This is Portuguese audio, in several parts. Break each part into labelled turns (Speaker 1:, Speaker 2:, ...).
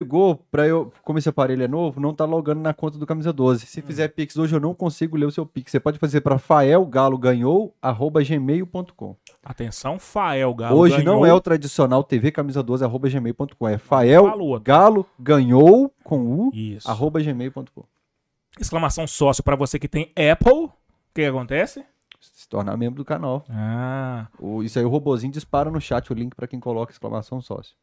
Speaker 1: ligou pra eu, como esse aparelho é novo, não tá logando na conta do Camisa 12.
Speaker 2: Hum.
Speaker 1: Se fizer Pix hoje, eu não consigo ler o seu Pix. Você pode fazer pra faelgaloganhou.gmail.com.
Speaker 2: Atenção, Fael Galo.
Speaker 1: Hoje
Speaker 2: Tá, ganhou.
Speaker 1: não é o tradicional TV Camisa 12, arroba gmail.com. É
Speaker 2: Falou
Speaker 1: Fael
Speaker 2: aqui.
Speaker 1: Galo ganhou com U,
Speaker 2: Isso.
Speaker 1: arroba gmail.com.
Speaker 2: Exclamação sócio pra você que tem Apple. O que que acontece?
Speaker 1: Se tornar membro do canal.
Speaker 2: Ah.
Speaker 1: O- isso aí, o robozinho dispara no chat o link pra quem coloca exclamação sócio.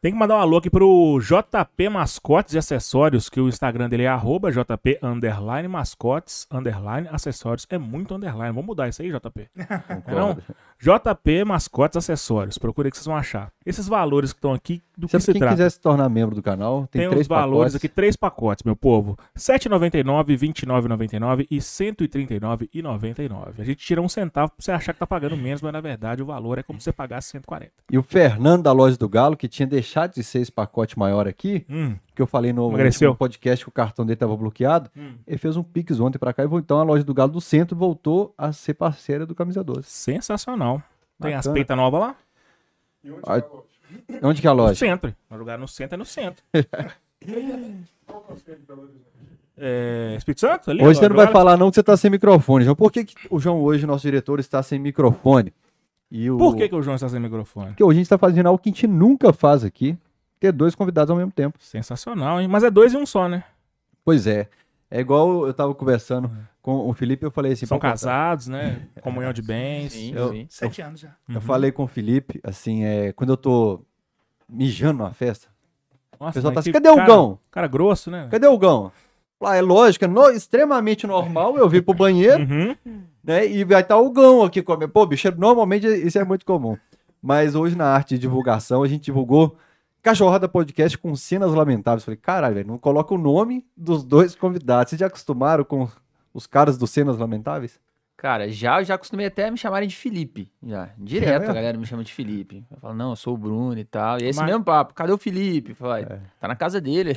Speaker 2: Tem que mandar um alô aqui pro JP Mascotes e Acessórios, que o Instagram dele é arroba JP underline mascotes underline acessórios. É muito underline. Vamos mudar isso aí, JP. é
Speaker 1: Concorda?
Speaker 2: JP Mascotes Acessórios. Procura aí que vocês vão achar. Esses valores que estão aqui, do que
Speaker 1: Sempre
Speaker 2: se
Speaker 1: quem
Speaker 2: trata?
Speaker 1: quiser se tornar membro do canal, tem,
Speaker 2: Tem,
Speaker 1: três
Speaker 2: os valores
Speaker 1: pacotes.
Speaker 2: aqui, três pacotes, meu povo. R$ 7,99, R$ 29,99 e R$ 139,99. A gente tira um centavo pra você achar que tá pagando menos, mas na verdade o valor é como se você pagasse 140.
Speaker 1: E o Fernando da Loja do Galo, que tinha deixado de ser esse pacote maior aqui,
Speaker 2: Hum,
Speaker 1: que eu falei no
Speaker 2: Emagreceu. Hum.
Speaker 1: último podcast que o cartão dele estava bloqueado, ele fez um pix ontem pra cá e voltou. Então a Loja do Galo do Centro voltou a ser parceira do Camisa 12.
Speaker 2: sensacional. Tem
Speaker 1: Bacana.
Speaker 2: as peitas novas lá?
Speaker 1: Onde que é a
Speaker 2: No
Speaker 1: loja?
Speaker 2: centro. No lugar no centro é no centro. é, Espírito Santo? Ali,
Speaker 1: Hoje você não vai
Speaker 2: agora?
Speaker 1: falar não que você tá sem microfone, João. Por que, que o João hoje, nosso diretor, está sem microfone? E o...
Speaker 2: Por que, que o João está sem microfone?
Speaker 1: Porque hoje a gente tá fazendo algo que a gente nunca faz aqui, ter dois convidados ao mesmo tempo.
Speaker 2: Sensacional, hein? Mas é dois e um só, né?
Speaker 1: Pois é. É igual eu tava conversando com o Felipe, eu falei assim.
Speaker 2: Uhum. São
Speaker 1: pô, cara,
Speaker 2: casados, né? Comunhão de bens.
Speaker 3: Sim,
Speaker 1: Eu-
Speaker 3: sim.
Speaker 4: Sete anos já.
Speaker 2: Uhum.
Speaker 1: Eu falei com o Felipe, assim, é, quando eu tô mijando numa festa,
Speaker 2: Nossa,
Speaker 1: o pessoal
Speaker 2: mas
Speaker 1: tá assim,
Speaker 2: que
Speaker 1: cadê o
Speaker 2: cara-
Speaker 1: Gão?
Speaker 2: Cara grosso, né?
Speaker 1: Cadê o Gão? Lá, é lógico, é no- extremamente normal eu vir pro banheiro,
Speaker 2: Uhum.
Speaker 1: né? E vai estar o Gão aqui comendo. Pô, bicho, normalmente isso é muito comum. Mas hoje na arte de divulgação a gente divulgou Cachorrada Podcast com cenas lamentáveis. Falei, caralho, velho, não coloca o nome dos dois convidados. Vocês já acostumaram com os caras dos cenas lamentáveis?
Speaker 3: Cara, já já acostumei até a me chamarem de Felipe. Já.
Speaker 1: É
Speaker 3: Direto
Speaker 1: mesmo?
Speaker 3: a galera me chama de Felipe. Eu falo, não, eu sou o Bruno e tal. E é esse
Speaker 2: Mas-
Speaker 3: mesmo papo, cadê o Felipe? Fala, tá na casa dele.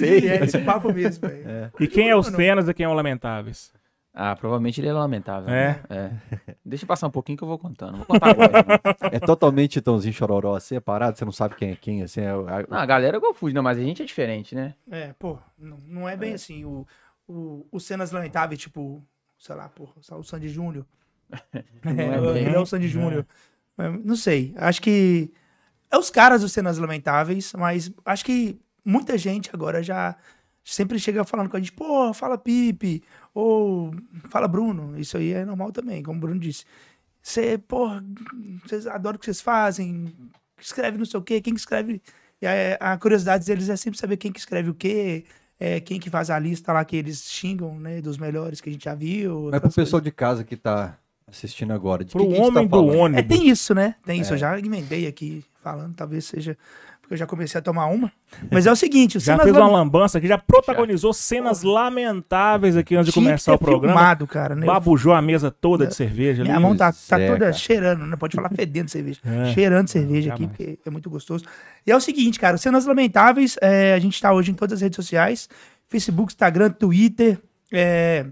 Speaker 4: E é esse papo mesmo, velho.
Speaker 2: E quem é os cenas e quem é o lamentáveis?
Speaker 3: ah, provavelmente ele é lamentável.
Speaker 2: É.
Speaker 3: né? É. Deixa eu passar um pouquinho que eu vou contando. Vou contar agora. né?
Speaker 1: É totalmente Titãozinho Chororó, assim, é parado, você não sabe quem é quem, assim, é, o- a-
Speaker 3: Não, a galera confunde, não, mas a gente é diferente, né?
Speaker 4: É, pô, não, não é bem assim. O, o, os cenas lamentáveis, tipo, sei lá, porra, só o Sandy Júnior.
Speaker 3: é bem.
Speaker 4: ele é o Sandy Júnior. Mas Não sei, acho que é os caras dos cenas lamentáveis, mas acho que muita gente agora já sempre chega falando com a gente, pô, fala Pipe, ou fala Bruno. Isso aí é normal também, como o Bruno disse. Você, porra, vocês adoram o que vocês fazem, escreve não sei o quê, quem que escreve. E a, a curiosidade deles é sempre saber quem que escreve o quê, é, quem que faz a lista lá que eles xingam, né, dos melhores que a gente já viu.
Speaker 1: Mas pro
Speaker 4: aquelas coisas.
Speaker 1: pessoal de casa que tá assistindo agora, de
Speaker 2: tá Pro
Speaker 1: que que a gente
Speaker 2: homem
Speaker 1: tá
Speaker 2: do
Speaker 1: falando?
Speaker 4: É,
Speaker 2: ônibus.
Speaker 4: tem isso, né? Tem
Speaker 2: É.
Speaker 4: isso. Eu já emendei aqui falando, talvez seja porque eu já comecei a tomar uma. Mas é o seguinte, o
Speaker 2: Já
Speaker 4: Cenas
Speaker 2: fez uma
Speaker 4: Lamentáveis
Speaker 2: lambança aqui, já protagonizou cenas lamentáveis aqui antes de
Speaker 4: tinha que
Speaker 2: começar
Speaker 4: ter
Speaker 2: o programa.
Speaker 4: é filmado, cara, né? É.
Speaker 2: Babujou a mesa toda de cerveja ali.
Speaker 4: Minha mão tá,
Speaker 1: Pois
Speaker 4: tá
Speaker 1: é,
Speaker 4: toda
Speaker 1: cara.
Speaker 4: cheirando, né? Pode falar fedendo cerveja.
Speaker 2: É.
Speaker 4: Cheirando cerveja
Speaker 2: Não,
Speaker 4: aqui,
Speaker 2: jamais.
Speaker 4: porque é muito gostoso. E é o seguinte, cara, o Cenas Lamentáveis, é, a gente tá hoje em todas as redes sociais: Facebook, Instagram, Twitter, é,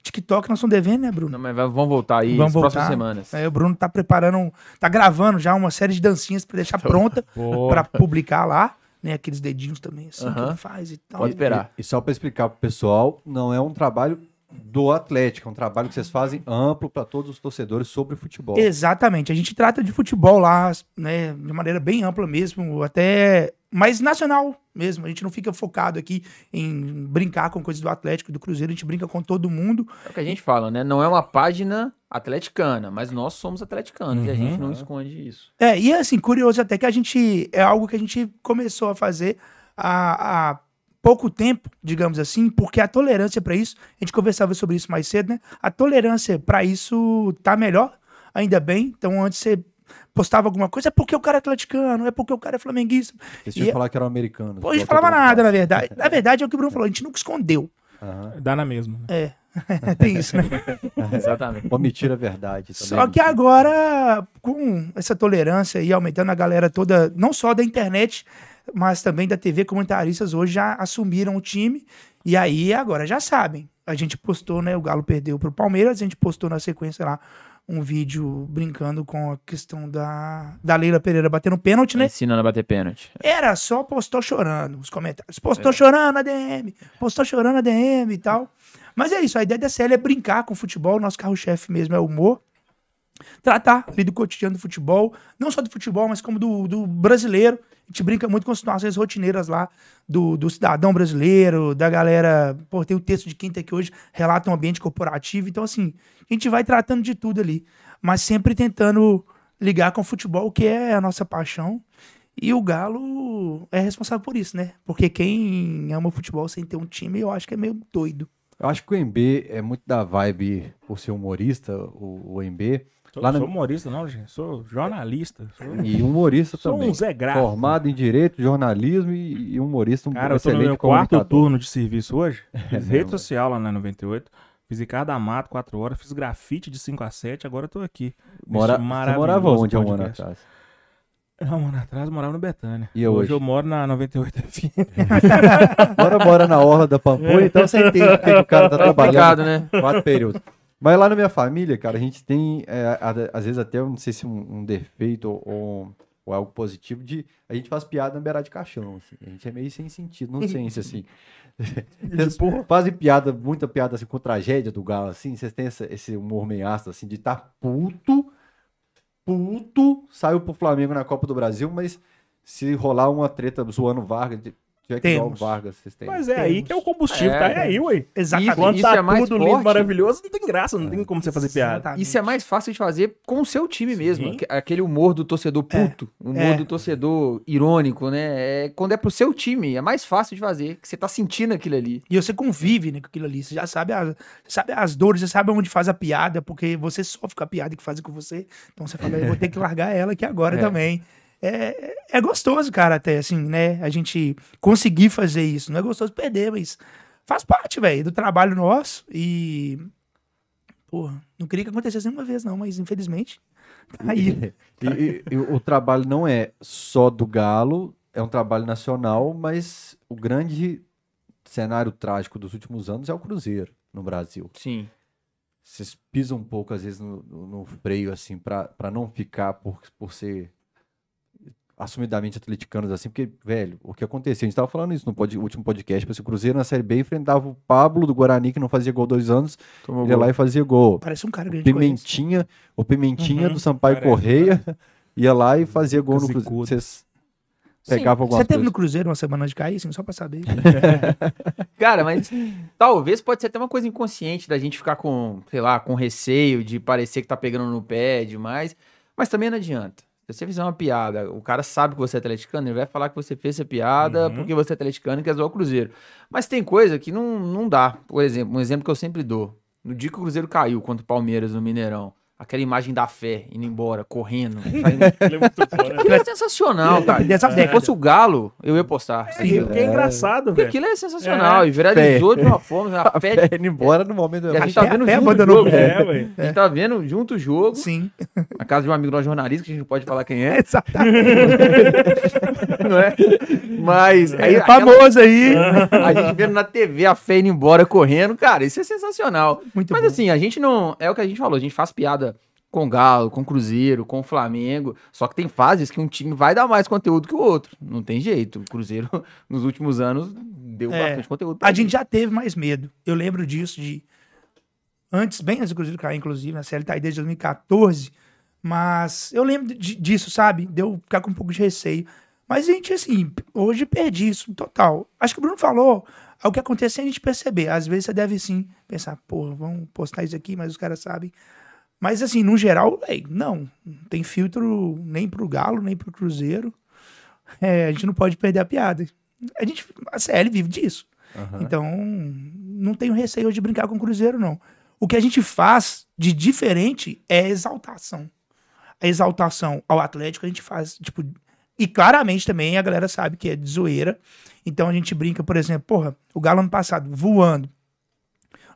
Speaker 4: TikTok, nós estamos devendo, né, Bruno?
Speaker 3: Não, mas vai- vamos voltar aí
Speaker 4: Vamos
Speaker 3: nas próximas
Speaker 4: voltar.
Speaker 3: semanas.
Speaker 4: Aí o Bruno tá preparando, um- tá gravando já uma série de dancinhas pra deixar
Speaker 3: Então,
Speaker 4: pronta
Speaker 2: Boa.
Speaker 4: pra publicar lá, né? Aqueles dedinhos também, assim, que
Speaker 3: Aham.
Speaker 4: ele faz e tal.
Speaker 3: Pode esperar.
Speaker 1: E, e só pra explicar pro pessoal, não é um trabalho do Atlético, é um trabalho que vocês fazem amplo pra todos os torcedores sobre futebol.
Speaker 4: Exatamente. A gente trata de futebol lá, né, de maneira bem ampla mesmo, até mais nacional mesmo. A gente não fica focado aqui em brincar com coisas do Atlético, do Cruzeiro, a gente brinca com todo mundo.
Speaker 3: É o que a gente fala, né? Não é uma página atleticana, mas nós somos atleticanos e a gente não esconde isso.
Speaker 4: É, e assim, curioso até que a gente. É algo que a gente começou a fazer há, há pouco tempo, digamos assim, porque a tolerância pra isso, a gente conversava sobre isso mais cedo, né? A tolerância pra isso tá melhor, ainda bem. Então, antes você postava alguma coisa, é porque o cara é atleticano, é porque o cara é flamenguista.
Speaker 1: Vocês tinham
Speaker 4: e-
Speaker 1: que falar que eram americanos.
Speaker 4: Pô, a gente
Speaker 1: igual
Speaker 4: falava
Speaker 1: todo mundo
Speaker 4: nada, na verdade. Na verdade, é o que o Bruno falou, a gente nunca escondeu.
Speaker 1: fala. Aham.
Speaker 2: Dá na mesma. né?
Speaker 4: Tem isso, né?
Speaker 3: Exatamente.
Speaker 1: Omitir a verdade. também.
Speaker 4: Só que agora, com essa tolerância e aumentando a galera toda, não só da internet, mas também da TV, comentaristas hoje já assumiram o time. E aí agora já sabem. A gente postou, né? O Galo perdeu pro Palmeiras, a gente postou na sequência lá um vídeo brincando com a questão da, da Leila Pereira batendo pênalti, né?
Speaker 3: Ensinando a bater pênalti.
Speaker 4: Era só postou chorando os comentários. Postou chorando a DM, postou chorando a DM e tal. Mas é isso, a ideia da CL é brincar com o futebol, o nosso carro-chefe mesmo é o humor. Tratar ali do cotidiano do futebol, não só do futebol, mas como do, do brasileiro. A gente brinca muito com as situações rotineiras lá do, do cidadão brasileiro, da galera. Pô, tem o texto de quinta que hoje relata um ambiente corporativo. Então, assim, a gente vai tratando de tudo ali, mas sempre tentando ligar com o futebol, que é a nossa paixão. E o Galo é responsável por isso, né? Porque quem ama futebol sem ter um time, eu acho que é meio doido.
Speaker 1: Eu acho que o MB é muito da vibe, por ser humorista, o, o MB,
Speaker 2: Sou,
Speaker 1: Lá no-
Speaker 2: sou humorista, não, gente. Sou jornalista. Sou,
Speaker 1: e humorista
Speaker 2: sou
Speaker 1: também.
Speaker 2: um Zé Graça.
Speaker 1: Formado em Direito, jornalismo e, e humorista, um
Speaker 2: Cara, eu tô no
Speaker 1: excelente
Speaker 2: meu quarto
Speaker 1: comunicador.
Speaker 2: turno de serviço hoje. Fiz
Speaker 1: mesmo,
Speaker 2: rede
Speaker 1: velho.
Speaker 2: social lá na 98. Fiz Ricardo Amato, 4 horas. Fiz grafite de 5 a 7. Agora eu tô aqui.
Speaker 1: Mora...
Speaker 2: Esse
Speaker 1: Você
Speaker 2: é maravilhoso
Speaker 1: morava onde há um ano
Speaker 2: podcast.
Speaker 1: atrás?
Speaker 2: Há um ano atrás eu morava no Betânia.
Speaker 1: E hoje?
Speaker 2: eu moro na 98 FM.
Speaker 1: Agora mora na Orla da Pampulha, então você entende porque que o cara tá trabalhando
Speaker 3: Complicado, né?
Speaker 1: quatro períodos. Mas lá na minha família, cara, a gente tem, é, a- às vezes até, eu não sei se um, um defeito ou, ou algo positivo, de a gente faz piada na beirada de caixão. assim. A gente é meio sem sentido, não sei se assim. Vocês fazem piada, muita piada assim, com tragédia do galo, assim. Vocês têm essa- esse humor meio ácido, assim, de estar tá puto, puto, saiu pro Flamengo na Copa do Brasil, mas se rolar uma treta zoando Vargas, de- tiver que zoar o
Speaker 4: Temos.
Speaker 1: Vargas, vocês têm.
Speaker 2: Mas é aí que é o combustível,
Speaker 3: É,
Speaker 2: tá? É aí, ué.
Speaker 4: Exatamente.
Speaker 2: Quando
Speaker 3: isso
Speaker 2: tá
Speaker 3: é mais
Speaker 2: tudo lindo,
Speaker 3: forte.
Speaker 2: maravilhoso, não tem graça, não tem como você fazer
Speaker 1: tá
Speaker 2: piada.
Speaker 4: Exatamente.
Speaker 3: Isso é mais fácil de fazer com o seu time mesmo.
Speaker 2: Sim.
Speaker 3: aque- Aquele humor do torcedor puto, o humor
Speaker 4: é.
Speaker 3: do torcedor irônico, né? É, quando é pro seu time, é mais fácil de fazer, que você tá sentindo aquilo ali.
Speaker 4: E você convive né, com aquilo ali. Você já sabe, a, sabe as dores, você sabe onde faz a piada, porque você sofre com a piada que fazem com você. Então você fala, eu vou ter que largar ela aqui agora
Speaker 3: É.
Speaker 4: também. É, é gostoso, cara, até assim, né? A gente conseguir fazer isso. Não é gostoso perder, mas faz parte, velho, do trabalho nosso. E. Porra, não queria que acontecesse nenhuma vez, não, mas infelizmente. Tá aí.
Speaker 1: E, e- e o trabalho não é só do Galo, é um trabalho nacional, mas o grande cenário trágico dos últimos anos é o Cruzeiro no Brasil.
Speaker 3: Sim.
Speaker 1: Vocês pisam um pouco, às vezes, no, no- no freio, assim, pra pra não ficar por, por ser assumidamente atleticanos, assim, porque, velho, o que aconteceu? A gente tava falando isso no pod- último podcast, porque o Cruzeiro na Série B enfrentava o Pablo do Guarani, que não fazia gol há dois anos,
Speaker 3: Tomou
Speaker 1: ele é ia lá e fazia gol.
Speaker 4: Parece um cara
Speaker 1: O
Speaker 4: grande
Speaker 1: Pimentinha, o Pimentinha
Speaker 2: Uhum,
Speaker 1: do Sampaio
Speaker 2: parece,
Speaker 1: Correia ia lá e fazia gol no
Speaker 2: Zicudo.
Speaker 1: Cruzeiro. Vocês
Speaker 3: Sim,
Speaker 1: pegavam
Speaker 4: Você
Speaker 1: alguma
Speaker 4: teve
Speaker 1: coisa.
Speaker 4: no Cruzeiro uma semana de cair, assim, só pra saber.
Speaker 3: Cara, mas talvez pode ser até uma coisa inconsciente da gente ficar com, sei lá, com receio de parecer que tá pegando no pé demais. Mas também não adianta. Se você fizer uma piada, o cara sabe que você é atleticano, ele vai falar que você fez essa piada
Speaker 2: Uhum.
Speaker 3: porque você é atleticano e quer zoar o Cruzeiro. Mas tem coisa que não, não dá. Por exemplo, um exemplo que eu sempre dou. No dia que o Cruzeiro caiu contra o Palmeiras no Mineirão, aquela imagem da fé indo embora, correndo. saindo-
Speaker 2: Ele
Speaker 1: Tá
Speaker 2: é muito foda.
Speaker 3: Aquilo é sensacional, cara.
Speaker 4: Dessa
Speaker 3: Se
Speaker 4: década.
Speaker 3: fosse o Galo, eu ia postar.
Speaker 2: É,
Speaker 1: né?
Speaker 2: e porque é engraçado,
Speaker 3: Porque
Speaker 2: velho.
Speaker 3: aquilo é sensacional e viralizou de uma forma, a fé
Speaker 1: Indo embora no momento.
Speaker 3: e a gente
Speaker 4: Até-
Speaker 3: tá vendo
Speaker 4: até
Speaker 3: junto o
Speaker 4: abandonou
Speaker 3: jogo.
Speaker 4: o
Speaker 3: A
Speaker 2: É, ué.
Speaker 3: gente tá vendo junto o jogo.
Speaker 4: Sim.
Speaker 3: Na casa de um amigo nosso jornalista, que a gente não pode falar quem é,
Speaker 4: Exatamente.
Speaker 3: não é? Mas aí,
Speaker 4: É
Speaker 3: aquela-
Speaker 4: famoso aí.
Speaker 3: a gente vendo na TV a fé indo embora correndo, cara, isso é sensacional.
Speaker 4: Muito
Speaker 3: Mas
Speaker 4: bom.
Speaker 3: assim, a gente não. É o que a gente falou, a gente faz piada com o Galo, com o Cruzeiro, com o Flamengo. Só que tem fases que um time vai dar mais conteúdo que o outro. Não tem jeito. O Cruzeiro, nos últimos anos, deu
Speaker 4: É.
Speaker 3: bastante conteúdo. pra
Speaker 4: A gente já teve mais medo. Eu lembro disso de. Antes, bem antes do Cruzeiro cair, inclusive, na série tá aí desde 2014. Mas eu lembro de- disso, sabe? Deu ficar com um pouco de receio. Mas a gente, assim, hoje perdi isso total. Acho que o Bruno falou. é O que acontece sem a gente perceber. Às vezes você deve sim pensar, porra, vamos postar isso aqui, mas os caras sabem. Mas assim, no geral, véi, não. Não tem filtro nem pro Galo, nem pro Cruzeiro. É, a gente não pode perder a piada. A gente, a CL vive disso. Então, não tenho receio de brincar com o Cruzeiro, não. O que a gente faz de diferente é a exaltação. A exaltação ao Atlético a gente faz, tipo. E claramente também a galera sabe que é de zoeira. Então a gente brinca, por exemplo, porra, o Galo ano passado, voando.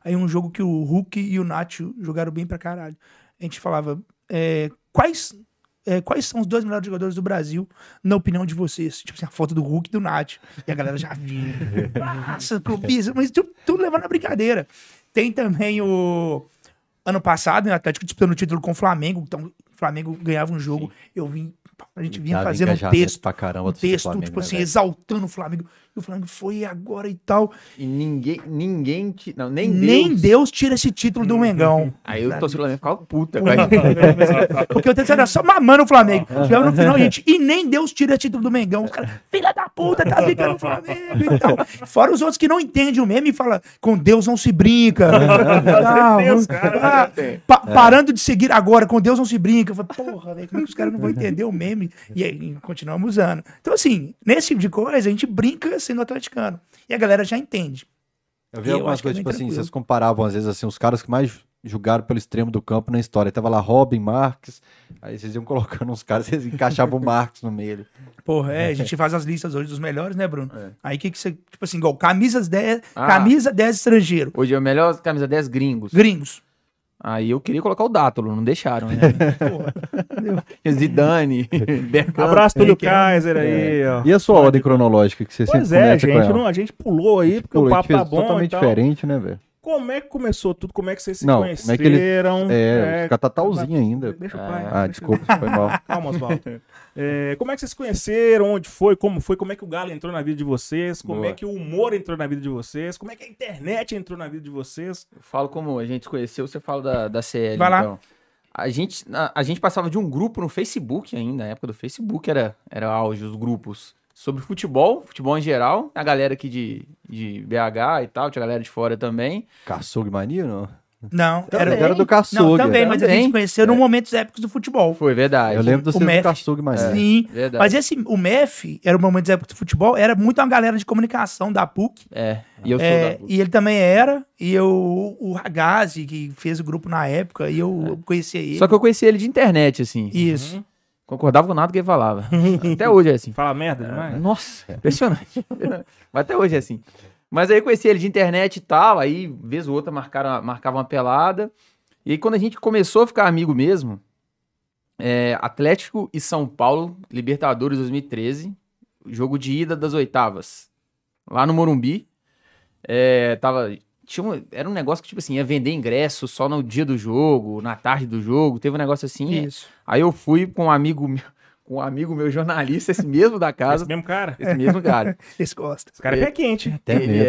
Speaker 4: Aí um jogo que o Hulk e o Nacho jogaram bem pra caralho. A gente falava, é, quais, é, quais são os dois melhores jogadores do Brasil, na opinião de vocês? Tipo assim, a foto do Hulk e do Nacho. E a galera já vinha. Nossa, clubista, mas tu- tudo levando a brincadeira. Tem também o, ano passado, né, o Atlético disputando o título com o Flamengo, então o Flamengo ganhava um jogo, eu vim, a gente vinha
Speaker 1: Dava
Speaker 4: fazendo um
Speaker 1: engajamento
Speaker 3: né?
Speaker 4: texto,
Speaker 1: Pra caramba
Speaker 4: um
Speaker 1: do Flamengo,
Speaker 4: texto, tipo
Speaker 1: né,
Speaker 4: assim,
Speaker 1: velho?
Speaker 4: exaltando o Flamengo, e o Flamengo foi agora e tal,
Speaker 3: E ninguém, ninguém, ti- não, nem,
Speaker 4: nem
Speaker 3: Deus.
Speaker 4: Deus, tira esse título do Mengão.
Speaker 3: Aí o torcedor do Flamengo ficava puta, cara.
Speaker 4: Não, Porque o terceiro era só mamando o Flamengo.
Speaker 3: Ah.
Speaker 4: Chegava no final, gente, e nem Deus tira título do Mengão. Os caras, filha da puta, tá brincando o Flamengo e tal. Fora os outros que não entendem o meme e falam, com Deus não se brinca. Tal.
Speaker 2: Deus, cara.
Speaker 4: Ah, pa-
Speaker 3: É.
Speaker 4: Parando de seguir agora, com Deus não se brinca. Eu falei, porra, velho, como é que os caras não vão entender o meme? E aí, continuamos usando. Então, assim, nesse tipo de coisa, a gente brinca sendo atleticano. E a galera já entende.
Speaker 1: Eu vi
Speaker 4: Eu
Speaker 1: algumas
Speaker 4: acho que é
Speaker 1: coisas,
Speaker 4: bem
Speaker 1: tipo assim,
Speaker 4: tranquilo.
Speaker 1: vocês comparavam, às vezes, assim, os caras que mais julgaram pelo extremo do campo na história. Aí tava lá Robin, Marques, aí vocês iam colocando uns caras, vocês encaixavam o Marques no meio.
Speaker 4: Porra, é, a gente faz as listas hoje dos melhores, né, Bruno?
Speaker 3: É.
Speaker 4: Aí o que que você, tipo assim, igual camisas 10,
Speaker 3: Ah.
Speaker 4: camisa 10 estrangeiro,
Speaker 3: Hoje é o melhor camisa 10 gringos.
Speaker 4: gringos.
Speaker 3: Aí eu queria colocar o Dátulo, não deixaram, né?
Speaker 4: Porra, entendeu?
Speaker 3: Zidane, Beckham.
Speaker 2: Abraço, Túlio Kaiser aí, ó.
Speaker 1: É. E a sua ordem cronológica que você
Speaker 2: Pois
Speaker 1: sempre
Speaker 2: é,
Speaker 1: começa com
Speaker 2: gente,
Speaker 1: ela?
Speaker 2: não, a gente pulou aí porque
Speaker 1: Pô, a
Speaker 2: o
Speaker 1: gente
Speaker 2: papo
Speaker 1: fez
Speaker 2: tá bom
Speaker 1: totalmente
Speaker 2: e tal.
Speaker 1: diferente, né, velho?
Speaker 2: Como é que começou tudo? Como é que vocês se
Speaker 1: Não, como é que ele-
Speaker 2: conheceram?
Speaker 1: É, é catatalzinho ainda.
Speaker 2: Deixa o
Speaker 3: Ah,
Speaker 2: pai.
Speaker 1: Ah,
Speaker 2: deixa-
Speaker 1: desculpa, foi mal.
Speaker 2: Calma, Oswaldo. É, como é que vocês se conheceram? Onde foi? Como foi? Como é que o Galo entrou na vida de vocês? Como
Speaker 3: Boa.
Speaker 2: é que o humor entrou na vida de vocês? Como é que a internet entrou na vida de vocês?
Speaker 3: Eu falo como a gente se conheceu, você fala da, da CL.
Speaker 4: Vai lá.
Speaker 3: então. A gente, a, a gente passava de um grupo no Facebook ainda, na época do Facebook era, era auge os grupos. Sobre futebol, futebol em geral, a galera aqui de, de BH e tal, tinha galera de fora também.
Speaker 1: Caçugue mania, não?
Speaker 4: Não,
Speaker 1: Era,
Speaker 4: era,
Speaker 1: era do
Speaker 4: não,
Speaker 1: Caçugue.
Speaker 4: também, mas a
Speaker 3: Também. É.
Speaker 4: gente se conheceu num momentos épicos do futebol.
Speaker 3: Foi verdade.
Speaker 1: Eu lembro do
Speaker 4: O
Speaker 1: seu do
Speaker 4: Messi.
Speaker 1: Caçugue
Speaker 3: é.
Speaker 1: mania.
Speaker 4: Sim.
Speaker 3: Verdade.
Speaker 4: Mas esse, o MEF, era o momento épicos do futebol, era muito uma galera de comunicação da PUC.
Speaker 3: É, e eu sou
Speaker 4: é,
Speaker 3: da...
Speaker 4: e ele também era. E eu, o Ragazzi, que fez o grupo na época, e eu eu conhecia ele.
Speaker 3: É. Só que eu conheci ele de internet, assim.
Speaker 4: Isso.
Speaker 3: Concordava com nada que ele falava. Até hoje é assim.
Speaker 2: Fala merda demais?
Speaker 3: Nossa, impressionante. Mas até hoje é assim. Mas aí eu conheci ele de internet e tal, aí vez ou outra marcaram, marcava uma pelada. E aí quando a gente começou a ficar amigo mesmo, é, Atlético e São Paulo, Libertadores 2013, jogo de ida das oitavas, lá no Morumbi. É, tava, tinha um- era um negócio que, tipo assim, ia vender ingresso só no dia do jogo, na tarde do jogo, teve um negócio assim.
Speaker 4: Isso.
Speaker 3: Aí eu fui com um amigo meu, com um amigo meu jornalista, esse mesmo da casa,
Speaker 2: Esse mesmo cara?
Speaker 3: esse mesmo cara.
Speaker 4: Eles gostam.
Speaker 2: Esse cara é pé quente.
Speaker 1: Até
Speaker 3: ele
Speaker 1: medo.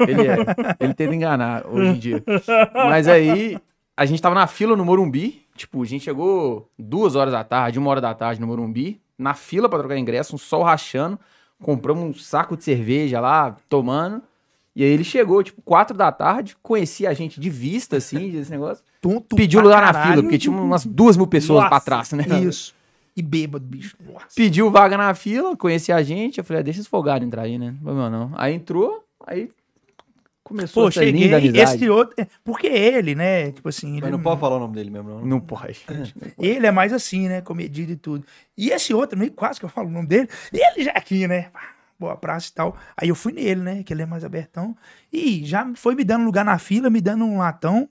Speaker 3: é. Ele é. Ele tenta enganar hoje em dia. Mas aí, a gente tava na fila no Morumbi. Tipo, a gente chegou duas horas da tarde, uma hora da tarde no Morumbi. Na fila pra trocar ingresso, um sol rachando. Compramos um saco de cerveja lá, tomando. E aí ele chegou, tipo, quatro da tarde. Conhecia a gente de vista, assim, desse negócio.
Speaker 4: Tonto
Speaker 3: Pediu
Speaker 4: pra
Speaker 3: lugar na
Speaker 4: caralho.
Speaker 3: fila, porque tinha umas duas mil pessoas pra
Speaker 2: Nossa,
Speaker 3: trás, né?
Speaker 4: Isso. E bêbado, bicho. Nossa.
Speaker 3: Pediu vaga na fila, conhecia a gente. Eu falei, ah, deixa esse folgado entrar aí, né? Não problema não. Aí entrou, aí começou
Speaker 4: Pô,
Speaker 3: essa
Speaker 4: cheguei,
Speaker 3: linda amizade.
Speaker 4: esse outro... é, Porque ele, né, tipo assim... Ele,
Speaker 1: Mas não pode falar o nome dele mesmo,
Speaker 4: né?
Speaker 1: não.
Speaker 3: Não pode.
Speaker 4: ele é mais assim, né, comedido e tudo. E esse outro, nem quase que eu falo o nome dele, ele já aqui, né, pá, boa praça e tal. Aí eu fui nele, né, que ele é mais abertão. E já foi me dando lugar na fila, me dando um latão.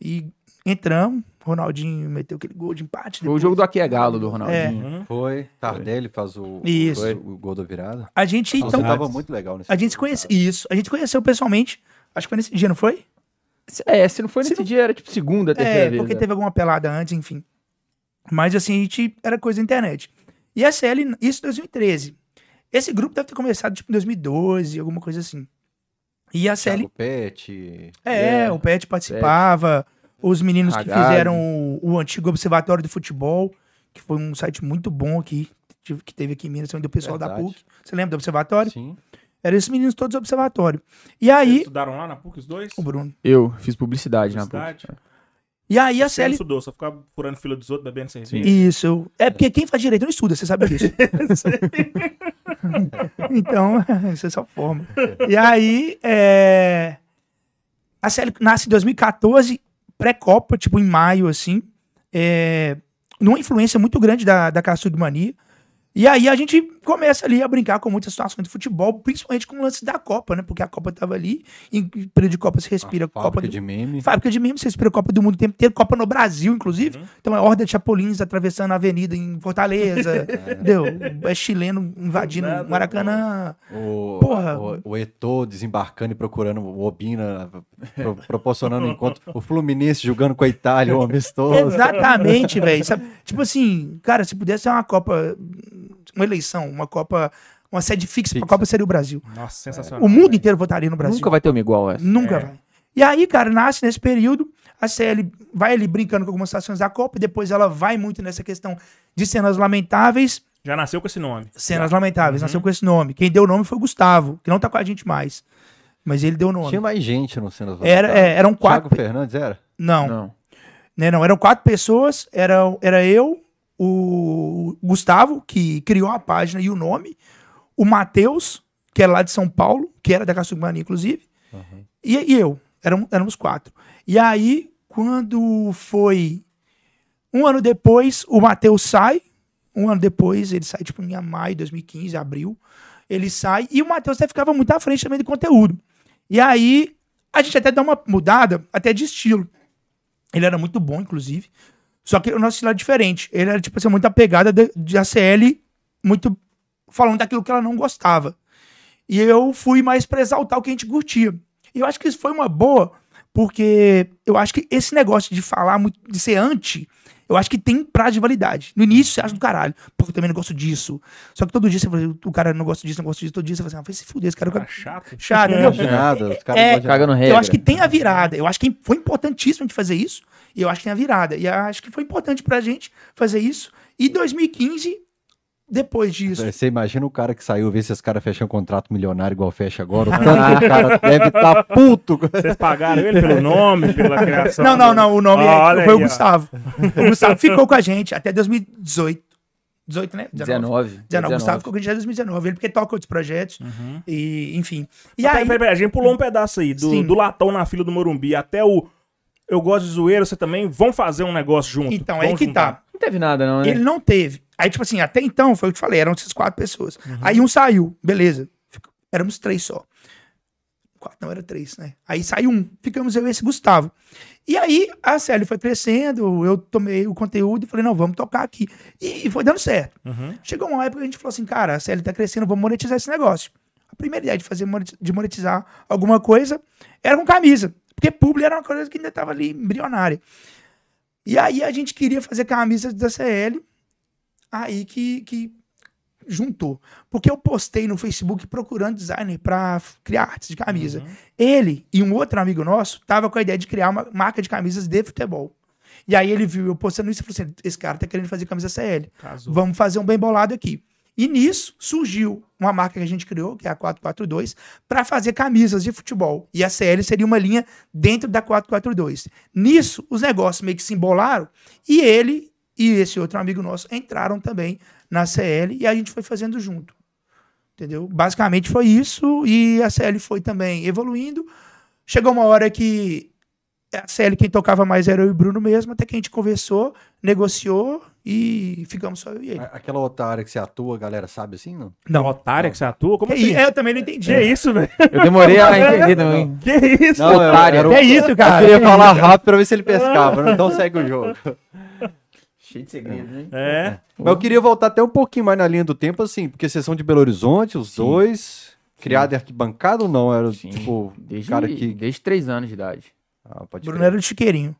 Speaker 4: E entramos, Ronaldinho meteu aquele gol de empate.
Speaker 3: Foi o
Speaker 4: depois.
Speaker 3: jogo do Aqui é Galo, do Ronaldinho.
Speaker 2: Uhum.
Speaker 1: Foi. Tardelli faz o,
Speaker 4: Isso.
Speaker 1: foi o gol da virada.
Speaker 4: A gente,
Speaker 1: Então,
Speaker 3: tá
Speaker 4: então...
Speaker 1: tava muito legal nesse
Speaker 4: A gente se
Speaker 1: jogo,
Speaker 4: conheceu...
Speaker 1: cara.
Speaker 4: Isso, a gente conheceu pessoalmente. Acho que foi nesse dia, não foi?
Speaker 3: Se- É, se não foi
Speaker 4: Se
Speaker 3: nesse
Speaker 4: não-
Speaker 3: dia, era tipo segunda, terceira
Speaker 4: É,
Speaker 3: vez.
Speaker 4: porque
Speaker 3: né?
Speaker 4: teve alguma pelada antes, enfim. Mas assim, a gente era coisa da internet. E a CL, isso em 2013. Esse grupo deve ter começado tipo em 2012, alguma coisa assim. E a CL,
Speaker 1: Thiago Pet.
Speaker 4: é,
Speaker 3: é,
Speaker 4: o Pet participava, os meninos que
Speaker 3: Ragazzi.
Speaker 4: fizeram o, o antigo Observatório do Futebol, que foi um site muito bom aqui, tive- que teve aqui em Minas também, do pessoal da
Speaker 1: Verdade.
Speaker 4: PUC. Você lembra do Observatório?
Speaker 1: Sim.
Speaker 4: Eram esses meninos todos do Observatório. E aí,
Speaker 2: Estudaram lá na PUC os dois?
Speaker 4: o Bruno.
Speaker 3: Eu fiz publicidade na PUC.
Speaker 2: Cidade.
Speaker 4: E aí a
Speaker 2: Você não
Speaker 4: CL
Speaker 2: estudou, só ficava furando fila dos outros, bebendo cerveja.
Speaker 4: Isso. eu- É porque quem faz direito não estuda, você sabe disso. então, você só forma. E aí, é, a série nasce em 2014, pré-copa, tipo em maio, assim. É... Numa influência muito grande da, da Kassug Mania. E aí a gente começa ali a brincar com muitas situações do futebol, principalmente com o lance da Copa, né? Porque a Copa tava ali, em período de Copa se respira Copa
Speaker 1: Fábrica
Speaker 4: do
Speaker 1: de meme.
Speaker 4: Fábrica de memes, você respira Copa do Mundo o tempo inteiro, Copa no Brasil, inclusive. Então é horda de Chapolins atravessando a avenida em Fortaleza, entendeu? É chileno invadindo
Speaker 2: Nada,
Speaker 4: Maracanã.
Speaker 1: O,
Speaker 4: Porra.
Speaker 1: o, o Eto'o desembarcando e procurando o Obina, pro- proporcionando encontro. O Fluminense jogando com a Itália, o amistoso.
Speaker 4: Exatamente, velho. sabe? Tipo assim, cara, se pudesse ser uma Copa, uma eleição, uma Copa, uma sede fixa pra
Speaker 1: Fixa.
Speaker 4: Copa seria o Brasil.
Speaker 2: Nossa, sensacional.
Speaker 4: É. O mundo
Speaker 2: velho.
Speaker 4: inteiro votaria no Brasil.
Speaker 3: É. Nunca vai ter uma igual essa.
Speaker 4: Nunca
Speaker 2: É.
Speaker 4: vai. E aí, cara, nasce nesse período, a CL vai ali brincando com algumas situações da Copa, e depois ela vai muito nessa questão de cenas lamentáveis.
Speaker 2: Já nasceu com esse nome.
Speaker 4: Cenas lamentáveis, nasceu com esse nome. Quem deu o nome foi o Gustavo, que não tá com a gente mais. Mas ele deu o
Speaker 1: Tinha
Speaker 4: nome.
Speaker 1: mais gente no Cenas
Speaker 4: Era, é, eram
Speaker 1: Thiago
Speaker 4: quatro. pe-
Speaker 1: Fernandes era?
Speaker 4: Não, não.
Speaker 3: Não.
Speaker 4: Né, não, eram quatro pessoas. Era, era eu, o Gustavo, que criou a página e o nome, o Matheus, que era lá de São Paulo, que era da Caçumbani, inclusive. E, e eu, eram, éramos quatro. E aí, quando foi um ano depois, o Matheus sai. Um ano depois, ele sai, tipo, em maio de 2015, abril. Ele sai. E o Matheus até ficava muito à frente também do conteúdo. E aí, a gente até dá uma mudada, até de estilo. Ele era muito bom, inclusive. Só que o nosso estilo era diferente. Ele era, tipo, assim, muito apegada de, de ACL, muito falando daquilo que ela não gostava. E eu fui mais pra exaltar o que a gente curtia. E eu acho que isso foi uma boa, porque eu acho que esse negócio de falar, muito, de ser anti, eu acho que tem prazo de validade. No início, você acha do caralho. Pô, eu também não gosto disso. Só que todo dia você fala, o cara não gosta disso, não gosta disso. Todo dia você fala assim, ah, vai se fuder, esse cara...
Speaker 2: Tá
Speaker 4: é
Speaker 2: chato.
Speaker 4: Chato,
Speaker 1: Não
Speaker 4: entendeu?
Speaker 1: de nada. Os caras
Speaker 4: É,
Speaker 1: não gostam de nada.
Speaker 3: Caga no regra.
Speaker 4: Eu acho que tem a virada. Eu acho que foi importantíssimo de fazer isso. E eu acho que tem a virada. E eu acho que foi importante pra gente fazer isso. E 2015, depois disso.
Speaker 1: É, Você imagina o cara que saiu ver esses caras fechando um contrato milionário igual fecha agora. O tanto que o cara deve estar puto.
Speaker 2: Vocês pagaram ele pelo nome, pela criação.
Speaker 4: Não, não, não. O nome é-
Speaker 2: Olha
Speaker 4: foi o
Speaker 2: aí, ó.
Speaker 4: Gustavo. O Gustavo ficou com a gente até 2018. 18, né?
Speaker 3: 19.
Speaker 4: 19. O Gustavo ficou com a gente até 2019. Ele porque toca outros projetos.
Speaker 2: Uhum.
Speaker 4: E, enfim. E
Speaker 2: Peraí,
Speaker 4: aí.
Speaker 2: peraí, peraí, a gente pulou um pedaço aí, do,
Speaker 4: Sim.
Speaker 2: do latão na fila do Morumbi até o eu gosto de zoeira, você também, vão fazer um negócio junto.
Speaker 4: Então,
Speaker 2: Vão
Speaker 4: aí que
Speaker 2: juntar.
Speaker 4: tá.
Speaker 3: Não teve nada, não, né?
Speaker 4: Ele não teve. Aí, tipo assim, até então, foi o que eu te falei, eram essas quatro pessoas.
Speaker 3: Uhum.
Speaker 4: Aí um saiu, beleza. Fico- Éramos três só. Quatro, não, era três, né? Aí saiu um. Ficamos eu e esse Gustavo. E aí a série foi crescendo, eu tomei o conteúdo e falei, não, vamos tocar aqui. E foi dando certo.
Speaker 3: Uhum.
Speaker 4: Chegou uma época que a gente falou assim, cara, a série tá crescendo, vamos monetizar esse negócio. A primeira ideia de fazer moneti- de monetizar alguma coisa era com camisa. Porque publi era uma coisa que ainda tava ali embrionária. E aí a gente queria fazer camisas da CL, aí que, que juntou. Porque eu postei no Facebook procurando designer pra f- criar artes de camisa. Ele e um outro amigo nosso tava com a ideia de criar uma marca de camisas de futebol. E aí ele viu eu postando isso e falou assim: esse cara tá querendo fazer camisa CL.
Speaker 2: Casou.
Speaker 4: Vamos fazer um bem bolado aqui. E nisso surgiu uma marca que a gente criou, que é a 442, para fazer camisas de futebol. E a CL seria uma linha dentro da 442. Nisso, os negócios meio que se embolaram e ele e esse outro amigo nosso entraram também na CL e a gente foi fazendo junto. Entendeu? Basicamente foi isso e a CL foi também evoluindo. Chegou uma hora que a CL quem tocava mais era eu e o Bruno mesmo, até que a gente conversou, negociou e ficamos só eu e ele.
Speaker 1: A- Aquela outra área que você atua, a galera sabe assim, não?
Speaker 2: Não. Otária que você atua? Como
Speaker 4: Que
Speaker 2: assim?
Speaker 4: isso? É, eu também não entendi.
Speaker 2: Que isso, velho?
Speaker 3: Eu demorei a entender também.
Speaker 2: Que isso?
Speaker 1: Não, eu-
Speaker 3: Otário.
Speaker 1: era o-
Speaker 4: Que É isso, cara?
Speaker 1: Eu queria
Speaker 4: Que
Speaker 1: falar rápido pra ver se ele pescava. né? Então segue o jogo.
Speaker 3: Cheio de segredo, hein?
Speaker 2: É.
Speaker 1: Mas eu queria voltar até um pouquinho mais na linha do tempo, assim, porque vocês são de Belo Horizonte, os dois. Criado em arquibancada ou não? Era
Speaker 3: Sim.
Speaker 1: tipo,
Speaker 3: Desde,
Speaker 1: cara que.
Speaker 3: desde 3 anos de idade.
Speaker 1: Ah, pode
Speaker 4: Bruno
Speaker 1: crer.
Speaker 4: era do Chiqueirinho.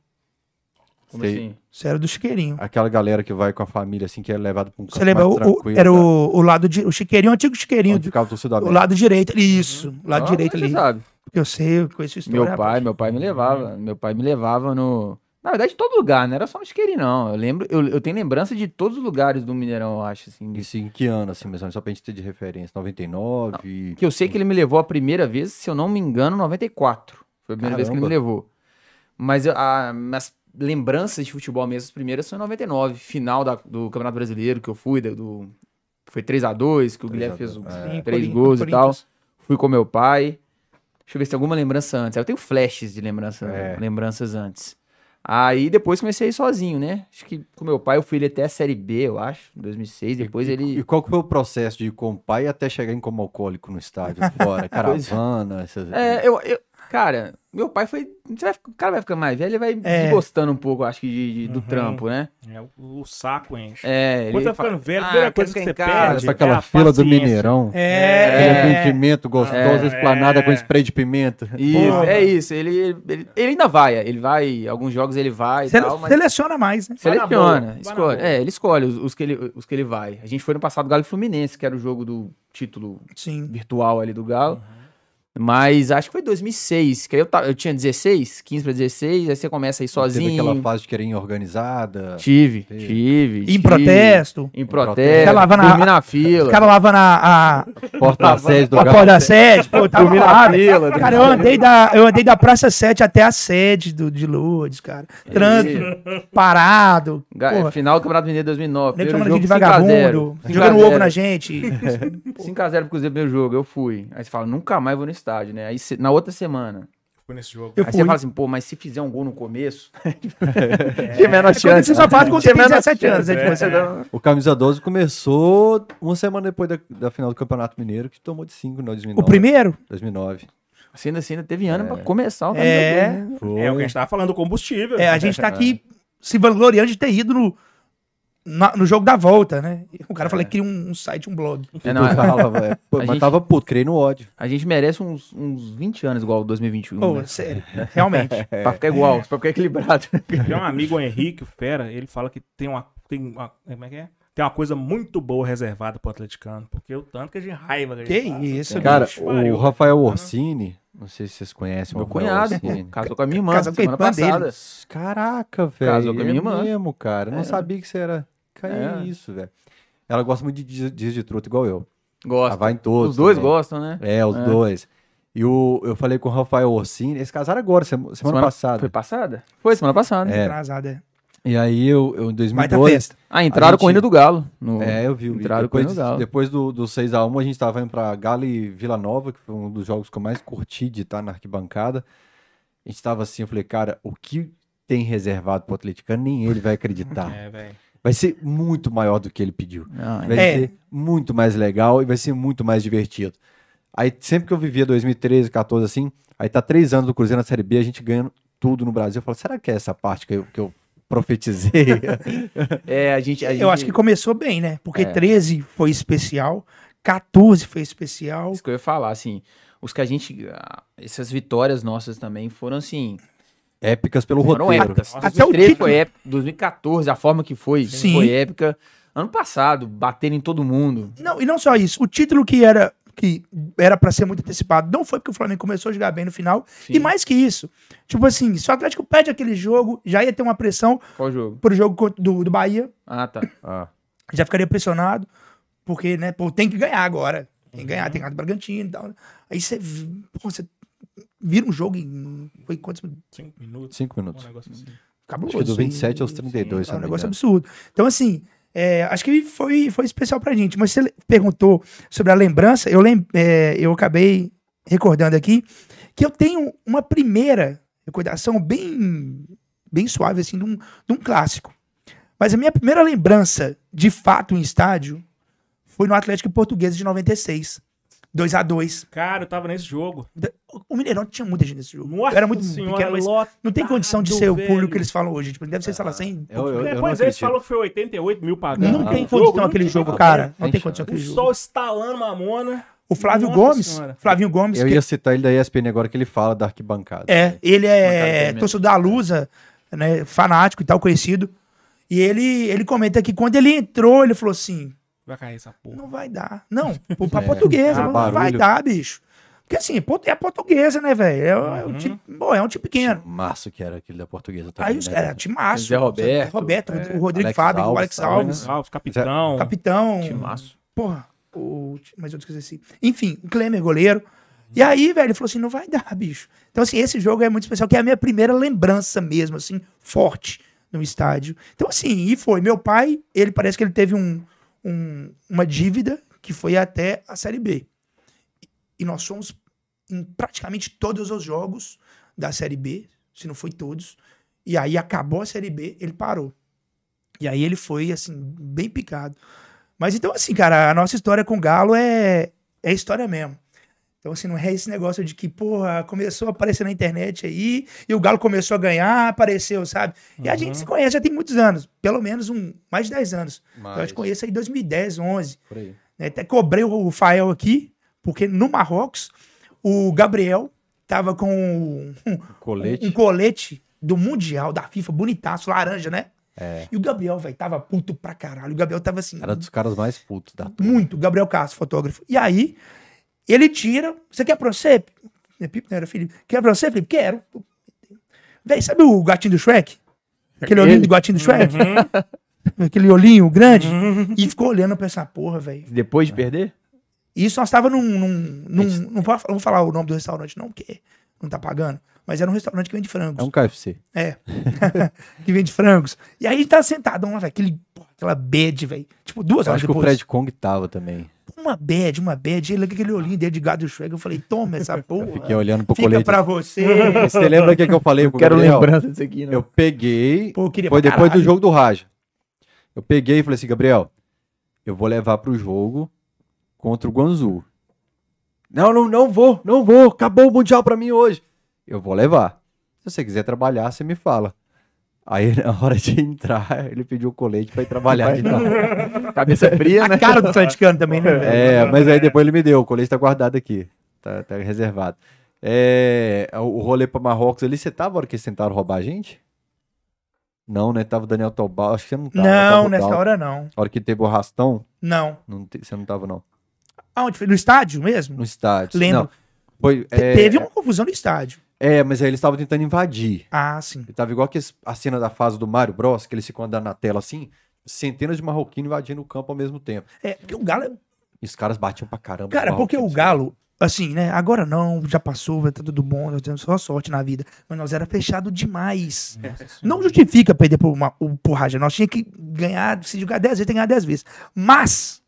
Speaker 3: Como
Speaker 1: Sei.
Speaker 3: assim?
Speaker 4: Você era do Chiqueirinho.
Speaker 1: Aquela galera que vai com a família, assim, que é levado pra um
Speaker 4: Você lembra? O, o- era
Speaker 1: tá?
Speaker 4: o, o lado de, o Chiqueirinho, o antigo Chiqueirinho.
Speaker 1: Onde ficava o torcedor
Speaker 4: O
Speaker 1: aberto.
Speaker 4: lado direito. Isso, o lado
Speaker 3: Ah,
Speaker 4: direito
Speaker 3: você
Speaker 4: ali.
Speaker 3: sabe.
Speaker 4: Porque eu sei, eu conheço a história.
Speaker 3: Meu
Speaker 4: rapaz.
Speaker 3: pai, meu pai me
Speaker 1: Uhum.
Speaker 3: levava. Meu pai me levava no. Na verdade, todo lugar, não era só no Isqueiri, não. Eu lembro, eu, eu tenho lembrança de todos os lugares do Mineirão, eu acho, assim.
Speaker 1: Isso em que ano, assim, mais ou menos? Só pra gente ter de referência. 99.
Speaker 3: Que eu sei que ele me levou a primeira vez, se eu não me engano, 94. Foi a primeira vez que ele me levou. Mas eu- a, minhas lembranças de futebol mesmo, as primeiras são em 99. Final da- do Campeonato Brasileiro que eu fui, da- do, foi 3x2, que o
Speaker 1: 3 a 2,
Speaker 3: Guilherme fez o-
Speaker 1: é.
Speaker 4: Sim,
Speaker 3: três
Speaker 4: Corin-
Speaker 3: gols e tal.
Speaker 4: Corinthians.
Speaker 3: Fui com meu pai. Deixa eu ver se tem alguma lembrança antes. Eu tenho flashes de lembrança,
Speaker 1: É.
Speaker 3: lembranças antes. Aí depois comecei a ir sozinho, né? Acho que com meu pai eu fui ele até a Série B, eu acho, 2006. Depois
Speaker 1: e,
Speaker 3: ele.
Speaker 1: E qual que foi o processo de ir com o pai até chegar em como alcoólico no estádio fora? Caravana, essas...
Speaker 3: É, eu, eu- Cara, meu pai foi. você vai- o cara vai ficando mais velho, ele vai
Speaker 4: É.
Speaker 3: desgostando um pouco, acho que, de- de- do
Speaker 2: Uhum.
Speaker 3: trampo, né?
Speaker 2: É, o, o saco enche.
Speaker 3: É, ele
Speaker 2: Quando tá
Speaker 3: fala,
Speaker 2: ficando velho, a
Speaker 3: "Ah,
Speaker 2: primeira
Speaker 3: quero
Speaker 2: coisa que
Speaker 3: ficar
Speaker 2: você
Speaker 3: em casa",
Speaker 2: perde
Speaker 1: Sabe aquela
Speaker 2: é a
Speaker 1: fila do
Speaker 2: paciência.
Speaker 1: Mineirão. Aquele
Speaker 4: É.
Speaker 1: atendimento gostoso,
Speaker 2: É.
Speaker 1: esplanada com
Speaker 2: É.
Speaker 1: spray de pimenta.
Speaker 3: Isso,
Speaker 4: Porra.
Speaker 3: é isso. Ele, ele, ele ainda vai. Ele vai, alguns jogos ele vai e
Speaker 4: Sele-
Speaker 3: tal, mas.
Speaker 4: Seleciona mais, né?
Speaker 2: Vai na boa, vai
Speaker 3: Seleciona,
Speaker 2: na
Speaker 3: escolhe.
Speaker 2: boa.
Speaker 3: É, ele escolhe os, os que ele, os que ele vai. A gente foi no passado Galo e Fluminense, que era o jogo do título
Speaker 4: Sim.
Speaker 3: virtual ali do Galo. Mas acho que foi 2006, que aí eu, ta- eu tinha 16, 15 pra 16, aí você começa a ir
Speaker 1: Teve aquela
Speaker 3: sozinho.
Speaker 1: fase de querer ir organizada.
Speaker 3: Tive,
Speaker 1: Teve.
Speaker 3: tive, tive.
Speaker 4: Em protesto.
Speaker 3: Em
Speaker 1: protesto.
Speaker 3: protesto.
Speaker 4: Ficava na-
Speaker 3: Dormi na
Speaker 4: Os
Speaker 3: fila.
Speaker 4: caras lavando a, a,
Speaker 1: Porta sede do
Speaker 4: a
Speaker 1: Galo.
Speaker 4: porta da sede. Pô, tava
Speaker 3: Dormi na
Speaker 4: lá.
Speaker 3: fila.
Speaker 4: Cara, eu andei, da, eu andei da Praça 7 até a sede do, de Lourdes, cara. Trânsito parado.
Speaker 3: Ga-
Speaker 4: Porra,
Speaker 3: Final do Campeonato Mineiro 2009.
Speaker 4: nego
Speaker 3: primeiro
Speaker 4: chamando a gente de
Speaker 3: jogo, 5 a 0,
Speaker 4: vagabundo,
Speaker 3: 5 a
Speaker 4: jogando
Speaker 3: 0.
Speaker 4: ovo na gente.
Speaker 3: 5x0 pro Cruzeiro primeiro jogo, eu fui. Aí você fala, nunca mais vou no estádio, né? Aí cê- na outra semana.
Speaker 2: Foi nesse jogo.
Speaker 4: Eu
Speaker 3: aí
Speaker 4: fui.
Speaker 3: você fala assim, pô, mas se fizer um gol no começo.
Speaker 2: É.
Speaker 3: menos
Speaker 4: Quando você só faz quando você tem
Speaker 3: Tinha menos
Speaker 4: 17 anos. né,
Speaker 2: chance,
Speaker 4: tipo assim.
Speaker 1: O Camisa 12 começou uma semana depois da, da final do Campeonato Mineiro, que tomou de 5 no
Speaker 3: né?
Speaker 1: 2009.
Speaker 4: O primeiro?
Speaker 1: 2009.
Speaker 3: Assim, ainda, assim, ainda teve ano pra começar o
Speaker 4: É.
Speaker 3: campeonato, né?
Speaker 1: Foi.
Speaker 2: É o que a gente tava falando, o combustível.
Speaker 4: É, a gente tá aqui se vangloriando de ter ido no, na- no jogo da volta, né? O cara falou que queria um, um site, um blog.
Speaker 3: É, não,
Speaker 1: Eu tava, é, pô,
Speaker 3: A
Speaker 1: mas
Speaker 3: gente-
Speaker 1: tava puto, criei no ódio.
Speaker 3: A gente merece uns, uns 20 anos igual o 2021.
Speaker 4: Pô,
Speaker 3: né?
Speaker 4: sério, realmente.
Speaker 3: Pra ficar igual,
Speaker 4: É.
Speaker 3: pra ficar equilibrado.
Speaker 2: Tem um amigo, o Henrique, o Fera, ele fala que tem uma. Tem uma como é que é? Tem uma coisa muito boa reservada pro atleticano, porque o tanto que a gente raiva. Que, a gente
Speaker 4: Que
Speaker 2: passa,
Speaker 4: isso,
Speaker 2: cara.
Speaker 1: Cara,
Speaker 2: Vixe,
Speaker 1: o
Speaker 2: pariu.
Speaker 1: Rafael Orsini, não sei se vocês conhecem o
Speaker 3: Meu
Speaker 1: Rafael
Speaker 3: cunhado,
Speaker 1: Orsini.
Speaker 3: pô, casou com a minha irmã
Speaker 4: Casou com a
Speaker 3: semana
Speaker 4: irmã dele.
Speaker 3: passada.
Speaker 1: Caraca, velho.
Speaker 3: Casou com a minha
Speaker 1: é
Speaker 3: irmã.
Speaker 1: mesmo, cara. Eu Não
Speaker 3: É.
Speaker 1: sabia que você era. Cara, é
Speaker 3: É.
Speaker 1: isso, velho. Ela gosta muito de dias dias de truta, igual eu. Ela
Speaker 3: Gosta.
Speaker 1: vai em todos.
Speaker 3: Os dois
Speaker 1: também.
Speaker 3: gostam, né?
Speaker 1: É, os
Speaker 3: É.
Speaker 1: dois. E o, eu falei com o Rafael Orsini, eles casaram agora, sema- semana, passada.
Speaker 3: Foi passada? Foi semana passada.
Speaker 1: É.
Speaker 4: Atrasado, é.
Speaker 1: E aí eu, eu em
Speaker 4: Vai da
Speaker 1: 2012.
Speaker 4: festa.
Speaker 3: Ah, entraram
Speaker 1: A gente-
Speaker 3: com a Ilha do Galo. no-
Speaker 1: É, eu vi. o vídeo.
Speaker 3: Entraram com a
Speaker 1: depois
Speaker 3: Ilha do Galo.
Speaker 1: depois do, do 6x1, a gente tava indo pra Galo e Vila Nova, que foi um dos jogos que eu mais curti de estar na arquibancada. A gente tava assim, eu falei, cara, o que tem reservado pro atleticano, nem ele vai acreditar.
Speaker 2: É, velho.
Speaker 1: Vai ser muito maior do que ele pediu.
Speaker 3: Ah,
Speaker 1: Vai
Speaker 4: É.
Speaker 1: ser muito mais legal e vai ser muito mais divertido. Aí sempre que eu vivia 2013, 14, assim, aí tá três anos do Cruzeiro na Série B, a gente ganhando tudo no Brasil. Eu falo, será que é essa parte que eu, que eu profetizei?
Speaker 3: É, a gente. a gente-
Speaker 4: Eu acho que começou bem, né? Porque
Speaker 3: É.
Speaker 4: 13 foi especial, 14 foi especial.
Speaker 3: Isso que eu ia falar, assim. Os que a gente. ah, Essas vitórias nossas também foram, assim.
Speaker 1: Épicas pelo
Speaker 3: Foram
Speaker 1: roteiro.
Speaker 3: épicas.
Speaker 2: Nossa,
Speaker 4: até É o
Speaker 3: 2013
Speaker 4: título.
Speaker 3: foi épico. 2014, a forma que foi,
Speaker 4: Sim.
Speaker 3: foi épica. Ano passado, bateram em todo mundo.
Speaker 4: Não, e não só isso, o título que era que era para ser muito antecipado, não foi porque o Flamengo começou a jogar bem no final.
Speaker 3: Sim.
Speaker 4: E mais que isso, tipo assim, se o Atlético perde aquele jogo, já ia ter uma pressão
Speaker 3: Qual jogo?
Speaker 4: pro jogo contra- do, do Bahia,
Speaker 3: Ah, tá.
Speaker 1: Ah.
Speaker 4: já ficaria pressionado, porque, né, pô, tem que ganhar agora. Tem que ganhar, tem que ganhar do Bragantino e tal. né? Aí você, vi- pô, você vira um jogo em. Foi quantos minutos?
Speaker 2: Cinco minutos.
Speaker 1: Cinco
Speaker 2: Um
Speaker 1: minutos.
Speaker 2: negócio assim.
Speaker 1: Acho
Speaker 4: Cabuloso.
Speaker 1: que é do 27 aos
Speaker 4: Sim,
Speaker 1: 32,
Speaker 4: é um
Speaker 1: sabe?
Speaker 4: negócio absurdo. Então, assim, é, acho que foi, foi especial pra gente. Mas você le- perguntou sobre a lembrança. Eu, lem é, eu acabei recordando aqui que eu tenho uma primeira recordação bem, bem suave, assim, de um, de um clássico. Mas a minha primeira lembrança, de fato, em estádio, foi no Atlético Português de 96. 2 a 2
Speaker 2: Cara, eu tava nesse jogo.
Speaker 4: O Mineirão tinha muita gente nesse jogo. Eu
Speaker 2: Nossa
Speaker 4: era muito
Speaker 2: senhora,
Speaker 4: pequeno, mas
Speaker 2: lotado,
Speaker 4: não tem condição de ser o
Speaker 2: velho. É,
Speaker 4: público que eles falam hoje. Tipo, deve ser, sei lá, 100,
Speaker 1: Eu, eu, eu não
Speaker 2: Depois eles
Speaker 1: acredito.
Speaker 2: falaram que foi 88 mil pagando.
Speaker 4: Não
Speaker 1: Ah,
Speaker 4: tem
Speaker 1: o
Speaker 4: condição
Speaker 2: jogo não
Speaker 4: aquele
Speaker 2: tinha
Speaker 4: jogo,
Speaker 2: papel.
Speaker 4: cara. Não
Speaker 1: Sem
Speaker 4: tem
Speaker 1: chance.
Speaker 4: condição
Speaker 2: O
Speaker 4: aquele jogo.
Speaker 2: sol estalando mamona.
Speaker 4: O Flávio
Speaker 2: Nossa
Speaker 4: Gomes,
Speaker 2: senhora.
Speaker 4: Flavinho Gomes,
Speaker 1: Eu
Speaker 4: que
Speaker 1: ia citar ele da ESPN agora que ele fala da arquibancada.
Speaker 4: é, ele
Speaker 3: Bancada
Speaker 4: é
Speaker 3: tremenda.
Speaker 4: torcedor da Lusa, né, fanático e tal, conhecido. E ele, ele comenta que quando ele entrou, ele falou assim:
Speaker 2: Vai cair essa porra.
Speaker 4: não vai dar. Não, pô, pra
Speaker 1: É.
Speaker 4: portuguesa,
Speaker 1: Ah,
Speaker 4: não
Speaker 1: barulho.
Speaker 4: vai dar, bicho. Porque assim, pô, é a portuguesa, né, velho? É, o- é um
Speaker 2: Uhum.
Speaker 4: time, bom, é um time pequeno.
Speaker 1: Massa que era aquele da portuguesa também.
Speaker 4: Aí os
Speaker 1: né,
Speaker 4: caras,
Speaker 1: cara?
Speaker 4: time maço.
Speaker 3: Zé Roberto,
Speaker 4: Roberto
Speaker 2: é,
Speaker 4: o Rodrigo
Speaker 1: Alex
Speaker 4: Fábio,
Speaker 1: Alves,
Speaker 4: o Alex
Speaker 1: tal, né?
Speaker 4: Alves,
Speaker 2: Ah, os capitão.
Speaker 4: capitão.
Speaker 3: Timaço.
Speaker 4: Porra, o... mas eu esqueci. Enfim, o Klemer, goleiro. E aí, velho, ele falou assim: não vai dar, bicho. Então, assim, esse jogo é muito especial, que é a minha primeira lembrança mesmo, assim, forte no estádio. Então, assim, e foi. Meu pai, ele parece que ele teve um, um- uma dívida que foi até a Série B. E nós fomos em praticamente todos os jogos da Série B, se não foi todos. E aí acabou a Série B, ele parou. E aí ele foi, assim, bem picado. Mas então, assim, cara, a nossa história com o Galo é, é história mesmo. Então, assim, não é esse negócio de que, porra, começou a aparecer na internet aí, e o Galo começou a ganhar, apareceu, sabe? E a
Speaker 2: Uhum.
Speaker 4: gente se conhece já tem muitos anos, pelo menos um, mais de 10 anos.
Speaker 1: Mas,
Speaker 4: Eu te conheço aí em 2010, 11.
Speaker 1: por aí.
Speaker 4: né? Até cobrei o Fael aqui, porque no Marrocos, o Gabriel tava com um,
Speaker 1: Colete.
Speaker 4: um colete do Mundial da FIFA, bonitaço, laranja, né?
Speaker 1: É.
Speaker 4: E o Gabriel, velho, tava puto pra caralho. O Gabriel tava assim,
Speaker 1: Era dos caras mais putos da turma.
Speaker 4: muito. Gabriel Castro, fotógrafo. E aí, ele tira. Você quer pra você? É Pipe, não era Felipe. Quer pra você, Felipe? Quero. Véi, sabe o gatinho do Shrek? Aquele
Speaker 1: É
Speaker 4: olhinho do gatinho do Shrek?
Speaker 1: Uhum.
Speaker 4: Aquele olhinho grande. E ficou olhando pra essa porra, velho.
Speaker 3: Depois
Speaker 1: É.
Speaker 3: de perder?
Speaker 4: E isso nós tava num. num, num- não pode falar, vamos falar o nome do restaurante, não, porque não tá pagando. Mas era um restaurante que vende
Speaker 1: É
Speaker 4: frangos.
Speaker 1: um KFC.
Speaker 4: É. que vende frangos. E aí ele tá sentadão lá, velho. Aquele, porra, aquela bad, velho. Tipo, duas
Speaker 1: Eu
Speaker 4: horas
Speaker 1: acho que o
Speaker 4: depois.
Speaker 1: Fred Kong tava também.
Speaker 4: Uma bad, uma bad. Ele aquele olhinho dele de gado Shrek. Eu falei, toma essa porra.
Speaker 1: Ah. Fiquei um olhando pro
Speaker 4: Ah. Fica
Speaker 1: colete.
Speaker 4: pra você.
Speaker 1: Você lembra o que, que eu falei? pro
Speaker 3: Quero
Speaker 1: Gabriel?
Speaker 3: lembrança disso aqui,
Speaker 4: né?
Speaker 3: não.
Speaker 1: Eu peguei.
Speaker 4: Pô, eu queria
Speaker 1: Foi
Speaker 4: pra
Speaker 1: depois do
Speaker 4: caralho.
Speaker 1: jogo do Raja. Eu peguei e falei assim, Gabriel, eu vou levar pro jogo contra o Guangzhou. Não, não, não vou, não vou. Acabou o Mundial pra mim hoje. Eu vou levar. Se você quiser trabalhar, você me fala. Aí, na hora de entrar, ele pediu o colete pra ir trabalhar de novo.
Speaker 3: Cabeça fria, né?
Speaker 4: A cara do Santicano também, né? velho?
Speaker 1: É, mas aí depois ele me deu. O colete tá guardado aqui. Tá, tá reservado. É, o rolê pra Marrocos ali, você tava na hora que eles tentaram roubar a gente? Não, né? Tava o Daniel Tobal. Acho que você não tá, tava. né? tava
Speaker 4: Não,
Speaker 1: o
Speaker 4: nessa
Speaker 1: Dalton.
Speaker 4: hora não.
Speaker 1: A hora que teve o arrastão,
Speaker 4: Não.
Speaker 1: não te- você não tava, não.
Speaker 4: Aonde foi? No estádio mesmo?
Speaker 1: No estádio.
Speaker 4: Lembro.
Speaker 1: Não, foi,
Speaker 4: Te-
Speaker 1: é,
Speaker 4: Teve um- uma confusão no estádio.
Speaker 1: é, mas aí eles estavam tentando invadir.
Speaker 4: Ah, sim.
Speaker 1: E tava igual que esse- a cena da fase do Mario Bros, que eles ficam andando na tela assim, centenas de marroquinos invadindo o campo ao mesmo tempo.
Speaker 4: É, porque o Galo.
Speaker 1: E os caras batiam pra caramba. os
Speaker 4: Cara, porque o
Speaker 1: marroquinos.
Speaker 4: Galo, assim, né? Agora não, já passou, tá tudo bom, nós temos só sorte na vida. Mas nós era fechado demais. Não justifica perder por uma o- por Raja. Nós tinha que ganhar, se jogar 10 vezes, tem que ganhar 10 vezes. Mas,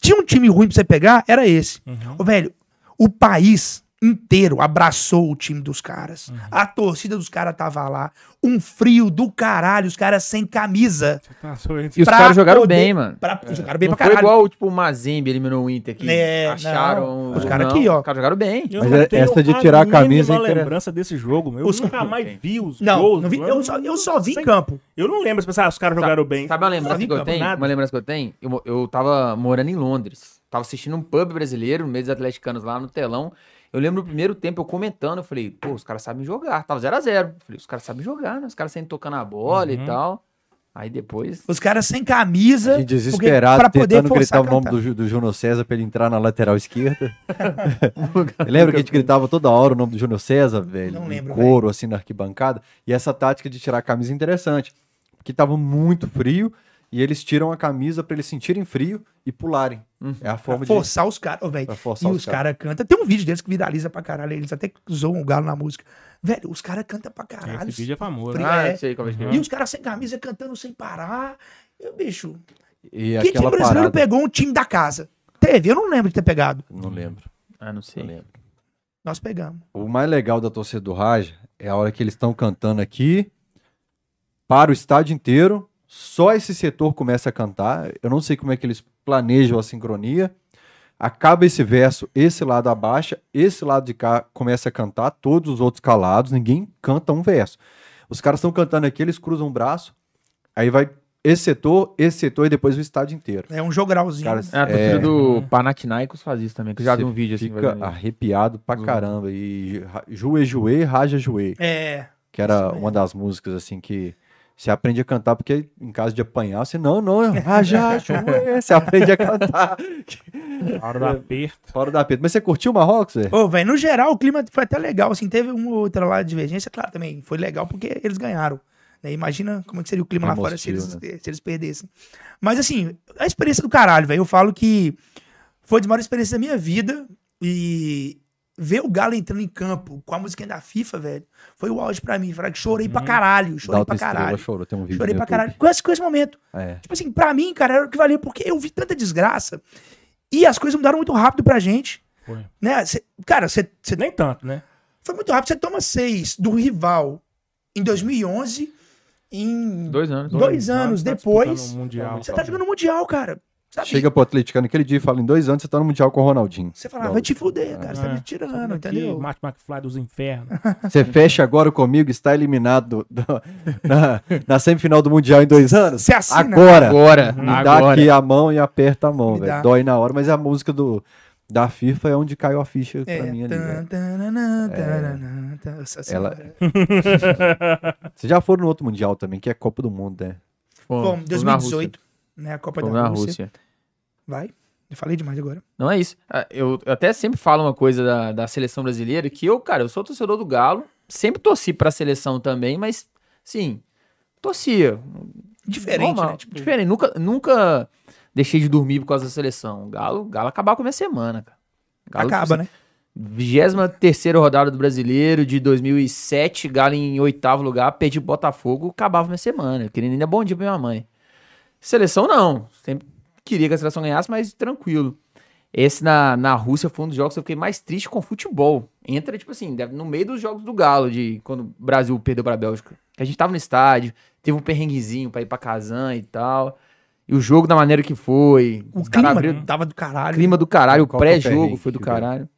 Speaker 4: tinha um time ruim pra você pegar, era esse.
Speaker 2: Uhum.
Speaker 4: Ô, velho, o país inteiro abraçou o time dos caras. A torcida dos caras tava lá. Um frio do caralho, os caras sem camisa.
Speaker 2: Você tá doido.
Speaker 3: E os
Speaker 4: Pra
Speaker 3: caras jogaram
Speaker 4: poder-
Speaker 3: bem, mano.
Speaker 4: Pra, Jogaram bem
Speaker 3: não
Speaker 4: pra
Speaker 3: foi
Speaker 4: caralho.
Speaker 3: igual, tipo, o Mazembe eliminou o Inter que
Speaker 4: É,
Speaker 3: acharam.
Speaker 4: não. Os caras aqui, ó.
Speaker 3: Os caras jogaram bem.
Speaker 2: Eu
Speaker 1: Mas
Speaker 2: não
Speaker 1: é-
Speaker 2: tenho
Speaker 1: essa de tirar a camisa, hein, é
Speaker 2: mínima
Speaker 1: cara?
Speaker 2: lembrança desse jogo. Eu
Speaker 4: Os-
Speaker 2: nunca mais vi os
Speaker 4: Não,
Speaker 2: gols. né?
Speaker 4: não vi- eu, só, eu só vi em campo.
Speaker 2: Eu não lembro se pensava, ah, os caras jogaram bem.
Speaker 3: Sabe uma lembrança
Speaker 2: Sabe,
Speaker 3: que eu
Speaker 2: tava
Speaker 3: tenho?
Speaker 2: nada.
Speaker 3: Uma lembrança que eu tenho? Eu, mo- eu tava morando em Londres. Tava assistindo um pub brasileiro, no meio dos atleticanos lá no telão. Eu lembro o primeiro tempo eu comentando, eu falei, pô, os caras sabem jogar. Tava 0x0. Falei, os caras sabem jogar, né? Os caras sempre tocando a bola e tal. Aí depois.
Speaker 4: Os caras sem camisa.
Speaker 1: A gente
Speaker 4: porque-
Speaker 1: desesperado,
Speaker 4: pra poder
Speaker 1: tentando gritar
Speaker 4: forçar a
Speaker 1: o nome
Speaker 4: cantar.
Speaker 1: do, Ju- do Júnior César pra ele entrar na lateral esquerda. Lembra que a gente gritava toda hora o nome do Júnior César, velho?
Speaker 4: Não
Speaker 1: Em
Speaker 4: lembro,
Speaker 1: couro, assim, na arquibancada. E essa tática de tirar a camisa é interessante. Porque tava muito frio e eles tiram a camisa pra eles sentirem frio e pularem. É a
Speaker 4: Pra
Speaker 1: forma de...
Speaker 4: forçar os caras. Ô, velho.
Speaker 1: Pra
Speaker 4: E
Speaker 1: forçar
Speaker 4: os caras cantam. Tem um vídeo deles que viraliza pra caralho. Eles até zoam o galo na música. Velho, os caras cantam pra caralho.
Speaker 2: Esse vídeo é famoso.
Speaker 4: Frio.
Speaker 2: né?
Speaker 4: é.
Speaker 3: eu sei como é que é.
Speaker 4: E os caras sem camisa cantando sem parar. Eu, bicho,
Speaker 1: E
Speaker 4: que time
Speaker 1: aquela parada...
Speaker 4: brasileiro pegou um time da casa? Teve, eu não lembro de ter pegado.
Speaker 1: Não lembro,
Speaker 3: Ah, não
Speaker 1: não
Speaker 3: sei.
Speaker 1: lembro.
Speaker 4: Nós pegamos.
Speaker 1: O mais legal da torcida do Raja é a hora que eles estão cantando aqui, para o estádio inteiro, só esse setor começa a cantar. Eu não sei como é que eles planejam a sincronia. Acaba esse verso, esse lado abaixa, esse lado de cá começa a cantar, todos os outros calados, ninguém canta um verso. Os caras estão cantando aqui, eles cruzam o braço, aí vai esse setor, esse setor e depois o estádio inteiro.
Speaker 4: É um jogralzinho.
Speaker 1: Cara,
Speaker 3: Ah, a torcida do Panathinaikos faz isso também, que eu já
Speaker 1: Você
Speaker 3: vi um vídeo assim.
Speaker 1: Fica
Speaker 3: fazendo isso.
Speaker 1: arrepiado pra
Speaker 3: Uhum.
Speaker 1: caramba. E ra- Juê, Juê, Raja, Juê.
Speaker 4: É.
Speaker 1: que era
Speaker 4: Isso mesmo.
Speaker 1: uma das músicas assim que você aprende a cantar porque em caso de apanhar você não, não, eu- ah, já, acho, é, você aprende a cantar.
Speaker 2: A hora do aperto.
Speaker 1: Fora da peta. Mas você curtiu o Marrocos, é? velho?
Speaker 4: Ô, velho, no geral o clima foi até legal, assim, teve uma ou outra lá de divergência, claro, também foi legal porque eles ganharam. né? Imagina como que seria o clima lá fora se eles,
Speaker 1: Hemostil,
Speaker 4: se eles perdessem. Mas assim, a experiência do caralho, velho. Eu falo que foi a maior experiência da minha vida e ver o Galo entrando em campo com a musiquinha da FIFA, velho, foi o auge pra mim. Falar que chorei pra caralho, chorei
Speaker 1: Dalton
Speaker 4: pra
Speaker 1: Estrela
Speaker 4: caralho.
Speaker 1: chorou, tem um vídeo
Speaker 4: Chorei
Speaker 1: no
Speaker 4: pra
Speaker 1: YouTube.
Speaker 4: caralho. Com esse, com esse momento.
Speaker 1: É.
Speaker 4: Tipo assim, pra mim, cara, era o que valia, porque eu vi tanta desgraça e as coisas mudaram muito rápido pra gente.
Speaker 2: Foi.
Speaker 4: Né? Cê- cara, você
Speaker 2: Nem tanto, né?
Speaker 4: foi muito rápido. Você toma seis do rival em 2011, em
Speaker 3: Dois anos.
Speaker 4: Dois anos
Speaker 2: disputando
Speaker 4: depois,
Speaker 2: o mundial,
Speaker 4: você tá jogando Mundial, cara. Sabe?
Speaker 1: Chega pro atleticano aquele dia e fala, em dois anos você tá no Mundial com o Ronaldinho.
Speaker 4: Você fala, ah, vai te fuder, cara, você tá
Speaker 2: É.
Speaker 4: me tirando,
Speaker 2: Aqui,
Speaker 4: entendeu?
Speaker 2: Marty McFly dos infernos.
Speaker 1: Você fecha agora comigo, está eliminado do- na, na semifinal do Mundial em dois anos?
Speaker 4: Você assina.
Speaker 1: Agora!
Speaker 3: Agora,
Speaker 1: Me dá
Speaker 3: agora.
Speaker 1: aqui a mão e aperta a mão,
Speaker 4: Me dá.
Speaker 1: velho. Dói na hora, mas a música do, da FIFA é onde caiu a ficha pra
Speaker 4: É,
Speaker 1: mim ali,
Speaker 4: tan,
Speaker 1: velho.
Speaker 4: tananã, tananã, tan- Nossa
Speaker 1: Ela-
Speaker 4: Senhora.
Speaker 1: Vocês já foram no outro Mundial também, que é Copa do Mundo, né?
Speaker 4: Bom,
Speaker 3: Fomos na Rússia.
Speaker 4: 2018, né, a Copa
Speaker 3: Fomos
Speaker 4: da
Speaker 3: na
Speaker 4: Rússia.
Speaker 3: Rússia.
Speaker 4: Vai, eu falei demais agora.
Speaker 3: Não é isso. Ah, Eu eu até sempre falo uma coisa da, da seleção brasileira, que eu, cara, eu sou torcedor do Galo, sempre torci pra seleção também, mas, sim, torcia.
Speaker 4: Diferente,
Speaker 3: Normal,
Speaker 4: né? Tipo,
Speaker 3: Diferente. Nunca, nunca deixei de dormir por causa da seleção. O Galo, o Galo acabar com a minha semana, cara. Galo,
Speaker 4: acaba, né?
Speaker 3: 23 rodada do Brasileiro de 2007, Galo em oitavo lugar, perdi o Botafogo, acabava minha semana. Eu queria nem dar bom dia pra minha mãe. Seleção não. Sempre queria que a seleção ganhasse, mas tranquilo. Esse na, na Rússia foi um dos jogos que eu fiquei mais triste com o futebol. Entra, tipo assim, deve- no meio dos jogos do Galo, de quando o Brasil perdeu pra Bélgica. Que a gente tava no estádio, teve um perrenguezinho pra ir pra Kazan e tal. E o jogo da maneira que foi.
Speaker 4: O
Speaker 3: os caras
Speaker 4: clima né?
Speaker 3: abriram-
Speaker 4: tava do caralho.
Speaker 3: clima do caralho, o
Speaker 1: Qual que é o
Speaker 3: pré-jogo
Speaker 1: perrengue
Speaker 3: foi do
Speaker 1: que tiveram?
Speaker 3: caralho.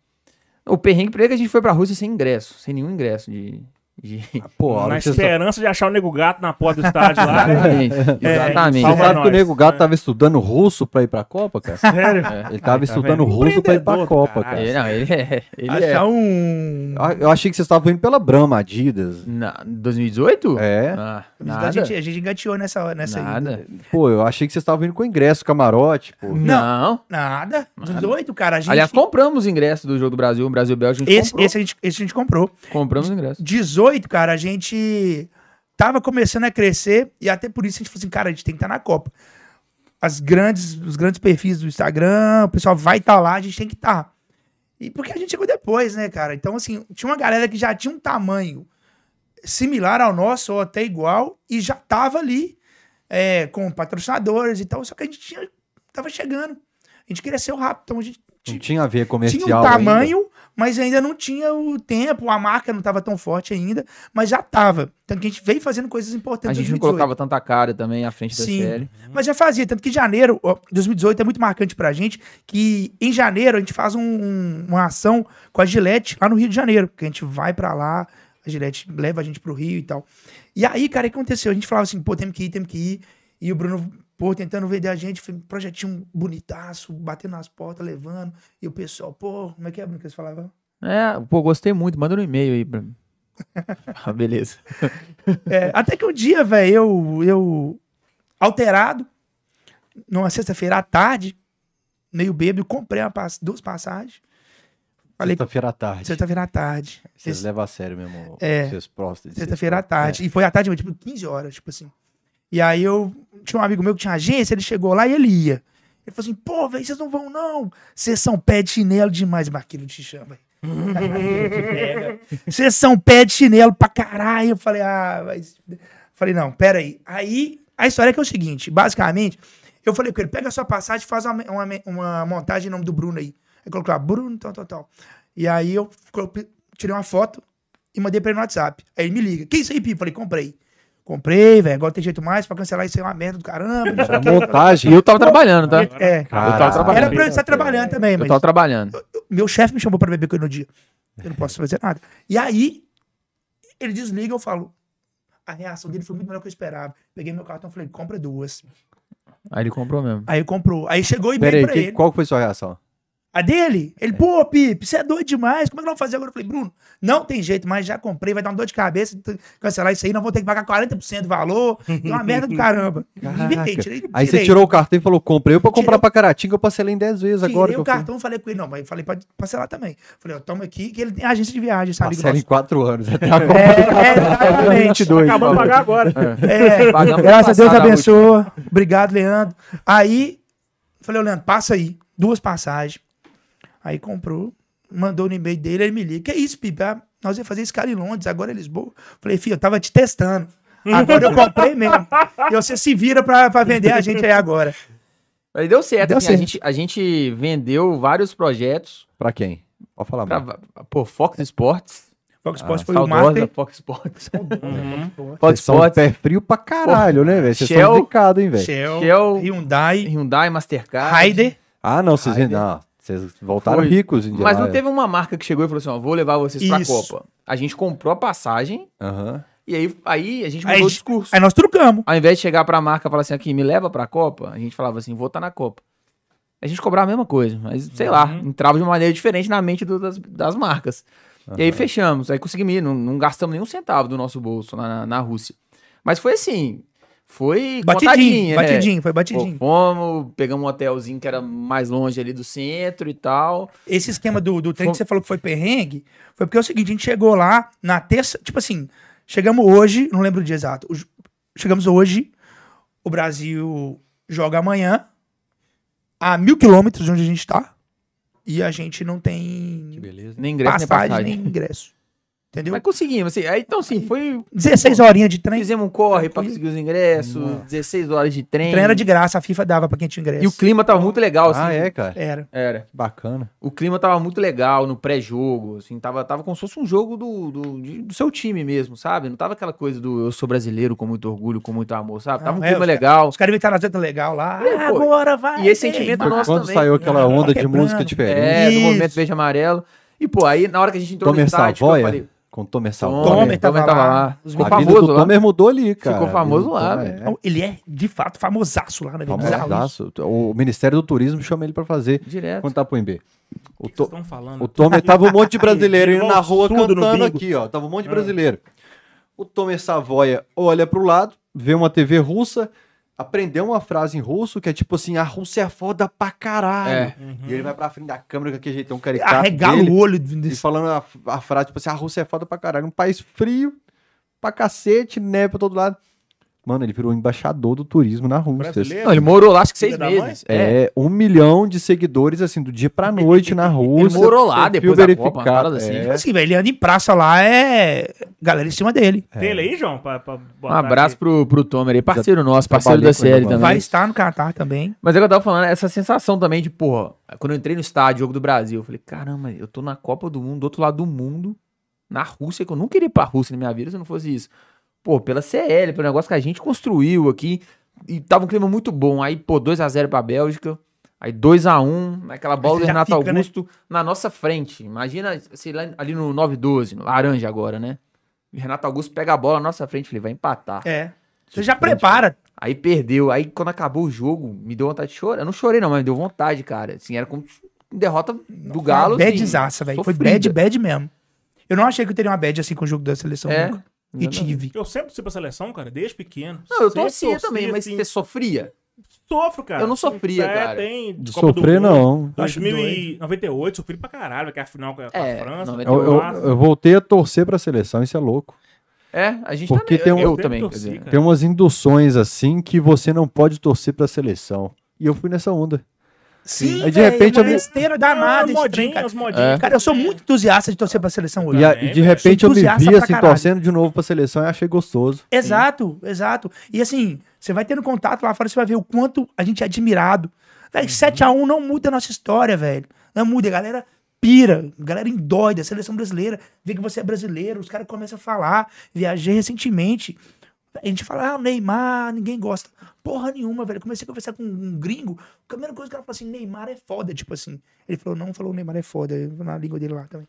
Speaker 3: O perrengue, primeiro que a gente foi pra Rússia sem ingresso, sem nenhum ingresso de... de...
Speaker 1: Pô, a hora
Speaker 2: na
Speaker 1: que você sabe,
Speaker 2: esperança de achar o nego gato na porta do estádio lá. né?
Speaker 3: Exatamente,
Speaker 4: É,
Speaker 2: Salva
Speaker 1: Você
Speaker 3: exatamente.
Speaker 2: Salvar-
Speaker 1: sabe que o
Speaker 2: nós.
Speaker 1: Nego Gato tava estudando russo pra ir pra Copa, cara? É,
Speaker 2: Sério?
Speaker 1: Ele tava estudando
Speaker 2: vendo?
Speaker 1: russo pra ir pra
Speaker 2: Empreendedor do
Speaker 1: Copa,
Speaker 2: caralho.
Speaker 1: cara.
Speaker 3: Ele, não, ele é... Ele é...
Speaker 4: Achar um...
Speaker 1: Eu achei que vocês estavam indo pela Brahma, Adidas.
Speaker 3: Na, 2018?
Speaker 1: É.
Speaker 3: Ah,
Speaker 4: A
Speaker 3: nada,
Speaker 4: gente, a gente engateou nessa, nessa ida.
Speaker 3: nada.
Speaker 1: Pô, eu achei que vocês estavam indo com ingresso, camarote, pô.
Speaker 3: Não.
Speaker 4: Nada. 18, cara. A gente,
Speaker 3: Aliás, compramos o ingresso do jogo do Brasil, Brasil-Bélgica, a gente
Speaker 4: esse,
Speaker 3: comprou.
Speaker 4: esse a gente, esse a gente comprou.
Speaker 3: Compramos o ingresso.
Speaker 4: 18, cara, a gente tava começando a crescer e até por isso a gente falou assim, cara, a gente tem que estar na Copa. As grandes, os grandes perfis do Instagram, o pessoal vai estar lá, a gente tem que estar. E porque a gente chegou depois, né, cara? Então, assim, tinha uma galera que já tinha um tamanho similar ao nosso ou até igual e já tava ali é, com patrocinadores e tal, só que a gente tinha, tava chegando. A gente cresceu rápido, então a gente
Speaker 1: Não tinha a ver comercial
Speaker 4: tinha um
Speaker 1: ainda.
Speaker 4: tamanho, mas ainda não tinha o tempo, a marca não estava tão forte ainda, mas já estava. Tanto que a gente veio fazendo coisas
Speaker 3: A
Speaker 4: importantes em
Speaker 3: gente não
Speaker 4: 2018.
Speaker 3: colocava tanta cara também à frente da
Speaker 4: Sim.
Speaker 3: série.
Speaker 4: Mas já fazia, tanto que janeiro, ó, 2018 é muito marcante pra gente, que em janeiro a gente faz um- um- uma ação com a Gillette lá no Rio de Janeiro, que a gente vai pra lá, a Gillette leva a gente pro Rio e tal. E aí, cara, o que aconteceu? A gente falava assim, pô, temos que ir, temos que ir. E o Bruno, pô, tentando vender a gente, foi um projetinho bonitaço, batendo nas portas, levando. E o pessoal, pô, como é que é, Bruno, que eles falavam?
Speaker 3: É, pô, gostei muito. Manda um e-mail aí pra mim. Ah, beleza.
Speaker 4: É, até que um dia, velho, eu, eu alterado, numa sexta-feira à tarde, meio bêbado, comprei uma pass- duas passagens. Falei,
Speaker 1: Sexta-feira à tarde.
Speaker 4: sexta-feira à tarde.
Speaker 1: Vocês é.
Speaker 4: Sexta-
Speaker 1: levam a sério mesmo
Speaker 4: É.
Speaker 1: seus próstatas.
Speaker 4: Sexta-feira à tarde. E foi à tarde, tipo, 15 horas, tipo assim. E aí eu tinha um amigo meu que tinha agência, ele chegou lá e ele ia. Ele falou assim, pô, velho, vocês não vão não. Vocês são pé de chinelo demais, Marquinhos te chama. Marquinhos te pega. Vocês são pé de chinelo pra caralho. Eu falei, ah, mas... Falei, não, pera aí. Aí, a história é que é o seguinte, basicamente, eu falei com ele, pega a sua passagem e faz uma, uma, uma montagem em nome do Bruno aí. Aí colocou lá, Bruno, tal, tal, tal. E aí eu colo- tirei uma foto e mandei pra ele no WhatsApp. Aí ele me liga, que isso aí, Pipo? Falei, comprei. Comprei, velho, agora não tem jeito mais pra cancelar isso aí é uma merda do caramba. não sei
Speaker 1: Era
Speaker 4: o quê.
Speaker 1: montagem.
Speaker 3: E eu tava trabalhando, tá?
Speaker 4: É,
Speaker 1: Caraca.
Speaker 3: tava trabalhando.
Speaker 4: era pra eu estar trabalhando também,
Speaker 3: Eu
Speaker 4: mas
Speaker 3: tava trabalhando.
Speaker 4: meu chefe me chamou pra beber com ele no dia. Eu não posso fazer nada. E aí, ele desliga, eu falo. A reação dele foi muito melhor que eu esperava. Peguei meu cartão e falei, compra duas.
Speaker 3: Aí ele comprou mesmo.
Speaker 4: Aí comprou. Aí chegou e
Speaker 1: Pera
Speaker 4: veio
Speaker 1: aí,
Speaker 4: pra
Speaker 1: que-
Speaker 4: ele.
Speaker 1: qual foi sua reação?
Speaker 4: A dele? Ele, pô, Pipe, você é doido demais. Como é que nós vamos fazer agora? Eu falei, Bruno, não tem jeito, mas já comprei, vai dar uma dor de cabeça t- cancelar isso aí, nós vamos ter que pagar 40% do valor. É uma merda do caramba. Inventei, tirei,
Speaker 1: Aí você
Speaker 4: tirei.
Speaker 1: tirou o cartão e falou: comprei eu pra
Speaker 4: Tirei
Speaker 1: comprar
Speaker 4: o-
Speaker 1: pra Caratinga, eu parcelei em 10 vezes agora. que
Speaker 4: Tirei o
Speaker 1: eu fui.
Speaker 4: cartão e falei com ele, não, mas falei pra parcelar também. Falei, ó, toma aqui, que ele tem agência de viagem,
Speaker 3: tá
Speaker 4: sabe?
Speaker 1: Parcela em 4 anos. Até
Speaker 4: É,
Speaker 1: agora.
Speaker 4: é, exatamente.
Speaker 2: Acabou de pagar agora.
Speaker 4: É,
Speaker 3: Pagamos
Speaker 4: graças a Deus
Speaker 3: passada,
Speaker 4: abençoa. Obrigado, Leandro. Aí, falei, ô Leandro, passa aí. Duas passagens. Aí comprou, mandou no e-mail dele, ele me liga. Que isso, Pipe? Ah, Nós ia fazer esse cara em Londres, agora é Lisboa. Falei, filho, eu tava te testando. Agora eu comprei mesmo. E você se vira pra, pra vender a gente aí agora.
Speaker 3: Aí deu certo.
Speaker 4: Deu
Speaker 3: assim,
Speaker 4: certo.
Speaker 3: A, gente, a gente vendeu vários projetos
Speaker 1: pra quem? Pode falar,
Speaker 3: pra,
Speaker 1: mano.
Speaker 3: pô, Fox Sports.
Speaker 4: Fox Sports foi o
Speaker 3: Ah, Saudosa
Speaker 4: Master.
Speaker 3: Fox Sports.
Speaker 2: Uhum.
Speaker 1: Vocês
Speaker 3: Fox
Speaker 1: são um
Speaker 3: Sports,
Speaker 1: pé frio pra caralho, né, velho? Vocês são
Speaker 3: Shell-
Speaker 1: dedicados, hein, velho?
Speaker 4: Shell,
Speaker 3: Shell,
Speaker 4: Hyundai,
Speaker 3: Hyundai, Mastercard.
Speaker 4: Raider.
Speaker 1: Ah, não, vocês,
Speaker 3: Ai,
Speaker 1: não, vocês voltaram
Speaker 3: é. Foi.
Speaker 1: ricos em dia
Speaker 3: Mas
Speaker 1: lá,
Speaker 3: não teve uma marca que chegou e falou assim, ó, vou levar vocês pra
Speaker 4: Isso.
Speaker 3: Copa. A gente comprou a passagem
Speaker 1: é. Aham.
Speaker 3: e aí, aí a gente mudou
Speaker 4: Aí a
Speaker 3: o
Speaker 4: gente-
Speaker 3: discurso.
Speaker 4: Aí nós trucamos.
Speaker 3: Ao invés de chegar pra marca e falar assim, aqui, me leva pra Copa, a gente falava assim, vou estar na Copa. A gente cobrava a mesma coisa, mas sei lá,
Speaker 4: Uhum.
Speaker 3: entrava de uma maneira diferente na mente do- das, das marcas. E aí fechamos, aí conseguimos ir, não, não gastamos nenhum centavo do nosso bolso lá na, na Rússia. Mas foi assim, foi
Speaker 4: Batidinho,
Speaker 3: contadinho, né?
Speaker 4: batidinho, foi
Speaker 3: Pô,
Speaker 4: batidinho.
Speaker 3: fomos, pegamos um hotelzinho que era mais longe ali do centro e tal.
Speaker 4: Esse esquema do, do trem que
Speaker 3: Foi-
Speaker 4: você falou que foi perrengue, foi porque é o seguinte, a gente chegou lá na terça, tipo assim, chegamos hoje, não lembro o dia exato, o- chegamos hoje, o Brasil joga amanhã, a mil quilômetros de onde a gente tá, e a gente não tem
Speaker 1: beleza.
Speaker 3: Nem ingresso,
Speaker 4: passagem,
Speaker 3: nem passagem.
Speaker 4: nem ingresso. Entendeu?
Speaker 3: Mas conseguimos, assim. Aí, então, assim, foi.
Speaker 4: 16 horinhas de trem,
Speaker 3: Fizemos um corre pra
Speaker 4: né? Tranquilo.
Speaker 3: conseguir os ingressos, 16 horas de trem.
Speaker 4: o trem era de graça, a FIFA dava pra quem tinha ingresso.
Speaker 3: E o clima tava muito legal, assim.
Speaker 1: Ah, é, cara.
Speaker 4: Era.
Speaker 3: Era.
Speaker 1: Que bacana.
Speaker 3: O clima tava muito legal no pré-jogo, assim, tava, tava como se fosse um jogo do, do, de- do seu time mesmo, sabe? Não tava aquela coisa do eu sou brasileiro com muito orgulho, com muito amor, sabe? Tava um
Speaker 1: Ah,
Speaker 4: Não, é,
Speaker 3: clima
Speaker 4: os-
Speaker 3: legal.
Speaker 4: Os caras inventaram a zeta legal lá,
Speaker 3: É,
Speaker 4: "Ah,
Speaker 3: pô,
Speaker 4: agora vai.
Speaker 3: e esse
Speaker 4: vem,
Speaker 3: sentimento
Speaker 4: vai."
Speaker 1: Foi
Speaker 3: nosso
Speaker 1: quando
Speaker 3: também.
Speaker 1: saiu aquela onda de
Speaker 4: Quebrando.
Speaker 1: música diferente.
Speaker 3: É, do
Speaker 4: Isso.
Speaker 3: movimento verde e amarelo. E, pô, aí na hora que a gente entrou
Speaker 1: Tomer
Speaker 3: no estádio, que eu
Speaker 1: Savoia?
Speaker 3: falei,
Speaker 1: Com o Tomer
Speaker 4: Tomer
Speaker 1: Salvador.
Speaker 4: tava
Speaker 3: Tomer
Speaker 4: lá. Os
Speaker 3: Ficou
Speaker 1: A vida do é
Speaker 3: famoso lá.
Speaker 1: Tomer mudou ali, cara. A
Speaker 3: Ficou
Speaker 1: vida do
Speaker 3: famoso lá,
Speaker 1: Tomer,
Speaker 4: Então, Ele é, de fato, famosaço lá, né?
Speaker 1: é.
Speaker 4: velho? Bizarro isso.
Speaker 1: Famosaço. O Ministério do Turismo chama ele pra fazer.
Speaker 3: Direto.
Speaker 1: Quando tá pro MB. O, to...
Speaker 2: Estão falando.
Speaker 1: o Tomer tava um monte de brasileiro
Speaker 2: Ele
Speaker 1: indo na rua
Speaker 2: surdo no
Speaker 1: cantando
Speaker 2: bingo. É.
Speaker 1: aqui, ó. Tava um monte de brasileiro. O Tomer Savoia olha pro lado, vê uma TV russa, aprendeu uma frase em russo que é tipo assim: a Rússia é foda pra caralho.
Speaker 3: É.
Speaker 1: E ele vai pra frente da câmera com aquele jeitão caricato.
Speaker 4: Arregala
Speaker 1: dele.
Speaker 4: o olho
Speaker 1: E
Speaker 4: desse.
Speaker 1: falando a, a frase, tipo assim, a Rússia é foda pra caralho. Um país frio, pra cacete, neve pra todo lado. Mano, ele virou embaixador do turismo na Rússia.
Speaker 2: Brasileiro?
Speaker 3: Não, ele morou lá acho que seis
Speaker 2: Filha da mãe?
Speaker 3: meses.
Speaker 1: É, um milhão de seguidores, assim, do dia pra noite na
Speaker 3: Ele
Speaker 1: Rússia.
Speaker 3: morou lá
Speaker 1: perfil
Speaker 3: depois da Copa, uma parada assim.
Speaker 1: é.
Speaker 4: Assim, velho, ele anda em praça lá, é. Galera em cima dele.
Speaker 1: é.
Speaker 2: Tem ele aí, João? Pra, pra botar
Speaker 3: Um abraço
Speaker 2: aqui.
Speaker 3: pro, pro Tomer aí, parceiro nosso, parceiro
Speaker 1: trabalhei
Speaker 3: da
Speaker 1: com ele, né?
Speaker 3: série
Speaker 1: mano.
Speaker 3: também.
Speaker 4: Vai estar no Catar também.
Speaker 3: Mas é o que eu tava falando, essa sensação também de, porra, quando eu entrei no estádio, jogo do Brasil, eu falei, caramba, eu tô na Copa do Mundo, do outro lado do mundo, na Rússia, que eu nunca iria pra Rússia na minha vida se não fosse isso. Pô, pela CL, pelo negócio que a gente construiu aqui, e tava um clima muito bom. Aí, pô, 2x0 pra Bélgica, aí 2x1, naquela bola
Speaker 4: você
Speaker 3: do
Speaker 4: já
Speaker 3: Renato
Speaker 4: fica, né?
Speaker 3: Augusto, na nossa frente. Imagina, sei lá, ali no 9-12, no laranja agora, né? E Renato Augusto pega a bola na nossa frente, falei, vai empatar. Tipo,
Speaker 4: É. Você já prepara.
Speaker 3: Aí perdeu. Aí quando acabou o jogo, me deu vontade de chorar. Eu não chorei, não, mas me deu vontade, cara. Assim, era como derrota do Galo.
Speaker 4: Bad
Speaker 3: assim,
Speaker 4: zaça, velho. Foi
Speaker 3: sofrida.
Speaker 4: bad, bad mesmo. Eu não achei que eu teria uma bad assim com o jogo da seleção.
Speaker 3: É.
Speaker 4: nunca. E
Speaker 3: Não,
Speaker 4: tive.
Speaker 2: Eu sempre torci pra seleção, cara, desde pequeno.
Speaker 3: Não, eu
Speaker 2: Sempre
Speaker 3: torcia também, mas
Speaker 2: assim.
Speaker 3: você sofria?
Speaker 2: Sofro, cara.
Speaker 3: Eu não sofria,
Speaker 2: É,
Speaker 3: cara.
Speaker 2: Tem de Copa do
Speaker 1: Sofrer,
Speaker 2: Mundo.
Speaker 1: não.
Speaker 2: 2098, sofri pra caralho, que a final com a, com a
Speaker 3: É,
Speaker 2: França.
Speaker 3: 98.
Speaker 1: Eu, eu- eu voltei a torcer pra seleção, isso é louco.
Speaker 3: É, a gente
Speaker 1: Porque
Speaker 3: também.
Speaker 1: tem
Speaker 3: eu,
Speaker 1: um-
Speaker 3: eu também.
Speaker 2: sempre
Speaker 3: quer dizer.
Speaker 2: torci, cara.
Speaker 1: Tem umas induções, assim, que você não pode torcer pra seleção. E eu fui nessa onda.
Speaker 4: Sim,
Speaker 1: Aí, de
Speaker 4: velho,
Speaker 1: repente,
Speaker 4: uma
Speaker 1: eu vi-
Speaker 4: besteira
Speaker 2: Ah,
Speaker 4: danada esse trem,
Speaker 2: modinho,
Speaker 4: cara.
Speaker 2: os
Speaker 3: É.
Speaker 2: modinhos.
Speaker 4: Cara, eu sou muito entusiasta de torcer pra seleção hoje.
Speaker 1: E, a- e de
Speaker 2: Também, né, velho.
Speaker 1: repente eu me
Speaker 4: Entusiasta
Speaker 1: vi
Speaker 4: pra
Speaker 1: assim,
Speaker 4: caralho.
Speaker 1: torcendo de novo pra seleção e achei gostoso.
Speaker 4: Exato, exato. E assim, você vai tendo contato lá fora, você vai ver o quanto a gente é admirado. Velho,
Speaker 1: Uhum.
Speaker 4: 7x1 não muda a nossa história, velho. Não muda. A galera pira, a galera endóida, a seleção brasileira, vê que você é brasileiro, os caras começam a falar. Viajei recentemente. A gente fala, ah, Neymar, ninguém gosta. Porra nenhuma, velho. Comecei a conversar com um gringo, a primeira coisa que o cara falou assim, Neymar é foda, tipo assim. Ele falou, não, falou Neymar é foda, na língua dele lá também.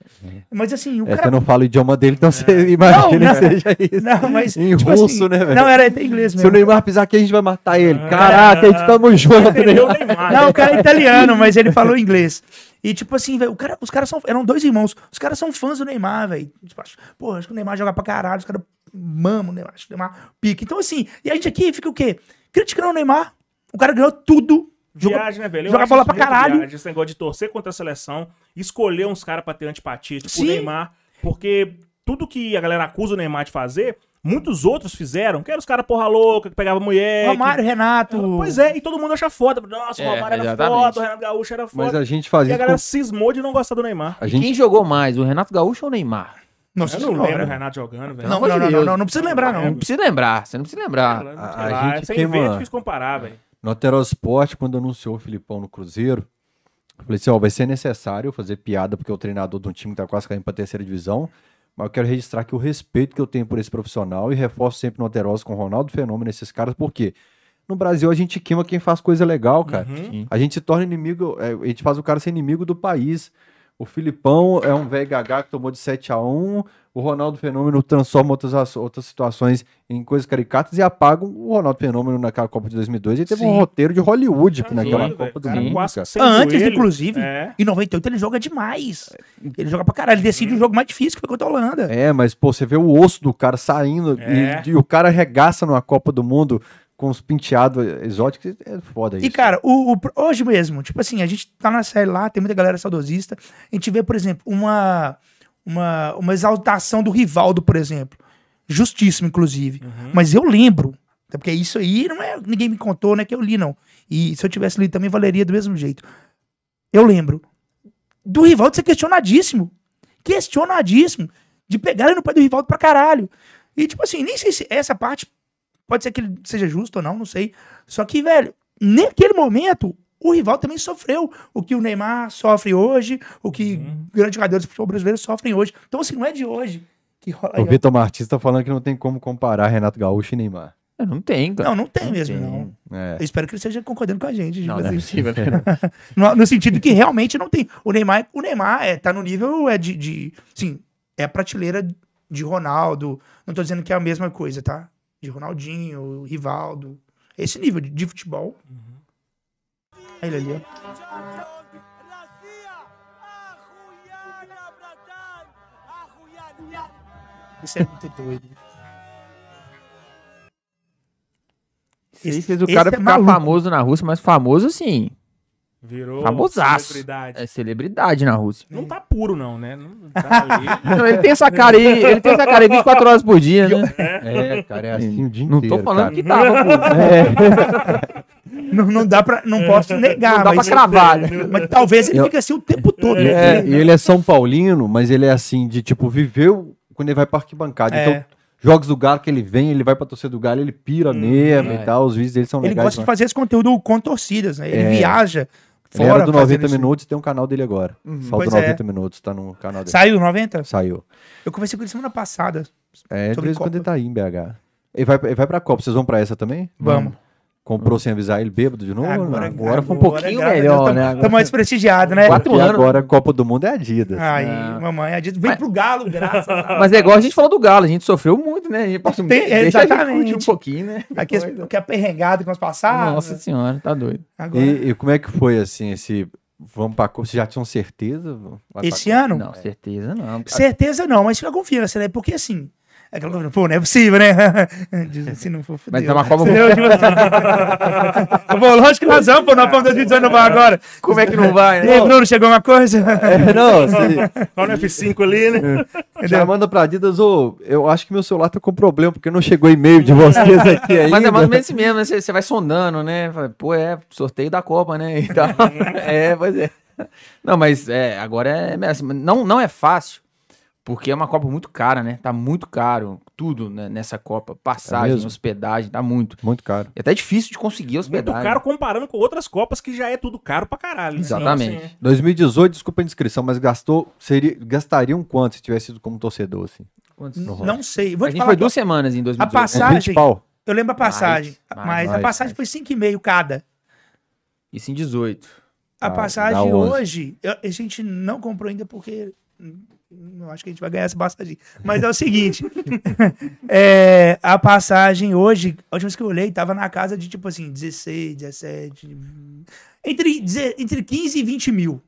Speaker 4: Mas assim, o
Speaker 1: É,
Speaker 4: cara
Speaker 1: você não fala o idioma dele,
Speaker 2: É.
Speaker 1: então você imagina
Speaker 4: Não,
Speaker 1: que
Speaker 4: não.
Speaker 1: seja isso.
Speaker 4: Não, mas. tipo assim,
Speaker 1: Em russo, né, velho?
Speaker 4: Não, era até inglês
Speaker 1: Se o
Speaker 4: mesmo.
Speaker 1: Neymar pisar aqui, a gente vai matar ele.
Speaker 2: Ah.
Speaker 1: Caraca, a gente tamo junto,
Speaker 2: Entendeu o
Speaker 1: né?
Speaker 2: Neymar?
Speaker 4: Não, o cara é italiano, mas ele falou inglês. E, tipo assim, velho, o cara, os caras são. Eram dois irmãos. Os caras são fãs do Neymar, velho. Tipo, acho- Pô, acho que o Neymar joga pra caralho. Os caras mamam o Neymar. Acho que o Neymar pica. Então, assim, e a gente aqui fica o quê? Criticando o Neymar. O cara ganhou tudo. Jogou-
Speaker 2: Viagem, né, velho? Eu
Speaker 4: joga
Speaker 2: acho
Speaker 4: bola
Speaker 2: isso
Speaker 4: pra
Speaker 2: muito
Speaker 4: caralho.
Speaker 2: Viagem, esse negócio de torcer contra a seleção, escolher uns caras pra ter antipatia, tipo
Speaker 4: Sim.
Speaker 2: o Neymar. Porque tudo que a galera acusa o Neymar de fazer, muitos outros fizeram. Que eram os caras porra louca, que pegava mulher.
Speaker 4: Romário, Renato.
Speaker 2: que... Pois é, e todo mundo acha foda. Nossa, o
Speaker 3: É,
Speaker 2: Romário era
Speaker 3: exatamente.
Speaker 2: foda, o Renato Gaúcho era
Speaker 1: Mas
Speaker 2: foda.
Speaker 1: a gente faz
Speaker 2: E a
Speaker 1: isso.
Speaker 2: galera
Speaker 1: Com...
Speaker 2: cismou de não gostar do Neymar.
Speaker 1: A gente
Speaker 3: Quem jogou mais, o Renato Gaúcho ou o Neymar?
Speaker 4: Nossa,
Speaker 2: Eu não
Speaker 4: senhora.
Speaker 2: lembro o Renato é. jogando, velho.
Speaker 4: Não,
Speaker 3: Pelo amor
Speaker 4: não,
Speaker 3: de
Speaker 4: não, não,
Speaker 3: Deus.
Speaker 4: não, precisa lembrar,
Speaker 3: Não
Speaker 4: não.
Speaker 3: precisa lembrar, você não precisa lembrar.
Speaker 2: Sei
Speaker 1: A-
Speaker 2: lá,
Speaker 1: a gente
Speaker 2: sem
Speaker 1: queima-
Speaker 2: ver é difícil comparar, velho.
Speaker 1: No Aterosport, quando anunciou o Filipão no Cruzeiro, eu falei assim: ó, vai ser necessário fazer piada, porque é o treinador de um time que tá quase caindo pra terceira divisão. Mas eu quero registrar aqui o respeito que eu tenho por esse profissional e reforço sempre no Alterosa com o Ronaldo Fenômeno, esses caras, porque no Brasil a gente queima quem faz coisa legal, cara.
Speaker 2: Uhum.
Speaker 1: A gente se torna inimigo, é, a gente faz o cara ser inimigo do país. O Filipão é um velho gaga que tomou de 7 a 1 o Ronaldo Fenômeno transforma outras, as- outras situações em coisas caricatas e apaga o Ronaldo Fenômeno naquela Copa de 2002 e teve um
Speaker 4: Sim.
Speaker 1: roteiro de Hollywood
Speaker 2: Tá
Speaker 1: tipo, naquela
Speaker 2: doido,
Speaker 1: Copa do
Speaker 2: velho. Cara,
Speaker 1: Mundo,
Speaker 2: quase
Speaker 1: cara.
Speaker 2: sem
Speaker 4: Ah, Antes,
Speaker 2: joelho.
Speaker 4: inclusive.
Speaker 2: É.
Speaker 4: Em 98 ele joga demais. Ele joga pra caralho. Ele
Speaker 2: Uhum.
Speaker 4: decide o jogo mais difícil que foi contra a Holanda.
Speaker 1: É, mas pô, você vê o osso do cara saindo
Speaker 2: É.
Speaker 1: e, e o cara arregaça numa Copa do Mundo com os penteados exóticos, é foda isso.
Speaker 4: E, cara, o, o- hoje mesmo, tipo assim, a gente tá na série lá, tem muita galera saudosista. A gente vê, por exemplo, uma, uma, uma exaltação do Rivaldo, por exemplo. Justíssimo, inclusive.
Speaker 1: uhum,
Speaker 2: Uhum.
Speaker 4: Mas eu lembro. Até porque isso aí não é. Ninguém me contou, né? Que eu li, não. E se eu tivesse lido também, valeria do mesmo jeito. Eu lembro. Do Rivaldo ser questionadíssimo. Questionadíssimo. De pegarem no pé do Rivaldo pra caralho. E, tipo assim, nem sei se essa parte pode ser que ele seja justo ou não, não sei. Só que, velho, naquele momento, o rival também sofreu o que o Neymar sofre hoje, o que
Speaker 2: Uhum.
Speaker 4: grandes jogadores do futebol brasileiro sofrem hoje. Então, assim, não é de hoje que rola. aí,
Speaker 1: O
Speaker 4: ó.
Speaker 1: Vitor Martins tá falando que não tem como comparar Renato Gaúcho e Neymar.
Speaker 3: É, não tem, cara.
Speaker 4: Não, não tem mesmo, não.
Speaker 1: É.
Speaker 4: Eu espero que ele esteja concordando com a gente. tipo
Speaker 3: Não, não é
Speaker 4: assim.
Speaker 3: possível, né?
Speaker 4: No, no sentido que realmente não tem. O Neymar, o Neymar é, tá no nível é de, de. Sim, é a prateleira de Ronaldo. Não tô dizendo que é a mesma coisa, tá? De Ronaldinho, Rivaldo. Esse nível de, de futebol. Ele ali, ó. Isso é muito doido.
Speaker 3: Isso aí
Speaker 4: Esse-
Speaker 3: fez o
Speaker 4: esse
Speaker 3: cara
Speaker 4: é
Speaker 3: ficar
Speaker 4: maluco.
Speaker 3: famoso na Rússia, mas famoso, assim,
Speaker 2: Virou
Speaker 3: Famosaço.
Speaker 2: celebridade.
Speaker 3: é celebridade na Rússia.
Speaker 2: Não tá puro, não, né? Não tá
Speaker 1: É
Speaker 2: ali.
Speaker 3: Não, ele tem essa cara aí, ele tem essa cara aí 24 horas por dia, né?
Speaker 1: É, cara, é assim o dia
Speaker 3: Não
Speaker 1: inteiro.
Speaker 3: tô falando
Speaker 1: cara.
Speaker 3: que tava, pô.
Speaker 4: Não, não dá pra. Não posso
Speaker 3: Não
Speaker 4: negar,
Speaker 3: dá pra
Speaker 4: mas, é,
Speaker 3: cravar, né?
Speaker 4: mas talvez ele
Speaker 1: Eu-
Speaker 4: fique assim o tempo todo.
Speaker 1: E,
Speaker 4: né?
Speaker 1: é, e ele é São Paulino, mas ele é assim, de tipo, viveu quando ele vai pra arquibancada.
Speaker 4: É.
Speaker 1: Então, jogos do Galo que ele vem, ele vai pra torcer do Galo, ele pira mesmo
Speaker 3: É.
Speaker 1: e tal. Os vídeos dele são
Speaker 4: Hum, Ele
Speaker 1: legais.
Speaker 4: gosta de
Speaker 1: demais.
Speaker 4: fazer esse conteúdo com torcidas, né? Ele
Speaker 1: É.
Speaker 4: viaja
Speaker 1: Ele era
Speaker 4: fora
Speaker 1: do
Speaker 4: fazendo
Speaker 1: 90
Speaker 4: isso.
Speaker 1: Minutos, tem um canal dele agora. Saldo
Speaker 4: Pois é.
Speaker 1: 90 Minutos, tá no canal dele.
Speaker 4: Saiu 90?
Speaker 1: Saiu.
Speaker 4: Eu conversei com ele semana passada.
Speaker 1: É, de
Speaker 4: Sobre
Speaker 1: vez em quando
Speaker 4: Copa.
Speaker 1: ele tá aí em BH. Ele vai, ele vai pra Copa, vocês vão pra essa também?
Speaker 4: Vamos.
Speaker 1: Comprou sem avisar ele bêbado de novo?
Speaker 4: Agora- é
Speaker 1: não?
Speaker 4: agora
Speaker 3: foi um pouquinho melhor, né? Agora-
Speaker 4: Estamos mais desprestigiados, né?
Speaker 3: Quatro
Speaker 1: Porque
Speaker 3: anos.
Speaker 1: agora a Copa do Mundo é Adidas.
Speaker 4: Aí,
Speaker 3: Ah.
Speaker 4: mamãe, a gente vem pro galo, graças a Deus.
Speaker 3: Mas é igual a gente falou do Galo, a gente sofreu muito, né? A gente passou
Speaker 4: Tem-
Speaker 3: deixa a gente
Speaker 4: exatamente.
Speaker 3: curtir um pouquinho, né?
Speaker 4: Aqui é, que é perrengado que nós passamos.
Speaker 3: Nossa senhora, tá doido.
Speaker 4: Agora,
Speaker 1: E, e como é que foi assim, esse. Vamos pra Copa? Vocês já tinham certeza? Vai pra
Speaker 4: esse ano,
Speaker 3: Não, certeza não.
Speaker 4: certeza não, mas fica com confiança, né? Porque assim, é aquela coisa, pô, não é possível, né? Diz, Se não for fudeu.
Speaker 3: Mas é uma Copa
Speaker 4: Entendeu? Tipo assim. Pô, lógico que nós vamos, pô, nós vamos 2019 agora.
Speaker 3: Como é que não vai,
Speaker 4: E aí, Bruno, chegou uma coisa?
Speaker 1: É, não, você
Speaker 2: Só no F5 ali,
Speaker 3: É.
Speaker 2: né?
Speaker 1: já manda pra Adidas, ô, eu acho que meu celular tá com problema, porque não chegou e-mail de vocês aqui ainda.
Speaker 3: Mas é mais ou menos isso mesmo, né? Você você vai sondando, né? Fala, Pô, é sorteio da Copa, né? E tal. é, pois é. Não, mas é, agora é. assim, Não, não é fácil, porque é uma Copa muito cara, né? Tá muito caro tudo né, nessa Copa. Passagem,
Speaker 1: mesmo?
Speaker 3: hospedagem, tá muito.
Speaker 1: Muito caro.
Speaker 3: É até difícil de conseguir
Speaker 2: Muito
Speaker 3: hospedagem.
Speaker 2: caro comparando com outras Copas que já é tudo caro pra caralho. né?
Speaker 3: Exatamente.
Speaker 2: Então, assim,
Speaker 1: 2018, desculpa a inscrição, mas gastou, seria, gastariam quanto se tivesse sido como torcedor, assim?
Speaker 4: Não sei. Vou
Speaker 3: A
Speaker 4: te
Speaker 3: gente
Speaker 4: falar
Speaker 3: foi
Speaker 4: agora.
Speaker 3: duas semanas em 2018.
Speaker 4: A passagem-
Speaker 1: Uns 20 pau.
Speaker 4: Eu lembro a passagem,
Speaker 3: Mais,
Speaker 4: mas a
Speaker 1: mais,
Speaker 4: passagem foi 5,5 cada.
Speaker 3: Isso em 18.
Speaker 1: Tá,
Speaker 4: A
Speaker 1: dá 11.
Speaker 4: passagem hoje, eu- a gente não comprou ainda porque hum, não acho que a gente vai ganhar essa passagem. Mas é o seguinte, é, a passagem hoje, a última vez que eu olhei, tava na casa de tipo assim, 16, 17, hum, entre, deze- entre 15 e 20 mil.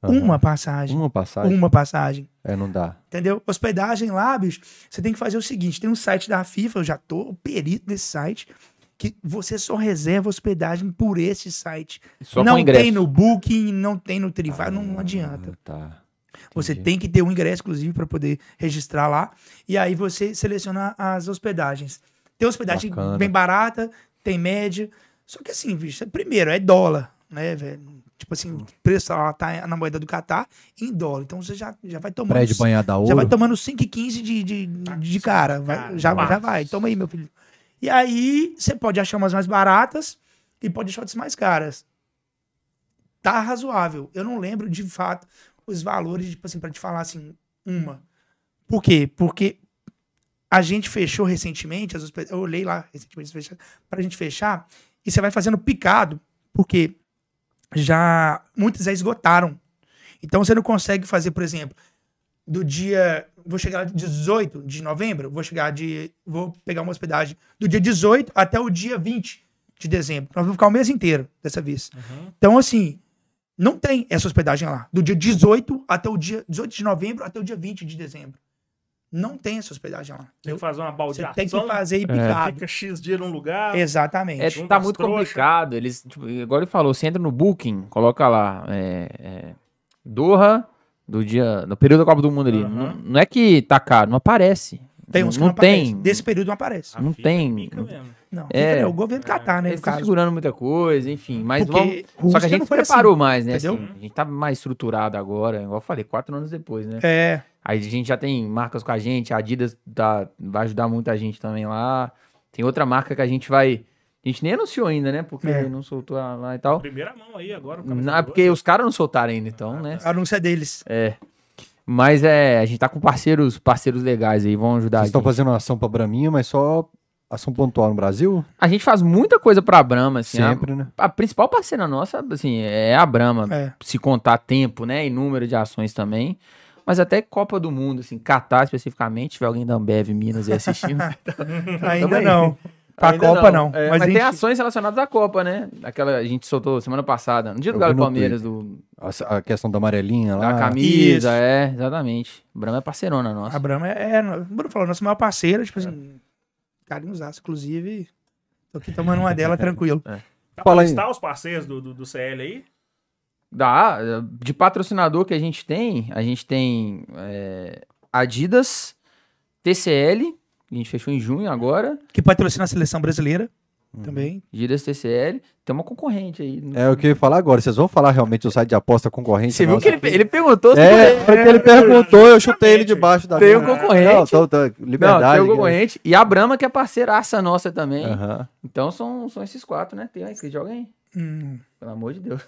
Speaker 1: Aham.
Speaker 4: Uma passagem,
Speaker 1: Uma passagem?
Speaker 4: uma passagem.
Speaker 1: É, não dá.
Speaker 4: Entendeu? Hospedagem lá, bicho, você tem que fazer o seguinte: tem um site da FIFA, eu já tô perito nesse site, que você só reserva hospedagem por esse site.
Speaker 3: Só
Speaker 4: não
Speaker 3: com ingresso.
Speaker 4: tem no Booking, não tem no Trivago, não, não
Speaker 1: Ah,
Speaker 4: adianta.
Speaker 1: Tá.
Speaker 4: Você
Speaker 1: entendi.
Speaker 4: tem que ter um ingresso, inclusive, para poder registrar lá. E aí você seleciona as hospedagens. Tem hospedagem
Speaker 1: Bacana.
Speaker 4: bem barata, tem média. Só que assim, bicho, primeiro, é dólar, né, velho? Tipo assim, o preço lá tá na moeda do Catar em dólar. Então você já, já vai tomando
Speaker 1: Prédio banhado a ouro.
Speaker 4: já vai tomando 5 e 15 de, de, de cara. Vai, já, já vai, toma aí, meu filho. E aí, você pode achar umas mais baratas e pode achar outras mais caras. Tá razoável. Eu não lembro, de fato, os valores, tipo assim, pra te falar assim, uma. Por quê? Porque a gente fechou recentemente, as hospe- eu olhei lá recentemente fecha- pra gente fechar, e você vai fazendo picado, porque já muitos já esgotaram. Então você não consegue fazer, por exemplo, do dia. Vou chegar lá de 18 de novembro, vou chegar de. Vou pegar uma hospedagem do dia 18 até o dia 20 de dezembro. Nós vamos ficar o mês inteiro dessa vez. Então, assim, não tem essa hospedagem lá. Do dia 18 até o dia 18 de novembro até o dia 20 de dezembro. Não tem essa hospedagem lá.
Speaker 2: Tem que fazer uma
Speaker 4: Você
Speaker 2: baldeação.
Speaker 4: tem que fazer e picado.
Speaker 2: Fica X dia num lugar.
Speaker 4: Exatamente.
Speaker 3: É,
Speaker 2: Junta
Speaker 3: tá
Speaker 2: as
Speaker 3: muito
Speaker 2: trouxas.
Speaker 3: complicado. Eles, tipo, agora ele falou, você entra no Booking, coloca lá, é, é, Doha, do dia, no período da Copa do Mundo ali.
Speaker 2: Aham.
Speaker 3: Não, não é que tá caro, não aparece.
Speaker 4: Tem uns que
Speaker 3: É, não,
Speaker 4: não aparecem.
Speaker 3: tem.
Speaker 4: Desse período não aparece.
Speaker 2: Ah,
Speaker 3: não
Speaker 2: fica,
Speaker 3: tem.
Speaker 2: Pica mesmo.
Speaker 4: Não,
Speaker 3: É.
Speaker 4: fica, né, o governo Catar, né?
Speaker 3: Eles
Speaker 4: No
Speaker 3: estão
Speaker 4: caso.
Speaker 3: segurando muita coisa, enfim. Mas
Speaker 4: Porque
Speaker 3: vamos. Só que
Speaker 4: Rússia
Speaker 3: a gente
Speaker 4: não
Speaker 3: se
Speaker 4: foi assim.
Speaker 3: preparou mais, né?
Speaker 4: entendeu?
Speaker 3: assim, a gente tá mais estruturado agora, igual eu falei, quatro anos depois, né?
Speaker 4: É,
Speaker 3: Aí a gente já tem marcas com a gente, a Adidas tá- vai ajudar muita gente também lá. Tem outra marca que a gente vai. A gente nem anunciou ainda, né? Porque
Speaker 4: É.
Speaker 3: não soltou a- lá e tal.
Speaker 2: Primeira mão aí agora. o cara
Speaker 3: Não,
Speaker 2: tá
Speaker 3: é porque os caras não soltaram ainda, então, né?
Speaker 4: a anúncia deles.
Speaker 3: Mas é, a gente tá com parceiros, parceiros legais aí, vão ajudar. A
Speaker 1: Vocês
Speaker 3: gente.
Speaker 1: estão fazendo uma ação pra Braminha, mas só ação pontual no Brasil?
Speaker 3: a gente faz muita coisa pra Brahma, assim. a-
Speaker 1: Sempre, né?
Speaker 3: A, principal parceira nossa, assim, é a Brahma.
Speaker 4: É.
Speaker 3: Se contar tempo, né? E número de ações também. Mas até Copa do Mundo, assim, Catar especificamente, se tiver alguém da Ambev Minas aí assistindo.
Speaker 4: Ainda
Speaker 3: Também.
Speaker 4: não. Pra
Speaker 3: Ainda
Speaker 4: Copa, não.
Speaker 3: É,
Speaker 4: mas
Speaker 3: mas
Speaker 4: a
Speaker 3: tem
Speaker 4: gente-
Speaker 3: ações relacionadas à Copa, né? Aquela a gente soltou semana passada, no dia do
Speaker 1: Eu
Speaker 3: Galo
Speaker 1: vi no Ah.
Speaker 3: Palmeiras, do,
Speaker 1: A, a questão da amarelinha lá.
Speaker 3: da
Speaker 4: isso.
Speaker 3: camisa, é, exatamente. O Brahma é parceirona nossa.
Speaker 4: A Brahma é, é, o Bruno falou, nosso maior parceiro, tipo assim, carinhos aço, inclusive, tô aqui tomando uma dela tranquilo.
Speaker 2: Dá Tá pra
Speaker 1: Fala aí.
Speaker 2: listar os parceiros do, do, do CL aí?
Speaker 3: Dá, de patrocinador que a gente tem, a gente tem é, Adidas, TCL, que a gente fechou em junho agora,
Speaker 4: Que patrocina a seleção brasileira também.
Speaker 3: Adidas, TCL, tem uma concorrente aí. no-
Speaker 1: É o que eu ia falar agora. Vocês vão falar realmente do site de aposta concorrente?
Speaker 3: Você viu
Speaker 1: nosso?
Speaker 3: que ele, ele perguntou se
Speaker 1: É, na hora que ele perguntou, eu chutei ele debaixo da
Speaker 3: Tem
Speaker 1: mesa.
Speaker 3: um concorrente.
Speaker 1: Não, tô- tô-
Speaker 3: Não,
Speaker 1: liberdade.
Speaker 3: tem o
Speaker 1: que-
Speaker 3: concorrente. E a Brahma, que é parceiraça nossa também.
Speaker 1: Aham.
Speaker 3: Então são, são esses quatro, né? Tem aí, que joga aí.
Speaker 4: Hum,
Speaker 3: Pelo amor de Deus.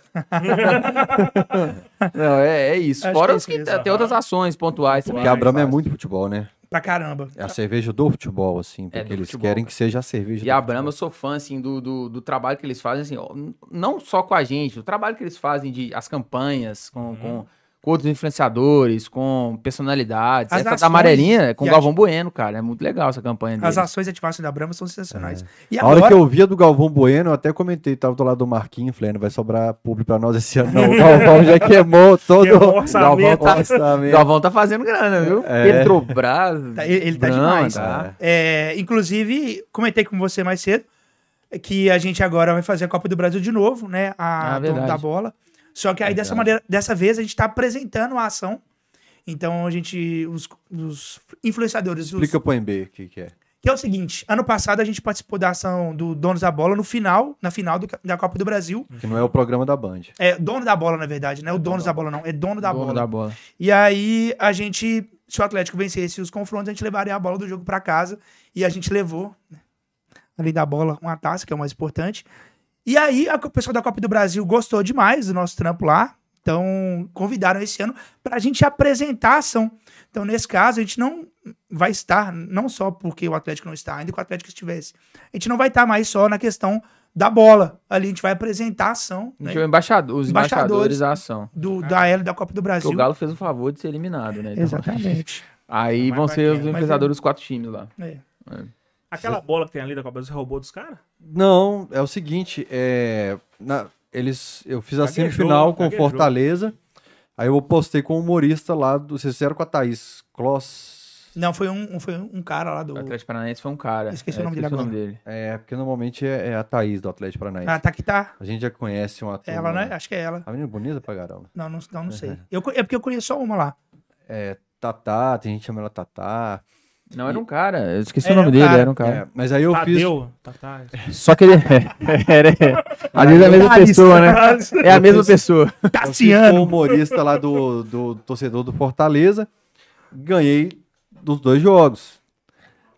Speaker 3: não, é, é isso.
Speaker 4: Acho
Speaker 3: Fora
Speaker 4: que é
Speaker 3: os que
Speaker 4: isso
Speaker 3: tem
Speaker 4: mesmo.
Speaker 3: tem outras ações pontuais também.
Speaker 1: Porque a Brahma é
Speaker 3: faz.
Speaker 1: muito futebol, né?
Speaker 4: pra caramba.
Speaker 1: É a cerveja do futebol, assim. Porque
Speaker 3: É do
Speaker 1: eles
Speaker 3: futebol,
Speaker 1: querem
Speaker 3: cara.
Speaker 1: que seja a cerveja
Speaker 3: E
Speaker 1: do
Speaker 3: a
Speaker 1: futebol.
Speaker 3: Brahma, eu sou fã, assim, do, do, do trabalho que eles fazem, assim, ó, n- não só com a gente, o trabalho que eles fazem de as campanhas com,
Speaker 4: Uhum.
Speaker 3: com, com outros influenciadores, com personalidades.
Speaker 4: As
Speaker 3: essa
Speaker 4: ações
Speaker 3: da amarelinha é com
Speaker 4: e
Speaker 3: o
Speaker 4: a
Speaker 3: Galvão Bueno, cara. É muito legal essa campanha dele.
Speaker 4: As ações de ativação da Brahma são sensacionais. E
Speaker 1: A hora
Speaker 4: agora,
Speaker 1: que eu via do Galvão Bueno, eu até comentei, tava do lado do Marquinhos, falei, "Ah, não vai sobrar público pra nós esse ano, não. O Galvão já queimou todo
Speaker 2: Queimou o
Speaker 1: o
Speaker 2: orçamento.
Speaker 1: Galvão- o orçamento.
Speaker 3: Galvão tá fazendo grana, viu?
Speaker 1: É.
Speaker 3: Petrobras.
Speaker 4: Tá, ele- ele tá demais. é, inclusive, comentei com você mais cedo que a gente agora vai fazer a Copa do Brasil de novo, né? A
Speaker 3: Ah,
Speaker 4: dono
Speaker 3: verdade.
Speaker 4: da bola. Só que aí dessa maneira, dessa vez a gente tá apresentando a ação. Então a gente, os, os influenciadores, os,
Speaker 1: Explica pro MB o que que é.
Speaker 4: Que é o seguinte, ano passado a gente participou da ação do Donos da Bola no final, na final do- da Copa do Brasil.
Speaker 1: Que não é o programa da Band.
Speaker 4: É dono da bola, na verdade, não é o dono da bola, não, é dono da
Speaker 3: Dono
Speaker 4: bola.
Speaker 3: da bola.
Speaker 4: E aí a gente, se o Atlético vencesse os confrontos, a gente levaria a bola do jogo pra casa. E a gente levou, né, além da bola, uma taça, que é o mais importante. E aí a- o pessoal da Copa do Brasil gostou demais do nosso trampo lá. Então convidaram esse ano pra gente apresentar a ação. Então nesse caso a gente não vai estar, não só porque o Atlético não está, ainda que o Atlético estivesse. A gente não vai estar mais só na questão da bola. Ali a gente vai apresentar a ação
Speaker 3: A
Speaker 4: né,
Speaker 3: gente é o embaixador, os
Speaker 4: Embaixadores.
Speaker 3: embaixadores da ação.
Speaker 4: do, da L da Copa
Speaker 3: Porque
Speaker 4: do Brasil.
Speaker 3: o Galo fez o favor de ser eliminado, né? Então,
Speaker 4: Exatamente.
Speaker 3: aí
Speaker 2: Mas
Speaker 3: vão
Speaker 2: vai
Speaker 3: ser
Speaker 2: ter,
Speaker 3: os
Speaker 2: mas
Speaker 3: empresadores dos quatro times lá.
Speaker 4: É.
Speaker 2: Aquela bola que tem ali da Copa, você roubou dos caras?
Speaker 1: Não, é o seguinte, é, na- eles, eu fiz a
Speaker 2: Gaguejou,
Speaker 1: semifinal com o
Speaker 2: gaguejou.
Speaker 1: Fortaleza, aí eu postei com o humorista lá, do, vocês fizeram com a Thaís Kloss,
Speaker 4: Não, foi um, um- foi um cara lá do.
Speaker 3: O Atlético Paranaense foi um cara.
Speaker 4: Esqueci
Speaker 3: É,
Speaker 4: o nome dele agora.
Speaker 3: dele.
Speaker 1: é, porque normalmente é, é a Thaís do Atlético Paranaense.
Speaker 4: Ah, tá que tá.
Speaker 1: A gente já conhece uma turma,
Speaker 4: Ela,
Speaker 1: né?
Speaker 4: né? Acho que é ela.
Speaker 1: A menina bonita pra caramba.
Speaker 4: Não, não, não, não sei. Eu, co- é porque eu conheço só uma lá.
Speaker 1: Tatá, tem gente que chama ela Tatá.
Speaker 3: Não, era um cara. Eu esqueci
Speaker 4: Era
Speaker 3: o nome
Speaker 4: um
Speaker 3: dele,
Speaker 4: cara.
Speaker 3: era um cara.
Speaker 1: É, mas aí eu fiz...
Speaker 2: Tadeu, tá, tá.
Speaker 3: Só que ele. era, Às vezes é a mesma
Speaker 4: Thales.
Speaker 3: pessoa, né? É a mesma pessoa.
Speaker 1: Eu fiz com o
Speaker 4: Tassiano.
Speaker 1: humorista lá do, do torcedor do Fortaleza. Ganhei dos dois jogos.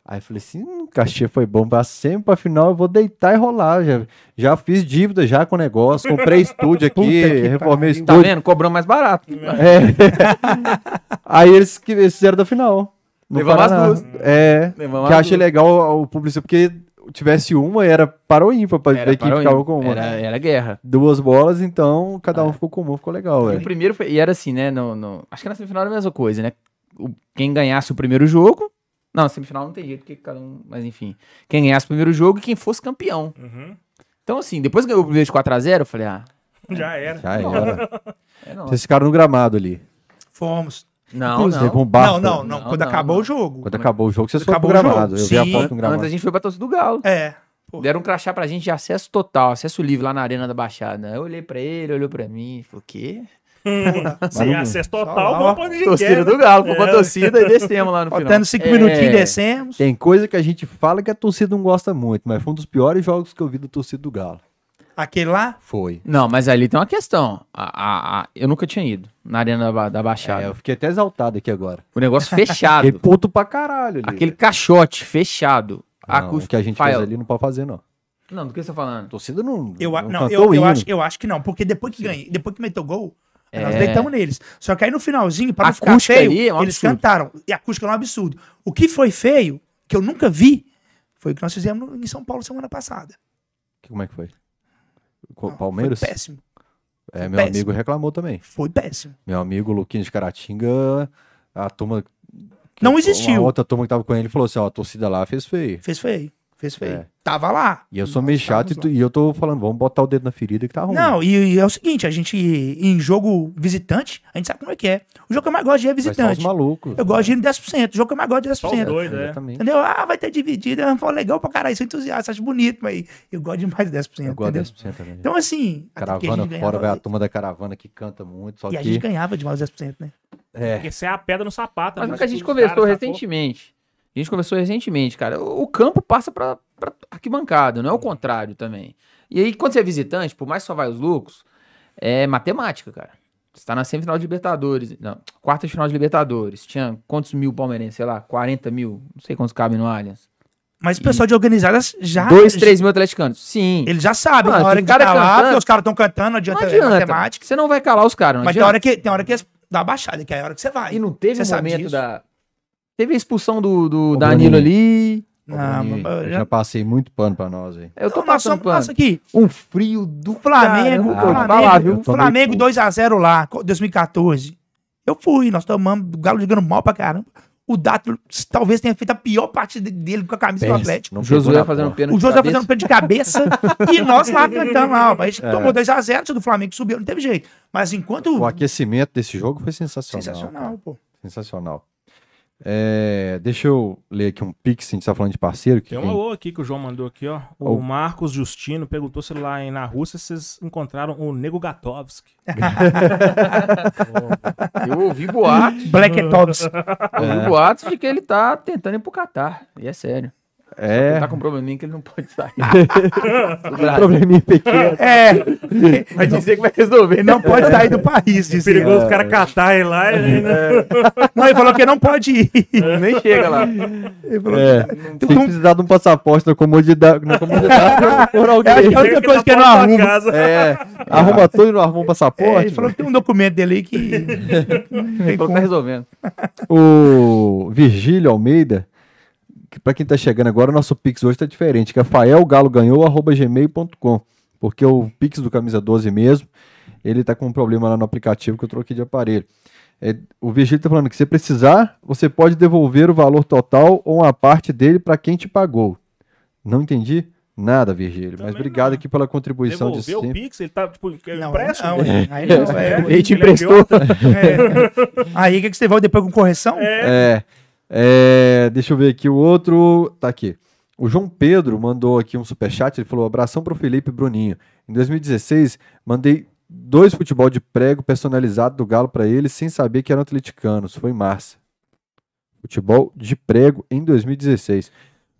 Speaker 1: Aí falei assim: hum, cachê foi bom pra sempre, pra final eu vou deitar e rolar. Já, já fiz dívida já com o negócio, comprei estúdio aqui,
Speaker 4: Puta que
Speaker 1: reformei
Speaker 4: pariu.
Speaker 3: Tá
Speaker 1: estúdio.
Speaker 3: vendo? Cobrou mais barato.
Speaker 1: É. Aí eles que eles fizeram da final. No
Speaker 3: Levamos as
Speaker 1: Paraná.
Speaker 3: duas.
Speaker 1: É.
Speaker 3: Levamos
Speaker 1: que
Speaker 3: as
Speaker 1: eu achei
Speaker 3: duas.
Speaker 1: legal o publicitário, porque tivesse uma era para o ímpar, pra ver
Speaker 3: Era,
Speaker 1: quem
Speaker 3: para o
Speaker 1: ficava
Speaker 3: ímpar.
Speaker 1: com uma. né?
Speaker 3: era, era guerra.
Speaker 1: Duas bolas, então cada um ficou com uma, ficou legal,
Speaker 3: E o
Speaker 1: velho.
Speaker 3: primeiro foi- e era assim, né? No, no- acho que na semifinal era a mesma coisa, né? O- quem ganhasse o primeiro jogo. Não, na semifinal não tem jeito, porque cada um. Mas enfim. Quem ganhasse o primeiro jogo e quem fosse campeão.
Speaker 2: Uhum.
Speaker 3: Então, assim, depois que ganhou o primeiro de 4x0, eu falei, ah,
Speaker 2: Já era.
Speaker 1: Já era.
Speaker 3: é não.
Speaker 1: Vocês ficaram no gramado ali.
Speaker 4: Fomos.
Speaker 3: Não,
Speaker 1: Teve
Speaker 3: não.
Speaker 1: um barco.
Speaker 4: não, não, não,
Speaker 3: Não,
Speaker 4: Quando
Speaker 3: não,
Speaker 4: acabou
Speaker 3: não.
Speaker 4: o jogo.
Speaker 1: Quando acabou o jogo, vocês foram pro
Speaker 4: Acabou o jogo?
Speaker 1: gramado. Eu vi a
Speaker 4: Sim.
Speaker 1: foto no
Speaker 3: Antes
Speaker 1: gramado.
Speaker 3: a gente foi pra torcida do Galo.
Speaker 4: É.
Speaker 3: Deram um crachá pra gente de acesso total, acesso livre lá na Arena da Baixada. Eu olhei pra ele, olhou pra mim, falei, o quê?
Speaker 2: Sem
Speaker 1: Barulho.
Speaker 2: acesso
Speaker 4: Só lá,
Speaker 2: total,
Speaker 4: ó.
Speaker 2: vamos pra onde
Speaker 3: Torcida
Speaker 2: quer, né?
Speaker 3: do Galo, foi pra
Speaker 2: É.
Speaker 3: torcida e descemos lá no final.
Speaker 4: Faltando cinco
Speaker 3: É.
Speaker 4: minutinhos, descemos.
Speaker 1: Tem coisa que a gente fala que a torcida não gosta muito, mas foi um dos piores jogos que eu vi do torcida do Galo.
Speaker 4: Aquele lá,
Speaker 1: Foi.
Speaker 3: Não, mas ali tem uma questão. A, a- a- eu nunca tinha ido na Arena da, Ba- da Baixada.
Speaker 1: É, eu fiquei até exaltado aqui agora.
Speaker 3: O negócio
Speaker 1: Fiquei
Speaker 3: fechado.
Speaker 1: puto pra caralho ali.
Speaker 3: Ah, aquele caixote fechado.
Speaker 1: Não,
Speaker 3: acústico.
Speaker 1: o que a gente
Speaker 3: Fael,
Speaker 1: fez ali não pode fazer, não.
Speaker 3: Não, do que você tá falando?
Speaker 1: A torcida não.
Speaker 4: eu, a-
Speaker 1: não,
Speaker 4: não,
Speaker 1: cantou
Speaker 4: eu,
Speaker 1: o
Speaker 4: eu,
Speaker 1: hino.
Speaker 4: acho, eu acho que não, porque depois que ganhei, depois que meteu o gol, nós
Speaker 3: É.
Speaker 4: deitamos neles. Só que aí no finalzinho, pra não ficar
Speaker 3: Acústica
Speaker 4: feio,
Speaker 3: ali é um
Speaker 4: eles
Speaker 3: absurdo.
Speaker 4: cantaram. E a acústica é um absurdo. O que foi feio, que eu nunca vi, foi o que nós fizemos no- em São Paulo semana passada.
Speaker 1: Que- Como é que foi? Co-
Speaker 4: Não,
Speaker 1: Palmeiras?
Speaker 4: Foi péssimo.
Speaker 1: É, meu
Speaker 4: péssimo.
Speaker 1: amigo reclamou também.
Speaker 4: Foi péssimo.
Speaker 1: Meu amigo Luquinhas de Caratinga, a turma.
Speaker 4: Não
Speaker 1: A
Speaker 4: existiu.
Speaker 1: outra turma que tava com ele falou assim: ó, a torcida lá fez feio.
Speaker 4: Fez feio. Fez feio.
Speaker 1: É.
Speaker 4: Tava lá.
Speaker 1: E eu sou
Speaker 4: Nós
Speaker 1: meio chato e,
Speaker 4: estávamos
Speaker 1: tu- e eu tô falando, vamos botar o dedo na ferida que tá ruim.
Speaker 4: Não, e, e é o seguinte, a gente, em jogo visitante, a gente sabe como é que é. O jogo que eu mais gosto de ir é
Speaker 1: Vai só os
Speaker 4: visitante.
Speaker 1: malucos. né?
Speaker 4: Eu gosto de ir em 10%. O jogo que eu mais gosto de ir é
Speaker 2: Só os
Speaker 4: 10%.
Speaker 2: dois, né?
Speaker 1: Exatamente.
Speaker 4: Entendeu? Ah, vai ter dividido. Ah, pô, legal pra caralho, sou entusiasta, acho bonito, mas eu gosto de mais 10%.
Speaker 1: Eu gosto
Speaker 4: entendeu?
Speaker 1: 10% também.
Speaker 4: Então, assim, até porque
Speaker 1: Caravana fora, vai a
Speaker 4: ganhava,
Speaker 1: turma da caravana que canta muito, só
Speaker 4: E a
Speaker 1: que.
Speaker 4: gente ganhava de mais 10%, né?
Speaker 1: É,
Speaker 2: Porque isso é a pedra no sapato.
Speaker 3: Mas
Speaker 2: né?
Speaker 3: o que a gente
Speaker 2: Os
Speaker 3: conversou
Speaker 2: caras, sacou?
Speaker 3: recentemente. A gente conversou recentemente, cara. O, o campo passa pra, pra arquibancada, não é o contrário também. E aí, quando você é visitante, por mais que só vai os lucros, é matemática, cara. Você tá na semifinal de Libertadores. Não, quarta de final de Libertadores. Tinha quantos mil palmeirenses? Sei lá, 40 mil. Não sei quantos cabem no Allianz.
Speaker 4: Mas o pessoal de organizadas já.
Speaker 3: 2, 3 mil atleticanos. Sim.
Speaker 4: Eles já sabem.
Speaker 3: Ah,
Speaker 4: na hora
Speaker 3: tem
Speaker 4: que tá
Speaker 3: cara
Speaker 4: lá,
Speaker 3: cantando.
Speaker 4: porque os caras estão cantando, não
Speaker 3: Não
Speaker 4: adianta, é
Speaker 3: adianta.
Speaker 4: matemática.
Speaker 3: Você não vai calar os caras, não
Speaker 4: mas tem
Speaker 3: adianta.
Speaker 4: hora, que, tem hora que dá uma baixada, que é a hora que você vai.
Speaker 3: E não teve
Speaker 4: Você
Speaker 3: o
Speaker 4: sabe
Speaker 3: momento
Speaker 4: disso?
Speaker 3: da... Teve a expulsão do, do
Speaker 1: O
Speaker 3: Danilo
Speaker 1: Bruninho.
Speaker 3: ali.
Speaker 4: Não,
Speaker 1: Bruninho,
Speaker 4: mas-
Speaker 1: eu já passei muito pano pra nós aí.
Speaker 3: Eu tô
Speaker 4: Não, nós
Speaker 3: passando
Speaker 4: somos,
Speaker 3: pano.
Speaker 4: nossa, aqui,
Speaker 3: Um frio do
Speaker 4: Flamengo,
Speaker 3: Flamengo. Caramba,
Speaker 1: Ah,
Speaker 3: pô, falar,
Speaker 1: eu tô
Speaker 4: Flamengo,
Speaker 3: viu?
Speaker 1: meio
Speaker 4: Flamengo
Speaker 1: puto.
Speaker 4: 2x0 lá, co- 2014. Eu fui, nós tomamos, o Galo jogando mal pra caramba. O Dato talvez tenha feito a pior partida dele com a camisa do Atlético.
Speaker 1: Não
Speaker 3: O
Speaker 1: pegou
Speaker 3: Josué
Speaker 1: na
Speaker 3: fazendo
Speaker 1: bola.
Speaker 3: pênalti.
Speaker 4: O
Speaker 3: de
Speaker 4: José
Speaker 3: cabeça.
Speaker 4: fazendo pênalti de cabeça e nós lá cantando lá. ó, A
Speaker 1: É.
Speaker 4: gente tomou 2x0, se do Flamengo subiu, não teve jeito. Mas
Speaker 3: um
Speaker 4: enquanto.
Speaker 1: O aquecimento desse jogo foi sensacional.
Speaker 4: Sensacional,
Speaker 1: tá cara.
Speaker 4: pô.
Speaker 1: Sensacional. É, deixa eu ler aqui um pix, a gente tá falando de parceiro. Que
Speaker 2: Tem um
Speaker 1: quem-
Speaker 2: alô aqui que o João mandou aqui, ó. O
Speaker 1: Oh.
Speaker 2: Marcos Justino perguntou se lá em- na Rússia vocês encontraram o Nego Gatovski.
Speaker 3: Eu ouvi boatos.
Speaker 4: Black Tops.
Speaker 3: eu ouvi boatos de que ele tá tentando ir pro Catar. E é sério.
Speaker 1: É,
Speaker 3: Ele tá com um probleminha que tá ele não pode sair. Do
Speaker 1: um
Speaker 3: Brasil.
Speaker 1: probleminha pequeno.
Speaker 4: É,
Speaker 3: Vai dizer que vai resolver.
Speaker 4: ele não pode sair do país, disse ele.
Speaker 2: É Perigoso o cara catar ele lá.
Speaker 4: Não, ele falou que não pode ir.
Speaker 3: nem chega lá.
Speaker 4: Ele falou que
Speaker 1: É, tem que precisar de um passaporte na comodidade, na comodidade por alguém.
Speaker 4: É, eu- Outra coisa que eu não arrumo.
Speaker 1: É, arruma tudo e não arruma um
Speaker 4: É,
Speaker 1: passaporte.
Speaker 4: ele falou que tem um documento dele aí que. não
Speaker 3: Falou que
Speaker 4: tem como.
Speaker 3: tá resolvendo.
Speaker 1: O Virgílio Almeida, que pra quem tá chegando agora, o nosso Pix hoje tá diferente. Que é rafaelgaloganhou.gmail.com Porque o Pix do Camisa 12 mesmo, ele tá com um problema lá no aplicativo que eu troquei de aparelho. É, o Virgílio tá falando que se precisar, você pode devolver o valor total ou uma parte dele pra quem te pagou. Não entendi nada, Virgílio, mas
Speaker 2: Também
Speaker 1: obrigado
Speaker 2: não.
Speaker 1: aqui pela contribuição de
Speaker 2: Devolveu o
Speaker 1: sempre.
Speaker 2: Pix, ele tá, tipo, é
Speaker 4: Não,
Speaker 2: empréstimo.
Speaker 4: não, aí não, é,
Speaker 2: É,
Speaker 3: Ele te
Speaker 2: é pior.
Speaker 3: emprestou.
Speaker 4: É. Aí o que, que você vai depois com correção?
Speaker 1: É, é, deixa eu ver aqui o outro. Tá aqui. O João Pedro mandou aqui um superchat. Ele falou: abração pro Felipe Bruninho. Em 2016, mandei dois futebol de prego personalizado do Galo pra ele, sem saber que eram atleticanos. Foi massa. Futebol de prego em 2016.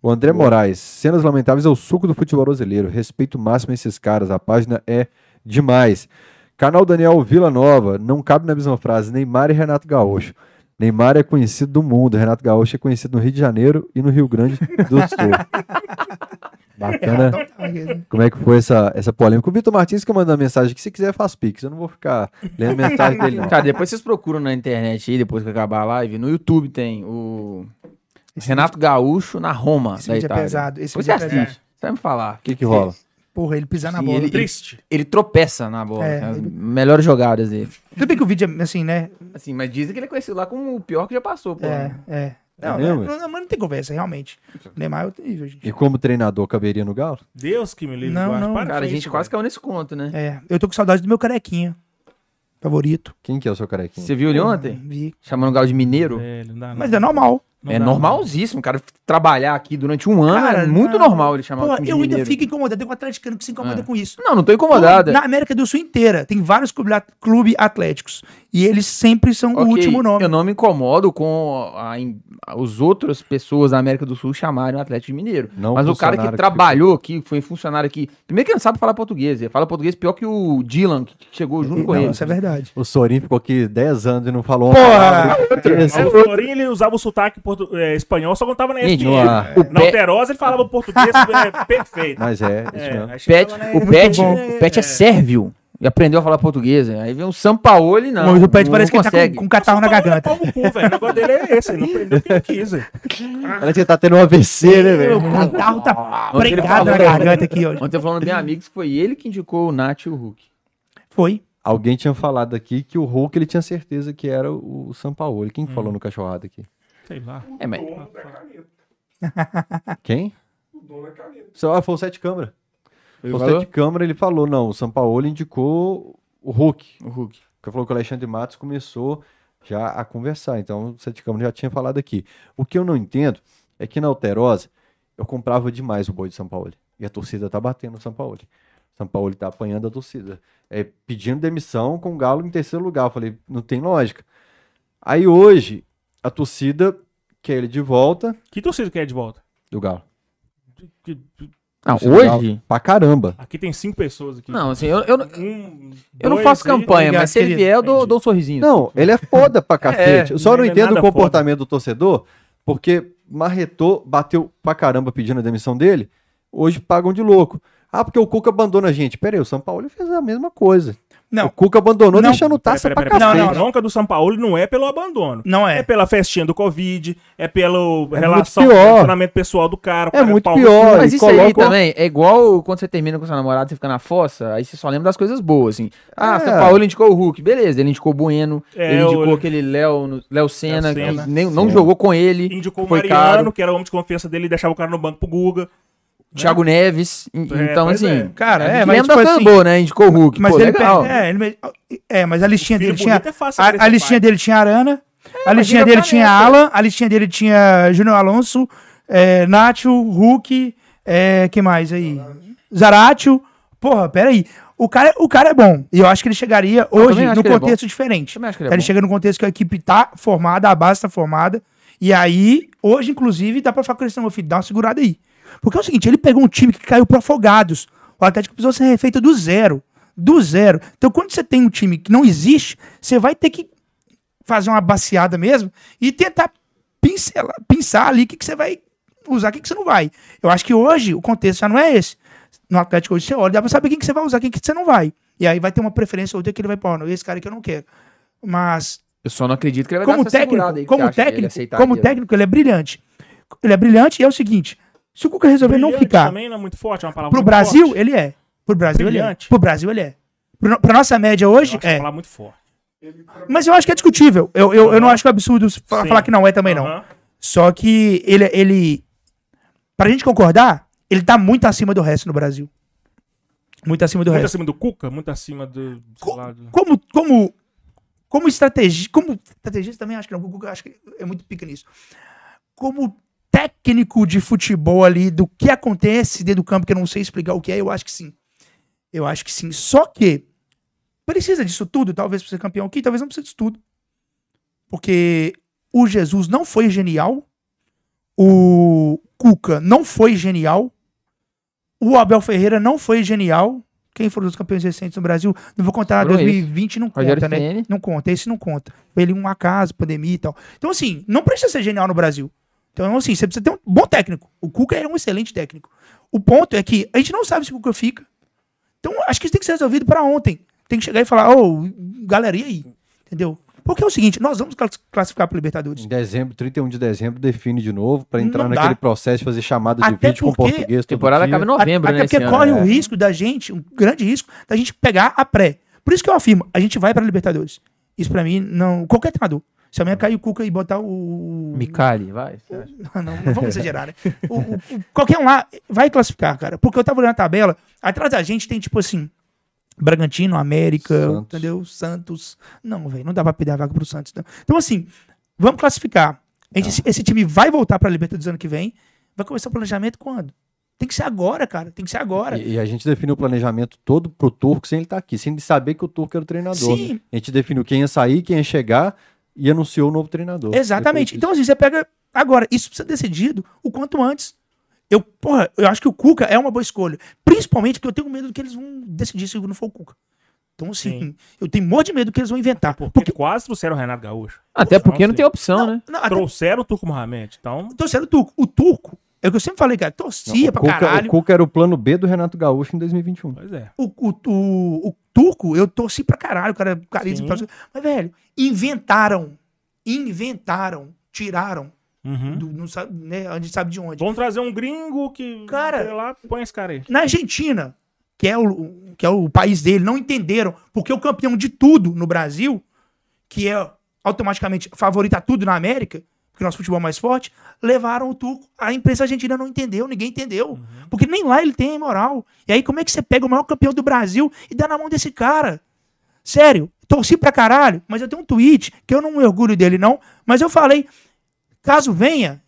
Speaker 1: O André Moraes, cenas lamentáveis é o suco do futebol brasileiro. Respeito máximo a esses caras. A página é demais. Canal Daniel Vila Nova, não cabe na mesma frase. Neymar e Renato Gaúcho. Neymar é conhecido do mundo, Renato Gaúcho é conhecido no Rio de Janeiro e no Rio Grande do Sul.
Speaker 4: Então tá,
Speaker 1: Bacana. Como é que foi essa, essa polêmica? O Vitor Martins que mandou uma mensagem que se quiser faz pix, eu não vou ficar lendo mensagem dele não.
Speaker 3: Cara, depois vocês procuram na internet aí, depois que acabar a live. No YouTube tem o
Speaker 4: Esse
Speaker 3: Renato Gaúcho na Roma
Speaker 4: Esse
Speaker 3: da
Speaker 4: vídeo é
Speaker 3: Itália.
Speaker 4: pesado, esse
Speaker 3: Pois
Speaker 4: vídeo é
Speaker 3: assiste,
Speaker 4: pesado.
Speaker 3: Você vai me falar.
Speaker 1: O que que rola?
Speaker 4: Porra, ele pisar na
Speaker 3: Sim,
Speaker 4: bola.
Speaker 3: ele-
Speaker 2: é Triste.
Speaker 3: Ele tropeça na bola.
Speaker 4: É,
Speaker 3: né? As
Speaker 4: ele-
Speaker 3: Melhores jogadas dele.
Speaker 4: Tudo bem que o vídeo é assim, né?
Speaker 3: Assim, mas dizem que ele é conhecido lá como o pior que já passou, pô.
Speaker 4: É, é. Não,
Speaker 1: mesmo,
Speaker 4: não, não, mas não tem conversa, realmente. O Neymar é outro nível, gente.
Speaker 1: E como treinador, caberia no Galo?
Speaker 2: Deus que me livre.
Speaker 4: Não,
Speaker 2: Duarte.
Speaker 4: não.
Speaker 2: Para
Speaker 3: Cara, a
Speaker 2: com
Speaker 3: gente
Speaker 2: isso,
Speaker 3: quase caiu nesse conto, né?
Speaker 4: É, eu tô com saudade do meu carequinha. Favorito.
Speaker 1: Quem que é o seu carequinha?
Speaker 3: Você viu ele ontem?
Speaker 4: Vi.
Speaker 3: Chamando o Galo de mineiro?
Speaker 2: velho, não dá não.
Speaker 4: Mas é normal.
Speaker 2: Não
Speaker 3: é
Speaker 2: dá,
Speaker 3: normalzíssimo, cara. Trabalhar aqui durante um ano
Speaker 4: Cara,
Speaker 3: é muito
Speaker 4: não.
Speaker 3: normal ele chamar
Speaker 4: Pô,
Speaker 3: o time de
Speaker 4: eu ainda
Speaker 3: mineiro.
Speaker 4: fico incomodado. Tem um atleticano que se incomoda
Speaker 3: Ah.
Speaker 4: com isso.
Speaker 3: Não, não tô incomodado.
Speaker 4: Na América do Sul inteira, tem vários clubes clube atléticos. E eles sempre são o
Speaker 3: Ok,
Speaker 4: último nome.
Speaker 3: Eu não me incomodo com a, in- os outros pessoas da América do Sul chamarem o Atlético de Mineiro.
Speaker 1: Não
Speaker 3: Mas o cara que
Speaker 1: funcionário que
Speaker 3: trabalhou aqui, foi um funcionário aqui. Primeiro que ele não sabe falar português. Ele fala português pior que o Dylan, que chegou junto com
Speaker 4: Não,
Speaker 3: ele.
Speaker 4: isso é verdade.
Speaker 1: O Sorin ficou aqui 10 anos e não falou uma
Speaker 4: Porra!
Speaker 1: palavra.
Speaker 2: Mas o Florinho, ele usava o sotaque portu- é, espanhol, só contava na
Speaker 3: Gente,
Speaker 2: ESPN.
Speaker 1: o-
Speaker 2: Na
Speaker 3: pé-
Speaker 2: Alterosa, ele falava português é, perfeito.
Speaker 1: Mas é, isso
Speaker 2: É,
Speaker 1: mesmo.
Speaker 2: aí chegava
Speaker 3: Pet,
Speaker 2: na
Speaker 3: o,
Speaker 2: ESPN,
Speaker 3: pet,
Speaker 2: é-
Speaker 3: o Pet é sérvio. E aprendeu a falar português. né? Aí vem o Sampaoli, não.
Speaker 4: Mas o Pet
Speaker 3: não
Speaker 4: parece que ele tá com,
Speaker 3: consegue.
Speaker 4: com um catarro na
Speaker 2: Só pra
Speaker 4: garganta.
Speaker 2: olhar pau no cu, velho. O negócio dele é esse, ele não aprendeu o que ele quis. velho.
Speaker 1: Parece que ele tá tendo um AVC, né, velho?
Speaker 4: O catarro tá
Speaker 3: Ontem ele
Speaker 4: pregado na
Speaker 3: falou-
Speaker 4: garganta aqui hoje.
Speaker 3: Ontem eu falando bem amigos, foi ele que indicou o Nath e o Hulk.
Speaker 4: Foi.
Speaker 1: Alguém tinha falado aqui que o Hulk ele tinha certeza que era o o Sampaoli. Quem que falou no cachorrado aqui?
Speaker 2: Sei lá.
Speaker 3: É, mas
Speaker 1: Quem? Só- Ah, foi o Sete Câmara.
Speaker 3: Ele
Speaker 1: o
Speaker 3: falou?
Speaker 1: Sete Câmara ele falou, não, o Sampaoli indicou o Hulk.
Speaker 3: o Hulk.
Speaker 1: Porque falou que o Alexandre Matos começou já a conversar. Então, o Sete Câmara já tinha falado aqui. O que eu não entendo é que na Alterosa, eu comprava demais o boi de São Paulo. E a torcida tá batendo o São Paulo. São Paulo tá apanhando a torcida. É, pedindo demissão com o Galo em terceiro lugar. Eu falei, não tem lógica. Aí hoje, a torcida quer ele de volta
Speaker 2: Que torcida que é de volta?
Speaker 1: do Galo.
Speaker 2: Que-
Speaker 3: Não,
Speaker 1: Torcida do
Speaker 3: hoje?
Speaker 1: Galo, Pra caramba.
Speaker 2: Aqui tem cinco pessoas aqui.
Speaker 3: é Não, assim, eu, eu, não-
Speaker 2: Um,
Speaker 3: eu não
Speaker 2: dois
Speaker 3: faço
Speaker 2: aí.
Speaker 3: campanha,
Speaker 4: obrigado,
Speaker 3: mas se ele
Speaker 4: querido.
Speaker 3: vier, eu dou,
Speaker 2: Entendi.
Speaker 3: dou um sorrisinho.
Speaker 1: Não, ele é foda pra cacete. eu só
Speaker 2: não
Speaker 1: não
Speaker 2: é
Speaker 1: entendo
Speaker 2: nada
Speaker 1: o comportamento do torcedor, porque marretou, bateu pra caramba pedindo a demissão dele, hoje pagam de louco. Ah, porque o Cuca abandona a gente. Pera aí, o São Paulo fez a mesma coisa.
Speaker 4: Não.
Speaker 1: O Cuca abandonou
Speaker 4: Não.
Speaker 1: deixando
Speaker 2: Pera,
Speaker 1: taça
Speaker 2: pera, pera,
Speaker 1: pra
Speaker 2: pera.
Speaker 1: cacete.
Speaker 2: Não, não, A bronca do São Paulo não é pelo abandono.
Speaker 4: Não é.
Speaker 2: É pela festinha do Covid, é pelo
Speaker 1: É
Speaker 2: relação,
Speaker 1: muito pior.
Speaker 2: relacionamento pessoal do cara. o
Speaker 1: É
Speaker 2: cara
Speaker 1: muito
Speaker 2: pau-
Speaker 1: pior.
Speaker 3: Mas
Speaker 1: e
Speaker 3: isso aí
Speaker 1: coloca- um-
Speaker 3: também é igual quando você termina com seu namorado, você fica na fossa, aí você só lembra das coisas boas, assim. Ah,
Speaker 1: É.
Speaker 3: São Paulo indicou o Hulk, beleza, ele indicou o Bueno,
Speaker 2: É,
Speaker 3: ele indicou
Speaker 2: o-
Speaker 3: aquele Léo no- Léo Senna, que
Speaker 2: Senna.
Speaker 3: nem- não
Speaker 1: Senna.
Speaker 3: jogou com ele,
Speaker 2: Indicou o
Speaker 3: foi
Speaker 2: Mariano,
Speaker 3: caro,
Speaker 2: que era o homem de confiança dele, e deixava o cara no banco pro Guga.
Speaker 3: Thiago Neves, en-
Speaker 2: É,
Speaker 3: então
Speaker 2: pois
Speaker 3: assim...
Speaker 2: é.
Speaker 4: Cara,
Speaker 3: a
Speaker 4: é,
Speaker 3: gente lembra
Speaker 4: mas tipo
Speaker 3: das coisas
Speaker 4: assim...
Speaker 3: boas, né? Indicou o Hulk.
Speaker 4: Mas
Speaker 3: Pô,
Speaker 4: ele
Speaker 3: legal.
Speaker 4: pe- é, ele- é, mas a listinha
Speaker 2: Filho
Speaker 4: dele tinha.
Speaker 2: bonito é fácil É,
Speaker 4: a,
Speaker 2: crescer
Speaker 4: a listinha
Speaker 2: pai.
Speaker 4: dele tinha Arana, a
Speaker 3: mas
Speaker 4: listinha
Speaker 3: ele
Speaker 4: dele
Speaker 3: tá
Speaker 4: tinha
Speaker 3: nessa.
Speaker 4: Alan, a listinha dele tinha Júnior Alonso, é, Nacho, Hulk, é, que mais aí? Zaratio. Porra, peraí. O cara, o cara é bom. E eu acho que ele chegaria hoje
Speaker 3: também acho
Speaker 4: num
Speaker 3: que ele é
Speaker 4: contexto diferente. Tá,
Speaker 3: Também acho que ele é
Speaker 4: Ele, ele
Speaker 3: bom.
Speaker 4: chega num contexto que a equipe tá formada, a base tá formada. E aí, hoje, inclusive, dá pra falar com o Cristiano, meu filho, dá uma segurada aí. Porque é o seguinte, ele pegou um time que caiu pro Afogados. O Atlético precisou ser refeito do zero. Do zero. Então, quando você tem um time que não existe, você vai ter que fazer uma baciada mesmo e tentar pincelar, pensar ali o que, que você vai usar, o que, que você não vai. Eu acho que hoje o contexto já não é esse. No Atlético hoje você olha, dá pra saber quem que você vai usar, quem que você não vai. E aí vai ter uma preferência ou outra que ele vai, pô, não, esse cara que eu não quero. Mas
Speaker 3: Eu só não acredito que ele vai
Speaker 4: como
Speaker 3: dar essa
Speaker 4: técnico,
Speaker 3: segurada aí que você
Speaker 4: como
Speaker 3: acha que ele
Speaker 4: técnico,
Speaker 3: aceitaria.
Speaker 4: como técnico, ele é brilhante. Ele é brilhante e é o seguinte, se o Cuca resolver não
Speaker 2: Brilhante
Speaker 4: ficar
Speaker 2: Também não é muito forte, é uma palavra
Speaker 4: pro
Speaker 2: muito
Speaker 4: Brasil,
Speaker 2: forte.
Speaker 4: ele é. Pro Brasil ele
Speaker 2: Brilhante.
Speaker 4: é. Pro Brasil ele é. Pro, pra nossa média
Speaker 2: Eu
Speaker 4: hoje,
Speaker 2: acho uma
Speaker 4: é.
Speaker 2: palavra muito forte.
Speaker 4: Mas eu acho que é discutível. Eu, eu, eu não acho que é absurdo fa-
Speaker 2: Sim.
Speaker 4: falar que não é também, não.
Speaker 2: Aham.
Speaker 4: Só que ele, ele. Pra gente concordar, ele tá muito acima do resto no Brasil. Muito acima do
Speaker 2: Muito
Speaker 4: resto.
Speaker 2: acima do Cuca, muito acima do. sei lá, do-
Speaker 4: Como, como, como estratégia. Como estrategista também acho que não. o Guga acho que é muito pica nisso. Como técnico de futebol ali, do que acontece dentro do campo, que eu não sei explicar o que é, eu acho que sim. Eu acho que sim. Só que precisa disso tudo, talvez pra ser campeão aqui, talvez não precise disso tudo. Porque o Jesus não foi genial, o Cuca não foi genial, o Abel Ferreira não foi genial. Quem foram os campeões recentes no Brasil? Não vou contar,
Speaker 3: Foram
Speaker 4: 2020 não
Speaker 3: Rogério
Speaker 4: conta, né?
Speaker 3: Ceni.
Speaker 4: Não conta, esse não conta. Foi ele um acaso, pandemia e tal. Então, assim, não precisa ser genial no Brasil. Então, assim, você precisa ter um bom técnico. O Cuca é um excelente técnico. O ponto é que a gente não sabe se o Cuca fica. Então, acho que isso tem que ser resolvido para ontem. Tem que chegar e falar, ô, galera, e aí? Entendeu? Porque é o seguinte, nós vamos cla- classificar para Libertadores.
Speaker 1: Em dezembro, 31 de dezembro, define de novo pra
Speaker 4: Não
Speaker 1: entrar
Speaker 4: dá.
Speaker 1: naquele processo de fazer chamada de
Speaker 4: Até
Speaker 1: vídeo com
Speaker 4: porque
Speaker 1: português.
Speaker 3: A
Speaker 1: todo
Speaker 3: temporada
Speaker 1: dia.
Speaker 3: acaba em novembro,
Speaker 4: Até
Speaker 3: né?
Speaker 4: porque
Speaker 3: esse ano,
Speaker 4: corre
Speaker 3: né?
Speaker 4: o risco da gente, um grande risco, da gente pegar a pré. Por isso que eu afirmo, a gente vai para Libertadores. Isso para mim, não. Qualquer treinador. Se amanhã cair o Cuca e botar o.
Speaker 3: Micali, vai.
Speaker 4: não, não vamos exagerar, né? O, o- o- qualquer um lá vai classificar, cara. Porque eu tava olhando a tabela, atrás da gente tem, tipo assim, Bragantino, América,
Speaker 1: Santos.
Speaker 4: entendeu? Santos. Não, velho, não dá pra pedir a vaga pro Santos, não. Então, assim, vamos classificar. A gente- esse, esse time vai voltar pra Libertadores ano que vem. Vai começar o planejamento quando? Tem que ser agora, cara. Tem que ser agora.
Speaker 1: E, e a gente definiu o planejamento todo pro Turco sem ele estar aqui, sem ele saber que o Turco era o treinador.
Speaker 4: Sim.
Speaker 1: A gente definiu quem ia sair, quem ia chegar e anunciou o novo treinador.
Speaker 4: Exatamente.
Speaker 1: Depois
Speaker 4: Então, assim, você pega. Agora, isso precisa ser decidido o quanto antes. Eu, porra, eu acho que o Cuca é uma boa escolha. Principalmente porque eu tenho medo que eles vão decidir se não for o Cuca. Então, assim,
Speaker 2: Sim.
Speaker 4: eu tenho morro de medo que eles vão inventar. Porque,
Speaker 2: Porque quase trouxeram o Renato Gaúcho.
Speaker 3: Até porque não
Speaker 2: sim.
Speaker 3: tem opção, né?
Speaker 4: não, até-
Speaker 2: Trouxeram o Turco Mohamed. Então,
Speaker 4: então, sério, o turco. O turco, é o que eu sempre falei, cara,
Speaker 1: disso.
Speaker 4: torcia
Speaker 1: o,
Speaker 4: pra
Speaker 1: Cuca, o
Speaker 4: caralho.
Speaker 1: Cuca era o plano B do Renato Gaúcho em 2021.
Speaker 2: pois é.
Speaker 4: O, o, o- o turco, eu torci pra caralho, o cara é carisma.
Speaker 2: Sim.
Speaker 4: Mas, velho, inventaram. Inventaram. Tiraram.
Speaker 2: Uhum.
Speaker 4: do- não sabe, né, a gente sabe de onde.
Speaker 2: Vamos trazer um gringo que.
Speaker 4: Cara-
Speaker 2: Sei lá, põe esse cara aí.
Speaker 4: na Argentina, que é o, que é o país dele, não entenderam, porque o campeão de tudo no Brasil, que é automaticamente favorito a tudo na América, porque o nosso futebol é mais forte, levaram o turco. A imprensa argentina não entendeu, ninguém entendeu. Porque nem lá ele tem moral. E aí, como é que você pega o maior campeão do Brasil e dá na mão desse cara? Sério, torci pra caralho, mas eu tenho um tweet que eu não me orgulho dele, não. Mas eu falei, caso venha,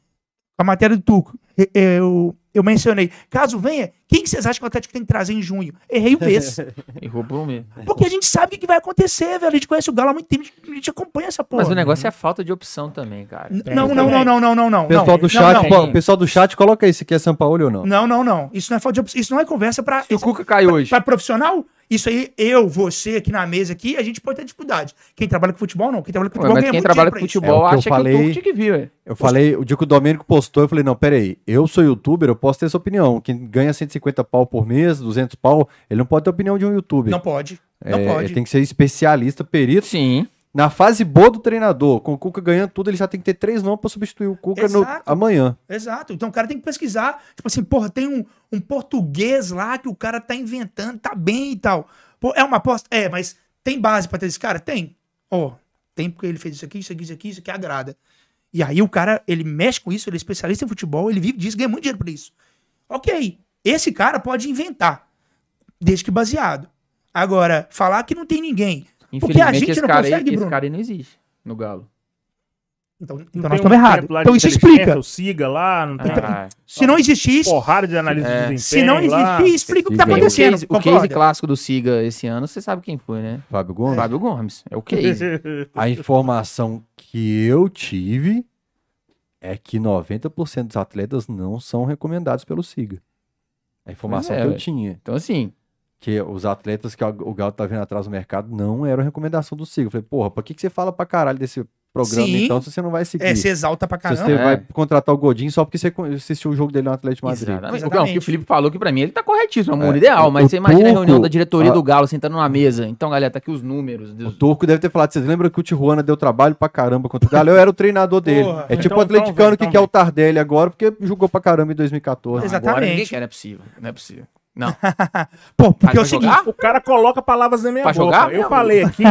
Speaker 4: a matéria do Tuco, e- eu, eu mencionei, caso venha, quem que vocês acham que o Atlético tem que trazer em junho? Errei o mês.
Speaker 3: Errou por um mês.
Speaker 4: Porque a gente sabe o que que vai acontecer, velho. A gente conhece o Galo há muito tempo, a gente- a gente acompanha essa porra.
Speaker 3: Mas o negócio é a falta de opção também, cara.
Speaker 4: N- Não, não, não, não, não, não, não.
Speaker 1: Pessoal
Speaker 4: não,
Speaker 1: do chat,
Speaker 4: Não,
Speaker 1: co-
Speaker 3: não.
Speaker 1: pessoal do chat, coloca aí se quer São Paulo ou não.
Speaker 4: não, não, não. Isso não é falta de opção. Isso não é conversa pra.
Speaker 3: Se o Cuca cai hoje.
Speaker 4: Pra profissional, isso aí, eu, você aqui na mesa aqui, a gente pode ter dificuldade. Quem trabalha com futebol, não. Quem trabalha com
Speaker 3: Ué,
Speaker 4: futebol
Speaker 3: mas
Speaker 4: ganha
Speaker 3: quem
Speaker 4: muito
Speaker 3: trabalha com
Speaker 4: dinheiro pra isso.
Speaker 1: É o que
Speaker 3: futebol
Speaker 1: eu
Speaker 3: acha que o
Speaker 1: falei.
Speaker 3: Turco tinha que vir, ué.
Speaker 1: Eu falei, o dia que o Domênico postou, eu falei, não, peraí, eu sou youtuber, eu posso ter essa opinião. Quem ganha 150 pau por mês, 200 pau, ele não pode ter a opinião de um youtuber.
Speaker 4: Não pode. Não
Speaker 1: É,
Speaker 4: pode.
Speaker 1: Ele tem que ser especialista, perito.
Speaker 3: Sim.
Speaker 1: Na fase boa do treinador, com o Cuca ganhando tudo, ele já tem que ter três nomes pra substituir o Cuca no-
Speaker 4: Exato.
Speaker 1: amanhã.
Speaker 4: Exato. Então o cara tem que pesquisar. Tipo assim, porra, tem um, um português lá que o cara tá inventando, tá bem e tal. Pô, é uma aposta? É, mas tem base pra ter esse cara? Tem. Ó, tem porque ele fez isso aqui, isso aqui, isso aqui, isso aqui agrada. E aí o cara, ele mexe com isso, ele é especialista em futebol, ele vive disso, ganha muito dinheiro por isso. Ok, esse cara pode inventar, desde que baseado. Agora, falar que não tem ninguém. Porque a
Speaker 3: Infelizmente,
Speaker 4: gente
Speaker 3: esse
Speaker 4: não
Speaker 3: cara,
Speaker 4: consegue,
Speaker 3: aí, esse
Speaker 4: Bruno.
Speaker 3: cara aí não existe no Galo.
Speaker 4: Então, então
Speaker 2: Não
Speaker 4: nós
Speaker 2: tem
Speaker 4: estamos
Speaker 2: um
Speaker 4: errados.
Speaker 2: tempo lá de
Speaker 4: Então isso
Speaker 2: inteligência,
Speaker 4: explica.
Speaker 2: O Siga lá, não tem
Speaker 3: Ah,
Speaker 4: Se não existisse,
Speaker 2: porrada de análise de desempenho.
Speaker 4: é. se não
Speaker 2: lá.
Speaker 4: existir, explica o que tá
Speaker 1: Existe.
Speaker 3: o case-
Speaker 4: acontecendo.
Speaker 3: o é case
Speaker 4: concorda?
Speaker 3: clássico do Siga esse ano, você sabe quem foi, né?
Speaker 1: Fábio Gomes.
Speaker 3: Fábio Gomes. É o case.
Speaker 1: A informação que eu tive é que 90% dos atletas não são recomendados pelo SIGA. A informação
Speaker 3: é,
Speaker 1: que eu
Speaker 3: ué.
Speaker 1: tinha.
Speaker 3: Então, assim,
Speaker 1: Que os atletas que o Galo tá vendo atrás do mercado não eram recomendação do SIGA. Eu falei, porra, pra que, que você fala pra caralho desse programa
Speaker 4: Sim.
Speaker 1: então se você não vai seguir?
Speaker 4: É, se exalta pra
Speaker 1: Se
Speaker 4: caramba.
Speaker 1: você
Speaker 3: É.
Speaker 1: vai contratar o Godinho só porque você con- assistiu o jogo dele no Atlético de Madrid.
Speaker 3: exatamente.
Speaker 4: Exatamente.
Speaker 3: O que o Felipe falou que pra mim ele tá corretíssimo, é o
Speaker 1: É,
Speaker 3: mundo ideal.
Speaker 1: o
Speaker 3: Mas você imagina a
Speaker 1: Turco-
Speaker 3: reunião da diretoria
Speaker 1: Ah.
Speaker 3: do Galo sentando na mesa. Então, galera, tá aqui os números.
Speaker 1: O
Speaker 3: Dos...
Speaker 1: Turco deve ter falado, vocês lembram que o Tijuana deu trabalho pra caramba contra o Galo? Eu era o treinador dele.
Speaker 4: Porra.
Speaker 1: é tipo
Speaker 2: Então,
Speaker 1: o atleticano
Speaker 2: então, velho,
Speaker 1: que
Speaker 2: então,
Speaker 1: quer
Speaker 2: velho.
Speaker 1: o Tardelli agora, porque jogou pra caramba em 2014.
Speaker 4: Exato.
Speaker 3: Agora ninguém
Speaker 4: exatamente.
Speaker 3: quer, não é possível. Não é possível. Não.
Speaker 4: Pô, porque
Speaker 3: pra
Speaker 4: é o seguinte.
Speaker 3: jogar?
Speaker 2: O cara coloca palavras na minha
Speaker 3: Pra
Speaker 2: boca.
Speaker 3: jogar?
Speaker 2: Eu
Speaker 3: Não.
Speaker 2: falei aqui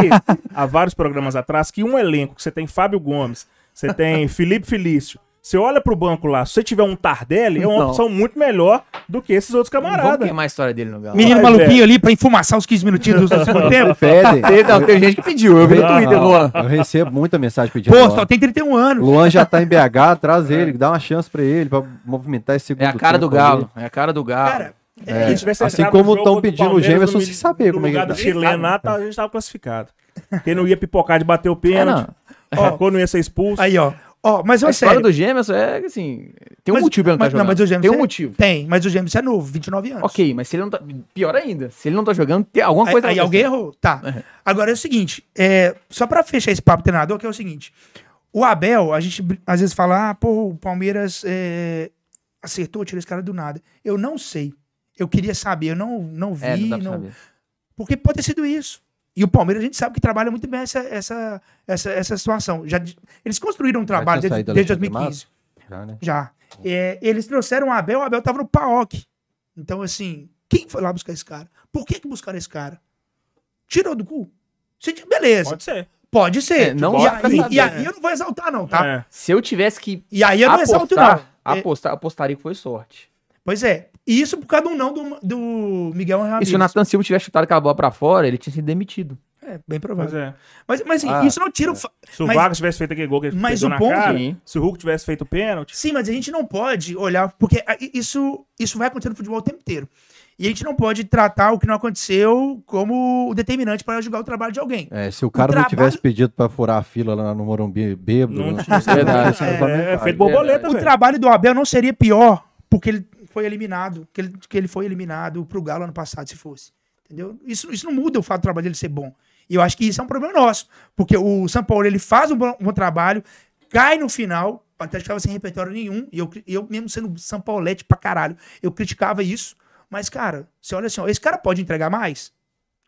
Speaker 2: há vários programas atrás que um elenco que você tem Fábio Gomes, você tem Felipe Felício. Você olha pro banco lá, se você tiver um Tardelli, é uma
Speaker 3: Não.
Speaker 2: opção muito melhor do que esses outros
Speaker 3: Vamos
Speaker 2: camaradas.
Speaker 3: queimar a história dele no Galo.
Speaker 4: Menino
Speaker 2: Ai,
Speaker 4: maluquinho ali pra infumaçar os 15 minutinhos do segundo tempo.
Speaker 1: Pedem.
Speaker 3: Não, tem gente que pediu. Eu vi no
Speaker 1: Não,
Speaker 3: Twitter,
Speaker 1: não.
Speaker 3: Luan.
Speaker 1: Eu recebo muita mensagem pedindo.
Speaker 4: Pô,
Speaker 1: Luan.
Speaker 4: só tem 31 anos.
Speaker 1: Luan já tá em BH, traz ele, dá uma chance pra ele, pra movimentar esse segundo
Speaker 3: É a cara do
Speaker 1: tempo
Speaker 3: Galo. É a cara do Galo.
Speaker 4: Cara, é
Speaker 3: É.
Speaker 2: Se ele tivesse
Speaker 1: assim
Speaker 2: entrado
Speaker 1: como
Speaker 2: no jogo
Speaker 1: tão
Speaker 2: contra
Speaker 1: pedindo o
Speaker 2: Palmeiras,
Speaker 1: Gêmeos,
Speaker 2: no
Speaker 1: sem
Speaker 2: mi-
Speaker 1: saber
Speaker 2: no
Speaker 1: como é que
Speaker 2: lugar do
Speaker 1: tá.
Speaker 2: chileno, lá, tá- a gente tava classificado. Quem não ia pipocar de bater o
Speaker 3: é,
Speaker 2: pênalti,
Speaker 3: não.
Speaker 2: sacou, não ia ser expulso.
Speaker 4: aí, ó. Ó, mas
Speaker 3: A
Speaker 4: olha
Speaker 3: história
Speaker 4: Então,
Speaker 3: do
Speaker 4: sério.
Speaker 3: Gêmeos é que, assim. Tem um
Speaker 4: mas-
Speaker 3: motivo pra ele não tá
Speaker 4: mas,
Speaker 3: jogando.
Speaker 4: Não, mas o Gêmeos
Speaker 3: Tem um
Speaker 4: é-
Speaker 3: motivo.
Speaker 4: Tem, mas o Gêmeos é novo, 29 anos.
Speaker 3: Ok, mas se ele não tá. Pior ainda, se ele não tá jogando, tem alguma
Speaker 4: Aí-
Speaker 3: coisa.
Speaker 4: aí,
Speaker 3: acontecendo.
Speaker 4: alguém errou. Tá. Agora é o seguinte, é, só pra fechar esse papo treinador, que é o seguinte. O Abel, a gente br- às vezes fala, ah, pô, o Palmeiras é, acertou, tirou esse cara do nada. Eu não sei. Eu queria saber, eu não, não vi,
Speaker 3: É, não dá pra
Speaker 4: não,
Speaker 3: saber.
Speaker 4: Porque pode ter sido isso. E o Palmeiras, a gente sabe que trabalha muito bem essa, essa, essa, essa situação. Já, de- eles construíram um trabalho
Speaker 1: tinha
Speaker 4: desde,
Speaker 1: saído
Speaker 4: desde
Speaker 1: Alexandre
Speaker 4: 2015.
Speaker 1: Já, né?
Speaker 4: Já. É, eles trouxeram o Abel, o Abel tava no PAOC. Então, assim, quem foi lá buscar esse cara? Por que, que buscaram esse cara? Tirou do cu. Se ti- beleza, pode,
Speaker 2: Pode ser.
Speaker 4: ser.
Speaker 3: É, não
Speaker 4: e,
Speaker 3: dá pra
Speaker 4: aí,
Speaker 3: saber,
Speaker 4: e aí
Speaker 3: né?
Speaker 4: eu não vou exaltar, não, tá?
Speaker 2: É.
Speaker 3: Se eu tivesse que
Speaker 4: E aí eu não exalto, não. É,
Speaker 3: apostar, apostar, apostaria que foi sorte.
Speaker 4: Pois é. E isso por causa do não do, do Miguel
Speaker 3: E
Speaker 4: Ramírez.
Speaker 3: se o Nathan Silva tivesse chutado aquela bola pra fora, ele tinha sido demitido.
Speaker 4: É,
Speaker 2: Pois
Speaker 4: bem provável.
Speaker 2: é.
Speaker 4: Mas, mas assim,
Speaker 1: Ah,
Speaker 4: isso não
Speaker 3: é.
Speaker 4: tira o. fa-
Speaker 2: Se o
Speaker 4: Mas-
Speaker 2: Vargas tivesse feito aquele gol que ele
Speaker 4: mas
Speaker 2: pegou
Speaker 4: o
Speaker 2: na
Speaker 4: ponto-
Speaker 2: cara,
Speaker 3: Sim.
Speaker 2: se o Hulk tivesse feito o pênalti,
Speaker 4: Sim, mas a gente não pode olhar, porque a- i- isso, isso vai acontecer no futebol o tempo inteiro. E a gente não pode tratar o que não aconteceu como o determinante para julgar o trabalho de alguém.
Speaker 1: É, se o cara não
Speaker 4: trabalho-
Speaker 1: tivesse pedido pra furar a fila lá no Morumbi bêbado,
Speaker 2: Não
Speaker 1: né?
Speaker 2: tinha.
Speaker 1: Verdade,
Speaker 2: é,
Speaker 1: Flamengo,
Speaker 2: é
Speaker 1: cara.
Speaker 2: feito borboleta,
Speaker 4: O
Speaker 2: velho.
Speaker 4: trabalho do Abel não seria pior porque ele foi eliminado, que ele, que ele foi eliminado pro Galo ano passado, se fosse. Entendeu? Isso, isso não muda o fato do trabalho dele ser bom. E eu acho que isso é um problema nosso. Porque o São Paulo ele faz um bom, um bom trabalho, cai no final, até estava sem repertório nenhum. E eu, cri- eu mesmo sendo São Paulete pra caralho, eu criticava isso. Mas, cara, você olha assim, ó, esse cara pode entregar mais?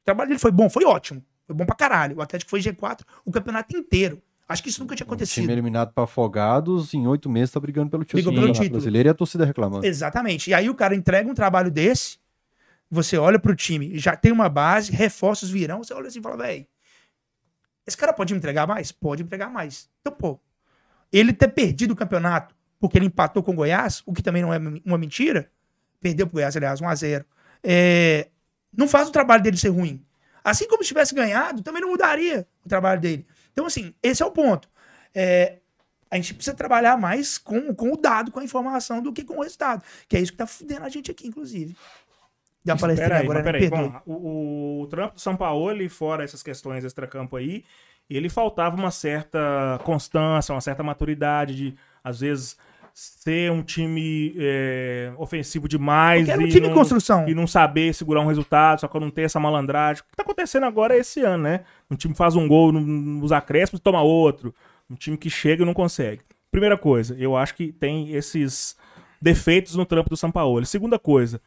Speaker 4: O trabalho dele foi bom, foi ótimo. Foi bom pra caralho. O Atlético foi G4 o campeonato inteiro. Acho que isso nunca tinha
Speaker 1: O
Speaker 4: acontecido.
Speaker 1: time eliminado pra Afogados, em oito meses tá brigando pelo título
Speaker 4: Brigou
Speaker 1: do
Speaker 4: pelo
Speaker 1: Campeonato
Speaker 4: título.
Speaker 1: Brasileiro e a torcida reclamando.
Speaker 4: Exatamente. E aí o cara entrega um trabalho desse, você olha pro time, já tem uma base, reforços virão, você olha assim e fala, velho, esse cara pode me entregar mais? Pode me entregar mais. Então, pô, ele ter perdido o campeonato porque ele empatou com o Goiás, o que também não é m- uma mentira, perdeu pro Goiás, aliás, 1x0, é, não faz o trabalho dele ser ruim. Assim como se tivesse ganhado, também não mudaria o trabalho dele. Então, assim, esse é o ponto. É, a gente precisa trabalhar mais com, com o dado, com a informação, do que com o resultado. Que é isso que tá fudendo a gente aqui, inclusive. Já palestrei
Speaker 2: Peraí,
Speaker 4: agora,
Speaker 2: mas
Speaker 4: né?
Speaker 2: peraí.
Speaker 4: Perdoa.
Speaker 2: Bom, o, o trampo do São Paulo, ele fora essas questões extracampo aí, ele faltava uma certa constância, uma certa maturidade de, às vezes, ser um time é, ofensivo demais.
Speaker 4: Porque era um
Speaker 2: e
Speaker 4: time em
Speaker 2: não-
Speaker 4: construção.
Speaker 2: e não saber segurar um resultado, só que eu não ter essa malandragem. O que tá acontecendo agora é esse ano, né? Um time faz um gol no- nos acréscimos e toma outro. Um time que chega e não consegue. Primeira coisa, eu acho que tem esses defeitos no trampo do Sampaoli. Segunda coisa,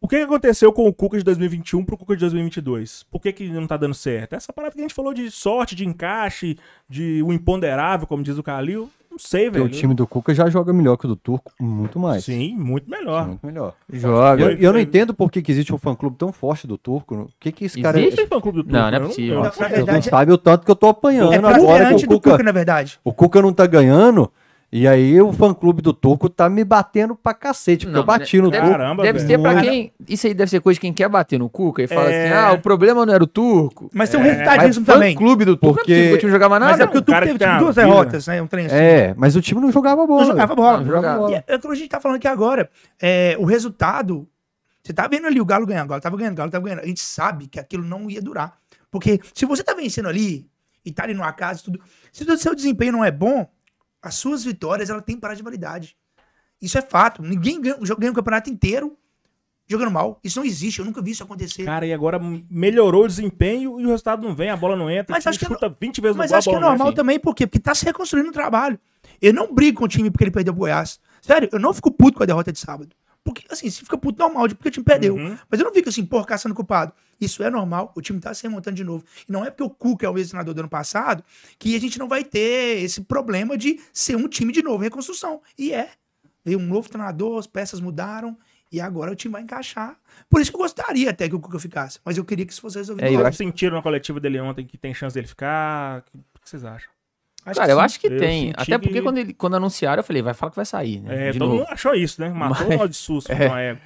Speaker 2: o que que aconteceu com o Cuca de 2021 pro Cuca de 2022? Por que, que não tá dando certo? Essa parada que a gente falou de sorte, de encaixe, de o imponderável, como diz o Calil, não sei,
Speaker 1: Porque
Speaker 2: velho.
Speaker 1: o um time do Cuca já joga melhor que o do Turco, muito mais.
Speaker 2: Sim, muito melhor.
Speaker 1: Muito melhor.
Speaker 3: Joga.
Speaker 1: Eu, eu não entendo por que, que existe um fã-clube tão forte do Turco. O que que esse cara...
Speaker 3: Existe?
Speaker 2: Tem fã-clube do
Speaker 3: Não,
Speaker 2: Turco,
Speaker 3: não é
Speaker 2: eu
Speaker 3: possível.
Speaker 2: eu
Speaker 4: Na
Speaker 2: sabe-
Speaker 1: Vocês não
Speaker 4: verdade,
Speaker 1: sabem o tanto que eu tô apanhando
Speaker 4: É
Speaker 1: agora que
Speaker 4: perseverante
Speaker 1: o
Speaker 4: do
Speaker 1: Cuca...
Speaker 4: Cuca, na verdade.
Speaker 1: O Cuca não tá ganhando, e aí o fã-clube do Turco tá me batendo pra cacete, porque
Speaker 3: Não, né,
Speaker 1: eu bati no
Speaker 3: deve-
Speaker 1: Turco.
Speaker 2: Caramba,
Speaker 3: deve
Speaker 2: velho.
Speaker 3: ser pra
Speaker 1: Muito.
Speaker 3: quem. Isso aí deve ser coisa de quem quer bater no Cuca e fala
Speaker 2: É.
Speaker 3: assim: ah, o problema não era o turco.
Speaker 4: Mas tem um
Speaker 3: Mas
Speaker 4: resultadismo
Speaker 3: o
Speaker 4: também.
Speaker 3: clube do turco.
Speaker 1: Porque-
Speaker 3: Não possível é que o time jogava
Speaker 4: Mas
Speaker 3: nada.
Speaker 4: é porque
Speaker 2: um
Speaker 4: o Tuca
Speaker 2: cara que
Speaker 4: teve
Speaker 2: tem
Speaker 4: tipo,
Speaker 2: uma
Speaker 4: duas
Speaker 2: vida.
Speaker 4: derrotas, né? Um trem assim. ah,
Speaker 1: É, mas o time não jogava bola.
Speaker 4: Não jogava bola.
Speaker 3: Não jogava.
Speaker 4: E é, é o que a gente tá falando aqui agora. É, o resultado. Você tá vendo ali o Galo ganhar, o Galo tava ganhando, o Galo tava ganhando. A gente sabe que aquilo não ia durar. Porque se você tá vencendo ali e tá ali no acaso e tudo, se o seu desempenho não é bom, as suas vitórias ela tem parada de validade. Isso é fato. Ninguém ganha, jo- ganha o campeonato inteiro jogando mal. Isso não existe. Eu nunca vi isso acontecer.
Speaker 2: Cara, e agora melhorou o desempenho e o resultado não vem, a bola não entra. o
Speaker 4: Mas
Speaker 2: time
Speaker 4: acho que é
Speaker 2: chuta 20 vezes no
Speaker 4: Mas
Speaker 2: gol, a
Speaker 4: acho que é
Speaker 2: bola não
Speaker 4: normal
Speaker 2: entra.
Speaker 4: também, por quê? Porque tá se reconstruindo o trabalho. Eu não brigo com o time porque ele perdeu o Goiás. Sério, eu não fico puto com a derrota de sábado. Porque, assim, se fica puto normal, de porque o time perdeu.
Speaker 2: Uhum.
Speaker 4: Mas eu não fico assim, porra, caçando culpado. Isso é normal, o time tá se remontando de novo. E não é porque o Cuca é o ex-treinador do ano passado que a gente não vai ter esse problema de ser um time de novo em reconstrução. E é. Veio um novo treinador, as peças mudaram e agora o time vai encaixar. Por isso que eu gostaria até que o Cuca ficasse. Mas eu queria que isso fosse resolvido.
Speaker 3: É,
Speaker 4: logo.
Speaker 3: eu
Speaker 2: Vocês sentiram na coletiva dele ontem que tem chance dele ficar? O que vocês acham?
Speaker 4: Acho
Speaker 3: Cara,
Speaker 4: que
Speaker 3: eu
Speaker 4: sim.
Speaker 3: acho que
Speaker 2: Eu
Speaker 3: tem.
Speaker 2: senti
Speaker 3: Até porque
Speaker 2: que-
Speaker 3: quando, ele, quando anunciaram, eu falei, vai falar que vai sair, né?
Speaker 2: É,
Speaker 3: de
Speaker 2: todo
Speaker 3: novo.
Speaker 2: mundo achou isso, né? Matou
Speaker 3: Mas-
Speaker 2: o nó de susto
Speaker 3: É.
Speaker 2: com a ego.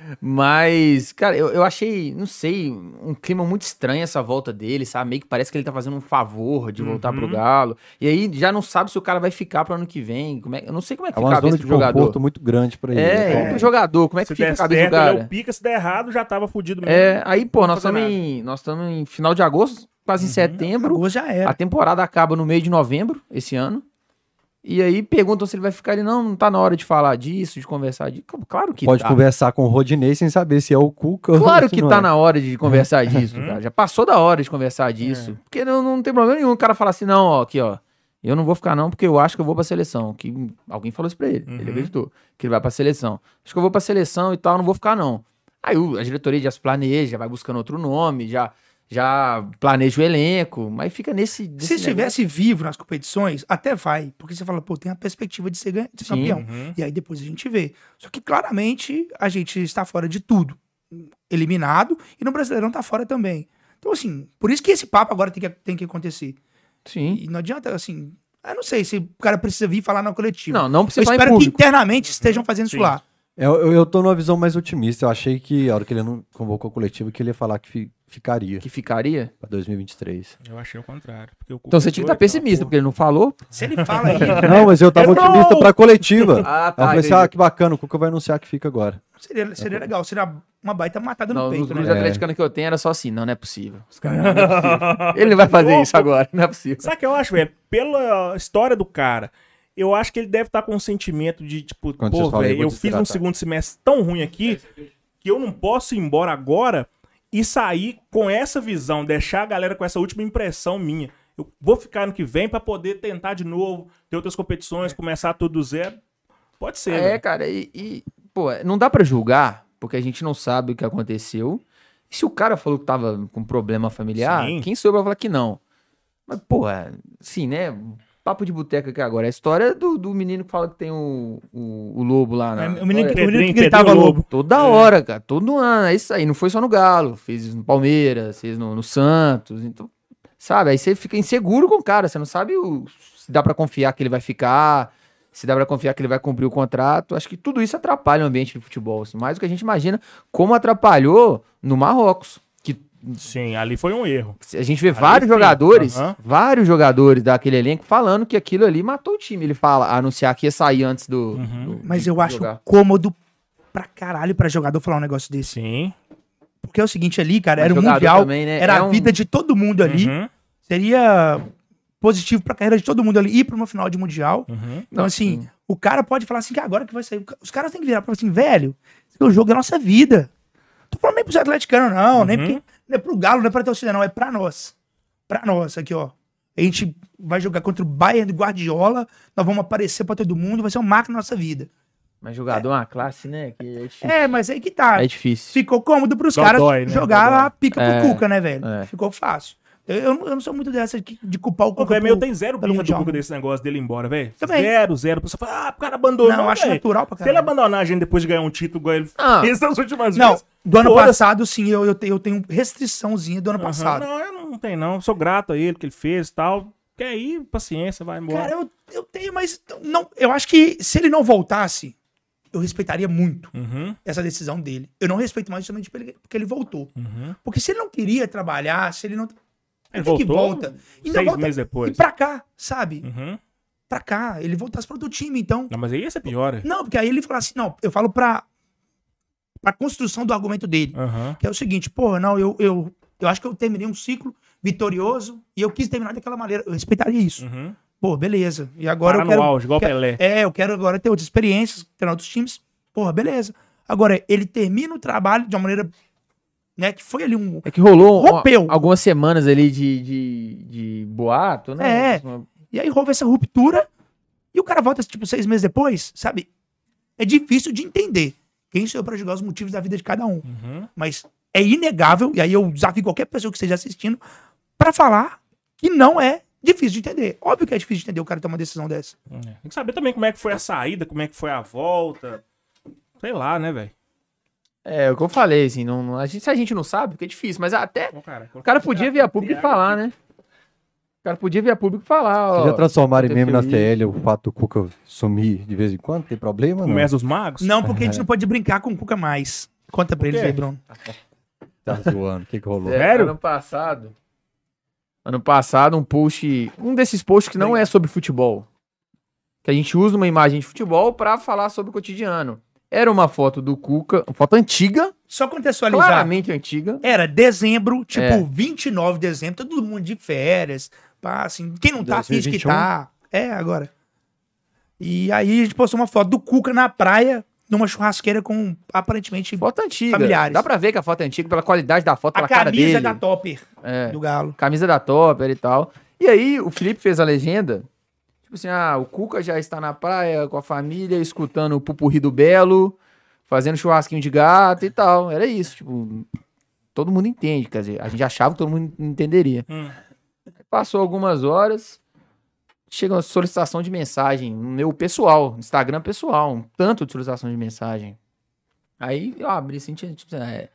Speaker 3: Mas, cara, eu, eu achei, não sei, um clima muito estranho essa volta dele, sabe? Meio que parece que ele tá fazendo um favor de voltar
Speaker 2: Uhum.
Speaker 3: pro Galo. E aí já não sabe se o cara vai ficar pro ano que vem. Como é, eu não sei como é que
Speaker 1: É
Speaker 3: fica
Speaker 1: uma
Speaker 3: a cabeça
Speaker 1: zona
Speaker 3: do
Speaker 1: de
Speaker 3: jogador.
Speaker 1: conforto muito grande pra ele.
Speaker 3: É,
Speaker 1: né?
Speaker 3: como jogador, como é que
Speaker 2: Se
Speaker 3: fica a
Speaker 2: der
Speaker 3: cabeça do
Speaker 2: certo, ele é
Speaker 3: cara?
Speaker 2: o pica, se der errado, já tava fudido mesmo.
Speaker 3: É, aí, pô, nós
Speaker 2: fazer
Speaker 3: estamos
Speaker 2: nada. Uhum.
Speaker 3: em, nós tamo em final de agosto, quase em setembro.
Speaker 4: Agora já era.
Speaker 3: A temporada acaba no meio de novembro, esse ano. E aí perguntam se ele vai ficar ali. Não, não tá na hora de falar disso, de conversar disso. Claro que
Speaker 1: Pode
Speaker 3: tá.
Speaker 1: conversar com o Rodinei sem saber se é o Cuca
Speaker 3: Claro
Speaker 1: ou
Speaker 3: que Uhum.
Speaker 1: não
Speaker 3: tá
Speaker 1: é.
Speaker 3: na hora de conversar disso, cara. Já passou da hora de conversar disso. Porque não, não tem problema nenhum o cara falar assim, não, ó, aqui, ó. Eu não vou ficar, não, porque eu acho que eu vou pra seleção. Que alguém falou isso pra ele.
Speaker 2: Uhum.
Speaker 3: Ele acreditou que ele vai pra seleção. Acho que eu vou pra seleção e tal, não vou ficar, não. Aí o- a diretoria já se planeja, já vai buscando outro nome, já, já planeja o elenco, mas fica nesse.
Speaker 4: Se
Speaker 3: desse negócio.
Speaker 4: estivesse vivo nas competições, até vai. Porque você fala, pô, tem a perspectiva de ser, ganha- de ser
Speaker 3: Sim,
Speaker 4: campeão.
Speaker 2: uhum.
Speaker 4: E aí depois a gente vê. Só que claramente a gente está fora de tudo. Eliminado. E no Brasileirão tá fora também. Então, assim, por isso que esse papo agora tem que, tem que acontecer.
Speaker 3: Sim.
Speaker 4: E não adianta, assim. Eu não sei se o cara precisa vir falar na coletiva.
Speaker 3: Não, não precisa
Speaker 4: Eu
Speaker 3: falar em
Speaker 4: espero que
Speaker 3: público.
Speaker 4: internamente estejam fazendo isso
Speaker 2: Sim.
Speaker 4: lá.
Speaker 1: Eu, É, eu, eu tô numa visão mais otimista. Eu achei que a hora que ele não convocou o coletivo, que ele ia falar que fi- ficaria
Speaker 3: Que ficaria.
Speaker 1: pra 2023.
Speaker 2: Eu achei o contrário. porque o é Cuca
Speaker 3: Então você tinha que
Speaker 2: foi,
Speaker 3: estar pessimista,
Speaker 2: porra.
Speaker 3: porque ele não falou.
Speaker 4: Se ele fala aí.
Speaker 1: Não, mas eu
Speaker 3: É
Speaker 1: tava
Speaker 4: Errou!
Speaker 1: otimista pra coletiva.
Speaker 3: Ah,
Speaker 1: Aí eu falei assim, ah,
Speaker 3: entendi.
Speaker 1: que bacana, o Cuca vai anunciar que fica agora.
Speaker 4: Seria, seria legal, seria uma baita matada no
Speaker 3: Não, nos
Speaker 4: peito,
Speaker 3: grupos
Speaker 4: né?
Speaker 1: É.
Speaker 3: atleticanos que eu tenho era só assim, não, não é possível. Os caras, não, não é possível. Ele não vai fazer isso agora, não é possível.
Speaker 2: Sabe o que eu acho, velho? Pela história do cara, eu acho que ele deve estar com um sentimento de, tipo,
Speaker 1: Quando
Speaker 2: pô,
Speaker 1: vocês falam, eu
Speaker 2: velho,
Speaker 1: vou
Speaker 2: eu fiz um
Speaker 1: desidratar.
Speaker 2: segundo semestre tão ruim aqui que eu não posso ir embora agora e sair com essa visão, deixar a galera com essa última impressão minha. Eu vou ficar ano que vem pra poder tentar de novo, ter outras
Speaker 4: É.
Speaker 2: competições, começar tudo do zero. Pode ser.
Speaker 4: né?
Speaker 3: É,
Speaker 2: velho.
Speaker 3: cara, e, e, pô, não dá pra julgar, porque a gente não sabe o que aconteceu. E se o cara falou que tava com problema familiar,
Speaker 2: Sim.
Speaker 3: quem sou eu pra falar que não? Mas, porra, sim, né? Papo de boteca aqui agora. É A história do, do menino que fala que tem o, o, o lobo lá. Na...
Speaker 4: É, o menino que-
Speaker 2: Pedrinho-
Speaker 4: menino
Speaker 2: Pedrinho
Speaker 4: gritava
Speaker 2: Lobo.
Speaker 4: lobo.
Speaker 3: Toda hora, cara. Todo ano. É isso aí. Não foi só no Galo. Fez no Palmeiras, fez no, no Santos. Então, sabe? Aí você fica inseguro com o cara. Você não sabe o- se dá pra confiar que ele vai ficar, se dá pra confiar que ele vai cumprir o contrato. Acho que tudo isso atrapalha o ambiente de futebol. assim, mais do que a gente imagina. Como atrapalhou no Marrocos. Que
Speaker 2: Sim, ali foi um erro.
Speaker 3: a gente vê vários
Speaker 2: sim,
Speaker 3: jogadores,
Speaker 2: aham.
Speaker 3: vários jogadores daquele elenco falando que aquilo ali matou o time. Ele fala, anunciar que ia sair antes do.
Speaker 2: Uhum.
Speaker 3: do-
Speaker 4: Mas
Speaker 3: de
Speaker 4: eu acho
Speaker 3: jogar.
Speaker 4: cômodo pra caralho pra jogador falar um negócio desse.
Speaker 2: Sim.
Speaker 4: Porque é o seguinte ali, cara,
Speaker 3: Mas
Speaker 4: era o
Speaker 3: jogador
Speaker 4: Mundial,
Speaker 3: também, né?
Speaker 4: era
Speaker 3: É
Speaker 4: a
Speaker 3: um-
Speaker 4: vida de todo mundo ali.
Speaker 2: Uhum.
Speaker 4: Seria positivo pra carreira de todo mundo ali ir pra uma final de Mundial.
Speaker 2: Uhum.
Speaker 4: Então, assim, o cara pode falar assim, que agora que vai sair. Os caras têm que virar pra falar assim, velho, esse é o jogo da nossa vida. Tô falando nem pros atleticanos, não, nem
Speaker 2: Uhum.
Speaker 4: porque, não é pro Galo, não é pra torcida, não, é pra nós. Pra nós, aqui, ó. A gente vai jogar contra o Bayern do Guardiola, nós vamos aparecer pra todo mundo, vai ser um marco na nossa vida.
Speaker 3: Mas jogador é uma classe, né? Que é difícil.
Speaker 4: É, mas aí que tá.
Speaker 3: É difícil.
Speaker 4: Ficou cômodo pros
Speaker 2: Dodói,
Speaker 4: caras
Speaker 2: né?
Speaker 4: jogar
Speaker 2: Dodói.
Speaker 4: a pica
Speaker 3: É.
Speaker 4: pro Cuca, né, velho?
Speaker 3: É.
Speaker 4: Ficou fácil. Eu, eu não- eu não sou muito dessa de, de culpar o
Speaker 2: Pô,
Speaker 4: Cuca.
Speaker 2: velho, meu,
Speaker 4: por-
Speaker 2: tem zero
Speaker 4: pelo
Speaker 2: birra do
Speaker 4: Mundial.
Speaker 2: Cuca desse negócio dele ir embora, velho.
Speaker 4: Também.
Speaker 2: Zero, zero. Você fala, ah, o cara abandonou.
Speaker 4: Não, eu acho
Speaker 2: velho.
Speaker 4: natural pra
Speaker 2: Se ele
Speaker 4: caralho.
Speaker 2: abandonar a gente depois de ganhar um título, igual ele
Speaker 3: Ah.
Speaker 2: fez nas últimas
Speaker 4: Não,
Speaker 2: vezes.
Speaker 4: do ano
Speaker 2: Foda-se.
Speaker 4: passado, sim, eu, eu, te- eu tenho restriçãozinha do ano
Speaker 2: Aham.
Speaker 4: Tá passado.
Speaker 2: Não, eu não tenho, não. Eu sou grato a ele, que ele fez e tal. Quer ir, paciência, vai embora.
Speaker 4: Cara, eu, eu tenho, mas não, eu acho que se ele não voltasse, eu respeitaria muito
Speaker 2: Uhum,
Speaker 4: essa decisão dele. Eu não respeito mais justamente porque ele, porque ele voltou.
Speaker 2: uhum.
Speaker 4: Porque se ele não queria trabalhar, se ele não.
Speaker 2: Ele
Speaker 4: Por que que
Speaker 2: voltou
Speaker 4: volta? Ainda
Speaker 2: Seis
Speaker 4: volta
Speaker 2: meses
Speaker 4: e
Speaker 2: depois.
Speaker 4: pra cá, sabe?
Speaker 2: Uhum.
Speaker 4: Pra cá. Ele voltasse pra outro time, então.
Speaker 2: Não, mas aí ia ser pior. é.
Speaker 4: Não, porque aí ele fala assim, não, eu falo pra, pra construção do argumento dele.
Speaker 2: Aham.
Speaker 4: Que é o seguinte, porra, não, eu, eu, eu acho que eu terminei um ciclo vitorioso e eu quis terminar daquela maneira. Eu respeitaria isso.
Speaker 2: Uhum.
Speaker 4: Pô, beleza. E agora
Speaker 2: Parar
Speaker 4: eu
Speaker 2: no
Speaker 4: quero.
Speaker 2: auge, né? igual o
Speaker 4: que-
Speaker 2: Pelé.
Speaker 4: É, eu quero agora ter outras experiências, treinar outros times. Porra, beleza. Agora, ele termina o trabalho de uma maneira. Né, que foi ali um.
Speaker 3: É que rolou um-
Speaker 4: Rompeu.
Speaker 3: algumas semanas ali de, de, de boato, né?
Speaker 4: É. E aí houve essa ruptura e o cara volta, tipo, seis meses depois, sabe? É difícil de entender quem sou eu pra julgar os motivos da vida de cada um.
Speaker 2: Uhum.
Speaker 4: Mas é inegável, e aí eu desafio qualquer pessoa que esteja assistindo pra falar que não é difícil de entender. Óbvio que é difícil de entender o cara tomar uma decisão dessa.
Speaker 2: É. Tem que saber também como é que foi a saída, como é que foi a volta. Sei lá, né, velho?
Speaker 3: É, o que eu falei, assim, não, não- a gente, se a gente não sabe, porque é difícil, mas até
Speaker 2: Ô, cara,
Speaker 3: o cara podia vir a público e falar, né? O cara podia vir a público e falar,
Speaker 1: Vocês já
Speaker 3: ó.
Speaker 1: transformaram em meme na
Speaker 3: aconteceu
Speaker 1: CL o fato do Cuca sumir de vez em quando? Tem problema? né? Não.
Speaker 3: né?
Speaker 2: Começa os magos?
Speaker 4: Não, porque a gente não pode brincar com o Cuca mais. Conta pra eles
Speaker 2: quê?
Speaker 4: aí, Bruno.
Speaker 1: Tá zoando. O que, que rolou?
Speaker 3: é,
Speaker 2: Sério?
Speaker 3: Ano passado. Ano passado, um post. Um desses posts que não é sobre futebol. Que a gente usa uma imagem de futebol pra falar sobre o cotidiano. Era uma foto do Cuca, uma foto antiga,
Speaker 4: Só contextualizar.
Speaker 3: claramente antiga.
Speaker 4: Era dezembro, tipo,
Speaker 3: É.
Speaker 4: 29 de dezembro, todo mundo de férias. Pá, assim, quem não tá, finge que
Speaker 1: 2021?
Speaker 4: tá. É, agora. E aí a gente postou uma foto do Cuca na praia, numa churrasqueira com, aparentemente,
Speaker 3: Foto antiga.
Speaker 4: Familiares.
Speaker 3: Dá pra ver que a foto é antiga pela qualidade da foto,
Speaker 4: a
Speaker 3: pela cara dele.
Speaker 4: camisa da Topper
Speaker 3: É,
Speaker 4: do Galo.
Speaker 3: camisa da Topper e tal. E aí o Felipe fez a legenda. Tipo assim, ah, o Cuca já está na praia com a família, escutando o Pupurri do Belo, fazendo churrasquinho de gato e tal. Era isso, tipo... todo mundo entende, quer dizer, a gente achava que todo mundo entenderia. Passou algumas horas, chega uma solicitação de mensagem no meu pessoal, no Instagram pessoal, um tanto de solicitação de mensagem. Aí eu abri assim, tinha tipo, é,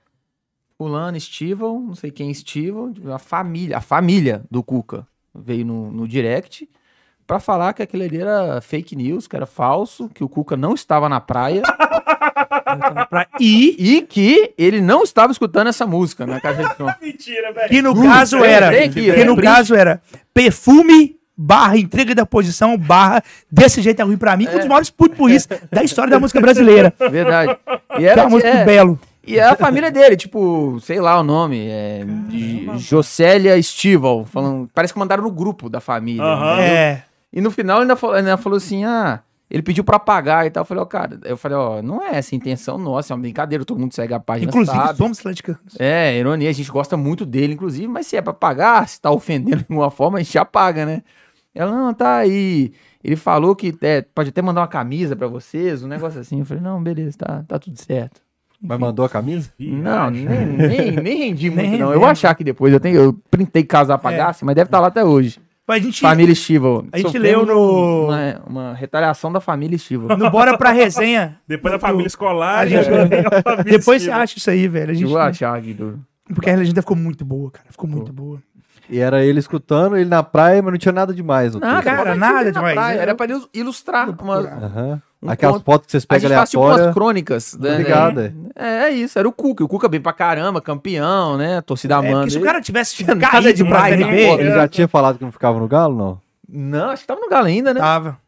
Speaker 3: fulano, Estival, não sei quem Estival, a família, a família do Cuca veio no, no direct pra falar que aquilo ali era fake news, que era falso, que o Cuca não estava na praia
Speaker 4: Pra-
Speaker 3: e, e que ele não estava escutando essa música na caixa de som.
Speaker 2: Mentira, velho.
Speaker 4: Que no
Speaker 3: Juro,
Speaker 4: caso
Speaker 3: eu
Speaker 4: era.
Speaker 3: lembrei aqui,
Speaker 4: Que
Speaker 3: eu
Speaker 4: no
Speaker 3: lembrei.
Speaker 4: caso era perfume barra entrega da posição barra desse jeito é ruim pra mim, que é um dos maiores putpurris da história da música brasileira.
Speaker 3: Verdade. E
Speaker 4: Que é
Speaker 3: era,
Speaker 4: uma música do
Speaker 3: é,
Speaker 4: belo.
Speaker 3: e era a família dele, tipo, sei lá o nome, é, de- Jocélia Estival, falando, parece que mandaram no grupo da família.
Speaker 2: Aham.
Speaker 3: entendeu?
Speaker 4: É.
Speaker 3: E no final ele ainda falou, ainda falou assim, ah, ele pediu pra pagar e tal. Eu falei, ó, cara, eu falei, ó, não é essa a intenção nossa, é uma brincadeira, todo mundo segue a página,
Speaker 4: Inclusive,
Speaker 3: sabe?
Speaker 4: somos atleticanos.
Speaker 3: É, ironia, a gente gosta muito dele, inclusive, mas se é pra pagar, se tá ofendendo de alguma forma, a gente já paga, né? Ela, não, tá aí. Ele falou que é, pode até mandar uma camisa pra vocês, um negócio assim. Eu falei, não, beleza, tá, tá tudo certo.
Speaker 1: Mas mandou a camisa?
Speaker 2: É.
Speaker 3: Não, nem, nem, nem rendi muito,
Speaker 4: Nem É.
Speaker 3: não. Eu vou achar que depois, eu tenho, eu printei caso a pagasse, assim, mas deve estar lá até hoje.
Speaker 4: Mas a gente,
Speaker 3: Família Estival.
Speaker 4: a gente
Speaker 3: Sofremos
Speaker 4: leu no-
Speaker 3: Uma, uma retaliação da família Estival.
Speaker 4: no Bora Pra Resenha,
Speaker 2: Depois da família escolar,
Speaker 4: A gente-
Speaker 2: a família
Speaker 4: depois você
Speaker 2: escolar.
Speaker 4: acha isso aí, velho. A
Speaker 3: Eu
Speaker 4: gente,
Speaker 3: vou achar aqui, do...
Speaker 4: porque a legenda ficou muito boa, cara. Ficou muito boa.
Speaker 1: E era ele escutando, ele na praia, mas não tinha nada demais. no
Speaker 3: Nada,
Speaker 1: texto.
Speaker 4: cara,
Speaker 3: só
Speaker 4: nada
Speaker 3: na
Speaker 4: demais. né?
Speaker 3: praia,
Speaker 4: Eu-
Speaker 3: Era pra ele ilustrar uma,
Speaker 1: Aham.
Speaker 3: Um
Speaker 1: Aquelas
Speaker 3: ponto.
Speaker 1: fotos que vocês
Speaker 3: A
Speaker 1: pegam
Speaker 3: gente faz tipo umas
Speaker 1: aleatória.
Speaker 3: crônicas.
Speaker 1: Tô
Speaker 3: Né?
Speaker 1: ligado. é.
Speaker 3: É, é isso, era o Cuca. E O Cuca bem pra caramba, campeão, né? Torcida
Speaker 4: É,
Speaker 3: amando.
Speaker 4: porque se o
Speaker 3: ele.
Speaker 4: cara tivesse
Speaker 3: Tinha nada né?
Speaker 4: caído
Speaker 3: demais
Speaker 4: demais,
Speaker 3: na
Speaker 4: NB,
Speaker 3: bola.
Speaker 1: Ele já tinha falado que não ficava no galo, não?
Speaker 3: Não, acho que tava no Galo ainda, né?
Speaker 4: tava.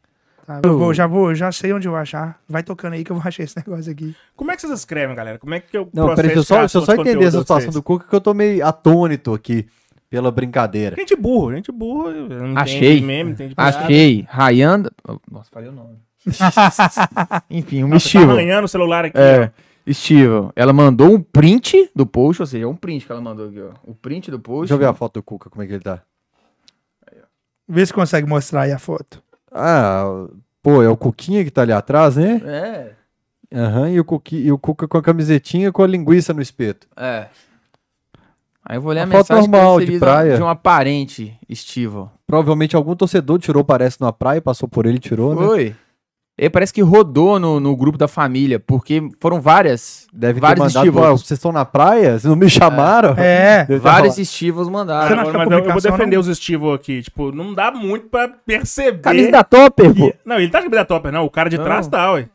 Speaker 4: tava. Eu vou, já vou, já sei onde eu vou achar. Vai tocando aí que eu vou achar esse negócio aqui.
Speaker 2: Como é que vocês escrevem, galera? Como é que eu
Speaker 1: Não, peraí, deixa eu só, deixa eu só entender essa situação do Cuca que eu tô meio atônito aqui pela brincadeira.
Speaker 2: Gente burro, gente burro. eu Não
Speaker 3: Achei.
Speaker 2: Entende meme, entende piada.
Speaker 3: Achei. Rayanda. Nossa, falei o nome. Enfim, um
Speaker 2: Você tá
Speaker 3: Estival.
Speaker 2: arranhando o celular aqui.
Speaker 3: É, Estival. Ela mandou um print do post, ou seja, é um print que ela mandou aqui, ó. O print do post.
Speaker 1: Deixa eu ver a foto do Cuca, como é que ele tá.
Speaker 4: Vê se consegue mostrar aí a foto.
Speaker 1: Ah, pô, é o Cuquinha que tá ali atrás, né?
Speaker 3: É,
Speaker 1: Aham, e, o Cuqui- e o Cuca com a camisetinha com a linguiça no espeto.
Speaker 3: é. Aí eu vou ler a,
Speaker 1: Uma foto
Speaker 3: mensagem que eu
Speaker 1: normal, de
Speaker 3: recebi
Speaker 1: praia.
Speaker 3: de um uma parente, Estival.
Speaker 1: Provavelmente algum torcedor tirou, parece, numa praia, passou por ele e tirou, né?
Speaker 3: Foi. Ele parece que rodou no, no grupo da família, porque foram várias.
Speaker 1: Deve ter
Speaker 3: vários
Speaker 1: mandado,
Speaker 3: estímulos.
Speaker 1: ó, vocês estão na praia? Vocês não me chamaram?
Speaker 4: É.
Speaker 1: Deve ter
Speaker 3: Vários
Speaker 1: falado.
Speaker 3: estivos
Speaker 2: Cara,
Speaker 4: Você
Speaker 3: mandaram.
Speaker 4: não acha que
Speaker 2: mas é eu,
Speaker 4: a
Speaker 2: eu vou
Speaker 4: publicação
Speaker 2: defender os Estivo aqui. Tipo, não dá muito pra perceber.
Speaker 3: Camisa da Topper, pô.
Speaker 2: que- Não, ele tá de camisa da topper, não. O cara de
Speaker 3: Não.
Speaker 2: trás tá, ué.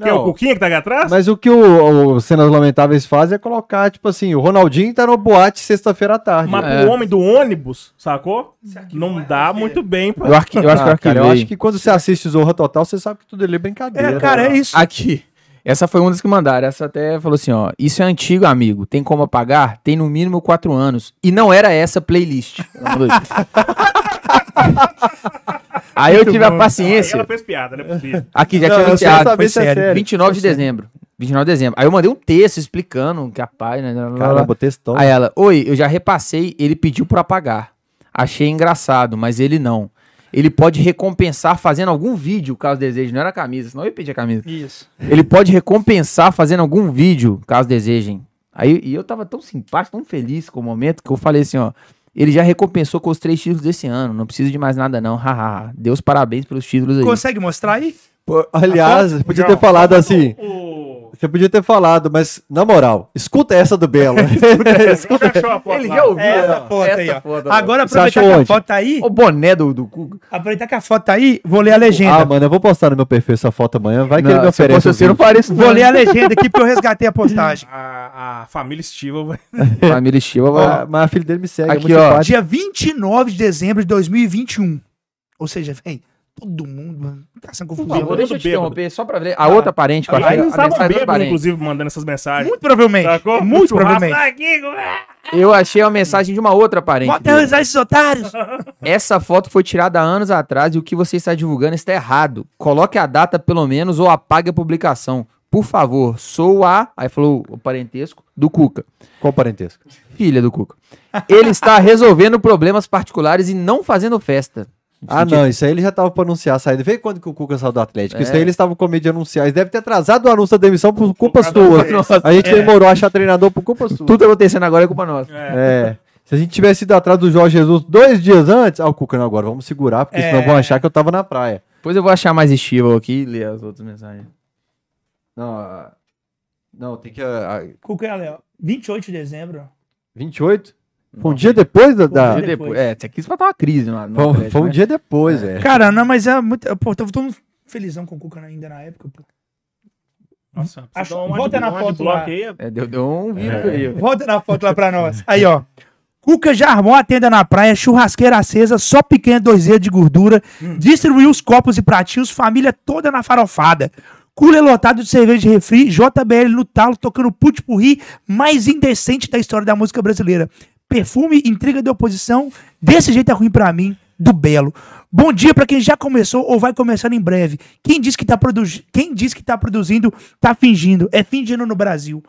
Speaker 2: Que é
Speaker 1: Não,
Speaker 2: o Cuquinha que tá aqui atrás?
Speaker 1: Mas o que o, o Cenas Lamentáveis faz é colocar, tipo assim, o Ronaldinho tá no boate sexta-feira à tarde.
Speaker 2: Mas
Speaker 3: É.
Speaker 2: o homem do ônibus, sacou? Não é dá muito bem
Speaker 4: é
Speaker 2: pra.
Speaker 3: Eu, arqui- eu acho
Speaker 1: Ah,
Speaker 3: que eu arquivei.
Speaker 1: cara, eu acho que quando você assiste Zorra Total, você sabe que tudo ali é brincadeira.
Speaker 4: É, cara, é isso.
Speaker 3: Aqui. Essa foi uma das que mandaram. Essa até falou assim: ó. Isso é antigo, amigo. Tem como apagar? Tem no mínimo quatro anos. E não era essa playlist. Ela mandou isso. Aí eu
Speaker 4: Muito
Speaker 3: tive a
Speaker 4: bom.
Speaker 2: Aí
Speaker 3: paciência.
Speaker 2: ela fez piada, não é possível.
Speaker 3: Aqui,
Speaker 1: Não,
Speaker 3: já tinha
Speaker 1: eu quero
Speaker 3: anunciado.
Speaker 1: saber se é
Speaker 4: Foi sério.
Speaker 1: sério.
Speaker 3: 29 de dezembro. 29 de dezembro. Aí eu mandei um texto explicando que a página. blá, blá, blá.
Speaker 1: Caramba, textão.
Speaker 3: Aí ela, oi, eu já repassei, ele pediu pra pagar. Achei engraçado, mas ele não. Ele pode recompensar fazendo algum vídeo, caso deseje. Não era a camisa, senão eu ia pedir a camisa.
Speaker 4: Isso.
Speaker 3: Ele pode recompensar fazendo algum vídeo, caso desejem. Aí e eu tava tão simpático, tão feliz com o momento, que eu falei assim, ó. Ele já recompensou com os três títulos desse ano. Não precisa de mais nada, não. Haha. Deus parabéns pelos títulos aí.
Speaker 4: Consegue mostrar aí?
Speaker 1: Pô, aliás, você podia ter
Speaker 2: João,
Speaker 1: falado assim.
Speaker 2: O...
Speaker 1: Você podia ter falado, mas, na moral, escuta essa do Belo.
Speaker 2: Joga a chapa lá.
Speaker 3: Ele já ouviu
Speaker 4: Essa foto
Speaker 3: essa
Speaker 4: aí, ó.
Speaker 3: foto,
Speaker 4: Agora
Speaker 1: Você
Speaker 4: aproveitar
Speaker 1: achou
Speaker 4: que a
Speaker 1: onde?
Speaker 4: foto tá aí.
Speaker 3: O boné do, do Cuca.
Speaker 4: Aproveitar que a foto tá aí, vou ler a legenda.
Speaker 1: ah, mano, eu vou postar no meu perfil essa foto amanhã. Vai que ele me
Speaker 3: Não, se eu
Speaker 1: oferece.
Speaker 3: fosse
Speaker 1: um
Speaker 3: você, eu não né?
Speaker 1: vídeo.
Speaker 3: faria isso.
Speaker 4: Vou ler a legenda aqui porque eu resgatei a postagem.
Speaker 2: A, a família Estiva vai.
Speaker 3: Família Estiva vai-
Speaker 1: Ah, mas a filha dele me segue.
Speaker 3: Aqui,
Speaker 1: é muito
Speaker 3: ó.
Speaker 1: simpática.
Speaker 4: Dia 29 de dezembro de 2021. Ou seja, vem todo mundo, mano. Tá sendo
Speaker 2: Por
Speaker 4: confusão.
Speaker 2: favor,
Speaker 3: deixa eu
Speaker 2: todo
Speaker 3: te
Speaker 2: bêbado.
Speaker 3: interromper só pra ver. A outra parente que eu achei.
Speaker 2: Aí
Speaker 3: a
Speaker 2: estavam
Speaker 3: mensagem da
Speaker 2: bêbados,
Speaker 3: parente.
Speaker 2: inclusive, mandando essas mensagens.
Speaker 4: Muito provavelmente.
Speaker 2: Sacou?
Speaker 4: Tá Muito
Speaker 2: Churrasco
Speaker 4: provavelmente.
Speaker 2: aqui, ah!
Speaker 3: Eu achei uma mensagem de uma outra parente.
Speaker 4: Bota
Speaker 3: dele.
Speaker 4: realizar esses otários.
Speaker 3: Essa foto foi tirada há anos atrás e o que você está divulgando está errado. Coloque a data pelo menos ou apague a publicação. Por favor, sou a. Aí falou o parentesco do Cuca.
Speaker 1: Qual parentesco?
Speaker 3: Filha do Cuca. Ele está resolvendo problemas particulares e não fazendo festa.
Speaker 1: Ah, não, isso aí ele já tava pra anunciar a saída. Vê quando que o Cuca saiu do Atlético. Isso aí eles estavam com medo de anunciar. Eles devem ter atrasado o anúncio da demissão por culpa
Speaker 2: causa
Speaker 1: sua.
Speaker 2: deles.
Speaker 1: A
Speaker 4: É.
Speaker 1: gente demorou a achar treinador por culpa sua.
Speaker 3: Tudo tá acontecendo agora é culpa nossa.
Speaker 1: É. Se a gente tivesse ido atrás do Jorge Jesus dois dias antes, ah, o Cuca, não, agora vamos segurar, porque senão
Speaker 4: É.
Speaker 1: vão achar que eu tava na praia.
Speaker 3: Depois eu vou achar mais estímulo aqui e ler as outras mensagens.
Speaker 1: Não, ah, não tem que. ah, ah,
Speaker 4: Cuca e Léo, 28 de dezembro.
Speaker 1: 28? Foi um dia depois da. da-
Speaker 4: Ah.
Speaker 3: E depois. É, isso aqui isso vai estar uma crise lá. no
Speaker 1: Foi, um-
Speaker 3: Atlético,
Speaker 1: foi um
Speaker 3: né?
Speaker 1: dia depois, é.
Speaker 4: Cara, não, mas é muito. Pô, eu tava todo mundo felizão com o Cuca ainda na época, pô.
Speaker 2: Nossa,
Speaker 4: Acho-
Speaker 2: dá um
Speaker 4: volta
Speaker 2: ad-
Speaker 4: na
Speaker 2: um
Speaker 4: foto
Speaker 2: adblock
Speaker 4: lá.
Speaker 2: aí, é-
Speaker 3: É, deu, deu um vírus aí.
Speaker 4: Volta na foto lá pra nós. Aí, ó. Cuca já armou a tenda na praia, churrasqueira acesa, só picanha dois dedos de gordura, distribuiu os copos e pratinhos, família toda na farofada. Cooler lotado de cerveja de refri, JBL no talo, tocando put-purri mais indecente da história da música brasileira. Perfume, intriga de oposição, desse jeito é ruim pra mim, do Belo. Bom dia pra quem já começou ou vai começar em breve. Quem diz que tá, produzi quem diz que tá produzindo, tá fingindo. É fingindo no Brasil.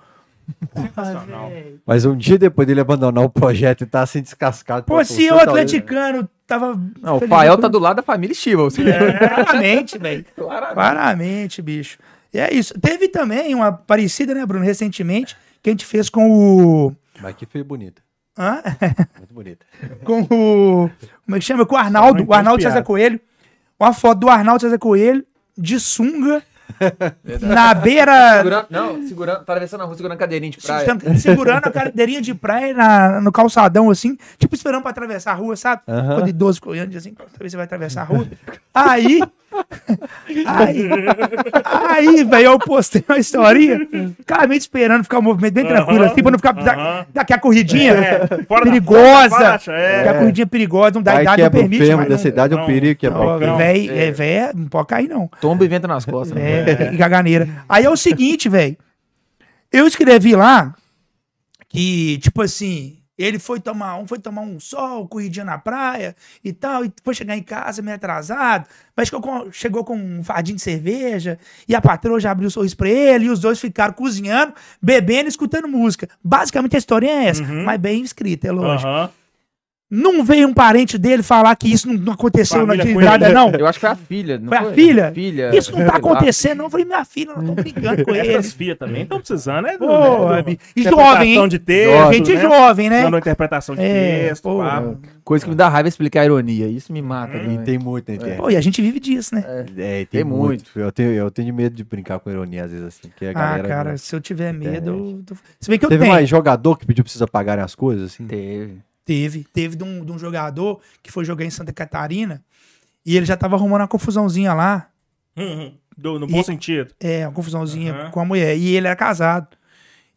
Speaker 1: Mas um dia depois dele abandonar o projeto e tá assim descascado.
Speaker 4: Pô,
Speaker 1: pra-
Speaker 4: se
Speaker 1: pra-
Speaker 4: o
Speaker 1: pra-
Speaker 4: atleticano tava.
Speaker 3: tá Não, o Fael tá do lado da família Estível.
Speaker 4: É. Claramente, velho. Claramente, bicho. E é isso. Teve também uma parecida, né, Bruno, recentemente, que a gente fez com o.
Speaker 1: Mas que foi bonita.
Speaker 4: Hã?
Speaker 1: Muito bonita.
Speaker 4: com o. Como é que chama? Com o Arnaldo. O Arnaldo César Coelho. Uma foto do Arnaldo César Coelho de sunga na beira.
Speaker 3: Segurando, não, segurando, tá atravessando a rua, segurando a cadeirinha de praia.
Speaker 4: Segurando, segurando a cadeirinha de praia na- no calçadão, assim, tipo esperando pra atravessar a rua, sabe?
Speaker 1: Aham.
Speaker 4: Quando idoso correndo, assim, talvez você vai atravessar a rua. Aí. aí, aí velho, eu postei uma historinha, claramente esperando ficar o movimento bem tranquilo,
Speaker 2: Aham.
Speaker 4: assim, pra não ficar.
Speaker 2: Aham. É,
Speaker 4: Da, daqui a corridinha
Speaker 2: fora da-
Speaker 4: perigosa.
Speaker 2: fora da faixa,
Speaker 4: Porque a
Speaker 2: é.
Speaker 4: corridinha é perigosa, não dá
Speaker 1: Aí
Speaker 4: idade, não
Speaker 1: quebra o
Speaker 4: permite.
Speaker 1: fermo
Speaker 4: Mas
Speaker 1: dessa
Speaker 4: não,
Speaker 1: idade, é um
Speaker 2: não.
Speaker 1: perigo que é
Speaker 4: não,
Speaker 1: bacana.
Speaker 4: véi, é, véi, não pode cair, não.
Speaker 3: Tomba e vento nas costas. né?
Speaker 4: É, e caganeira. Aí é o seguinte, velho. Eu escrevi lá que, tipo assim, ele foi tomar um, foi tomar um sol, corridinha na praia e tal, e foi chegar em casa meio atrasado, mas que eu com- chegou com um fardinho de cerveja, e a patroa já abriu o sorriso pra ele, e os dois ficaram cozinhando, bebendo e escutando música. Basicamente a história é essa, mas bem escrita, é lógico.
Speaker 2: Uhum. Aham.
Speaker 4: Não veio um parente dele falar que isso não- não aconteceu na
Speaker 2: Família
Speaker 4: de
Speaker 2: Cunha.
Speaker 4: nada, não.
Speaker 3: Eu acho que foi a filha. não
Speaker 4: Foi a filha?
Speaker 3: Filha.
Speaker 4: Isso não tá
Speaker 3: sei lá.
Speaker 4: acontecendo, não. Eu falei, minha filha, nós estamos brincando com ele.
Speaker 2: Essas fias também estão precisando, né? do-
Speaker 4: Pô,
Speaker 2: né, do-
Speaker 4: bi- e jovem,
Speaker 2: interpretação
Speaker 4: hein? É,
Speaker 2: de texto,
Speaker 4: Gente
Speaker 2: né?
Speaker 4: jovem, né?
Speaker 2: Dando uma interpretação de
Speaker 4: É,
Speaker 2: texto,
Speaker 4: pô.
Speaker 2: pá. Hum,
Speaker 3: Coisa que me dá raiva é explicar a ironia. Isso me mata. né?
Speaker 1: E
Speaker 4: Hum.
Speaker 3: também.
Speaker 1: tem muito na internet.
Speaker 4: Pô, e a gente vive disso, né?
Speaker 1: É, tem,
Speaker 3: Tem
Speaker 1: muito. Eu, tenho, eu tenho medo de brincar com ironia às vezes assim. Que a
Speaker 4: ah,
Speaker 1: galera
Speaker 4: cara, se eu tiver medo. eu tô- Se bem que eu
Speaker 1: Teve
Speaker 4: tenho.
Speaker 1: mais jogador que pediu pra vocês apagarem as coisas, assim?
Speaker 3: Teve.
Speaker 4: Teve. Teve de um, de um jogador que foi jogar em Santa Catarina e ele já tava arrumando uma confusãozinha lá.
Speaker 2: Uhum. Do- no bom
Speaker 4: E-
Speaker 2: sentido.
Speaker 4: É, uma confusãozinha
Speaker 2: Aham.
Speaker 4: com a mulher. E ele era casado.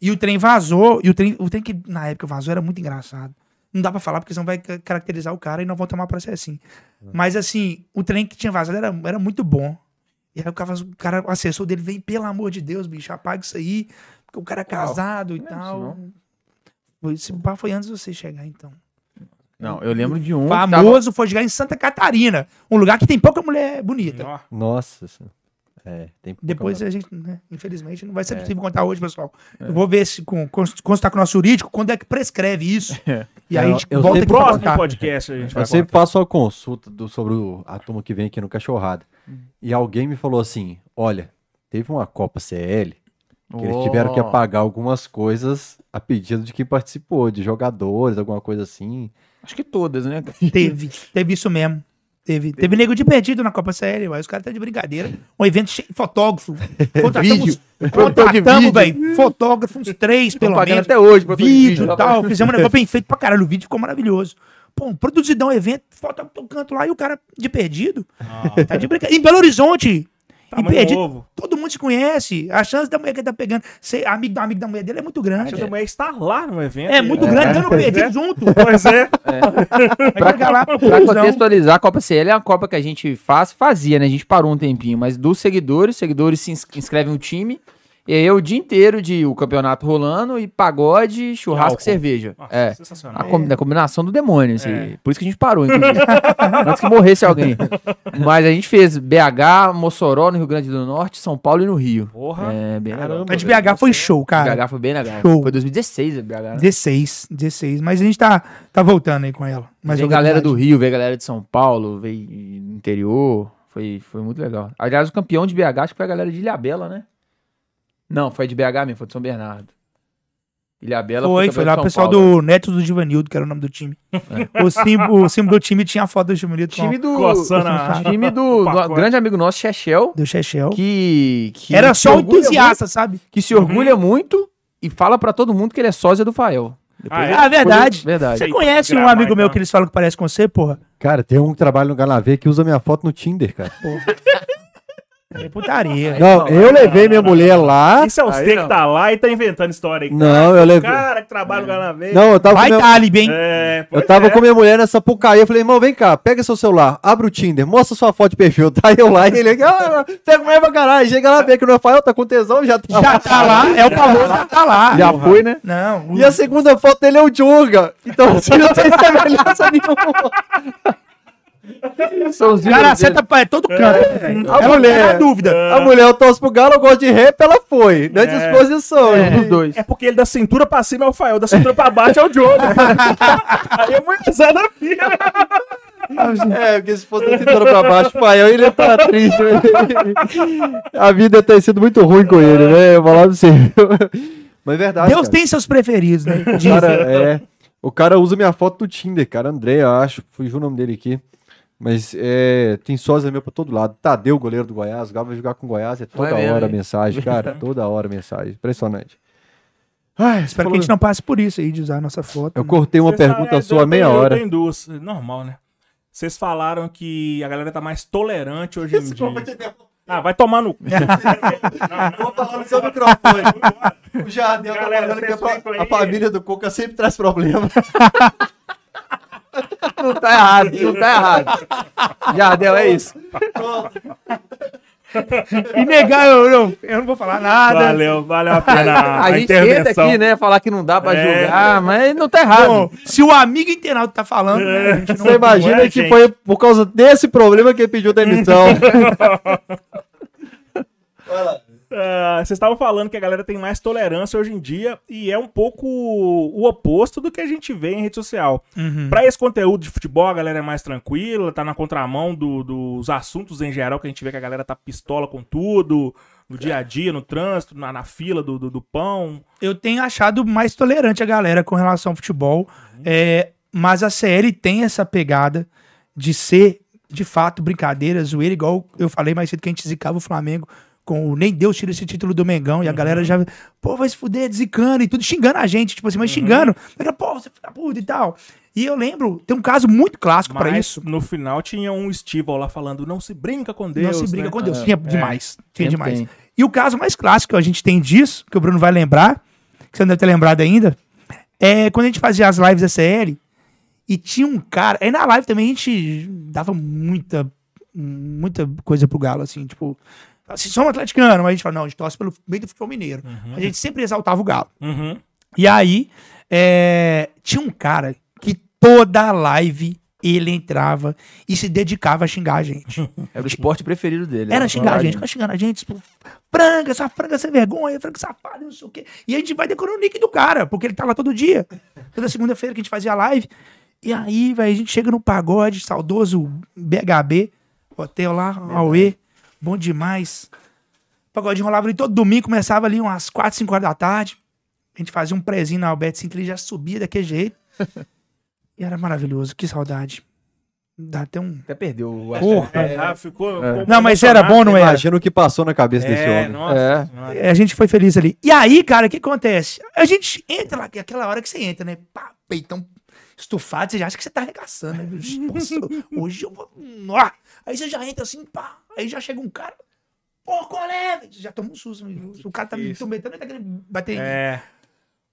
Speaker 4: E o trem vazou. E o trem, o trem que na época vazou era muito engraçado. Não dá pra falar, porque senão vai ca- caracterizar o cara e não vão tomar processinho. Mas assim, o trem que tinha vazado era, era muito bom. E aí o cara, o cara o assessor dele vem, pelo amor de Deus, bicho, apaga isso aí. Porque o cara é casado e
Speaker 3: Não é
Speaker 4: tal.
Speaker 3: isso,
Speaker 4: Foi- Esse bar foi antes de você chegar, então.
Speaker 3: Não, eu lembro de um. que tava-
Speaker 4: Famoso foi jogar em Santa Catarina, um lugar que tem pouca mulher bonita.
Speaker 2: Ó,
Speaker 1: Nossa. assim. É, tem pouca
Speaker 4: Depois
Speaker 1: maneira.
Speaker 4: a gente, né, infelizmente, não vai
Speaker 3: É.
Speaker 4: ser possível contar hoje, pessoal. Eu vou ver se com, cons- constar com o nosso jurídico quando é que prescreve isso.
Speaker 3: É.
Speaker 4: E aí a
Speaker 1: Eu-
Speaker 4: gente
Speaker 1: É, eu
Speaker 4: volta
Speaker 1: sei
Speaker 4: aqui pra
Speaker 2: Próximo
Speaker 4: contar.
Speaker 2: podcast a gente vai
Speaker 1: Eu sempre faço uma consulta do- sobre o- a turma que vem aqui no Cachorrada. E alguém me falou assim: olha, teve uma Copa CL que eles tiveram que
Speaker 3: Oh.
Speaker 1: apagar algumas coisas a pedido de quem participou, de jogadores, alguma coisa assim.
Speaker 3: Acho que todas, né?
Speaker 4: Teve, teve isso mesmo. Teve, teve nego de perdido na Copa CL, mas os caras estão de brincadeira. Um evento cheio de fotógrafo. Contratamos,
Speaker 3: Vídeo.
Speaker 4: contratamos,
Speaker 3: vídeo.
Speaker 4: velho, fotógrafo, uns três,
Speaker 3: Estão
Speaker 4: pelo
Speaker 3: pagando
Speaker 4: menos.
Speaker 3: até hoje. pra fazer
Speaker 4: vídeo e
Speaker 3: lá
Speaker 4: tal.
Speaker 3: pra-
Speaker 4: Fizemos um negócio bem feito pra caralho. O vídeo ficou maravilhoso. Pô, um produzidão, evento, fotógrafo tocando lá e o cara de perdido.
Speaker 3: Ah.
Speaker 4: Tá de brincadeira. Em Belo Horizonte. em
Speaker 2: Tamanho
Speaker 4: perdido.
Speaker 2: novo.
Speaker 4: Todo mundo se conhece. A chance da mulher que ele tá pegando, ser amigo do amigo da mulher dele é muito
Speaker 2: A
Speaker 4: grande.
Speaker 2: gente também está lá no evento.
Speaker 4: É muito grande, dando
Speaker 2: Pois
Speaker 4: perdido
Speaker 2: é.
Speaker 4: junto.
Speaker 2: Pois é.
Speaker 4: Pra jogar lá, pro
Speaker 3: Pra
Speaker 4: produzão.
Speaker 3: contextualizar, a Copa CL é uma Copa que a gente faz, fazia, né? A gente parou um tempinho, mas dos seguidores, seguidores se ins- inscrevem um time E aí é o dia inteiro de o campeonato rolando e pagode, churrasco
Speaker 2: álcool.
Speaker 3: e cerveja.
Speaker 2: Nossa,
Speaker 3: é.
Speaker 2: sensacional.
Speaker 3: A com- da combinação do demônio, assim.
Speaker 2: É.
Speaker 3: Por isso que a gente parou, inclusive. Antes que morresse alguém. Mas a gente fez BH, Mossoró, no Rio Grande do Norte, São Paulo e no Rio.
Speaker 2: Porra.
Speaker 3: É, bem legal.
Speaker 1: Caramba.
Speaker 4: A de BH foi
Speaker 1: né?
Speaker 4: show, cara.
Speaker 3: BH foi bem legal.
Speaker 4: Show.
Speaker 3: Foi 2016 a BH. Né?
Speaker 4: 16, 16. Mas a gente tá, tá voltando aí com ela. Mas
Speaker 3: veio galera do Rio, veio galera de São Paulo, veio do interior. Foi, foi muito legal. Aliás, o campeão de BH acho que foi a galera de Ilhabela, né? Não, foi de BH mesmo, foi de São Bernardo. Ilhabela
Speaker 4: Foi,
Speaker 3: campeão
Speaker 4: foi
Speaker 3: de
Speaker 4: lá o
Speaker 3: São
Speaker 4: pessoal
Speaker 3: Paulo. né?
Speaker 4: do Neto do Givanildo, que era o nome do time. O, símbolo, o símbolo do time tinha a foto do Givanildo com,
Speaker 3: Time do.
Speaker 2: Coçando a-
Speaker 3: Time do,
Speaker 2: o pacote.
Speaker 3: do grande amigo nosso, Chechel,
Speaker 4: do Chechel.
Speaker 3: que, que
Speaker 4: Era só
Speaker 3: se
Speaker 4: o
Speaker 3: orgulha
Speaker 4: entusiasta, Uhum. sabe?
Speaker 3: muito- que se orgulha muito e fala pra todo mundo que ele é sósia do Fael.
Speaker 2: Ah, é?
Speaker 4: Ah, verdade.
Speaker 3: Verdade.
Speaker 4: Você
Speaker 2: Sei,
Speaker 4: conhece um
Speaker 2: gravar,
Speaker 4: amigo meu
Speaker 2: então.
Speaker 4: que eles falam que parece com você, porra?
Speaker 1: Cara, tem um que trabalha no Galavê que usa minha foto no Tinder, cara.
Speaker 4: É putaria.
Speaker 1: Não, eu levei minha mulher lá.
Speaker 2: Isso é os
Speaker 3: Aí
Speaker 2: que
Speaker 3: não.
Speaker 2: tá lá e tá inventando história aí.
Speaker 1: Não, eu
Speaker 2: O
Speaker 1: levei.
Speaker 2: cara que trabalha lá na vez.
Speaker 1: Não, eu tava
Speaker 4: Vai tá
Speaker 1: com minha...
Speaker 4: dar álibi, hein?
Speaker 2: É, pois
Speaker 1: Eu tava
Speaker 2: é.
Speaker 1: com minha mulher nessa pucaí, eu falei, irmão, vem cá, pega seu celular, abre o Tinder, mostra sua foto de perfil, tá eu lá, e ele, ah, pega mulher pra caralho, chega lá, vê que o Rafael tá com tesão, já tá
Speaker 4: Já tá lá, é o famoso, já tá lá.
Speaker 3: Já foi, né?
Speaker 4: Não, o-
Speaker 1: E a segunda foto dele é o Djonga, então assim, não tem semelhança nenhuma.
Speaker 3: São os
Speaker 4: cara, você tá pra todo canto.
Speaker 1: a
Speaker 4: Ela
Speaker 1: mulher. é
Speaker 4: mulher. dúvida.
Speaker 1: A mulher, eu torço pro galo, eu gosto de rap, ela foi, é na disposição.
Speaker 3: Os dois.
Speaker 2: É porque ele da cintura pra cima é o Fael, da cintura pra baixo é o Diogo. Aí é muito pesado a filha.
Speaker 1: É, porque se fosse tentando pra baixo, pai, eu ia estar triste. a vida tem sido muito ruim com ele, né? Eu vou falar pra você. Mas é verdade.
Speaker 4: Deus
Speaker 1: cara.
Speaker 4: tem seus preferidos, né?
Speaker 1: O cara, é, o cara usa minha foto do Tinder, cara. André, eu acho. Fugiu o nome dele aqui. Mas é, tem sósia meu pra todo lado. Tadeu, goleiro do Goiás. O Galo vai jogar com o Goiás. É toda
Speaker 3: Vai mesmo,
Speaker 1: hora a
Speaker 3: hein?
Speaker 1: mensagem, cara. Toda hora a mensagem. Impressionante.
Speaker 4: Espero que a gente não passe por isso aí de usar a nossa foto.
Speaker 1: Eu
Speaker 4: né?
Speaker 1: cortei uma
Speaker 2: Vocês
Speaker 1: pergunta
Speaker 2: falaram-
Speaker 1: sua
Speaker 2: é, eu
Speaker 1: há meia
Speaker 2: tenho- eu
Speaker 1: hora.
Speaker 2: tenho duas. Normal, né? Vocês falaram que a galera tá mais tolerante hoje em
Speaker 1: é
Speaker 2: dia. Ah, vai tomar no cu.
Speaker 1: Vou falar no seu microfone. O Jardel
Speaker 2: tá Galera, falando que a vocês fa- ficam a aí. família
Speaker 1: do Cuca sempre traz problema.
Speaker 3: Não tá errado, não tá errado. Jardel, é isso.
Speaker 4: E negar, eu não, eu não vou falar nada.
Speaker 2: Valeu, valeu a pena a,
Speaker 3: A, gente tenta
Speaker 2: intervenção.
Speaker 3: aqui, né? Falar que não dá pra
Speaker 2: É.
Speaker 3: julgar, mas não tá errado.
Speaker 4: Bom, se o amigo internauta tá falando, né, a gente não
Speaker 1: Você imagina
Speaker 2: é,
Speaker 1: que
Speaker 2: gente.
Speaker 1: foi por causa desse problema que ele pediu demissão.
Speaker 2: Ah, Vocês estavam falando que a galera tem mais tolerância hoje em dia e é um pouco o oposto do que a gente vê em rede social.
Speaker 4: Uhum.
Speaker 2: Pra esse conteúdo de futebol, a galera é mais tranquila, tá na contramão do- dos assuntos em geral que a gente vê que a galera tá pistola com tudo, no dia a dia, no trânsito, na, na fila do, do, do pão.
Speaker 4: eu tenho achado mais tolerante a galera com relação ao futebol. é, mas a CL tem essa pegada de ser, de fato, brincadeira, zoeira, igual eu falei mais cedo que a gente zicava o Flamengo com o Nem Deus tira esse título do Mengão. E a galera já, pô, vai se fuder, zicando e tudo, xingando a gente, tipo assim, mas xingando. Era, pô, você fica puta e tal. E eu lembro, tem um caso muito clássico pra
Speaker 2: Mas
Speaker 4: isso.
Speaker 2: no final tinha um Steve lá falando: não se brinca com Deus.
Speaker 4: não se briga
Speaker 2: né?
Speaker 4: com Deus. Tinha demais.
Speaker 3: Sempre
Speaker 4: Tinha demais.
Speaker 3: tem.
Speaker 4: E o caso mais clássico que a gente tem disso, que o Bruno vai lembrar, que você não deve ter lembrado ainda, é quando a gente fazia as lives da CL e tinha um cara. Aí na live também a gente dava muita, muita coisa pro Galo, assim, tipo. Se sou um atleticano, mas a gente fala, não, a gente torce pelo meio do futebol mineiro. A gente sempre exaltava o Galo.
Speaker 2: Uhum.
Speaker 4: E aí, é, tinha um cara que toda live ele entrava e se dedicava a xingar a gente.
Speaker 3: Era o esporte preferido dele.
Speaker 4: Era
Speaker 3: né?
Speaker 4: xingar a gente, ficava xingando a gente, tipo, franga, essa franga sem vergonha, franga safado, não sei o quê. E a gente vai decorando o nick do cara, porque ele tá lá todo dia. Toda segunda-feira que a gente fazia live. E aí, velho, a gente chega no pagode, saudoso BHB, hotel lá, Aue, bom demais. O pagode rolava ali todo domingo, começava ali umas 4, 5 horas da tarde. A gente fazia um prezinho na Alberto Sinclair, ele já subia daquele jeito. E era maravilhoso, que saudade. Dá até um.
Speaker 3: Até perdeu o
Speaker 4: Porra.
Speaker 2: É, ah, ficou, ficou
Speaker 4: Não, mas era bom, não era?
Speaker 1: Imagina o que passou na cabeça desse
Speaker 2: É,
Speaker 1: homem.
Speaker 2: nossa.
Speaker 3: É.
Speaker 2: senhora.
Speaker 4: A gente foi feliz ali. E aí, cara, o que acontece? A gente entra lá, que é aquela hora que você entra, né? Pá, peitão estufado, você já acha que você tá arregaçando, né? Nossa, hoje eu vou. Nó! Aí você já entra assim, pá, aí já chega um cara. Pô, qual é? velho? Você já toma um susto. O cara tá me
Speaker 2: Isso.
Speaker 4: instrumentando e tá querendo bater em mim.
Speaker 2: É.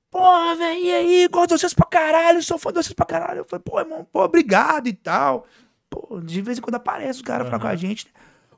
Speaker 4: Pô, velho, e aí? Gosto de vocês pra caralho, sou fã de vocês pra caralho. Eu falei, pô, irmão, pô, obrigado e tal. Pô, de vez em quando aparece o cara falar com a gente. né?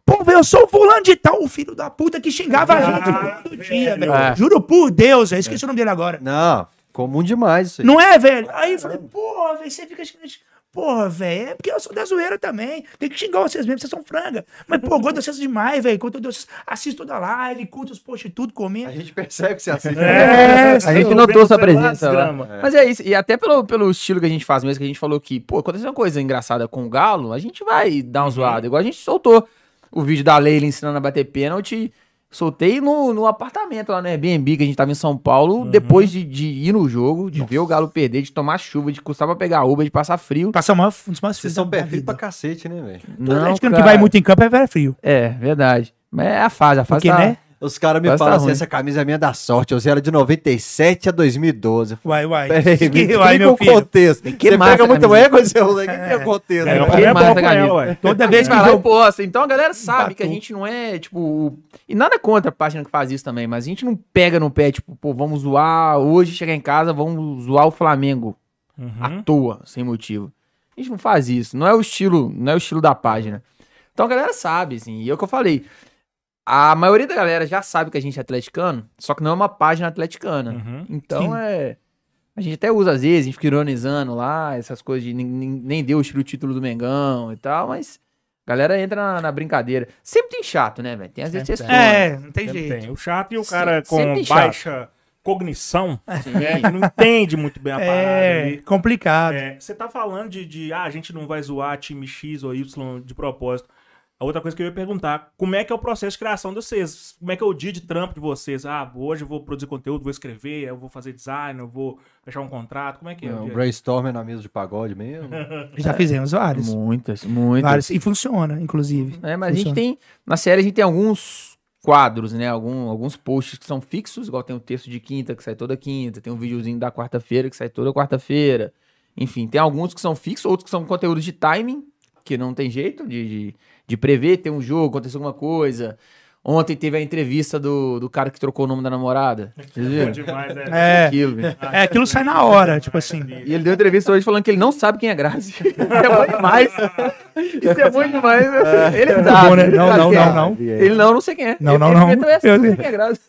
Speaker 4: Pô, velho, eu sou o fulano de tal, o filho da puta que xingava a
Speaker 2: Ah,
Speaker 4: gente todo dia, velho.
Speaker 3: É.
Speaker 4: Juro por Deus, eu esqueci o nome dele agora.
Speaker 1: Não, comum demais isso aí.
Speaker 4: Não é, velho? Aí eu falei, porra, velho, você fica xingando. Porra, velho, é porque eu sou da zoeira também. Tem que xingar vocês mesmo, vocês são franga. Mas, pô, eu gosto de vocês demais, velho. Quanto Deus, assisto toda live, curto os posts e tudo,
Speaker 1: A
Speaker 4: comenta.
Speaker 1: gente percebe que você assiste.
Speaker 2: É,
Speaker 3: A gente
Speaker 2: eu
Speaker 3: notou
Speaker 2: vendo
Speaker 3: sua
Speaker 2: pelas
Speaker 3: presença lá.
Speaker 2: gramas.
Speaker 3: Mas é isso, e até pelo, pelo estilo que a gente faz mesmo, que a gente falou que, pô, aconteceu uma coisa engraçada com o Galo, a gente vai
Speaker 2: Uhum.
Speaker 3: dar um zoado. Igual a gente soltou o vídeo da Leila ensinando a bater pênalti, soltei no, no apartamento lá no Airbnb, que a gente tava em São Paulo,
Speaker 2: Uhum.
Speaker 3: depois de, de ir no jogo, de ver o Galo perder, de tomar chuva, de custar pra pegar Uber, de passar frio.
Speaker 2: Tá,
Speaker 4: Passar uma, um dos mais
Speaker 1: Vocês
Speaker 4: frios
Speaker 1: são
Speaker 4: da minha
Speaker 1: perfeitos pra
Speaker 4: vida.
Speaker 1: cacete, né, velho?
Speaker 4: Todo
Speaker 3: Não,
Speaker 4: atleticano
Speaker 3: cara.
Speaker 4: que vai muito em campo é velho frio.
Speaker 3: É, verdade. Mas é a fase, a fase
Speaker 4: Porque,
Speaker 3: tá...
Speaker 4: né?
Speaker 1: Os caras me
Speaker 3: Mas tá
Speaker 1: falam assim,
Speaker 3: ruim.
Speaker 1: essa camisa é minha da sorte. Eu usei ela de 97 a 2012.
Speaker 4: Uai, uai.
Speaker 1: Peraí, me
Speaker 4: Que-
Speaker 1: explica
Speaker 4: uai, meu
Speaker 1: o
Speaker 4: filho.
Speaker 1: contexto.
Speaker 3: que
Speaker 1: você
Speaker 3: massa
Speaker 1: pega
Speaker 3: a
Speaker 1: muito
Speaker 3: camisa.
Speaker 1: ego, você usa. O que que tem o contexto?
Speaker 2: É,
Speaker 1: né?
Speaker 2: mas é
Speaker 3: Massa
Speaker 2: bom
Speaker 3: a
Speaker 2: pra
Speaker 3: camisa.
Speaker 2: ela, ué.
Speaker 4: Toda
Speaker 3: A gente
Speaker 4: vez que
Speaker 3: vai lá e
Speaker 4: eu...
Speaker 3: posta. Então a galera sabe que a
Speaker 4: Empatou.
Speaker 3: gente não é, tipo. o- E nada contra a página que faz isso também, mas a gente não pega no pé, tipo, pô, vamos zoar. Hoje chegar em casa, vamos zoar o Flamengo.
Speaker 2: Uhum.
Speaker 3: À toa, sem motivo. A gente não faz isso. Não é o estilo, não é o estilo da página. Então a galera sabe, assim. E é o que eu falei. A maioria da galera já sabe que a gente é atleticano, só que não é uma página atleticana.
Speaker 2: Uhum.
Speaker 3: Então
Speaker 4: Sim.
Speaker 3: é. A gente até usa às vezes, a gente fica ironizando lá, essas coisas de nem, nem, nem deu o título do Mengão e tal, mas a galera entra na, na brincadeira. Sempre tem chato, né, velho? Tem às vezes
Speaker 2: Sempre
Speaker 3: textões.
Speaker 4: É, não tem
Speaker 2: Sempre
Speaker 4: jeito.
Speaker 2: tem. O chato e o
Speaker 3: Se-
Speaker 2: cara
Speaker 3: sempre
Speaker 2: com
Speaker 3: chato. É.
Speaker 2: baixa cognição, né,
Speaker 3: assim,
Speaker 2: que não entende muito bem a parada
Speaker 4: É,
Speaker 2: ali.
Speaker 4: complicado.
Speaker 2: É, você tá falando de, de, ah, a gente não vai zoar time X ou Y de propósito. A outra coisa que eu ia perguntar, como é que é o processo de criação de vocês? Como é que é o dia de trampo de vocês? Ah, hoje eu vou produzir conteúdo, vou escrever, eu vou fazer design, eu vou fechar um contrato. Como é que é? o
Speaker 1: O
Speaker 2: dia?
Speaker 1: brainstorm é na mesa de pagode mesmo.
Speaker 4: Já fizemos vários.
Speaker 3: Muitas, muitas.
Speaker 4: vários. E funciona, inclusive.
Speaker 3: né? Mas a gente
Speaker 4: Funciona.
Speaker 3: tem. Na série a gente tem alguns quadros, né? Algum, alguns posts que são fixos, igual tem o texto de quinta que sai toda quinta, tem um videozinho da quarta-feira que sai toda quarta-feira. Enfim, tem alguns que são fixos, outros que são conteúdos de timing, que não tem jeito de, de, de prever, tem um jogo, aconteceu alguma coisa. Ontem teve a entrevista do, do cara que trocou o nome da namorada. Vocês
Speaker 2: Bom
Speaker 3: viram?
Speaker 2: demais, né?
Speaker 4: É,
Speaker 3: Aquilo, velho.
Speaker 4: é, aquilo sai na hora, tipo assim.
Speaker 3: E ele deu entrevista hoje falando que ele não sabe quem é Grazi. Isso é bom demais. Isso é bom demais. Ele sabe.
Speaker 4: bom, né?
Speaker 3: ele
Speaker 4: Não,
Speaker 3: sabe
Speaker 4: não,
Speaker 3: quem é.
Speaker 4: não, não.
Speaker 3: Ele não, não sei quem é.
Speaker 4: Não,
Speaker 3: Ele-
Speaker 4: não,
Speaker 3: ele
Speaker 4: não.
Speaker 3: também sabe
Speaker 4: Eu-
Speaker 3: quem é Grazi.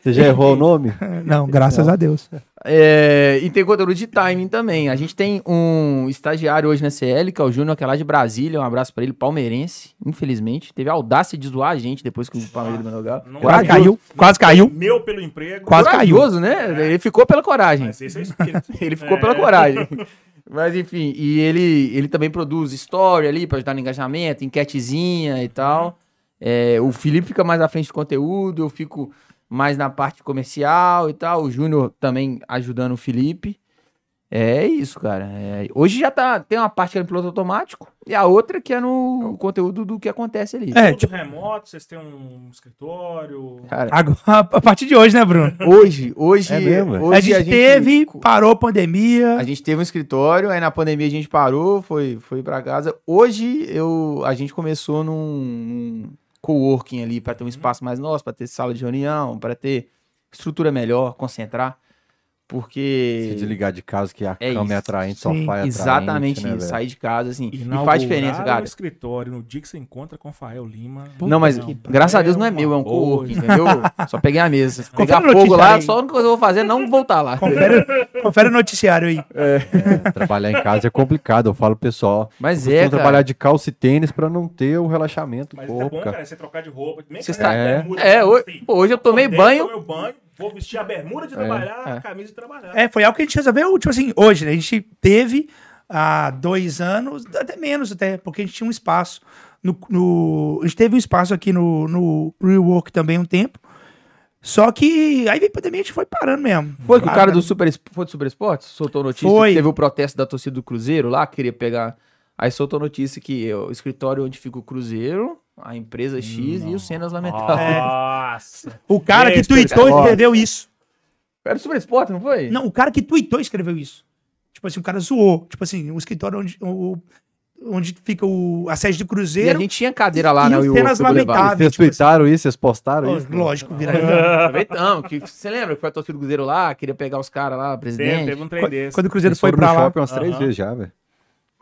Speaker 1: Você já errou o nome?
Speaker 4: Não, graças a Deus.
Speaker 3: É, e tem conteúdo de timing também. A gente tem um estagiário hoje na CL, que é o Júnior, que é lá de Brasília. Um abraço pra ele, palmeirense, infelizmente. Teve a audácia de zoar a gente depois que o Palmeiras ganhou o Galo.
Speaker 2: Não
Speaker 4: Quase
Speaker 2: Corajoso.
Speaker 4: caiu, quase caiu.
Speaker 2: Meu pelo emprego.
Speaker 4: Quase caiu.
Speaker 3: Corajoso, né? Ele ficou pela coragem.
Speaker 2: Mas esse é o espírito.
Speaker 3: Ele ficou
Speaker 2: É.
Speaker 3: pela coragem. Mas enfim, e ele, ele também produz story ali pra ajudar no engajamento, enquetezinha e tal. É, o Felipe fica mais à frente do conteúdo, eu fico mais na parte comercial e tal. O Júnior também ajudando o Felipe. É isso, cara. É, hoje já tá, tem uma parte que é no piloto automático e a outra que é no conteúdo do que acontece ali.
Speaker 4: É,
Speaker 2: Tudo
Speaker 4: tipo,
Speaker 2: remoto, vocês têm um escritório.
Speaker 3: Cara,
Speaker 4: agora, a partir de hoje, né, Bruno?
Speaker 3: hoje, hoje,
Speaker 1: É mesmo, é?
Speaker 3: hoje
Speaker 4: a gente teve, parou a pandemia.
Speaker 3: A gente teve um escritório, aí na pandemia a gente parou, foi, foi para casa. Hoje eu, a gente começou num, num coworking ali para ter
Speaker 1: Uhum.
Speaker 3: um espaço mais nosso, para ter sala de reunião, para ter estrutura melhor, concentrar, porque
Speaker 1: Se desligar de casa que a
Speaker 3: É
Speaker 1: cama é
Speaker 3: isso.
Speaker 1: atraente, só
Speaker 4: Sim,
Speaker 1: faz atraente.
Speaker 3: exatamente
Speaker 1: né,
Speaker 3: isso,
Speaker 1: velho?
Speaker 3: sair de casa assim, e
Speaker 2: Inaugurar
Speaker 3: faz diferença,
Speaker 2: um
Speaker 3: cara.
Speaker 2: escritório no dia que você encontra com o Fael Lima.
Speaker 3: Não, mas
Speaker 2: que
Speaker 3: graças a Deus não é
Speaker 2: uma
Speaker 3: meu, é um
Speaker 2: boa.
Speaker 3: coworking, entendeu? Só peguei a mesa. Se
Speaker 4: Confere
Speaker 3: Pegar
Speaker 4: a notícia
Speaker 3: fogo lá,
Speaker 4: aí.
Speaker 3: só a única coisa que eu vou fazer é não voltar lá.
Speaker 4: Confere, confere o noticiário aí.
Speaker 1: Trabalhar em casa é complicado, eu falo pro pessoal.
Speaker 3: Mas
Speaker 1: Eu
Speaker 3: é,
Speaker 1: costumo trabalhar
Speaker 3: cara.
Speaker 1: de calça e tênis pra não ter o relaxamento do
Speaker 2: Mas é
Speaker 1: corpo,
Speaker 2: bom,
Speaker 1: cara.
Speaker 2: cara, você trocar de roupa. Nem
Speaker 3: Você
Speaker 2: que
Speaker 3: está-
Speaker 2: seja
Speaker 1: É.
Speaker 2: bermuda,
Speaker 3: É,
Speaker 2: assim,
Speaker 3: hoje, pô, hoje eu tomei
Speaker 2: acordei,
Speaker 3: banho,
Speaker 2: Tomei o banho, vou vestir a bermuda de trabalhar, a camisa de trabalhar.
Speaker 4: É, foi algo que a gente resolveu, tipo assim, hoje, né? A gente teve há dois anos, até menos até, porque a gente tinha um espaço. No, no- a gente teve um espaço aqui no, no Rework também um tempo. Só que aí veio a pandemia, a gente foi parando mesmo.
Speaker 3: Foi que o cara
Speaker 4: Parando.
Speaker 3: do Super, Esp- foi do Super Esportes? Soltou notícia
Speaker 4: Ah, tá. Foi.
Speaker 3: que teve o protesto da torcida do Cruzeiro lá, queria pegar. Aí soltou notícia que é o escritório onde fica o Cruzeiro, a empresa X e o Cenas
Speaker 4: Ah.
Speaker 2: é.
Speaker 3: Lamentáveis.
Speaker 2: Nossa.
Speaker 4: O cara que
Speaker 2: Esse
Speaker 4: tweetou
Speaker 2: cara.
Speaker 4: escreveu isso.
Speaker 3: Era o Super Esportes, não foi?
Speaker 4: Não, o cara que tweetou escreveu isso. Tipo assim, o cara zoou. Tipo assim, o escritório onde, o- onde fica o, a sede
Speaker 3: E
Speaker 4: do
Speaker 3: a
Speaker 4: Cruzeiro.
Speaker 3: gente tinha cadeira lá,
Speaker 4: E
Speaker 3: né?
Speaker 4: o
Speaker 3: e o
Speaker 4: Cenas
Speaker 3: outro Boulevard.
Speaker 4: Lamentáveis.
Speaker 1: Vocês
Speaker 4: tipo
Speaker 1: tweetaram isso, vocês postaram
Speaker 4: Ó,
Speaker 1: isso?
Speaker 4: lógico,
Speaker 3: né?
Speaker 4: viralizou.
Speaker 3: Aproveitamos. que- Você lembra que foi a torcida do Cruzeiro lá, queria pegar os caras lá,
Speaker 2: Teve,
Speaker 3: presidente?
Speaker 2: teve um trem desse.
Speaker 4: Quando o Cruzeiro
Speaker 1: Vocês
Speaker 4: foi
Speaker 1: foram no
Speaker 4: pra lá.
Speaker 1: shopping umas três
Speaker 2: Aham.
Speaker 1: vezes já, velho.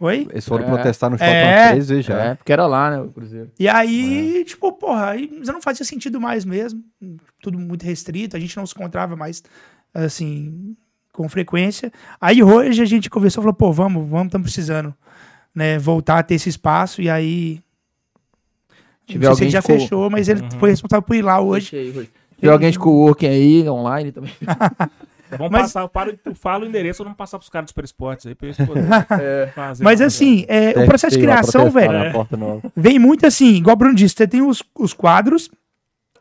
Speaker 4: Oi?
Speaker 1: Eles foram
Speaker 3: É.
Speaker 1: protestar no shopping
Speaker 4: É.
Speaker 1: três vezes já.
Speaker 3: É, porque era lá, né, o Cruzeiro.
Speaker 4: E aí, tipo, porra, aí já não fazia sentido mais mesmo. Tudo muito restrito, a gente não se encontrava mais, assim, com frequência. Aí hoje a gente conversou e falou, pô, vamos, vamos, estamos precisando, né, voltar a ter esse espaço. E aí.
Speaker 3: Tiver
Speaker 4: não sei
Speaker 3: alguém
Speaker 4: se ele já
Speaker 3: de co-
Speaker 4: fechou, mas
Speaker 1: Uhum.
Speaker 4: ele foi responsável por ir lá hoje.
Speaker 3: Deixa aí, Rui. Tem alguém de coworking aí, online também.
Speaker 2: Vamos
Speaker 4: Mas-
Speaker 2: passar, eu paro, eu falo o endereço, vamos passar pros caras do Super Esportes aí pra eles poderem fazer
Speaker 4: Mas
Speaker 2: uma-
Speaker 4: assim, é, o
Speaker 1: Deve
Speaker 4: processo
Speaker 1: ter
Speaker 4: de
Speaker 1: lá né?
Speaker 4: criação,
Speaker 1: protestar
Speaker 4: velho, é.
Speaker 1: na porta nova.
Speaker 4: vem muito assim, igual o Bruno disse, você tem os, os quadros,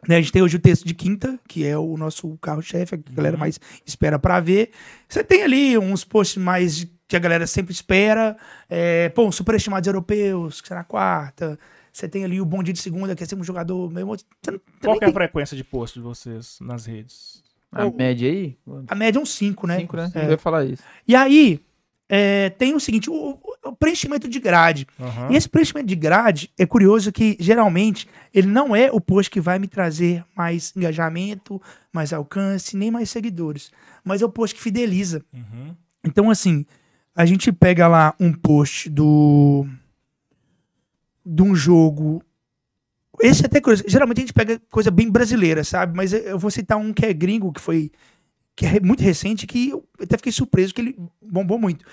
Speaker 4: né? A gente tem hoje o texto de quinta, que é o nosso carro-chefe, que a
Speaker 2: Uhum.
Speaker 4: galera mais espera pra ver. Você tem ali uns posts mais que a galera sempre espera. É, pô, os superestimados europeus, que será na quarta. Você tem ali o bom dia de segunda, que é sempre um jogador meio. mo- Você não- você
Speaker 2: Qual
Speaker 4: nem
Speaker 2: que é a
Speaker 4: tem-
Speaker 2: frequência de post de vocês nas redes?
Speaker 3: A média aí? Mano,
Speaker 4: A média é um 5, né?
Speaker 3: Cinco, né?
Speaker 4: É.
Speaker 3: Eu ia falar isso.
Speaker 4: E aí, é, tem o seguinte: o- o- o preenchimento de grade.
Speaker 2: Aham.
Speaker 4: E esse preenchimento de grade é curioso que geralmente ele não é o post que vai me trazer mais engajamento, mais alcance, nem mais seguidores, mas é o post que fideliza.
Speaker 2: Uhum.
Speaker 4: Então, assim, a gente pega lá um post do. de um jogo. Esse é até curioso. Geralmente a gente pega coisa bem brasileira, sabe? Mas eu- eu vou citar um que é gringo, que foi. que é re- muito recente, que eu até fiquei surpreso, que ele bombou muito.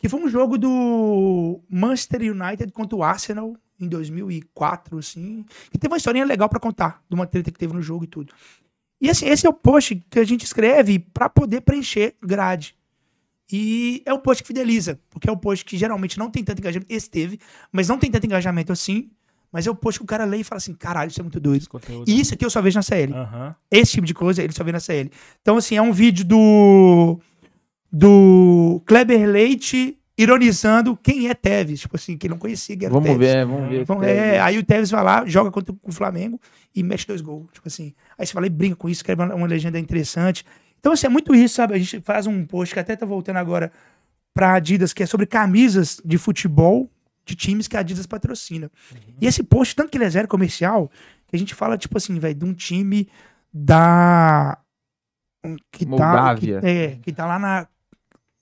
Speaker 4: Que foi um jogo do Manchester United contra o Arsenal em 2004, assim. Que teve uma historinha legal pra contar, de uma treta que teve no jogo e tudo. E assim, esse é o post que a gente escreve pra poder preencher grade. E é o post que fideliza, porque é o post que geralmente não tem tanto engajamento. Esse teve, mas não tem tanto engajamento assim. Mas é o post que o cara lê e fala assim: caralho, isso é muito doido.
Speaker 2: Esse conteúdo.
Speaker 4: E isso aqui eu só vejo na CL.
Speaker 2: Aham.
Speaker 4: Esse tipo de coisa ele só vê na CL. Então, assim, é um vídeo do. do Kleber Leite ironizando quem é Tevez. Tipo assim, que ele não conhecia quem era
Speaker 3: Vamos
Speaker 4: Tevez.
Speaker 3: ver, é, vamos ver.
Speaker 4: Então, é, aí o Tevez vai lá, joga contra o Flamengo e mete dois gols. Tipo assim. Aí você fala e brinca com isso, escreve uma, uma legenda interessante. Então, assim, é muito isso, sabe? A gente faz um post que até tá voltando agora pra Adidas, que é sobre camisas de futebol de times que a Adidas patrocina. E esse post, tanto que ele é zero comercial, que a gente fala, tipo assim, velho, de um time da. Que tá, que,
Speaker 3: Moldávia.
Speaker 4: é, que tá lá na,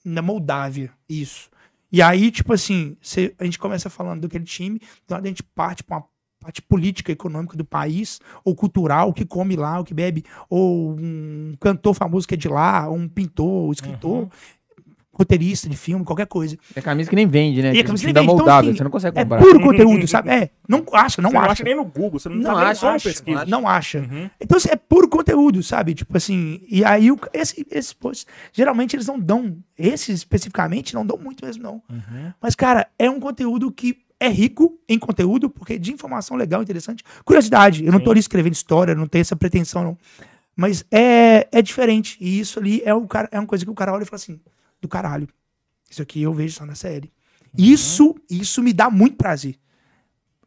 Speaker 4: na Moldávia. Isso. E aí, tipo assim, cê- a gente começa falando daquele time, do lado Então, a gente parte pra uma parte política, econômica do país, ou cultural, o que come lá, o que bebe, ou um cantor famoso que é de lá, ou um pintor, um escritor,
Speaker 2: Uhum.
Speaker 4: roteirista de filme, qualquer coisa.
Speaker 3: É camisa que nem vende, né?
Speaker 4: E é
Speaker 3: Que
Speaker 4: camisa
Speaker 3: não
Speaker 4: que nem
Speaker 3: dá
Speaker 4: vende, então,
Speaker 3: moldável,
Speaker 4: assim,
Speaker 3: você não consegue
Speaker 4: É
Speaker 3: comprar.
Speaker 4: puro conteúdo, sabe? É, não acha, não
Speaker 2: você não
Speaker 4: acha.
Speaker 2: acha nem no Google, você não,
Speaker 3: Não
Speaker 2: tá nem
Speaker 3: acha,
Speaker 2: só na
Speaker 3: acha,
Speaker 2: pesquisa.
Speaker 4: Não acha.
Speaker 2: Uhum.
Speaker 4: Então, assim, é puro conteúdo, sabe? Tipo assim, e aí o- esse- esses posts, geralmente eles não dão, esse especificamente, não dão muito mesmo, não.
Speaker 2: Uhum.
Speaker 4: Mas, cara, é um conteúdo que é rico em conteúdo, porque de informação legal, interessante. Curiosidade, eu não tô ali escrevendo história, eu não tenho essa pretensão, não. Mas é, é diferente. E isso ali é, o cara, é uma coisa que o cara olha e fala assim: do caralho. Isso aqui eu vejo só na série. Isso, isso me dá muito prazer.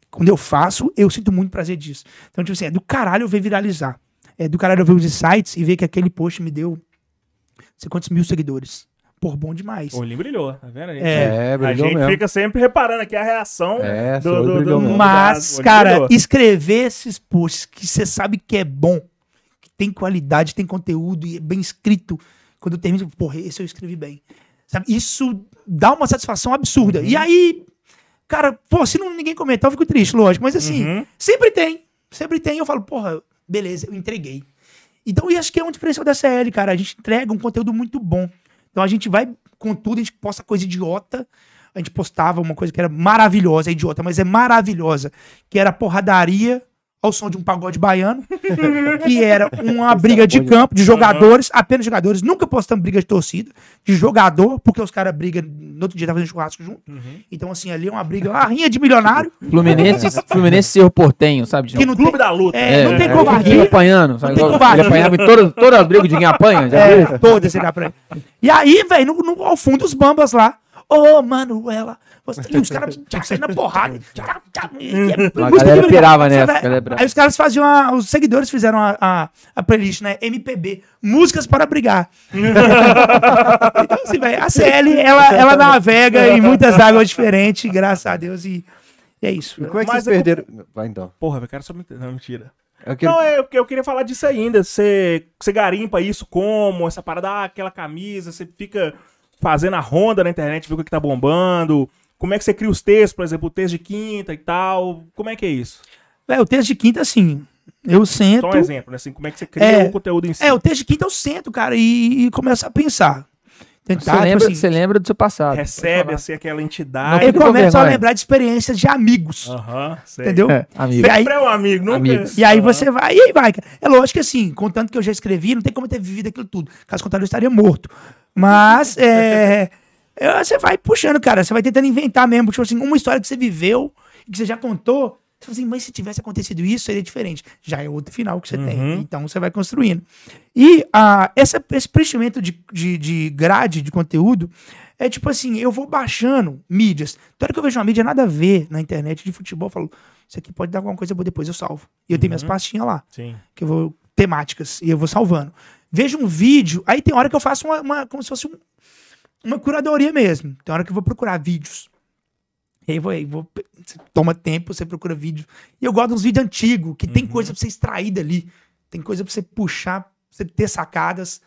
Speaker 4: Quando eu faço, eu sinto muito prazer disso. Então, tipo assim, é do caralho eu ver viralizar. É do caralho eu ver os insights e ver que aquele post me deu não sei quantos mil seguidores. Por bom demais.
Speaker 2: O olhinho brilhou, tá vendo? A gente-
Speaker 4: É.
Speaker 1: É,
Speaker 2: a
Speaker 1: brilhou
Speaker 2: gente
Speaker 1: mesmo.
Speaker 2: fica sempre reparando aqui a reação
Speaker 1: É, seu
Speaker 2: do,
Speaker 1: olho
Speaker 2: do,
Speaker 1: brilhou
Speaker 2: do,
Speaker 1: mesmo.
Speaker 4: Mas,
Speaker 2: do-
Speaker 4: cara,
Speaker 2: brilhou.
Speaker 4: escrever esses posts que você sabe que é bom, que tem qualidade, tem conteúdo e é bem escrito. Quando eu termino, porra, esse eu escrevi bem. Sabe? Isso dá uma satisfação absurda. E aí, cara, pô, se não, ninguém comentar, eu fico triste, lógico. Mas assim,
Speaker 2: Uhum.
Speaker 4: sempre tem. Sempre tem. Eu falo, porra, beleza, eu entreguei. Então, e acho que é um diferencial da CL, cara. A gente entrega um conteúdo muito bom. Então a gente vai com tudo, a gente posta coisa idiota. A gente postava uma coisa que era maravilhosa, é idiota, mas é maravilhosa. Que era porradaria ao som de um pagode baiano. que era uma
Speaker 2: é
Speaker 4: briga de campo, de jogadores, apenas jogadores. Nunca postamos briga de torcida, de jogador, porque os caras brigam no outro dia, tá fazendo churrasco junto.
Speaker 2: Uhum.
Speaker 4: Então, assim, ali é uma briga, uma rinha de milionário.
Speaker 3: Fluminense, Fluminense Cerro Portenho, sabe?
Speaker 4: Que não
Speaker 2: É Clube
Speaker 4: tem,
Speaker 2: da luta.
Speaker 4: É, não tem
Speaker 3: ele
Speaker 4: covardia.
Speaker 3: fica apanhando, sabe?
Speaker 4: tem
Speaker 3: Ele
Speaker 4: covardia.
Speaker 3: apanhava em todas, todas as brigas de quem apanha, já viu?
Speaker 4: É, todas ele aprende. E aí, velho, no, no- ao fundo os bambas lá. Ô, Manuela. Você, e os caras tchá, saindo na porrada. tchá, tchá, e é muito
Speaker 3: galera
Speaker 4: incrível,
Speaker 3: pirava
Speaker 4: cara. Você
Speaker 3: nessa,
Speaker 4: vai-
Speaker 3: a galera pirava.
Speaker 4: Aí os caras faziam. a- os seguidores fizeram a, a, a playlist, né? MPB. Músicas para brigar. então, assim, velho, a CL, ela, ela é navega em muitas águas diferentes, graças a Deus. E, e é isso.
Speaker 1: E Como é que
Speaker 2: Mas
Speaker 1: vocês
Speaker 2: é
Speaker 1: perderam? Vai então.
Speaker 2: Porra, eu quero só... me- Não, mentira.
Speaker 1: Eu quero-
Speaker 2: Não, é, eu, eu queria falar disso ainda. Você, você garimpa isso como? Essa parada, ah, aquela camisa, você fica fazendo a ronda na internet, viu o que que tá bombando, Como é que você cria os textos, por exemplo, o texto de quinta e tal? Como é que é isso?
Speaker 4: É, o texto de quinta, assim, eu sento.
Speaker 2: Só um exemplo, né? Assim, como é que você cria
Speaker 4: É.
Speaker 2: o conteúdo em si?
Speaker 4: É, o texto de quinta eu sento, cara, e, e começo a pensar.
Speaker 3: Você,
Speaker 4: Tentar, tipo
Speaker 3: lembra,
Speaker 4: assim,
Speaker 3: você lembra do seu passado.
Speaker 2: Recebe, assim, aquela entidade.
Speaker 4: Eu
Speaker 3: Fica com
Speaker 4: começo a
Speaker 3: vergonha.
Speaker 4: lembrar de experiências de amigos,
Speaker 2: Aham, sei.
Speaker 4: entendeu?
Speaker 3: Ah, É, amigo.
Speaker 4: E aí-
Speaker 2: Sempre é um amigo, nunca...
Speaker 3: Amigos.
Speaker 4: E aí
Speaker 2: Aham.
Speaker 4: você vai, e aí vai. cara. É lógico que assim, contanto que eu já escrevi, não tem como eu ter vivido aquilo tudo. Caso contrário, eu estaria morto. Mas, é, é, Você vai puxando, cara. Você vai tentando inventar mesmo. Tipo assim, uma história que você viveu e que você já contou. Você fala assim, mas se tivesse acontecido isso, seria diferente. Já é outro final que você tem. Então você vai construindo. E ah, essa, esse preenchimento de, de, de grade de conteúdo é tipo assim, eu vou baixando mídias. Toda hora que eu vejo uma mídia nada a ver na internet de futebol, eu falo, isso aqui pode dar alguma coisa boa, depois eu salvo. E eu tenho minhas pastinhas lá,
Speaker 2: Sim.
Speaker 4: que eu vou, temáticas, e eu vou salvando. Vejo um vídeo, aí tem hora que eu faço uma, uma- como se fosse um- uma curadoria mesmo. Tem hora que eu vou procurar vídeos. E aí vou, aí vou, você toma tempo, você procura vídeo. E eu gosto dos vídeos antigos, que tem coisa pra você extrair dali. Tem coisa pra você puxar, pra você ter sacadas.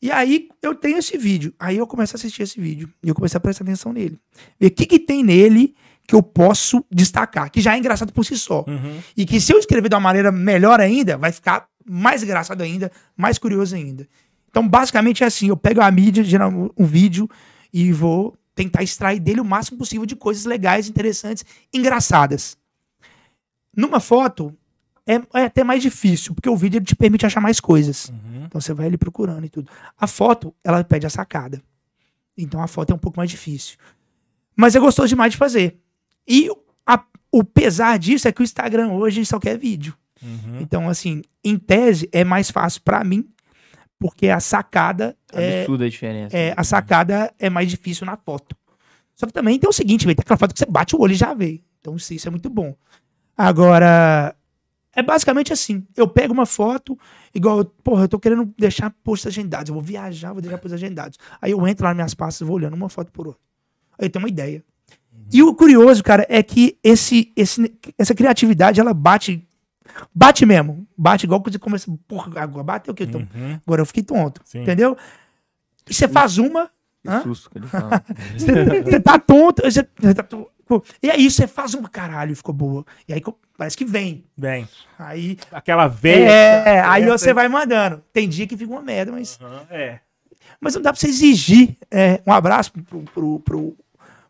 Speaker 4: E aí eu tenho esse vídeo. Aí eu começo a assistir esse vídeo. E eu começo a prestar atenção nele. Ver o que, que tem nele que eu posso destacar. Que já é engraçado por si só.
Speaker 2: Uhum.
Speaker 4: E que se eu escrever de uma maneira melhor ainda, vai ficar mais engraçado ainda, mais curioso ainda. Então, basicamente é assim: eu pego a mídia, geral, um vídeo, e vou tentar extrair dele o máximo possível de coisas legais, interessantes, engraçadas. Numa foto, é, é até mais difícil, porque o vídeo ele te permite achar mais coisas.
Speaker 2: Uhum.
Speaker 4: Então você vai ali procurando e tudo. A foto, ela pede a sacada. Então a foto é um pouco mais difícil. Mas é gostoso demais de fazer. E a- o pesar disso é que o Instagram hoje só quer vídeo.
Speaker 2: Uhum.
Speaker 4: Então, assim, em tese é mais fácil pra mim, porque a sacada é,
Speaker 3: Absurda a diferença. né?
Speaker 4: é- a sacada é mais difícil na foto. Só que também tem o seguinte, velho, tem aquela foto que você bate o olho e já vê. Então isso, isso é muito bom. Agora, é basicamente assim. Eu pego uma foto, igual, eu- porra, eu tô querendo deixar posts agendados. Eu vou viajar, vou deixar posts agendados. Aí eu entro lá nas minhas pastas, vou olhando uma foto por outra. Aí eu tenho uma ideia.
Speaker 2: Uhum.
Speaker 4: E o curioso, cara, é que esse, esse, essa criatividade, ela bate. Bate mesmo. Bate igual quando você começa. Porra, agora bateu o que? Então,
Speaker 2: Uhum.
Speaker 4: agora eu fiquei tonto.
Speaker 2: Sim.
Speaker 4: Entendeu? E você faz uma,
Speaker 3: Que
Speaker 4: Hã?
Speaker 3: susto que ele fala.
Speaker 4: você você tá tonto, você você tá tonto. E aí você faz uma caralho, ficou boa. E aí co- parece que vem.
Speaker 2: Bem,
Speaker 4: Aí.
Speaker 2: aquela veia...
Speaker 4: É, aí
Speaker 2: Essa-
Speaker 4: você vai mandando. Tem dia que fica uma merda, mas,
Speaker 2: Aham, É.
Speaker 4: mas não dá pra você exigir. É, um abraço pro, pro, pro,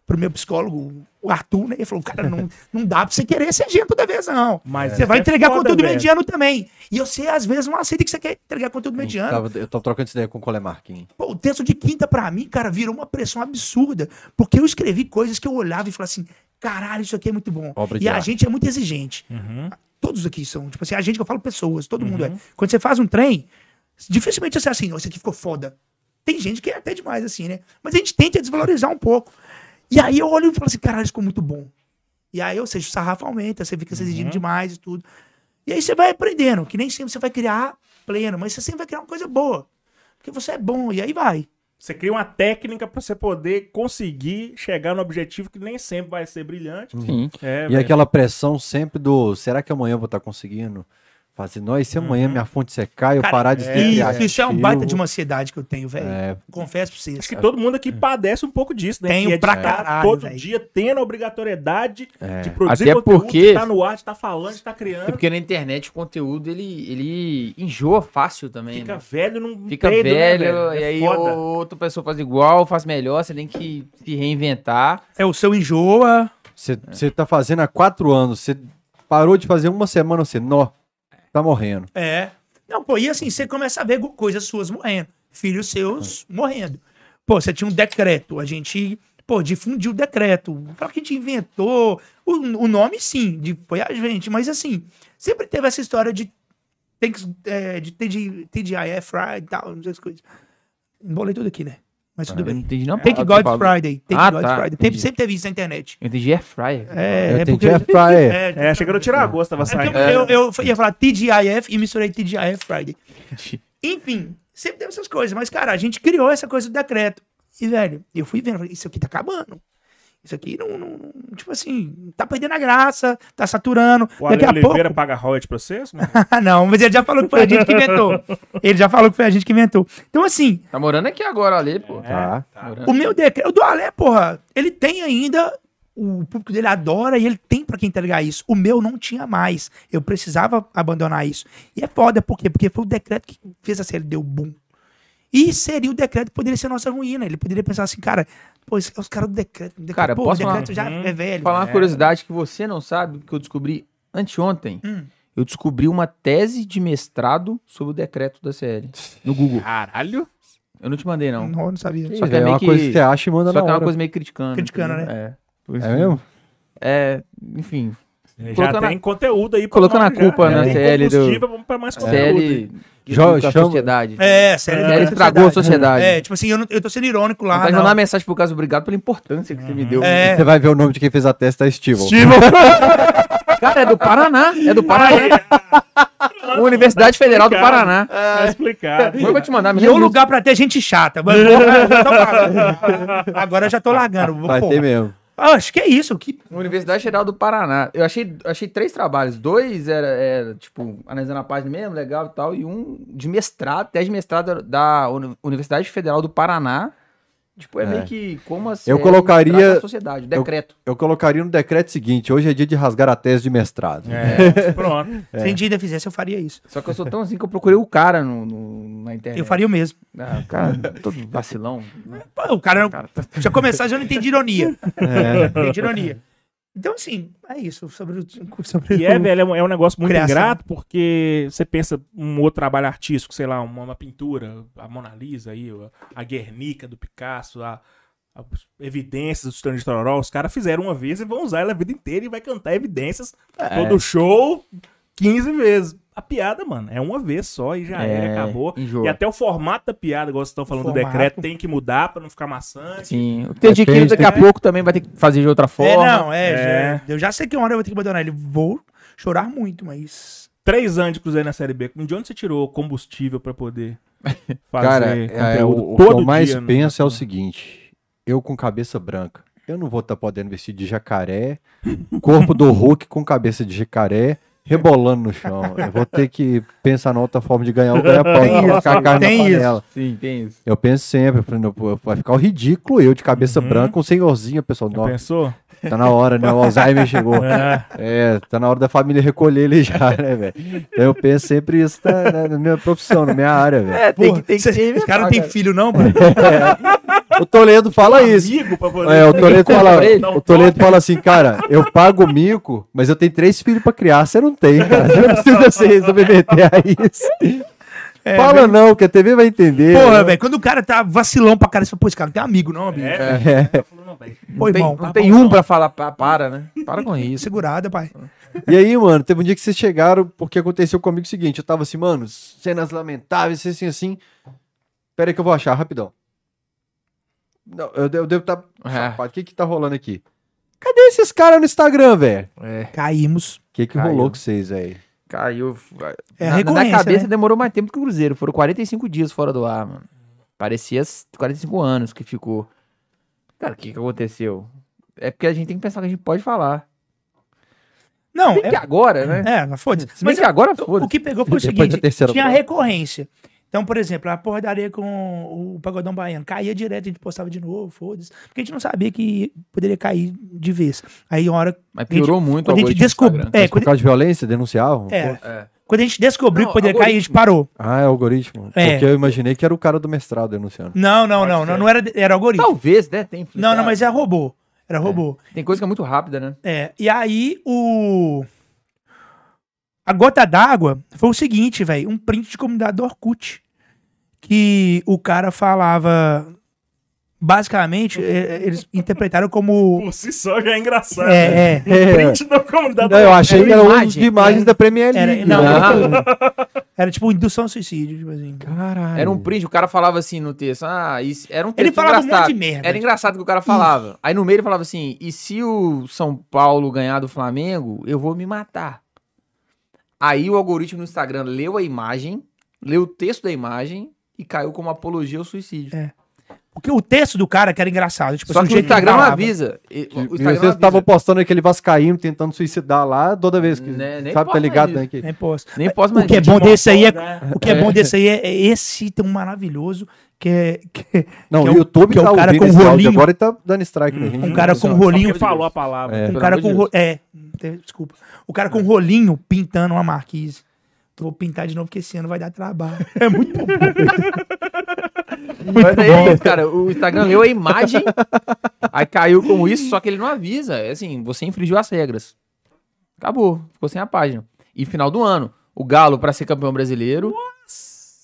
Speaker 4: pro meu psicólogo, o Arthur, né? Ele falou: cara, não, não dá pra você querer ser gênio toda vez, não.
Speaker 2: Mas
Speaker 4: Você
Speaker 2: é
Speaker 4: vai entregar
Speaker 2: foda,
Speaker 4: conteúdo
Speaker 2: velho.
Speaker 4: mediano também. E você, às vezes, não aceita que você quer entregar conteúdo mediano.
Speaker 1: Tava- eu tava trocando essa ideia com o Colemarquinhos.
Speaker 4: Pô, o texto de quinta, pra mim, cara, virou uma pressão absurda. Porque eu escrevi coisas que eu olhava e falava assim: caralho, isso aqui é muito bom.
Speaker 1: Obra de
Speaker 4: e a
Speaker 1: arte.
Speaker 4: gente é muito exigente.
Speaker 2: Uhum.
Speaker 4: Todos aqui são. Tipo assim, a gente que eu falo pessoas, todo mundo
Speaker 1: Uhum.
Speaker 4: é. Quando você faz um trem, dificilmente você é assim, "Não, isso aqui ficou foda. Tem gente que é até demais assim, né? Mas a gente tenta desvalorizar um pouco. E aí eu olho e falo assim: caralho, isso ficou muito bom. E aí, ou seja, o sarrafo aumenta, você fica se exigindo
Speaker 1: Uhum.
Speaker 4: demais e tudo. E aí você vai aprendendo, que nem sempre você vai criar pleno, mas você sempre vai criar uma coisa boa. Porque você é bom, e aí vai.
Speaker 2: Você cria uma técnica pra você poder conseguir chegar no objetivo que nem sempre vai ser brilhante.
Speaker 3: Sim.
Speaker 2: É,
Speaker 1: E
Speaker 2: velho.
Speaker 1: aquela pressão sempre do será que amanhã eu vou estar conseguindo? Fazer, não, e se amanhã minha fonte secar, eu
Speaker 4: Uhum. Cara,
Speaker 1: parar de ser
Speaker 4: Isso, isso é um
Speaker 1: criativo?"
Speaker 4: baita de uma ansiedade que eu tenho, velho.
Speaker 1: É.
Speaker 4: Confesso pra vocês.
Speaker 2: Acho que todo mundo aqui
Speaker 3: É.
Speaker 2: padece um pouco disso, né?
Speaker 4: Tenho
Speaker 2: Que é de
Speaker 4: pra
Speaker 2: tá
Speaker 4: caralho,
Speaker 2: Todo
Speaker 4: velho.
Speaker 2: dia tendo a obrigatoriedade de produzir
Speaker 3: É. Até
Speaker 2: conteúdo,
Speaker 3: porque-
Speaker 2: de tá no ar, de tá falando, de tá
Speaker 3: É
Speaker 2: criando.
Speaker 3: porque na internet o conteúdo ele, ele enjoa fácil também.
Speaker 2: Fica
Speaker 3: né?
Speaker 2: velho
Speaker 4: um
Speaker 2: num
Speaker 3: Fica
Speaker 2: peido, né,
Speaker 3: velho,
Speaker 2: velho? É
Speaker 3: e aí
Speaker 2: foda.
Speaker 3: o- outra pessoa faz igual, faz melhor, você tem que se reinventar.
Speaker 4: É o seu enjoa.
Speaker 1: Você você tá fazendo há quatro anos, você parou de fazer uma semana, você, nó, tá morrendo.
Speaker 4: É. Não, pô, e assim, você começa a ver go- coisas suas morrendo. Filhos seus morrendo. Pô, você tinha um decreto. A gente, pô, difundiu o decreto. Claro que a gente inventou. O, o nome, sim, de- foi a gente. Mas assim, sempre teve essa história de, thanks, é, de TD, TGIF Friday e tal, essas coisas. Embolei tudo aqui, né? Mas tudo
Speaker 3: Eu não
Speaker 4: bem.
Speaker 3: entendi não.
Speaker 4: Take
Speaker 3: porra,
Speaker 4: God
Speaker 3: tu falou.
Speaker 4: Friday. Take
Speaker 3: Ah,
Speaker 4: God
Speaker 3: tá,
Speaker 4: Friday.
Speaker 3: entendi.
Speaker 4: Sempre, sempre teve isso na internet.
Speaker 3: Eu entendi air fryer.
Speaker 4: É,
Speaker 1: eu
Speaker 4: é
Speaker 1: entendi
Speaker 4: porque.
Speaker 1: é pra é.
Speaker 4: É,
Speaker 2: É, chegando a tirar a gosto, tava
Speaker 4: É
Speaker 2: saindo.
Speaker 4: porque eu, eu, eu ia falar TGIF e misturei TGIF Friday. Enfim, sempre teve essas coisas. Mas, cara, a gente criou essa coisa do decreto. E, velho, eu fui vendo, falei, isso aqui tá acabando. Isso aqui não, não- não- Tipo assim, tá perdendo a graça, tá saturando.
Speaker 2: O Ale
Speaker 4: Daqui a
Speaker 2: Oliveira
Speaker 4: pouco.
Speaker 2: paga royalties pra vocês? né?
Speaker 3: É.
Speaker 2: mano?
Speaker 4: Ah, não, mas ele já falou que foi a gente que inventou. Ele já falou que foi a gente que inventou. Então, assim, É,
Speaker 3: Tá morando aqui agora ali, pô.
Speaker 1: Tá.
Speaker 3: Tá morando.
Speaker 4: o meu decreto. O do Alé, porra, ele tem ainda o público dele adora e ele tem pra quem entregar isso. O meu não tinha mais. Eu precisava abandonar isso. E é foda, por quê? Porque foi o decreto que fez a série, deu boom. E seria o decreto que poderia ser a nossa ruína. Ele poderia pensar assim, cara, pô, esse é os caras do decreto. decreto
Speaker 3: Cara,
Speaker 4: pô,
Speaker 3: posso
Speaker 4: o
Speaker 3: falar?
Speaker 4: decreto já
Speaker 2: Uhum.
Speaker 4: é velho.
Speaker 3: falar
Speaker 4: mano.
Speaker 3: uma curiosidade que você não sabe, que eu descobri anteontem.
Speaker 4: Hum.
Speaker 3: Eu descobri uma tese de mestrado sobre o decreto da CL no Google.
Speaker 2: Caralho.
Speaker 3: Eu não te mandei, não.
Speaker 4: Não, não sabia.
Speaker 3: Que
Speaker 1: Só que
Speaker 3: é
Speaker 1: é uma
Speaker 3: meio Ah, que-
Speaker 1: coisa que você acha e manda
Speaker 3: Só
Speaker 1: na
Speaker 3: que é uma
Speaker 1: hora.
Speaker 3: coisa meio criticando.
Speaker 4: Criticando,
Speaker 3: né? É.
Speaker 1: É mesmo?
Speaker 3: É, enfim.
Speaker 2: Já
Speaker 3: Colocando
Speaker 2: tem conteúdo aí. pra
Speaker 3: colocando
Speaker 2: nós
Speaker 3: a
Speaker 2: já.
Speaker 3: culpa
Speaker 2: Já
Speaker 1: na
Speaker 2: tem
Speaker 3: CL do-
Speaker 2: combustível, Vamos pra mais conteúdo.
Speaker 3: CL
Speaker 2: aí.
Speaker 3: de-
Speaker 1: Jo-
Speaker 3: da
Speaker 1: chama-
Speaker 3: sociedade.
Speaker 4: Tá É, sério.
Speaker 3: Ela estragou a sociedade.
Speaker 4: É, tipo assim, eu, não- eu tô sendo irônico lá.
Speaker 3: Tá
Speaker 4: não.
Speaker 3: mandando uma mensagem pro caso, obrigado pela importância que você me deu.
Speaker 4: É.
Speaker 1: Você vai ver o nome de quem fez a testa, é Estival.
Speaker 3: Cara, é do Paraná. É do
Speaker 2: Aí,
Speaker 3: Paraná. Universidade Federal do Paraná.
Speaker 2: tá explicado.
Speaker 3: Mas Eu vou te mandar, me
Speaker 4: E é um
Speaker 3: lembra
Speaker 4: lugar pra ter gente chata. Mas- Agora eu já tô largando.
Speaker 1: Vai
Speaker 4: pô.
Speaker 1: ter mesmo.
Speaker 4: Ah, acho que é isso. Que...
Speaker 3: Universidade Federal do Paraná. Eu achei, achei três trabalhos. Dois era, era, tipo, analisando a página mesmo, legal e tal. E um de mestrado, tese de mestrado da Uni- Universidade Federal do Paraná. Tipo, é,
Speaker 1: É.
Speaker 3: meio que como a
Speaker 1: Eu
Speaker 3: série
Speaker 1: colocaria-
Speaker 3: trata a sociedade, o decreto.
Speaker 1: Eu colocaria no decreto seguinte: hoje é dia de rasgar a tese de mestrado.
Speaker 2: É, pronto.
Speaker 4: Se a gente ainda fizesse, eu faria isso.
Speaker 3: Só que eu sou tão assim que eu procurei o cara no, no- na internet.
Speaker 4: Eu faria o mesmo.
Speaker 3: Ah, cara, todo vacilão. né?
Speaker 4: Pô, o cara,
Speaker 3: Cara,
Speaker 4: já começar, já não entendi ironia.
Speaker 1: É.
Speaker 4: Entendi ironia. Então, assim, é isso. Sobre o. Sobre
Speaker 2: E é,
Speaker 4: o-
Speaker 2: velho, é um, é um negócio muito
Speaker 4: Criação.
Speaker 2: ingrato, porque você pensa um outro trabalho artístico, sei lá, uma, uma pintura, a Mona Lisa aí, a, a Guernica do Picasso, a, a- evidências do Stanley de Tororó, os caras fizeram uma vez e vão usar ela a vida inteira e vai cantar evidências
Speaker 4: É.
Speaker 2: todo show 15 vezes. A piada, mano, é uma vez só e já era,
Speaker 3: É,
Speaker 2: acabou.
Speaker 3: enjoa.
Speaker 2: E até o formato da piada, igual vocês estão falando do
Speaker 4: Formato.
Speaker 2: decreto, tem que mudar pra não ficar maçante.
Speaker 3: Sim.
Speaker 1: É
Speaker 3: O Ted Quinto daqui
Speaker 1: né?
Speaker 3: a pouco também vai ter que fazer de outra forma.
Speaker 4: É, não, é.
Speaker 2: É.
Speaker 4: já- eu já sei que uma hora eu vou ter que abandonar ele. Vou chorar muito, mas.
Speaker 2: Três anos de Cruzeiro na Série B. De onde você tirou combustível pra poder fazer
Speaker 1: Cara, é,
Speaker 2: conteúdo
Speaker 1: o, o que
Speaker 2: todo
Speaker 1: eu mais
Speaker 2: dia? né?
Speaker 1: penso é o seguinte: eu com cabeça branca, eu não vou estar podendo vestir de jacaré, corpo do Hulk com cabeça de jacaré, rebolando no chão. Eu vou ter que pensar na outra forma de ganhar o ganha-pão,
Speaker 4: Tem
Speaker 1: colocar
Speaker 4: isso,
Speaker 1: a carne
Speaker 4: é tem
Speaker 1: na
Speaker 4: isso.
Speaker 1: panela.
Speaker 3: Sim, tem isso.
Speaker 1: Eu penso sempre, eu falei, "Não, pô, vai ficar o ridículo eu de cabeça
Speaker 2: Uhum.
Speaker 1: branca, um senhorzinho, pessoal.
Speaker 2: Já
Speaker 1: "Nossa,
Speaker 2: pensou?
Speaker 1: Tá na hora, né? O Alzheimer chegou.
Speaker 2: É.
Speaker 1: É, tá na hora da família recolher ele já, né, velho? Então eu penso sempre isso na, na- na minha profissão, na minha área, velho.
Speaker 3: É, tem que, tem que
Speaker 4: Cê-
Speaker 3: ser
Speaker 4: Os caras não têm
Speaker 3: cara.
Speaker 4: filho, não, mano.
Speaker 1: O Toledo fala isso.
Speaker 2: Amigo né? pra poder...
Speaker 1: É, o Toledo
Speaker 3: compra
Speaker 1: fala,
Speaker 3: ele.
Speaker 1: o Toledo fala assim, cara, eu pago o mico, mas eu tenho três filhos pra criar, você não tem, cara. Você não precisa se submeter a isso. fala não, que a TV vai
Speaker 3: É.
Speaker 1: entender. né?
Speaker 4: Porra, velho. Quando o cara tá vacilão pra cara, você fala, pô, esse cara não tem amigo, não, amigo.
Speaker 2: É.
Speaker 1: É.
Speaker 2: Eu falo, não, velho.
Speaker 4: Pô,
Speaker 3: tem,
Speaker 4: irmão.
Speaker 3: não
Speaker 4: tá
Speaker 3: tem
Speaker 4: bom,
Speaker 3: um pra falar, pa- para, né? Para com isso.
Speaker 4: Segurada, pai.
Speaker 1: E aí, mano, teve um dia que vocês chegaram, porque aconteceu comigo o seguinte, eu tava assim, mano, cenas lamentáveis, assim, assim, assim. Pera aí que eu vou achar, rapidão. Não, eu, de- eu devo estar...
Speaker 3: É.
Speaker 1: O que que tá rolando aqui? Cadê esses caras no Instagram, velho?
Speaker 3: É.
Speaker 4: Caímos.
Speaker 1: O que que
Speaker 3: Caiu.
Speaker 1: rolou com vocês, velho?
Speaker 3: Caiu.
Speaker 4: É a
Speaker 3: na, na minha
Speaker 4: recorrência,
Speaker 3: cabeça
Speaker 4: né?
Speaker 3: demorou mais tempo que o Cruzeiro. Foram 45 dias fora do ar, mano. Parecia s- 45 anos que ficou. Cara, o que, que aconteceu? É porque a gente tem que pensar que a gente pode falar.
Speaker 4: Não,
Speaker 3: Tem que agora, né?
Speaker 4: é, é foda-se.
Speaker 3: Se bem que agora,
Speaker 4: O
Speaker 3: foda-se.
Speaker 4: que pegou foi o
Speaker 1: Depois da
Speaker 4: seguinte:
Speaker 1: terceira
Speaker 4: tinha
Speaker 1: prova.
Speaker 4: recorrência. Então, por exemplo, a porradaria com o Pagodão Baiano caía direto, a gente postava de novo, foda-se. Porque a gente não sabia que poderia cair de vez. Aí, uma hora.
Speaker 3: Mas piorou muito
Speaker 4: Quando a gente
Speaker 3: algoritmo do
Speaker 4: descobriu.
Speaker 3: Instagram.
Speaker 4: É,
Speaker 1: Mas por
Speaker 4: quando,
Speaker 1: causa de violência, denunciavam?
Speaker 4: é,
Speaker 3: É.
Speaker 4: quando a gente descobriu
Speaker 3: Não,
Speaker 4: que poderia cair, a gente parou.
Speaker 1: Ah, é algoritmo.
Speaker 4: É.
Speaker 1: Porque eu imaginei que era o cara do mestrado denunciando.
Speaker 4: Não, não, não, não, não era, era algoritmo.
Speaker 1: Tá,
Speaker 3: Talvez, né? Tem
Speaker 4: não, não, mas era robô. Era robô.
Speaker 3: Tem coisa que é muito rápida, né?
Speaker 4: É, e aí o. A gota d'água foi o seguinte, velho. Um print de comunidade do Orkut. Que o cara falava. Basicamente, é, é, eles interpretaram como.
Speaker 2: Por si só já é engraçado. né?
Speaker 4: É, é.
Speaker 2: O print da comunidade.
Speaker 1: Não, eu achei
Speaker 3: era
Speaker 1: que era um
Speaker 3: imagem.
Speaker 1: de imagens da Premier
Speaker 4: Era- um
Speaker 1: League.
Speaker 4: não,
Speaker 1: né?
Speaker 4: Era tipo indução ao suicídio. Tipo assim.
Speaker 1: Caralho.
Speaker 3: Era um print, o cara falava assim no texto. Ah, isso. Era um texto
Speaker 4: Ele falava um
Speaker 3: engraçado.
Speaker 4: monte de merda.
Speaker 3: Era engraçado que o cara falava. Aí no meio ele falava assim: e se o São Paulo ganhar do Flamengo, eu vou me matar. Aí o algoritmo no Instagram leu a imagem, leu o texto da imagem e caiu como apologia ao suicídio.
Speaker 4: É. Porque o texto do cara que era engraçado. Tipo,
Speaker 3: Só
Speaker 4: assim,
Speaker 3: que
Speaker 4: o
Speaker 3: o
Speaker 4: jeito
Speaker 3: Instagram não
Speaker 4: falava.
Speaker 3: avisa.
Speaker 1: Que-
Speaker 3: E- O
Speaker 1: que
Speaker 3: Instagram não
Speaker 1: Vocês estavam
Speaker 3: avisa.
Speaker 1: postando aquele Vascaíno tentando suicidar lá toda vez que.
Speaker 3: Né,
Speaker 1: sabe,
Speaker 3: nem
Speaker 1: tá
Speaker 3: posta
Speaker 1: ligado,
Speaker 3: isso.
Speaker 1: né? que-
Speaker 4: Nem posso.
Speaker 3: Nem posso
Speaker 4: O
Speaker 3: mais.
Speaker 4: que é
Speaker 3: gente.
Speaker 4: bom desse aí é,
Speaker 2: né?
Speaker 4: o que é bom desse aí é, é esse tão maravilhoso que é, que é-
Speaker 1: Não,
Speaker 4: que é
Speaker 1: o YouTube
Speaker 4: que é
Speaker 1: tá
Speaker 4: o cara
Speaker 1: ouvindo
Speaker 4: com
Speaker 1: esse áudio
Speaker 4: rolinho.
Speaker 1: agora e tá dando strike na
Speaker 2: Uhum.
Speaker 1: gente.
Speaker 4: um cara com
Speaker 1: Só-
Speaker 4: rolinho,
Speaker 2: Porque falou a palavra.
Speaker 1: É.
Speaker 4: um
Speaker 3: Pelo
Speaker 4: cara
Speaker 3: amor
Speaker 4: com
Speaker 3: de É.
Speaker 4: ro- é, te- desculpa, o cara com um rolinho pintando uma marquise. Vou pintar de novo porque esse ano vai dar trabalho. É muito bom.
Speaker 3: Mas é isso, cara. O Instagram leu a imagem, aí caiu como isso, só que ele não avisa. É assim, você infringiu as regras. Acabou, ficou sem a página. E final do ano, o Galo pra ser campeão brasileiro.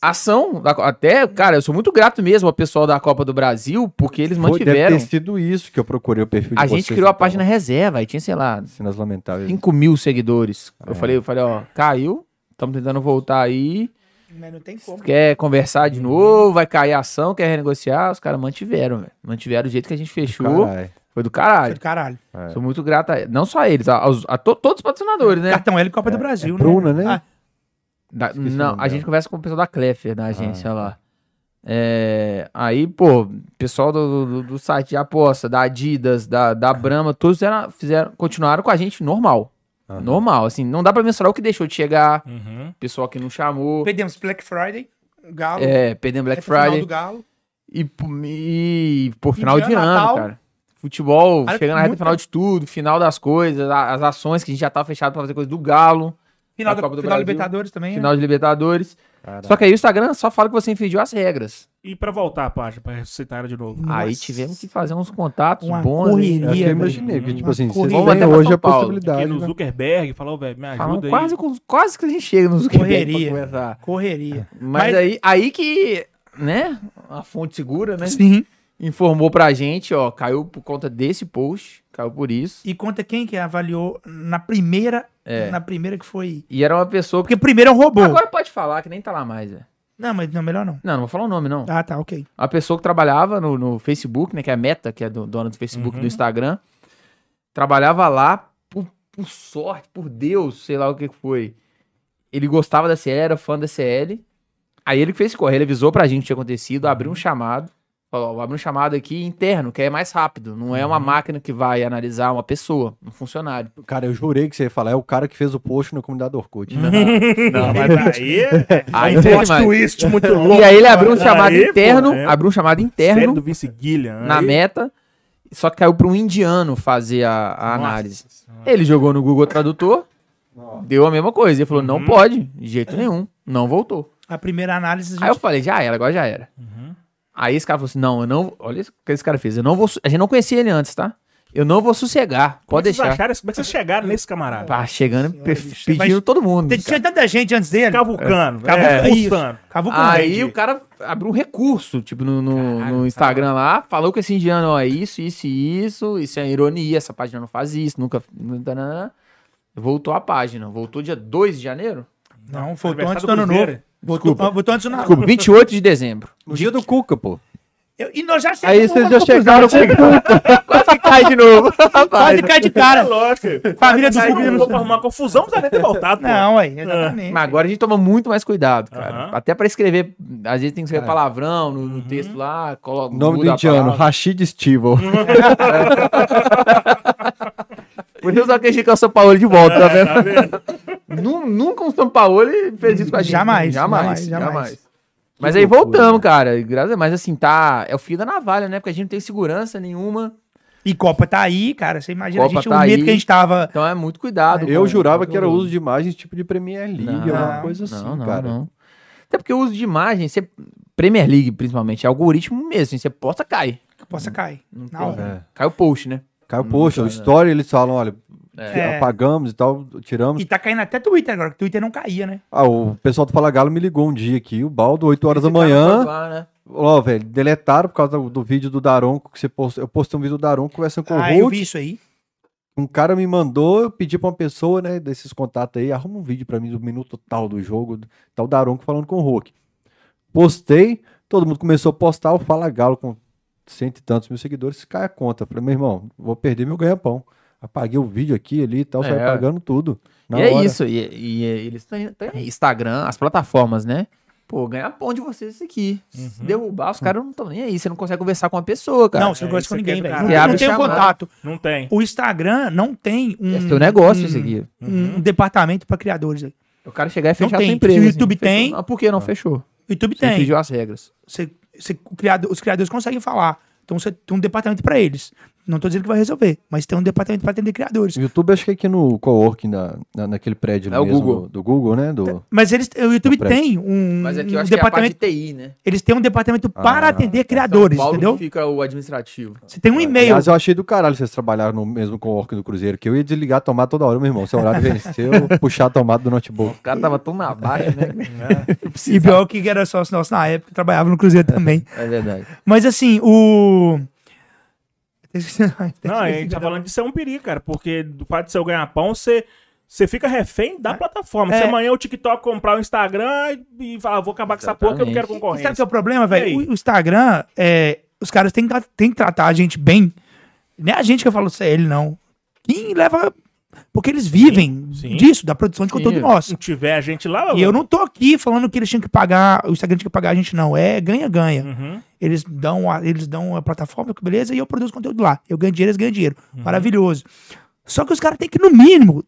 Speaker 3: Ação, da Co- até, cara, eu sou muito grato mesmo ao pessoal da Copa do Brasil, porque eles
Speaker 1: Pô, Deve
Speaker 3: mantiveram.
Speaker 1: ter sido isso que eu procurei o perfil de
Speaker 3: A gente
Speaker 1: vocês,
Speaker 3: criou a
Speaker 1: então.
Speaker 3: página reserva, aí tinha, sei lá,
Speaker 1: Cenas lamentáveis.
Speaker 3: 5 mil seguidores.
Speaker 1: É.
Speaker 3: Eu falei, eu falei, ó, caiu, estamos tentando voltar aí.
Speaker 4: Mas não tem como.
Speaker 3: Quer conversar
Speaker 1: Uhum.
Speaker 3: de novo, vai cair a ação, quer renegociar. Os caras mantiveram, velho. Mantiveram o jeito que a gente fechou.
Speaker 1: Caralho.
Speaker 3: Foi do
Speaker 4: Foi
Speaker 3: caralho.
Speaker 4: do caralho.
Speaker 1: É.
Speaker 3: Sou muito grato a não só a eles, a, aos- a to- todos os patrocinadores, né?
Speaker 4: Cartão L e Copa do Brasil, né?
Speaker 1: Bruna, né?
Speaker 4: Ah,
Speaker 3: Da-
Speaker 1: Esqueci o
Speaker 3: não,
Speaker 1: nome
Speaker 3: a
Speaker 1: dela. Ah, tá.
Speaker 3: gente conversa com o pessoal da Cleffer, da agência lá. É, aí, pô, pessoal do, do, do site de aposta, da Adidas, da, da Brahma, todos fizeram, fizeram- continuaram com a gente normal.
Speaker 1: Aham.
Speaker 3: Normal, assim, não dá pra mensurar o que deixou de chegar,
Speaker 2: Uhum.
Speaker 3: pessoal que não chamou,
Speaker 4: perdemos Black Friday, Galo,
Speaker 3: é, perdendo Black
Speaker 4: essa final
Speaker 3: Friday.
Speaker 4: do Galo.
Speaker 3: E, pu- e por final de
Speaker 4: Indiana,
Speaker 3: ano,
Speaker 4: Natal.
Speaker 3: cara. Futebol,
Speaker 4: Cara,
Speaker 3: chegando na reta
Speaker 4: muita-
Speaker 3: final de tudo, final das coisas, a- as ações que a gente já tava fechado pra fazer coisa do Galo,
Speaker 4: Final,
Speaker 3: da
Speaker 4: da
Speaker 3: Copa do
Speaker 4: final
Speaker 3: Brasil.
Speaker 4: Libertadores também, né?
Speaker 3: final de Libertadores.
Speaker 1: Caralho.
Speaker 3: Só que aí o Instagram só fala que você infringiu as regras.
Speaker 2: E pra voltar a página, pra ressuscitar ela de novo.
Speaker 1: Ah,
Speaker 4: Nossa.
Speaker 3: Aí tivemos que fazer uns contatos
Speaker 4: Uma
Speaker 3: bons.
Speaker 1: É
Speaker 3: né?
Speaker 4: correria.
Speaker 1: o que eu
Speaker 4: velho.
Speaker 1: imaginei, porque, tipo
Speaker 4: Uma
Speaker 1: assim, vocês
Speaker 4: correria.
Speaker 1: têm
Speaker 3: Até pra
Speaker 1: hoje
Speaker 3: São
Speaker 1: a
Speaker 3: Paulo.
Speaker 2: Aqui
Speaker 1: possibilidade.
Speaker 2: no
Speaker 1: né?
Speaker 2: Zuckerberg, falou, velho, me
Speaker 3: Falam
Speaker 2: ajuda aí.
Speaker 3: quase, um com- quase que a gente chega nos
Speaker 4: Correria.
Speaker 3: Mas,
Speaker 4: Correria.
Speaker 3: Mas
Speaker 4: Mas-
Speaker 3: aí, aí que, né, a fonte segura, né,
Speaker 4: Sim.
Speaker 3: informou pra gente, ó, caiu por conta desse post, caiu por isso.
Speaker 4: E conta quem que avaliou na primeira,
Speaker 3: É.
Speaker 4: na primeira que foi...
Speaker 3: E era uma pessoa que...
Speaker 4: Porque primeiro é um robô.
Speaker 3: Agora pode falar, que nem tá lá mais, velho.
Speaker 4: Não, mas não, melhor não.
Speaker 3: Não, não vou falar o nome, não.
Speaker 4: Ah, tá, ok.
Speaker 3: A pessoa que trabalhava no, no Facebook, né? Que é a Meta, que é do, dona do Facebook
Speaker 2: Uhum.
Speaker 3: e do Instagram. Trabalhava lá por, por sorte, por Deus, sei lá o que que foi. Ele gostava da CL, era fã da CL. Aí ele que fez esse correio, ele avisou pra gente o que tinha acontecido,
Speaker 2: Uhum.
Speaker 3: abriu um chamado. Falou, ó, abriu um chamado aqui interno, que é mais rápido. Não é
Speaker 2: Uhum.
Speaker 3: uma máquina que vai analisar uma pessoa, um funcionário.
Speaker 1: Cara, eu jurei que você ia falar, é o cara que fez o post na comunidade Orkut.
Speaker 3: Uhum.
Speaker 2: Não, mas aí...
Speaker 3: Aí
Speaker 2: um
Speaker 3: foi
Speaker 2: plot
Speaker 3: demais.
Speaker 2: twist muito louco.
Speaker 3: E aí ele abriu um
Speaker 2: Aí,
Speaker 3: chamado
Speaker 2: pô,
Speaker 3: interno,
Speaker 2: é.
Speaker 3: abriu um chamado
Speaker 2: Série
Speaker 3: interno.
Speaker 2: do Vince Gillian.
Speaker 3: na
Speaker 2: aí-
Speaker 3: meta, só que caiu para um indiano fazer a, a
Speaker 2: Nossa
Speaker 3: análise.
Speaker 2: Senhora.
Speaker 3: Ele jogou no Google Tradutor, deu a mesma coisa. Ele falou,
Speaker 2: Uhum.
Speaker 3: não pode, de jeito nenhum, não voltou.
Speaker 4: A primeira análise a
Speaker 3: Aí eu
Speaker 4: gente...
Speaker 3: falei, já era, agora já era.
Speaker 2: Uhum.
Speaker 3: Aí esse cara falou assim, não, eu não... Olha isso que esse cara fez, eu não vou... su- A gente não conhecia ele antes, tá? Eu não vou sossegar,
Speaker 2: Como
Speaker 3: pode
Speaker 2: vocês
Speaker 3: deixar.
Speaker 2: acharam esse- como é que vocês chegaram nesse camarada?
Speaker 3: Pá, chegando,
Speaker 4: Senhora,
Speaker 3: pe-
Speaker 4: bicho, você
Speaker 3: pedindo
Speaker 4: vai-
Speaker 3: todo mundo.
Speaker 4: Tinha-
Speaker 2: tipo
Speaker 4: Tinha tanta gente antes dele.
Speaker 2: Cavucano.
Speaker 4: Cavucano,
Speaker 2: é,
Speaker 4: isso.
Speaker 2: pulsando.
Speaker 4: Cavucando.
Speaker 3: Aí o cara abriu um recurso, tipo, no, no- no Instagram lá, falou com esse indiano, ó, é isso, isso e isso, isso é ironia, essa página não faz isso, nunca... tananã. Voltou a página, voltou dia 2 de janeiro?
Speaker 4: Não, voltou
Speaker 2: Aniversário
Speaker 4: antes
Speaker 2: do
Speaker 4: do ano
Speaker 2: Cruzeiro.
Speaker 4: novo. Voltou, ah, voltou antes do ano
Speaker 3: Desculpa, um.
Speaker 4: novo.
Speaker 3: 28 de dezembro.
Speaker 1: No dia do Cuca, pô.
Speaker 4: Eu- E nós já
Speaker 1: Aí
Speaker 4: chegamos
Speaker 1: vocês
Speaker 4: a
Speaker 1: já
Speaker 4: uma
Speaker 1: chegaram
Speaker 4: conclusão.
Speaker 1: com
Speaker 3: Quase cai de novo.
Speaker 4: Quase cai de
Speaker 2: É
Speaker 4: cara.
Speaker 2: lógico.
Speaker 4: Família do
Speaker 2: Aí
Speaker 4: Cuca.
Speaker 2: não deu pra arrumar uma confusão, não precisa nem ter voltado, pô.
Speaker 4: Não, aí, exatamente.
Speaker 3: Mas agora a gente toma muito mais cuidado, cara.
Speaker 2: Aham.
Speaker 3: Até pra escrever, às vezes tem que escrever palavrão no, no texto lá, coloca
Speaker 1: o nome do
Speaker 3: muda a
Speaker 1: indiano,
Speaker 3: palavra.
Speaker 1: Rashid Stival.
Speaker 3: Por isso eu só queixei que é o São Paulo de volta, tá vendo?
Speaker 2: Tá vendo?
Speaker 3: Nu- Nunca um São Paulo fez isso com a gente.
Speaker 4: Jamais,
Speaker 3: Jamais,
Speaker 4: jamais,
Speaker 3: jamais.
Speaker 4: jamais.
Speaker 3: Mas
Speaker 1: Que
Speaker 3: aí
Speaker 1: loucura,
Speaker 3: voltamos, cara. Graças a Mas assim, tá. É o fio da navalha, né? Porque a gente não tem segurança nenhuma.
Speaker 4: E Copa tá aí, cara. Você imagina
Speaker 3: Copa
Speaker 4: a gente,
Speaker 3: tá
Speaker 4: o medo
Speaker 3: aí.
Speaker 4: que a gente tava.
Speaker 3: Então é muito cuidado.
Speaker 4: Tá
Speaker 1: Eu
Speaker 3: com-
Speaker 1: jurava
Speaker 3: com
Speaker 1: que era
Speaker 3: tudo.
Speaker 1: uso de imagens tipo de Premier League,
Speaker 3: Não,
Speaker 1: alguma coisa assim,
Speaker 3: não, não,
Speaker 1: cara.
Speaker 3: não. Até porque o uso de imagem, você. Premier League, principalmente, é algoritmo mesmo. Você posta, cai.
Speaker 4: Que possa cair. Na
Speaker 3: tem.
Speaker 4: hora.
Speaker 1: É.
Speaker 3: Cai o post, né?
Speaker 1: Caiu
Speaker 3: Não
Speaker 1: poxa,
Speaker 3: dá,
Speaker 1: o
Speaker 3: né?
Speaker 1: story eles falam, olha,
Speaker 4: É.
Speaker 1: apagamos e tal, tiramos.
Speaker 4: E tá caindo até Twitter agora, que Twitter não caía, né?
Speaker 1: Ah, o pessoal do Fala Galo me ligou um dia aqui, o Baldo, 8 horas da
Speaker 3: Você tá
Speaker 1: manhã.
Speaker 3: lá, né?
Speaker 1: Ó, velho, deletaram por causa do, do vídeo do Daronco que você postou. Eu postei um vídeo do Daronco conversando com
Speaker 4: Ah,
Speaker 1: o
Speaker 4: eu
Speaker 1: Hulk.
Speaker 4: vi isso aí.
Speaker 1: Um cara me mandou, eu pedi pra uma pessoa, né, desses contatos aí, arruma um vídeo pra mim do minuto tal do jogo, tal Daronco falando com o Hulk. Postei, todo mundo começou a postar o Fala Galo com cento e tantos mil seguidores, cai a conta. Falei, meu irmão, vou perder meu ganha-pão. Apaguei o vídeo aqui ali e tal,
Speaker 3: É.
Speaker 1: sai pagando tudo. na
Speaker 3: e é
Speaker 1: hora.
Speaker 3: isso, e, e- e eles têm, têm Instagram, as plataformas, né? Pô, ganhar pão de vocês isso aqui. Se derrubar, os caras não estão nem aí. Você não consegue conversar com uma pessoa, cara.
Speaker 4: não, você não
Speaker 2: é,
Speaker 4: conversa
Speaker 2: isso
Speaker 4: com
Speaker 2: aqui é
Speaker 4: ninguém,
Speaker 2: do
Speaker 4: velho.
Speaker 2: caralho.
Speaker 4: Não, não
Speaker 3: Abre
Speaker 4: tem
Speaker 3: chamada.
Speaker 4: contato.
Speaker 2: Não tem.
Speaker 4: O Instagram não tem um,
Speaker 3: É seu negócio
Speaker 4: um-
Speaker 3: isso aqui.
Speaker 4: um departamento pra criadores. velho.
Speaker 3: O cara chegar e fechar
Speaker 4: tem.
Speaker 3: a sua empresa.
Speaker 4: Se o YouTube
Speaker 3: Fechou.
Speaker 4: tem-
Speaker 3: Ah, por que não fechou?
Speaker 4: O YouTube
Speaker 3: Você
Speaker 4: tem.
Speaker 3: pediu as regras.
Speaker 4: Você- você- o criado- os criadores conseguem falar. Então você tem um departamento pra eles. Não tô dizendo que vai resolver, mas tem um departamento pra atender criadores.
Speaker 1: YouTube, acho que é aqui no coworking, na, na- naquele prédio
Speaker 3: É o
Speaker 1: mesmo,
Speaker 3: Google. É.
Speaker 1: Do, do Google, né? Do...
Speaker 4: Mas eles, o YouTube
Speaker 1: Tá preso.
Speaker 4: tem um,
Speaker 3: Mas aqui eu
Speaker 4: um
Speaker 3: acho que é a parte
Speaker 4: departamento.
Speaker 3: de TI, né?
Speaker 4: Eles têm um departamento para
Speaker 1: Ah,
Speaker 4: atender criadores,
Speaker 3: São Paulo
Speaker 4: entendeu?
Speaker 3: que fica o administrativo.
Speaker 4: Você tem um e-mail.
Speaker 1: Aliás, eu achei do caralho vocês trabalharam no mesmo coworking do Cruzeiro, que eu ia desligar a tomada toda hora, meu irmão. Seu horário venceu, puxar a tomada do notebook.
Speaker 3: O cara tava tão na baixa, né?
Speaker 4: E pior que era sócio nosso na época, trabalhava no Cruzeiro também.
Speaker 3: É verdade.
Speaker 4: Mas assim, o.
Speaker 2: Não, a gente tá falando de ser um peri, cara, porque do fato de ser o ganha-pão, você, você fica refém da plataforma.
Speaker 4: É.
Speaker 2: Se amanhã o TikTok comprar o Instagram e e falar, "Ah, vou acabar com essa porra que eu não quero
Speaker 3: Exatamente.
Speaker 4: Sabe o que é
Speaker 2: concorrência.
Speaker 4: o problema,
Speaker 2: E aí?
Speaker 4: velho? O- O Instagram, é, os caras têm que, tra- têm que tratar a gente bem. Nem a gente que eu falo isso é ele, não. Quem leva. Porque eles vivem
Speaker 2: sim. Então,
Speaker 4: disso, da produção de conteúdo
Speaker 3: Sim.
Speaker 2: Se
Speaker 4: nosso.
Speaker 2: não tiver a gente lá,
Speaker 4: E eu não tô aqui falando que eles tinham que pagar, o Instagram tinha que pagar a gente, não. É ganha-ganha.
Speaker 2: Uhum.
Speaker 4: Eles dão a, eles dão a plataforma, que beleza, e eu produzo conteúdo lá. Eu ganho dinheiro, eles ganham dinheiro. Maravilhoso. Só que os caras têm que, no mínimo,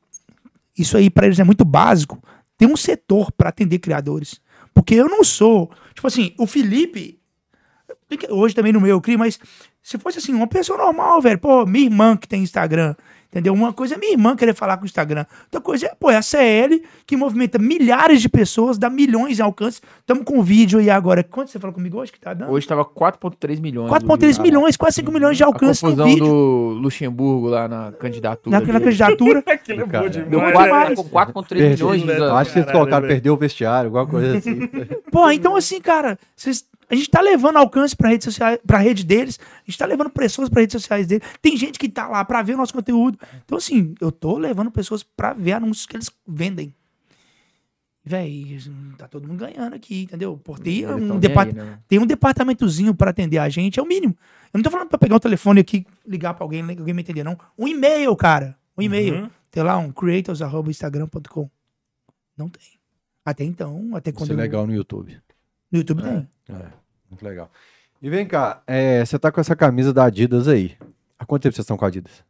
Speaker 4: isso aí pra eles é muito básico, ter um setor pra atender criadores. Porque eu não sou. Tipo assim, o Felipe. tem que- Hoje também no meu eu crio, mas se fosse assim, uma pessoa normal, velho, pô, minha irmã que tem Instagram. Entendeu? Uma coisa é minha irmã querer falar com o Instagram. Outra coisa é, pô, é a CL que movimenta milhares de pessoas, dá milhões em alcance. Tamo com vídeo aí agora. Quanto você falou comigo hoje que tá dando?
Speaker 3: Hoje tava 4,3 milhões.
Speaker 4: 4,3
Speaker 3: do-
Speaker 4: milhões, quase 5 milhões de
Speaker 3: A
Speaker 4: alcance no
Speaker 3: confusão
Speaker 4: vídeo.
Speaker 3: do Luxemburgo lá na candidatura.
Speaker 4: Na, na
Speaker 3: dele.
Speaker 4: candidatura.
Speaker 2: Aquilo é bom
Speaker 1: Cara,
Speaker 2: demais.
Speaker 3: Deu
Speaker 4: Não é demais.
Speaker 3: 4 4,3 milhões de
Speaker 2: Perdi.
Speaker 1: Eu
Speaker 3: anos.
Speaker 1: acho que vocês
Speaker 2: né? Caralho,
Speaker 1: colocaram,
Speaker 2: velho.
Speaker 1: perdeu o vestiário, alguma coisa assim.
Speaker 4: Pô, então assim, cara, vocês- a gente tá levando alcance pra rede, social, pra rede deles, a gente tá levando pessoas pra redes sociais deles. Tem gente que tá lá pra ver o nosso conteúdo. Então, assim, eu tô levando pessoas pra ver anúncios que eles vendem. Véi, tá todo mundo ganhando aqui, entendeu? Pô, tem,
Speaker 3: Eles tão
Speaker 4: um
Speaker 3: nem
Speaker 4: depart...
Speaker 3: aí, né?
Speaker 4: tem um departamentozinho pra atender a gente, é o mínimo. Eu não tô falando pra pegar o telefone aqui, ligar pra alguém, alguém me entender, não. Um e-mail, cara. Um e-mail.
Speaker 2: Uhum.
Speaker 4: Tem lá um creators.instagram.com. Não tem. Até então, até quando.
Speaker 1: Isso é
Speaker 4: eu-
Speaker 1: legal no YouTube.
Speaker 4: No YouTube tem.
Speaker 1: É, muito legal. E vem cá, é, você tá com essa camisa da Adidas aí. Há quanto tempo vocês estão com a Adidas?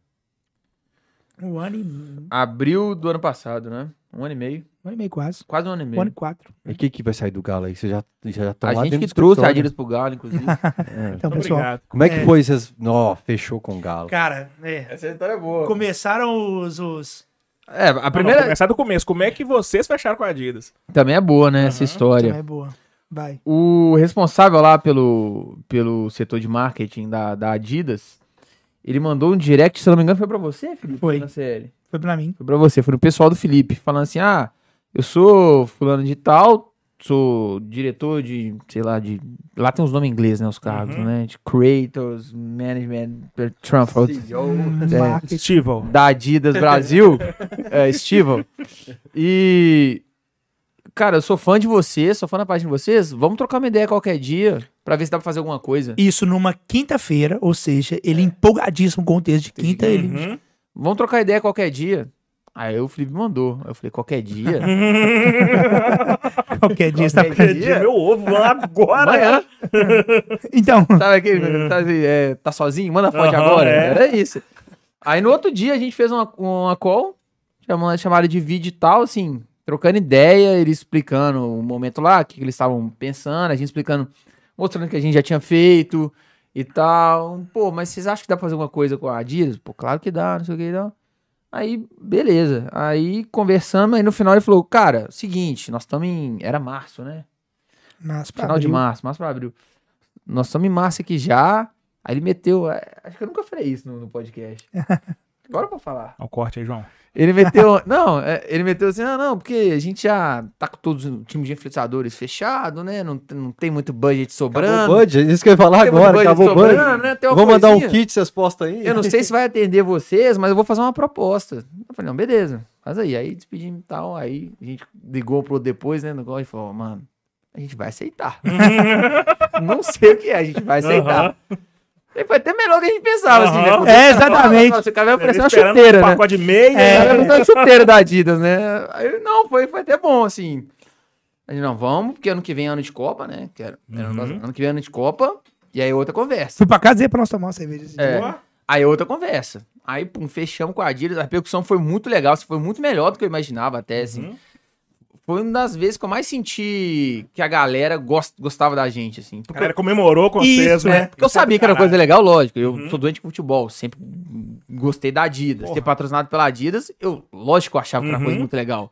Speaker 4: Um ano e, um
Speaker 3: Abril do ano passado, né? Um ano e meio.
Speaker 4: ano e meio quase.
Speaker 3: Quase um ano e
Speaker 4: Um ano
Speaker 3: meio.
Speaker 4: e quatro.
Speaker 1: E o que, que vai sair do Galo aí? Vocês já, já estão
Speaker 3: A
Speaker 1: lá
Speaker 3: gente
Speaker 1: dentro
Speaker 3: que
Speaker 1: do
Speaker 3: trouxe a
Speaker 1: escritório.
Speaker 3: Adidas pro Galo, inclusive.
Speaker 1: É.
Speaker 4: Então,
Speaker 2: Muito
Speaker 4: pessoal.
Speaker 2: obrigado.
Speaker 1: Como é que
Speaker 4: É.
Speaker 1: foi vocês... Nó, fechou com o Galo.
Speaker 4: Cara, é,
Speaker 3: Essa história é boa.
Speaker 4: começaram os. os-
Speaker 3: É, a
Speaker 2: Ah, Primeira...
Speaker 3: primeira
Speaker 2: começar do começo. Como é que vocês fecharam com a Adidas?
Speaker 3: também é boa, né? Essa
Speaker 4: Não
Speaker 3: história.
Speaker 4: é boa. Vai.
Speaker 3: O responsável lá pelo, pelo setor de marketing da, da Adidas, ele mandou um direct, se eu não me engano, foi pra você, Felipe?
Speaker 4: Foi.
Speaker 3: Na CL.
Speaker 4: Foi pra mim.
Speaker 3: Foi pra você, foi no pessoal do Felipe, falando assim: ah, eu sou fulano de tal, sou diretor de, sei lá, de. Lá tem uns nomes em inglês, né? Os cargos,
Speaker 2: Uhum.
Speaker 3: né? De Creators, Management, Trump, É.
Speaker 4: Marketing.
Speaker 2: Estival.
Speaker 3: da Adidas Brasil, é, Estival. E. Cara, eu sou fã de vocês, sou fã da página de vocês. Vamos trocar uma ideia qualquer dia pra ver se dá pra fazer alguma coisa.
Speaker 4: Isso numa quinta-feira, ou seja,
Speaker 3: É.
Speaker 4: ele empolgadíssimo com o texto de quinta. Ele...
Speaker 2: Uhum.
Speaker 3: Vamos trocar ideia qualquer dia. Aí o Felipe mandou. Eu falei, qualquer dia? Uhum.
Speaker 4: Qualquer dia está
Speaker 3: Qualquer dia.
Speaker 2: Perdi meu ovo lá agora.
Speaker 3: Amanhã.
Speaker 4: Então,
Speaker 3: Sabe aquele. Tá, assim, é, tá sozinho? Manda foto
Speaker 2: Aham,
Speaker 3: agora.
Speaker 2: é.
Speaker 3: Era isso. Aí no outro dia a gente fez uma, uma call, chamando, chamaram de vídeo e tal, assim, trocando ideia, eles explicando o momento lá, o que, que eles estavam pensando, a gente explicando, mostrando o que a gente já tinha feito e tal. Pô, mas vocês acham que dá pra fazer alguma coisa com a Adidas? Pô, claro que dá, não sei o que e tal. Aí, beleza. Aí conversando, aí no final ele falou, cara, seguinte, nós estamos em. Era março, né?
Speaker 4: nossa, pra
Speaker 3: Final de
Speaker 4: abril.
Speaker 3: março, março pra abril. Nós estamos em março aqui já. Aí ele meteu. é, Acho que eu nunca falei isso no, no podcast. Agora eu vou falar.
Speaker 2: Olha o corte aí, João.
Speaker 3: Ele meteu. não, é, ele meteu assim, ah, não, porque a gente já tá com todos os times de influenciadores fechado, né? Não, t- não tem muito budget
Speaker 1: Acabou o
Speaker 3: sobrando.
Speaker 1: budget, isso que eu ia falar
Speaker 3: Tem muito
Speaker 1: agora,
Speaker 3: budget
Speaker 1: acabou o budget.
Speaker 3: sobrando, né? Tem uma
Speaker 1: Vou mandar um
Speaker 3: coisinha.
Speaker 1: kit, vocês postam aí.
Speaker 3: Eu não sei se vai atender vocês, mas eu vou fazer uma proposta. Eu falei, não, beleza, faz aí. Aí despedimos e tal. Aí a gente ligou pro outro depois, né? No gol e falou, ó, mano, a gente vai aceitar. não sei o que é, a gente vai aceitar. Ele Foi até melhor do que a gente pensava, assim, né?
Speaker 2: Aham.
Speaker 3: Porque
Speaker 4: É,
Speaker 3: o cara fala,
Speaker 4: exatamente.
Speaker 3: Nossa, o cara vai
Speaker 2: Tava
Speaker 3: oferecer uma
Speaker 2: esperando
Speaker 3: chuteira,
Speaker 2: um
Speaker 3: né?
Speaker 2: pacote de meia.
Speaker 3: É,
Speaker 2: né?
Speaker 3: era uma chuteira da Adidas, né? Aí, não, foi, foi até bom, assim. A gente, não, vamos, porque ano que vem é ano de Copa, né? Que era- era
Speaker 2: Uhum.
Speaker 3: um negócio- Ano que vem é ano de Copa, e aí é outra conversa.
Speaker 4: Fui pra casa e ia pra nós tomar uma cerveja. esse dia.
Speaker 3: É.
Speaker 2: Boa.
Speaker 3: Aí outra conversa. Aí, pum, fechamos com a Adidas. A repercussão foi muito legal, foi muito melhor do que eu imaginava até, assim.
Speaker 2: Uhum.
Speaker 3: Foi uma das vezes que eu mais senti que a galera gost- gostava da gente, assim.
Speaker 2: A
Speaker 3: Porque
Speaker 2: galera comemorou com vocês,
Speaker 3: Isso,
Speaker 2: né?
Speaker 3: né? Porque eu sabia que era
Speaker 2: Caralho.
Speaker 3: coisa legal, lógico. Eu
Speaker 2: Uhum.
Speaker 3: sou doente com futebol, sempre gostei da Adidas.
Speaker 2: Porra.
Speaker 3: Ser patrocinado pela Adidas, eu, lógico, eu achava que era
Speaker 2: Uhum.
Speaker 3: coisa muito legal.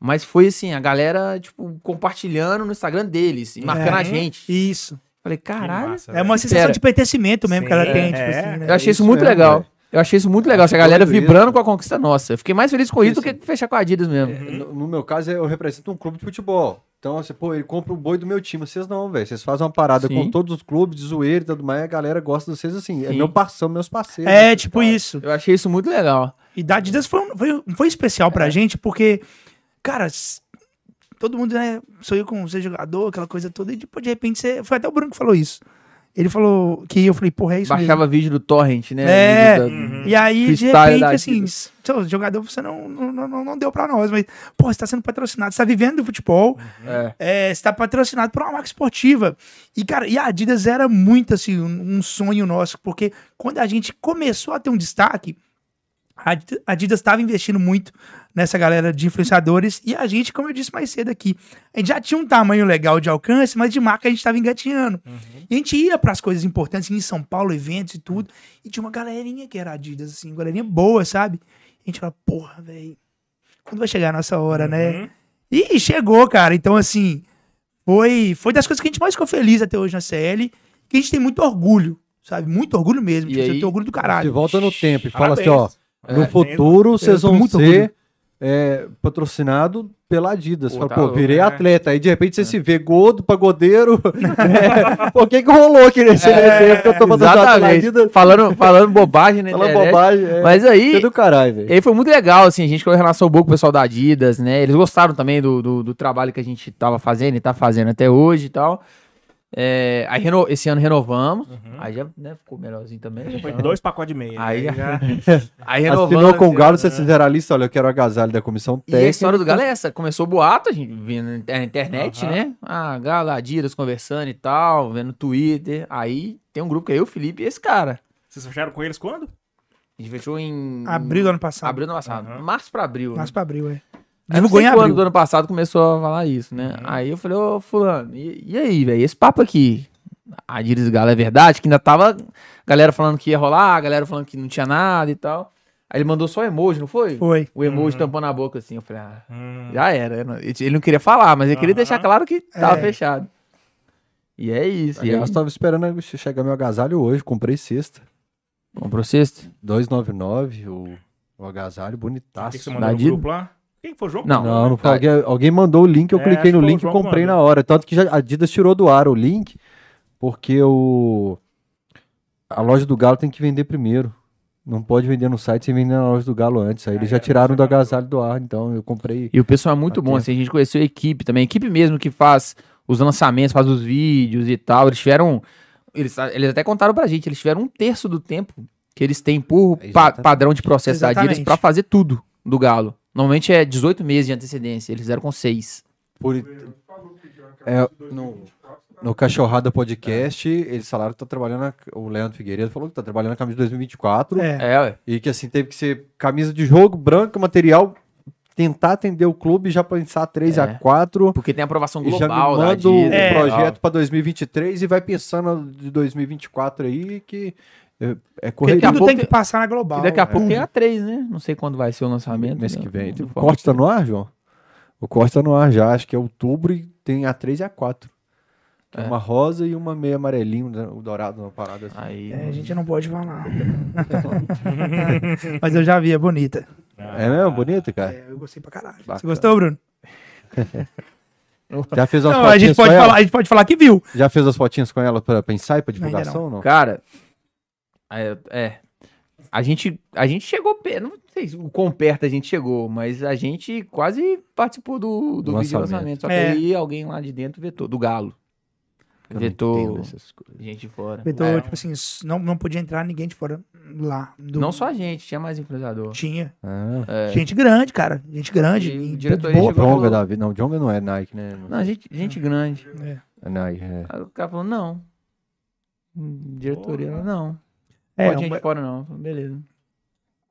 Speaker 3: Mas foi assim, a galera, tipo, compartilhando no Instagram deles, e marcando
Speaker 2: É.
Speaker 3: a gente.
Speaker 4: Isso.
Speaker 3: Falei,
Speaker 2: Que
Speaker 3: caralho.
Speaker 2: massa,
Speaker 4: É uma
Speaker 3: Espera.
Speaker 4: sensação de pertencimento mesmo que ela
Speaker 2: Sim,
Speaker 4: tem,
Speaker 2: é.
Speaker 4: tipo assim, né?
Speaker 3: Eu achei isso
Speaker 1: isso
Speaker 3: muito
Speaker 1: mesmo,
Speaker 3: legal.
Speaker 1: velho.
Speaker 3: Eu achei isso muito legal. Essa galera
Speaker 1: Doido isso.
Speaker 3: vibrando com a conquista nossa. Eu fiquei mais feliz com isso do
Speaker 1: Isso.
Speaker 3: que fechar com a Adidas mesmo.
Speaker 1: É, No, no meu caso, eu represento um clube de futebol. Então, assim, pô, ele compra o boi do meu time. Vocês não, velho. Vocês fazem uma parada
Speaker 3: Sim.
Speaker 1: com todos os clubes, de zoeira e tudo mais. A galera gosta de vocês, assim. É
Speaker 3: Sim.
Speaker 1: meu parceiro, são meus parceiros.
Speaker 4: É,
Speaker 1: né,
Speaker 4: tipo
Speaker 1: cara?
Speaker 4: isso.
Speaker 3: Eu achei isso muito legal.
Speaker 4: E da Adidas foi, um- foi, um- foi especial pra gente, porque, cara, s- todo mundo, né, sonhou com ser jogador, aquela coisa toda, e depois, de repente, você, foi até o Bruno que falou isso. Ele falou que eu falei, porra, é isso mesmo.
Speaker 3: Baixava vídeo do Torrent, né?
Speaker 4: É.
Speaker 3: Vídeo da-
Speaker 2: Uhum.
Speaker 4: E aí, de
Speaker 3: Freestyle
Speaker 4: repente,
Speaker 3: da
Speaker 4: assim,
Speaker 3: Adidas.
Speaker 4: seu jogador, você não, não, não, não deu pra nós, mas, pô, você tá sendo patrocinado, você tá vivendo do futebol,
Speaker 3: É.
Speaker 4: é, você tá patrocinado por uma marca esportiva. E, cara, e a Adidas era muito, assim, um, um sonho nosso, porque quando a gente começou a ter um destaque, a Adi- a Adidas estava investindo muito nessa galera de influenciadores e a gente, como eu disse mais cedo aqui, a gente já tinha um tamanho legal de alcance, mas de marca a gente estava engatinhando. E a gente ia para as coisas importantes, em São Paulo, eventos e tudo, e tinha uma galerinha que era Adidas, assim, uma galerinha boa, sabe? A gente fala, porra, velho, quando vai chegar a nossa hora, né?
Speaker 2: Uhum.
Speaker 4: E chegou, cara. Então, assim, foi, foi das coisas que a gente mais ficou feliz até hoje na CL, que a gente tem muito orgulho, sabe? Muito orgulho mesmo.
Speaker 3: E
Speaker 4: Tipo,
Speaker 3: aí-
Speaker 4: tem orgulho do
Speaker 1: Se
Speaker 4: caralho.
Speaker 1: volta no tempo e fala
Speaker 2: Parabéns.
Speaker 1: assim, ó. No
Speaker 2: É,
Speaker 1: futuro, vocês
Speaker 4: tô
Speaker 1: vão
Speaker 4: muito orgulhoso.
Speaker 1: ser é, patrocinado pela Adidas.
Speaker 3: Pô,
Speaker 1: Fala,
Speaker 3: tá
Speaker 1: pô,
Speaker 3: louco,
Speaker 1: virei
Speaker 2: né?
Speaker 1: atleta. Aí, de repente, você se vê gordo, pagodeiro. É, pô, o que que rolou aqui nesse meio tempo que eu tô patrocinado pela Adidas?
Speaker 3: Exatamente. falando, falando bobagem, né?
Speaker 1: Fala
Speaker 3: internet.
Speaker 1: bobagem. É,
Speaker 3: Mas
Speaker 1: isso é
Speaker 3: aí,
Speaker 1: do caralho, velho.
Speaker 3: E aí foi muito legal, assim, a gente relação boa com o pessoal da Adidas, né? Eles gostaram também do, do, do trabalho que a gente tava fazendo e tá fazendo até hoje e tal. É, aí reno- esse ano renovamos. Aí já né, ficou melhorzinho também.
Speaker 2: Uhum. Foi
Speaker 3: Então,
Speaker 2: dois pacotes de meia.
Speaker 3: Aí
Speaker 2: né?
Speaker 3: já- Aí
Speaker 1: Assinou
Speaker 3: renovamos. assim,
Speaker 1: com o
Speaker 3: esse
Speaker 1: Galo,
Speaker 3: ano.
Speaker 1: você se generalista, olha, eu quero o agasalho da comissão
Speaker 3: E a
Speaker 1: técnica.
Speaker 3: história do Galo é essa. Começou o boato, a gente vindo na inter- na internet,
Speaker 2: Aham.
Speaker 3: né? Ah, Galo, Adidas conversando e tal, vendo Twitter. Aí tem um grupo que é eu, Felipe e esse cara.
Speaker 2: Vocês fecharam com eles quando?
Speaker 3: A gente fechou em...
Speaker 4: Abril do ano passado.
Speaker 3: Abril do ano passado.
Speaker 2: Aham.
Speaker 3: Março pra abril. né?
Speaker 4: Março pra abril, é.
Speaker 3: Eu não
Speaker 4: Divulgou
Speaker 3: sei
Speaker 4: em
Speaker 3: quando
Speaker 4: abril. Uhum.
Speaker 3: do ano passado começou a falar isso, né? Aí eu falei, ô fulano, e, e aí, velho? Esse papo aqui, a Adidas Galo é verdade? Que ainda tava a galera falando que ia rolar, a galera falando que não tinha nada e tal. Aí ele mandou só emoji, não foi?
Speaker 4: Foi. Uhum.
Speaker 3: O emoji tampando a boca assim. Eu falei, ah,
Speaker 2: Hum.
Speaker 3: já era. né? Ele ele não queria falar, mas ele queria
Speaker 2: Aham.
Speaker 3: deixar claro que tava
Speaker 4: É.
Speaker 3: fechado. E é isso. E aí,
Speaker 1: Aliás, tava esperando chegar meu agasalho hoje, comprei sexta.
Speaker 3: comprou sexto?
Speaker 1: 299, o, o agasalho,
Speaker 2: O que,
Speaker 1: bonitaço.
Speaker 2: que você mandou no
Speaker 3: Adidas?
Speaker 2: grupo lá? Quem que foi o jogo?
Speaker 3: Não.
Speaker 1: Não, não foi.
Speaker 3: Tá.
Speaker 1: Alguém, alguém mandou o link, eu
Speaker 2: É,
Speaker 1: cliquei no
Speaker 2: acho que
Speaker 1: link
Speaker 2: foi
Speaker 1: e
Speaker 2: o João que
Speaker 1: comprei na
Speaker 2: mandou.
Speaker 1: hora. Tanto que já, a Adidas tirou do ar o link, porque o a loja do Galo tem que vender primeiro. Não pode vender no site sem vender na loja do Galo antes. Aí
Speaker 2: Ah,
Speaker 1: eles
Speaker 2: é,
Speaker 1: já tiraram
Speaker 2: você
Speaker 1: do
Speaker 2: mandou.
Speaker 1: agasalho do ar, então eu comprei.
Speaker 3: E o pessoal é muito bom,
Speaker 1: Aqui.
Speaker 3: assim, a gente conheceu a equipe também, a equipe mesmo que faz os lançamentos, faz os vídeos e tal. Eles tiveram. Eles, eles até contaram pra gente, eles tiveram um terço do tempo que eles têm por pa-
Speaker 1: Exatamente.
Speaker 3: padrão de processo da Adidas
Speaker 4: Exatamente.
Speaker 3: pra fazer tudo do Galo. Normalmente é 18 meses de antecedência, eles fizeram com 6.
Speaker 1: Por... É, no, no Cachorrada Podcast, eles falaram que tá trabalhando. na- o Leandro Figueiredo falou que tá trabalhando na camisa de 2024.
Speaker 4: É.
Speaker 3: É, ué.
Speaker 1: E que assim, teve que ser camisa de jogo, branca, material. Tentar atender o clube, já pensar 3
Speaker 3: É.
Speaker 1: a 4
Speaker 3: Porque tem aprovação
Speaker 1: E já me
Speaker 3: global da
Speaker 1: manda
Speaker 3: Adidas.
Speaker 1: o
Speaker 3: e tal.
Speaker 1: projeto pra 2023 e vai pensando de 2024 aí que é, é
Speaker 4: Porque
Speaker 1: correria.
Speaker 3: daqui a
Speaker 4: tudo
Speaker 3: pouco
Speaker 4: tem que
Speaker 3: tem-
Speaker 4: passar na global.
Speaker 3: E daqui a
Speaker 4: né?
Speaker 3: pouco tem a 3, né? Não sei quando vai ser o lançamento.
Speaker 1: Uhum. Mês
Speaker 3: né?
Speaker 1: que vem. O
Speaker 3: Não
Speaker 1: corte tá no ar, João? O corte tá no ar já, acho que é outubro e tem a 3 e a 4. Que é.
Speaker 3: É.
Speaker 1: Uma rosa e uma meia amarelinho, né, o dourado, uma parada assim.
Speaker 3: Aí,
Speaker 4: É, a gente não pode falar. Mas eu já vi, é bonita.
Speaker 1: É mesmo? Bonito, cara?
Speaker 4: É, eu gostei pra caralho.
Speaker 1: Bacana.
Speaker 4: Você gostou, Bruno?
Speaker 1: Já fez umas
Speaker 4: Não, a
Speaker 1: fotinhas
Speaker 4: gente,
Speaker 1: com
Speaker 4: pode
Speaker 1: é ela?
Speaker 4: falar, a gente pode falar que viu.
Speaker 1: Já fez as fotinhas com ela pra, pra ensaio, pra
Speaker 4: Ainda
Speaker 1: divulgação ou não?
Speaker 3: Cara, é, é. a gente a gente chegou perto, não sei se o quão perto a gente chegou, mas a gente quase participou do, do
Speaker 1: Do
Speaker 3: vídeo
Speaker 1: lançamento.
Speaker 3: lançamento. Só que
Speaker 4: É.
Speaker 3: aí alguém lá de dentro vetou, do Galo.
Speaker 1: Eu não
Speaker 3: Vetou.
Speaker 1: entendo essas coisas.
Speaker 3: Gente de fora.
Speaker 4: Então,
Speaker 2: É.
Speaker 4: tipo assim, s- não, não podia entrar ninguém de fora lá. do-
Speaker 3: Não só a gente, tinha mais influenciador.
Speaker 4: Tinha.
Speaker 1: Ah,
Speaker 4: Gente grande, cara. Gente grande.
Speaker 3: E o
Speaker 4: e
Speaker 3: diretor
Speaker 4: boa-
Speaker 1: Pô,
Speaker 3: chegou e falou-
Speaker 1: Jonga da vida. Não, Jonga não é Nike, né?
Speaker 3: Não, gente, gente grande.
Speaker 4: É.
Speaker 1: É Nike, é.
Speaker 3: Aí o cara falou, não. Hum, Diretoria,
Speaker 2: Porra.
Speaker 3: não.
Speaker 4: É,
Speaker 1: um
Speaker 3: Pode gente
Speaker 4: uma-
Speaker 3: de fora, não. Eu falei, Beleza.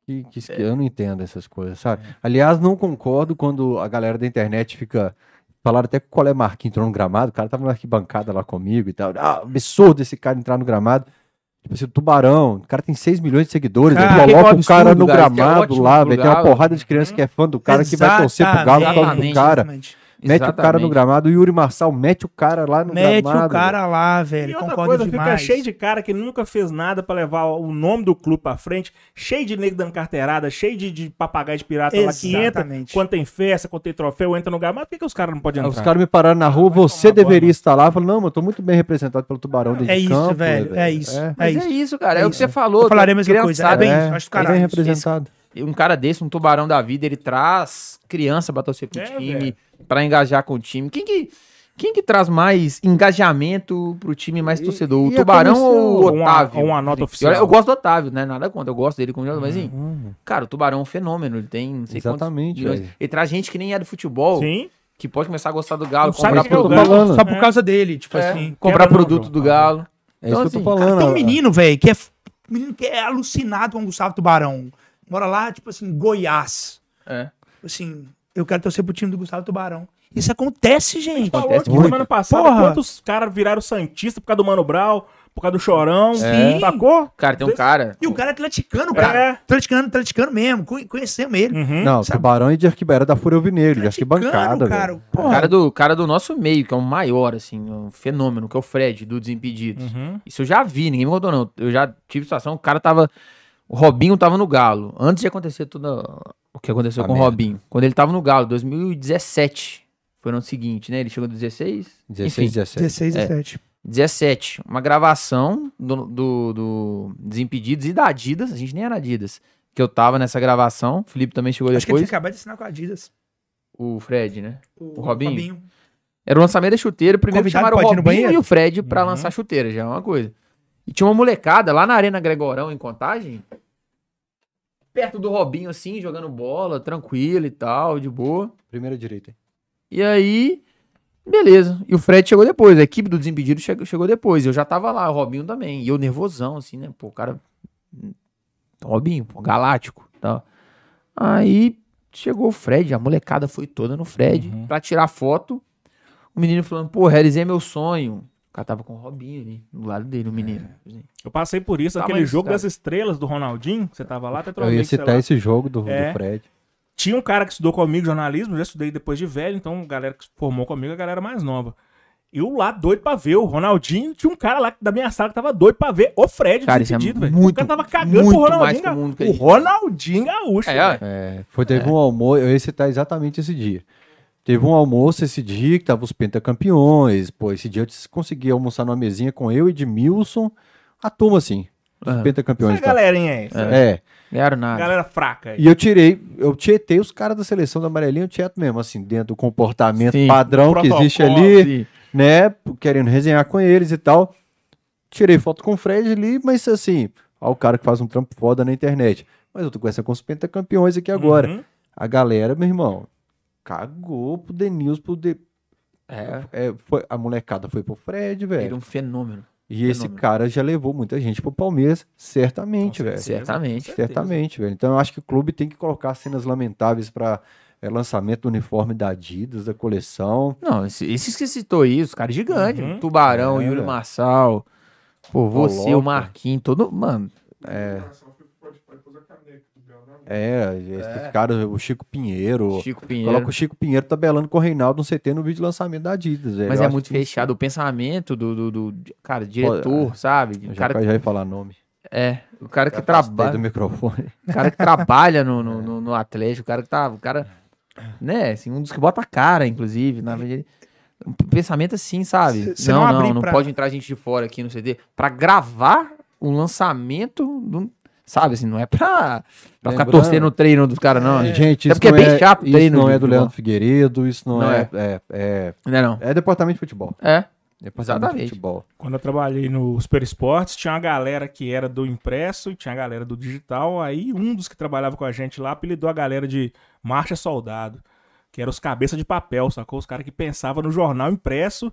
Speaker 1: Que, que esque- Eu não entendo essas coisas, sabe? Aliás, não concordo quando a galera da internet fica. Falaram até que o Colé Marquinhos entrou no gramado, o cara tava na arquibancada lá comigo e tal. Ah, absurdo esse cara entrar no gramado. Tipo assim, o Tubarão, o cara tem 6 milhões de seguidores,
Speaker 4: Cara,
Speaker 1: ele
Speaker 3: que
Speaker 1: coloca o
Speaker 3: absurdo,
Speaker 1: cara no
Speaker 3: cara, isso que é
Speaker 1: gramado
Speaker 3: ótimo
Speaker 1: lá,
Speaker 3: pro
Speaker 1: velho. Tem uma
Speaker 3: Galo.
Speaker 1: porrada de criança que é fã do cara que vai torcer pro Galo por causa do
Speaker 3: Exatamente,
Speaker 1: cara.
Speaker 4: Exatamente.
Speaker 1: Mete o cara no
Speaker 3: Exatamente.
Speaker 1: gramado, o Yuri Marçal mete o cara lá no
Speaker 4: Mete
Speaker 1: gramado.
Speaker 4: o cara lá, velho.
Speaker 2: E outra
Speaker 4: concordo
Speaker 2: coisa, fica
Speaker 4: demais.
Speaker 2: cheio de cara que nunca fez nada pra levar o nome do clube pra frente, cheio de nego dando carteirada, cheio de, de papagaio de pirata lá que entra.
Speaker 4: Exatamente.
Speaker 2: Quando tem festa, quando tem troféu, entra no lugar. Mas por que, que os caras não podem
Speaker 1: Aí
Speaker 2: entrar?
Speaker 1: É, Os caras me pararam na rua,
Speaker 2: Vai
Speaker 1: você
Speaker 2: tomar
Speaker 1: deveria
Speaker 2: banho.
Speaker 1: estar lá. Eu falo, não, mas eu tô muito bem representado pelo Tubarão desde
Speaker 4: É isso,
Speaker 1: campo,
Speaker 4: velho, é isso. É
Speaker 3: Mas é
Speaker 4: isso.
Speaker 3: isso, cara. É,
Speaker 4: É
Speaker 3: o que
Speaker 4: isso.
Speaker 3: você falou.
Speaker 4: Eu falaria a
Speaker 3: tá?
Speaker 4: mesma coisa, é
Speaker 3: Criançada,
Speaker 4: bem-
Speaker 1: É,
Speaker 4: acho do
Speaker 1: é
Speaker 4: caralho.
Speaker 1: bem representado.
Speaker 3: Um cara desse, um tubarão da vida, ele traz criança pra torcer pro
Speaker 2: É,
Speaker 3: time, pra engajar com o time. Quem que, quem que traz mais engajamento pro time mais
Speaker 1: E- e
Speaker 3: torcedor? o
Speaker 4: é
Speaker 1: a
Speaker 3: Tubarão
Speaker 1: comissão?
Speaker 3: ou o
Speaker 4: um
Speaker 2: Ou uma-
Speaker 3: Otávio?
Speaker 2: ou uma nota
Speaker 3: E
Speaker 2: oficial.
Speaker 3: olha, Eu gosto do Otávio, né? Nada contra, eu gosto dele como jogador,
Speaker 4: Uhum.
Speaker 3: mas assim,
Speaker 1: Hum,
Speaker 3: cara, o Tubarão é um fenômeno, ele tem não sei quantos
Speaker 1: Exatamente,
Speaker 3: milhões.
Speaker 1: velho.
Speaker 3: Ele traz gente que nem é do futebol,
Speaker 2: Sim.
Speaker 3: que pode começar a gostar do Galo,
Speaker 2: Não sabe
Speaker 3: comprar
Speaker 2: quem é o
Speaker 1: Tô
Speaker 3: produto,
Speaker 2: Galo.
Speaker 1: falando,
Speaker 4: Só por
Speaker 2: É.
Speaker 4: causa dele, tipo
Speaker 3: é,
Speaker 4: assim.
Speaker 3: comprar
Speaker 2: Quebra no
Speaker 3: produto
Speaker 2: jogo,
Speaker 3: do
Speaker 2: cara.
Speaker 3: Galo.
Speaker 1: é isso
Speaker 3: Então,
Speaker 1: que eu
Speaker 3: assim,
Speaker 1: tô falando.
Speaker 4: Cara, tem um
Speaker 1: ó.
Speaker 4: menino, velho, que é f- menino que é alucinado com o Gustavo Tubarão. Mora lá, tipo assim, Goiás.
Speaker 3: É.
Speaker 4: Assim, eu quero torcer pro time do Gustavo Tubarão. Isso acontece, gente.
Speaker 2: Falou que
Speaker 1: muito.
Speaker 2: semana passada,
Speaker 4: Porra.
Speaker 2: quantos caras viraram Santista por causa do Mano Brown, por causa do Chorão,
Speaker 4: É.
Speaker 2: sacou?
Speaker 3: Cara, tem um cara.
Speaker 4: E o cara é atleticano, cara.
Speaker 2: É.
Speaker 4: Atleticano, atleticano mesmo. Conhe- Conhecemos ele.
Speaker 2: Uhum.
Speaker 1: Não,
Speaker 4: Sabe?
Speaker 1: Tubarão e de arquibancada da Fúria Alvinegro, de
Speaker 4: Atleticano,
Speaker 1: arquibancada,
Speaker 4: cara.
Speaker 1: velho.
Speaker 4: Porra,
Speaker 3: é O cara do, cara do nosso meio, que é o maior, assim, um fenômeno, que é o Fred, do Desimpedidos.
Speaker 2: Uhum.
Speaker 3: Isso eu já vi, ninguém me contou, não. Eu já tive situação, o cara tava. O Robinho tava no Galo. Antes de acontecer tudo o que aconteceu
Speaker 1: A
Speaker 3: com o
Speaker 1: merda.
Speaker 3: Robinho. Quando ele tava no Galo, 2017. Foi no ano seguinte, né? Ele chegou no 16.
Speaker 1: 16,
Speaker 3: é
Speaker 1: 17.
Speaker 4: 16 e 17.
Speaker 3: 17. Uma gravação do, do, do Desimpedidos e da Adidas. A gente nem era Adidas. Que eu tava nessa gravação. O Felipe também chegou
Speaker 4: Acho que ele
Speaker 3: depois.
Speaker 4: tinha acabado de assinar com a Adidas.
Speaker 3: O Fred, né? O Robinho? Era o lançamento da chuteira. Primeiro
Speaker 4: Convidado
Speaker 3: chamaram o
Speaker 4: pode ir no
Speaker 3: Robinho
Speaker 4: banheiro?
Speaker 3: e o Fred pra
Speaker 2: Uhum.
Speaker 3: lançar a chuteira, já é uma coisa. E tinha uma molecada lá na Arena Gregorão, em Contagem, perto do Robinho, assim, jogando bola, tranquilo e tal, de boa.
Speaker 1: Primeira direita. hein?
Speaker 3: E aí, beleza. E o Fred chegou depois, a equipe do Desimpedido che- chegou depois. Eu já tava lá, o Robinho também. E eu nervosão, assim, né? Pô, o cara. Robinho, pô, galáctico. Tá. Aí chegou o Fred, a molecada foi toda no Fred
Speaker 2: Uhum.
Speaker 3: pra tirar foto. O menino falando, pô, realizei meu sonho. O cara tava com o Robinho ali, do lado dele, o menino.
Speaker 2: Eu passei por isso,
Speaker 3: Tá,
Speaker 2: aquele
Speaker 3: mas,
Speaker 2: jogo
Speaker 3: cara.
Speaker 2: das estrelas do Ronaldinho, que você tava lá, até
Speaker 1: Eu ia
Speaker 2: que você lá.
Speaker 1: citar esse jogo do, do
Speaker 2: É.
Speaker 1: Fred.
Speaker 2: Tinha um cara que estudou comigo jornalismo, já estudei depois de velho, então a galera que se formou comigo é a galera mais nova. Eu lá doido pra ver o Ronaldinho, tinha um cara lá da minha sala que tava doido pra ver o Fred
Speaker 3: Cara, isso é
Speaker 2: desimpedido, velho. O
Speaker 3: muito,
Speaker 2: cara tava cagando pro
Speaker 3: muito mais
Speaker 2: Ronaldinho.
Speaker 3: pro mundo que
Speaker 2: Ga- O
Speaker 3: a gente.
Speaker 2: Ronaldinho Gaúcho.
Speaker 3: É,
Speaker 2: velho.
Speaker 3: ó,
Speaker 1: É, foi, teve um almoço, eu ia citar exatamente esse dia. Teve um almoço esse dia que tava os pentacampeões, pô, esse dia eu consegui almoçar numa mesinha com eu, Edmilson, a turma assim, os
Speaker 3: Aham.
Speaker 1: pentacampeões.
Speaker 2: Essa
Speaker 1: Tá?
Speaker 2: galerinha aí, essa
Speaker 1: É,
Speaker 3: ganharam nada.
Speaker 2: galera fraca aí.
Speaker 1: e eu tirei, eu tietei os caras da seleção da Amarelinha, eu tieto mesmo, assim, dentro do comportamento
Speaker 3: Sim,
Speaker 1: padrão que
Speaker 2: protocolo,
Speaker 1: existe ali,
Speaker 3: Sim.
Speaker 1: né, querendo resenhar com eles e tal. Tirei foto com o Fred ali, mas assim, ó o cara que faz um trampo foda na internet. Mas eu tô conversando com os pentacampeões aqui agora.
Speaker 2: Uhum.
Speaker 1: A galera, meu irmão, cagou pro Denils, pro de...
Speaker 3: É,
Speaker 1: é, foi, a molecada foi pro Fred,
Speaker 3: ele é
Speaker 1: velho.
Speaker 3: um fenômeno.
Speaker 1: E esse
Speaker 3: fenômeno.
Speaker 1: cara já levou muita gente pro Palmeiras, certamente,
Speaker 2: Com
Speaker 3: é.
Speaker 1: velho.
Speaker 2: certeza.
Speaker 3: Certamente.
Speaker 2: Com certeza.
Speaker 1: Certamente, velho. Então eu acho que o clube tem que colocar cenas lamentáveis pra é, lançamento do uniforme da Adidas, da coleção.
Speaker 3: Não, esse- esses que citou aí, os caras gigantes.
Speaker 2: Uhum.
Speaker 3: Tubarão,
Speaker 1: É,
Speaker 3: Yuri
Speaker 1: velho.
Speaker 3: Marçal. Pô, você,
Speaker 1: Coloca.
Speaker 3: o Marquinhos, todo. Mano,
Speaker 1: É, esses caras, o Chico Pinheiro.
Speaker 3: Chico Pinheiro.
Speaker 1: Coloca o Chico Pinheiro tabelando com o Reinaldo no CT no vídeo de lançamento da Adidas, velho.
Speaker 3: Mas
Speaker 1: Eu
Speaker 3: é
Speaker 1: acho
Speaker 3: muito
Speaker 1: que isso- é.
Speaker 3: fechado o pensamento do, do, do- de- cara, diretor, sabe?
Speaker 1: Eu
Speaker 3: O
Speaker 1: Já,
Speaker 3: cara,
Speaker 1: já ia falar nome.
Speaker 3: é, o cara que
Speaker 1: Afastei do
Speaker 3: trabalha,
Speaker 1: microfone.
Speaker 3: o cara que trabalha no, no, no, no Atlético, o cara que tá, o cara, né, assim, um dos que bota a cara, inclusive, na verdade, um pensamento assim, sabe?
Speaker 4: Se- se
Speaker 3: não,
Speaker 4: não
Speaker 3: não,
Speaker 4: abrir
Speaker 3: não
Speaker 4: pra-
Speaker 3: pode entrar gente de fora aqui no CD pra gravar o lançamento, do- sabe, assim, não é pra, pra ficar
Speaker 1: Lembrando-
Speaker 3: torcendo o treino dos caras, não.
Speaker 1: Gente,
Speaker 3: É
Speaker 1: isso
Speaker 3: porque é
Speaker 1: não
Speaker 3: bem chato o
Speaker 1: Isso
Speaker 3: treino
Speaker 1: não
Speaker 3: de
Speaker 1: é do
Speaker 3: futebol.
Speaker 1: Leandro Figueiredo, isso não,
Speaker 3: Não
Speaker 1: é, é, é,
Speaker 3: Não é não.
Speaker 1: é departamento de futebol.
Speaker 3: É,
Speaker 1: Departamento de
Speaker 3: Exatamente.
Speaker 1: futebol.
Speaker 2: Quando eu trabalhei no Super Esportes, tinha uma galera que era do impresso e tinha a galera do digital. Aí um dos que trabalhava com a gente lá apelidou a galera de Marcha Soldado, que eram os cabeça de papel, sacou? Os caras que pensavam no jornal impresso,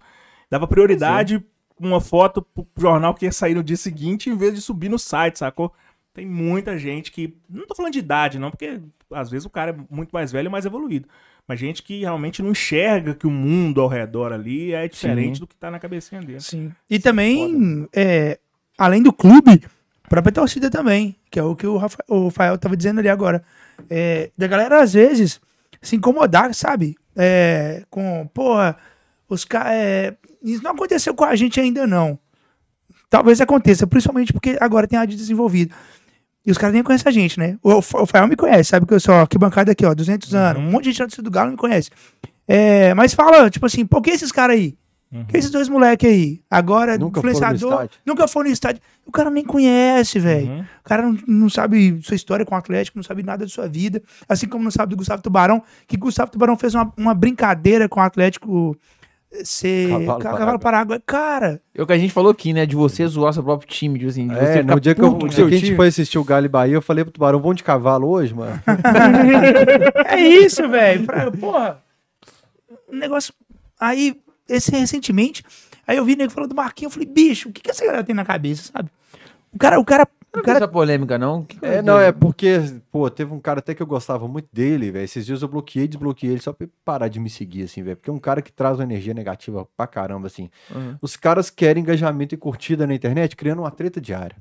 Speaker 2: dava prioridade uma foto pro jornal que ia sair no dia seguinte em vez de subir no site, sacou? Tem muita gente que. Não tô falando de idade, não, porque às vezes o cara é muito mais velho e mais evoluído. Mas gente que realmente não enxerga que o mundo ao redor ali é diferente do que tá na cabecinha dele.
Speaker 4: Sim. E também, é, além do clube, a própria torcida também, que é o que o Rafa- o Rafael tava dizendo ali agora. É, da galera, às vezes, se incomodar, sabe? É, com, porra, os caras. isso não aconteceu com a gente ainda, não. Talvez aconteça, principalmente porque agora tem a de desenvolvido. E os caras nem conhecem a gente, né? O, o Fael me conhece, sabe que eu sou que bancada aqui, ó, 200 anos. Um monte de gente lá do Sul do Galo me conhece. É, mas fala, tipo assim, por que esses caras aí? Que esses dois moleques aí? Agora,
Speaker 1: Nunca foram no
Speaker 4: influenciador,
Speaker 1: estádio.
Speaker 4: nunca foram no estádio. O cara nem conhece, velho.
Speaker 2: Uhum.
Speaker 4: O cara não, não sabe sua história com o Atlético, não sabe nada de sua vida. Assim como não sabe do Gustavo Tubarão, que Gustavo Tubarão fez uma, uma brincadeira com o Atlético eh, ser
Speaker 1: Cavalo
Speaker 4: Ca- Cavalo Paraguai. Cara,
Speaker 3: É o que a gente falou aqui, né? De você zoar seu próprio time, de, assim, de você
Speaker 1: É,
Speaker 3: ficar
Speaker 1: no dia que, eu,
Speaker 3: puto
Speaker 1: no
Speaker 3: com
Speaker 1: dia
Speaker 3: seu
Speaker 1: que a
Speaker 3: time.
Speaker 1: gente foi assistir o Galo e Bahia, eu falei pro Tubarão, vamos de cavalo hoje, mano?
Speaker 4: É isso, velho. Pra- Porra. Um negócio. Aí, esse recentemente, aí eu vi nego falando do Marquinhos, eu falei, bicho, o que, que essa galera tem na cabeça, sabe? O cara, o cara. O
Speaker 3: Não tem
Speaker 4: cara.
Speaker 3: essa polêmica, não. Que né?
Speaker 1: É,
Speaker 3: coisa.
Speaker 1: não, é porque, pô, teve um cara até que eu gostava muito dele, velho. Esses dias eu bloqueei, desbloqueei ele só pra ele parar de me seguir, assim, velho. Porque é um cara que traz uma energia negativa pra caramba, assim.
Speaker 3: Uhum.
Speaker 1: Os caras querem engajamento e curtida na internet, criando uma treta diária.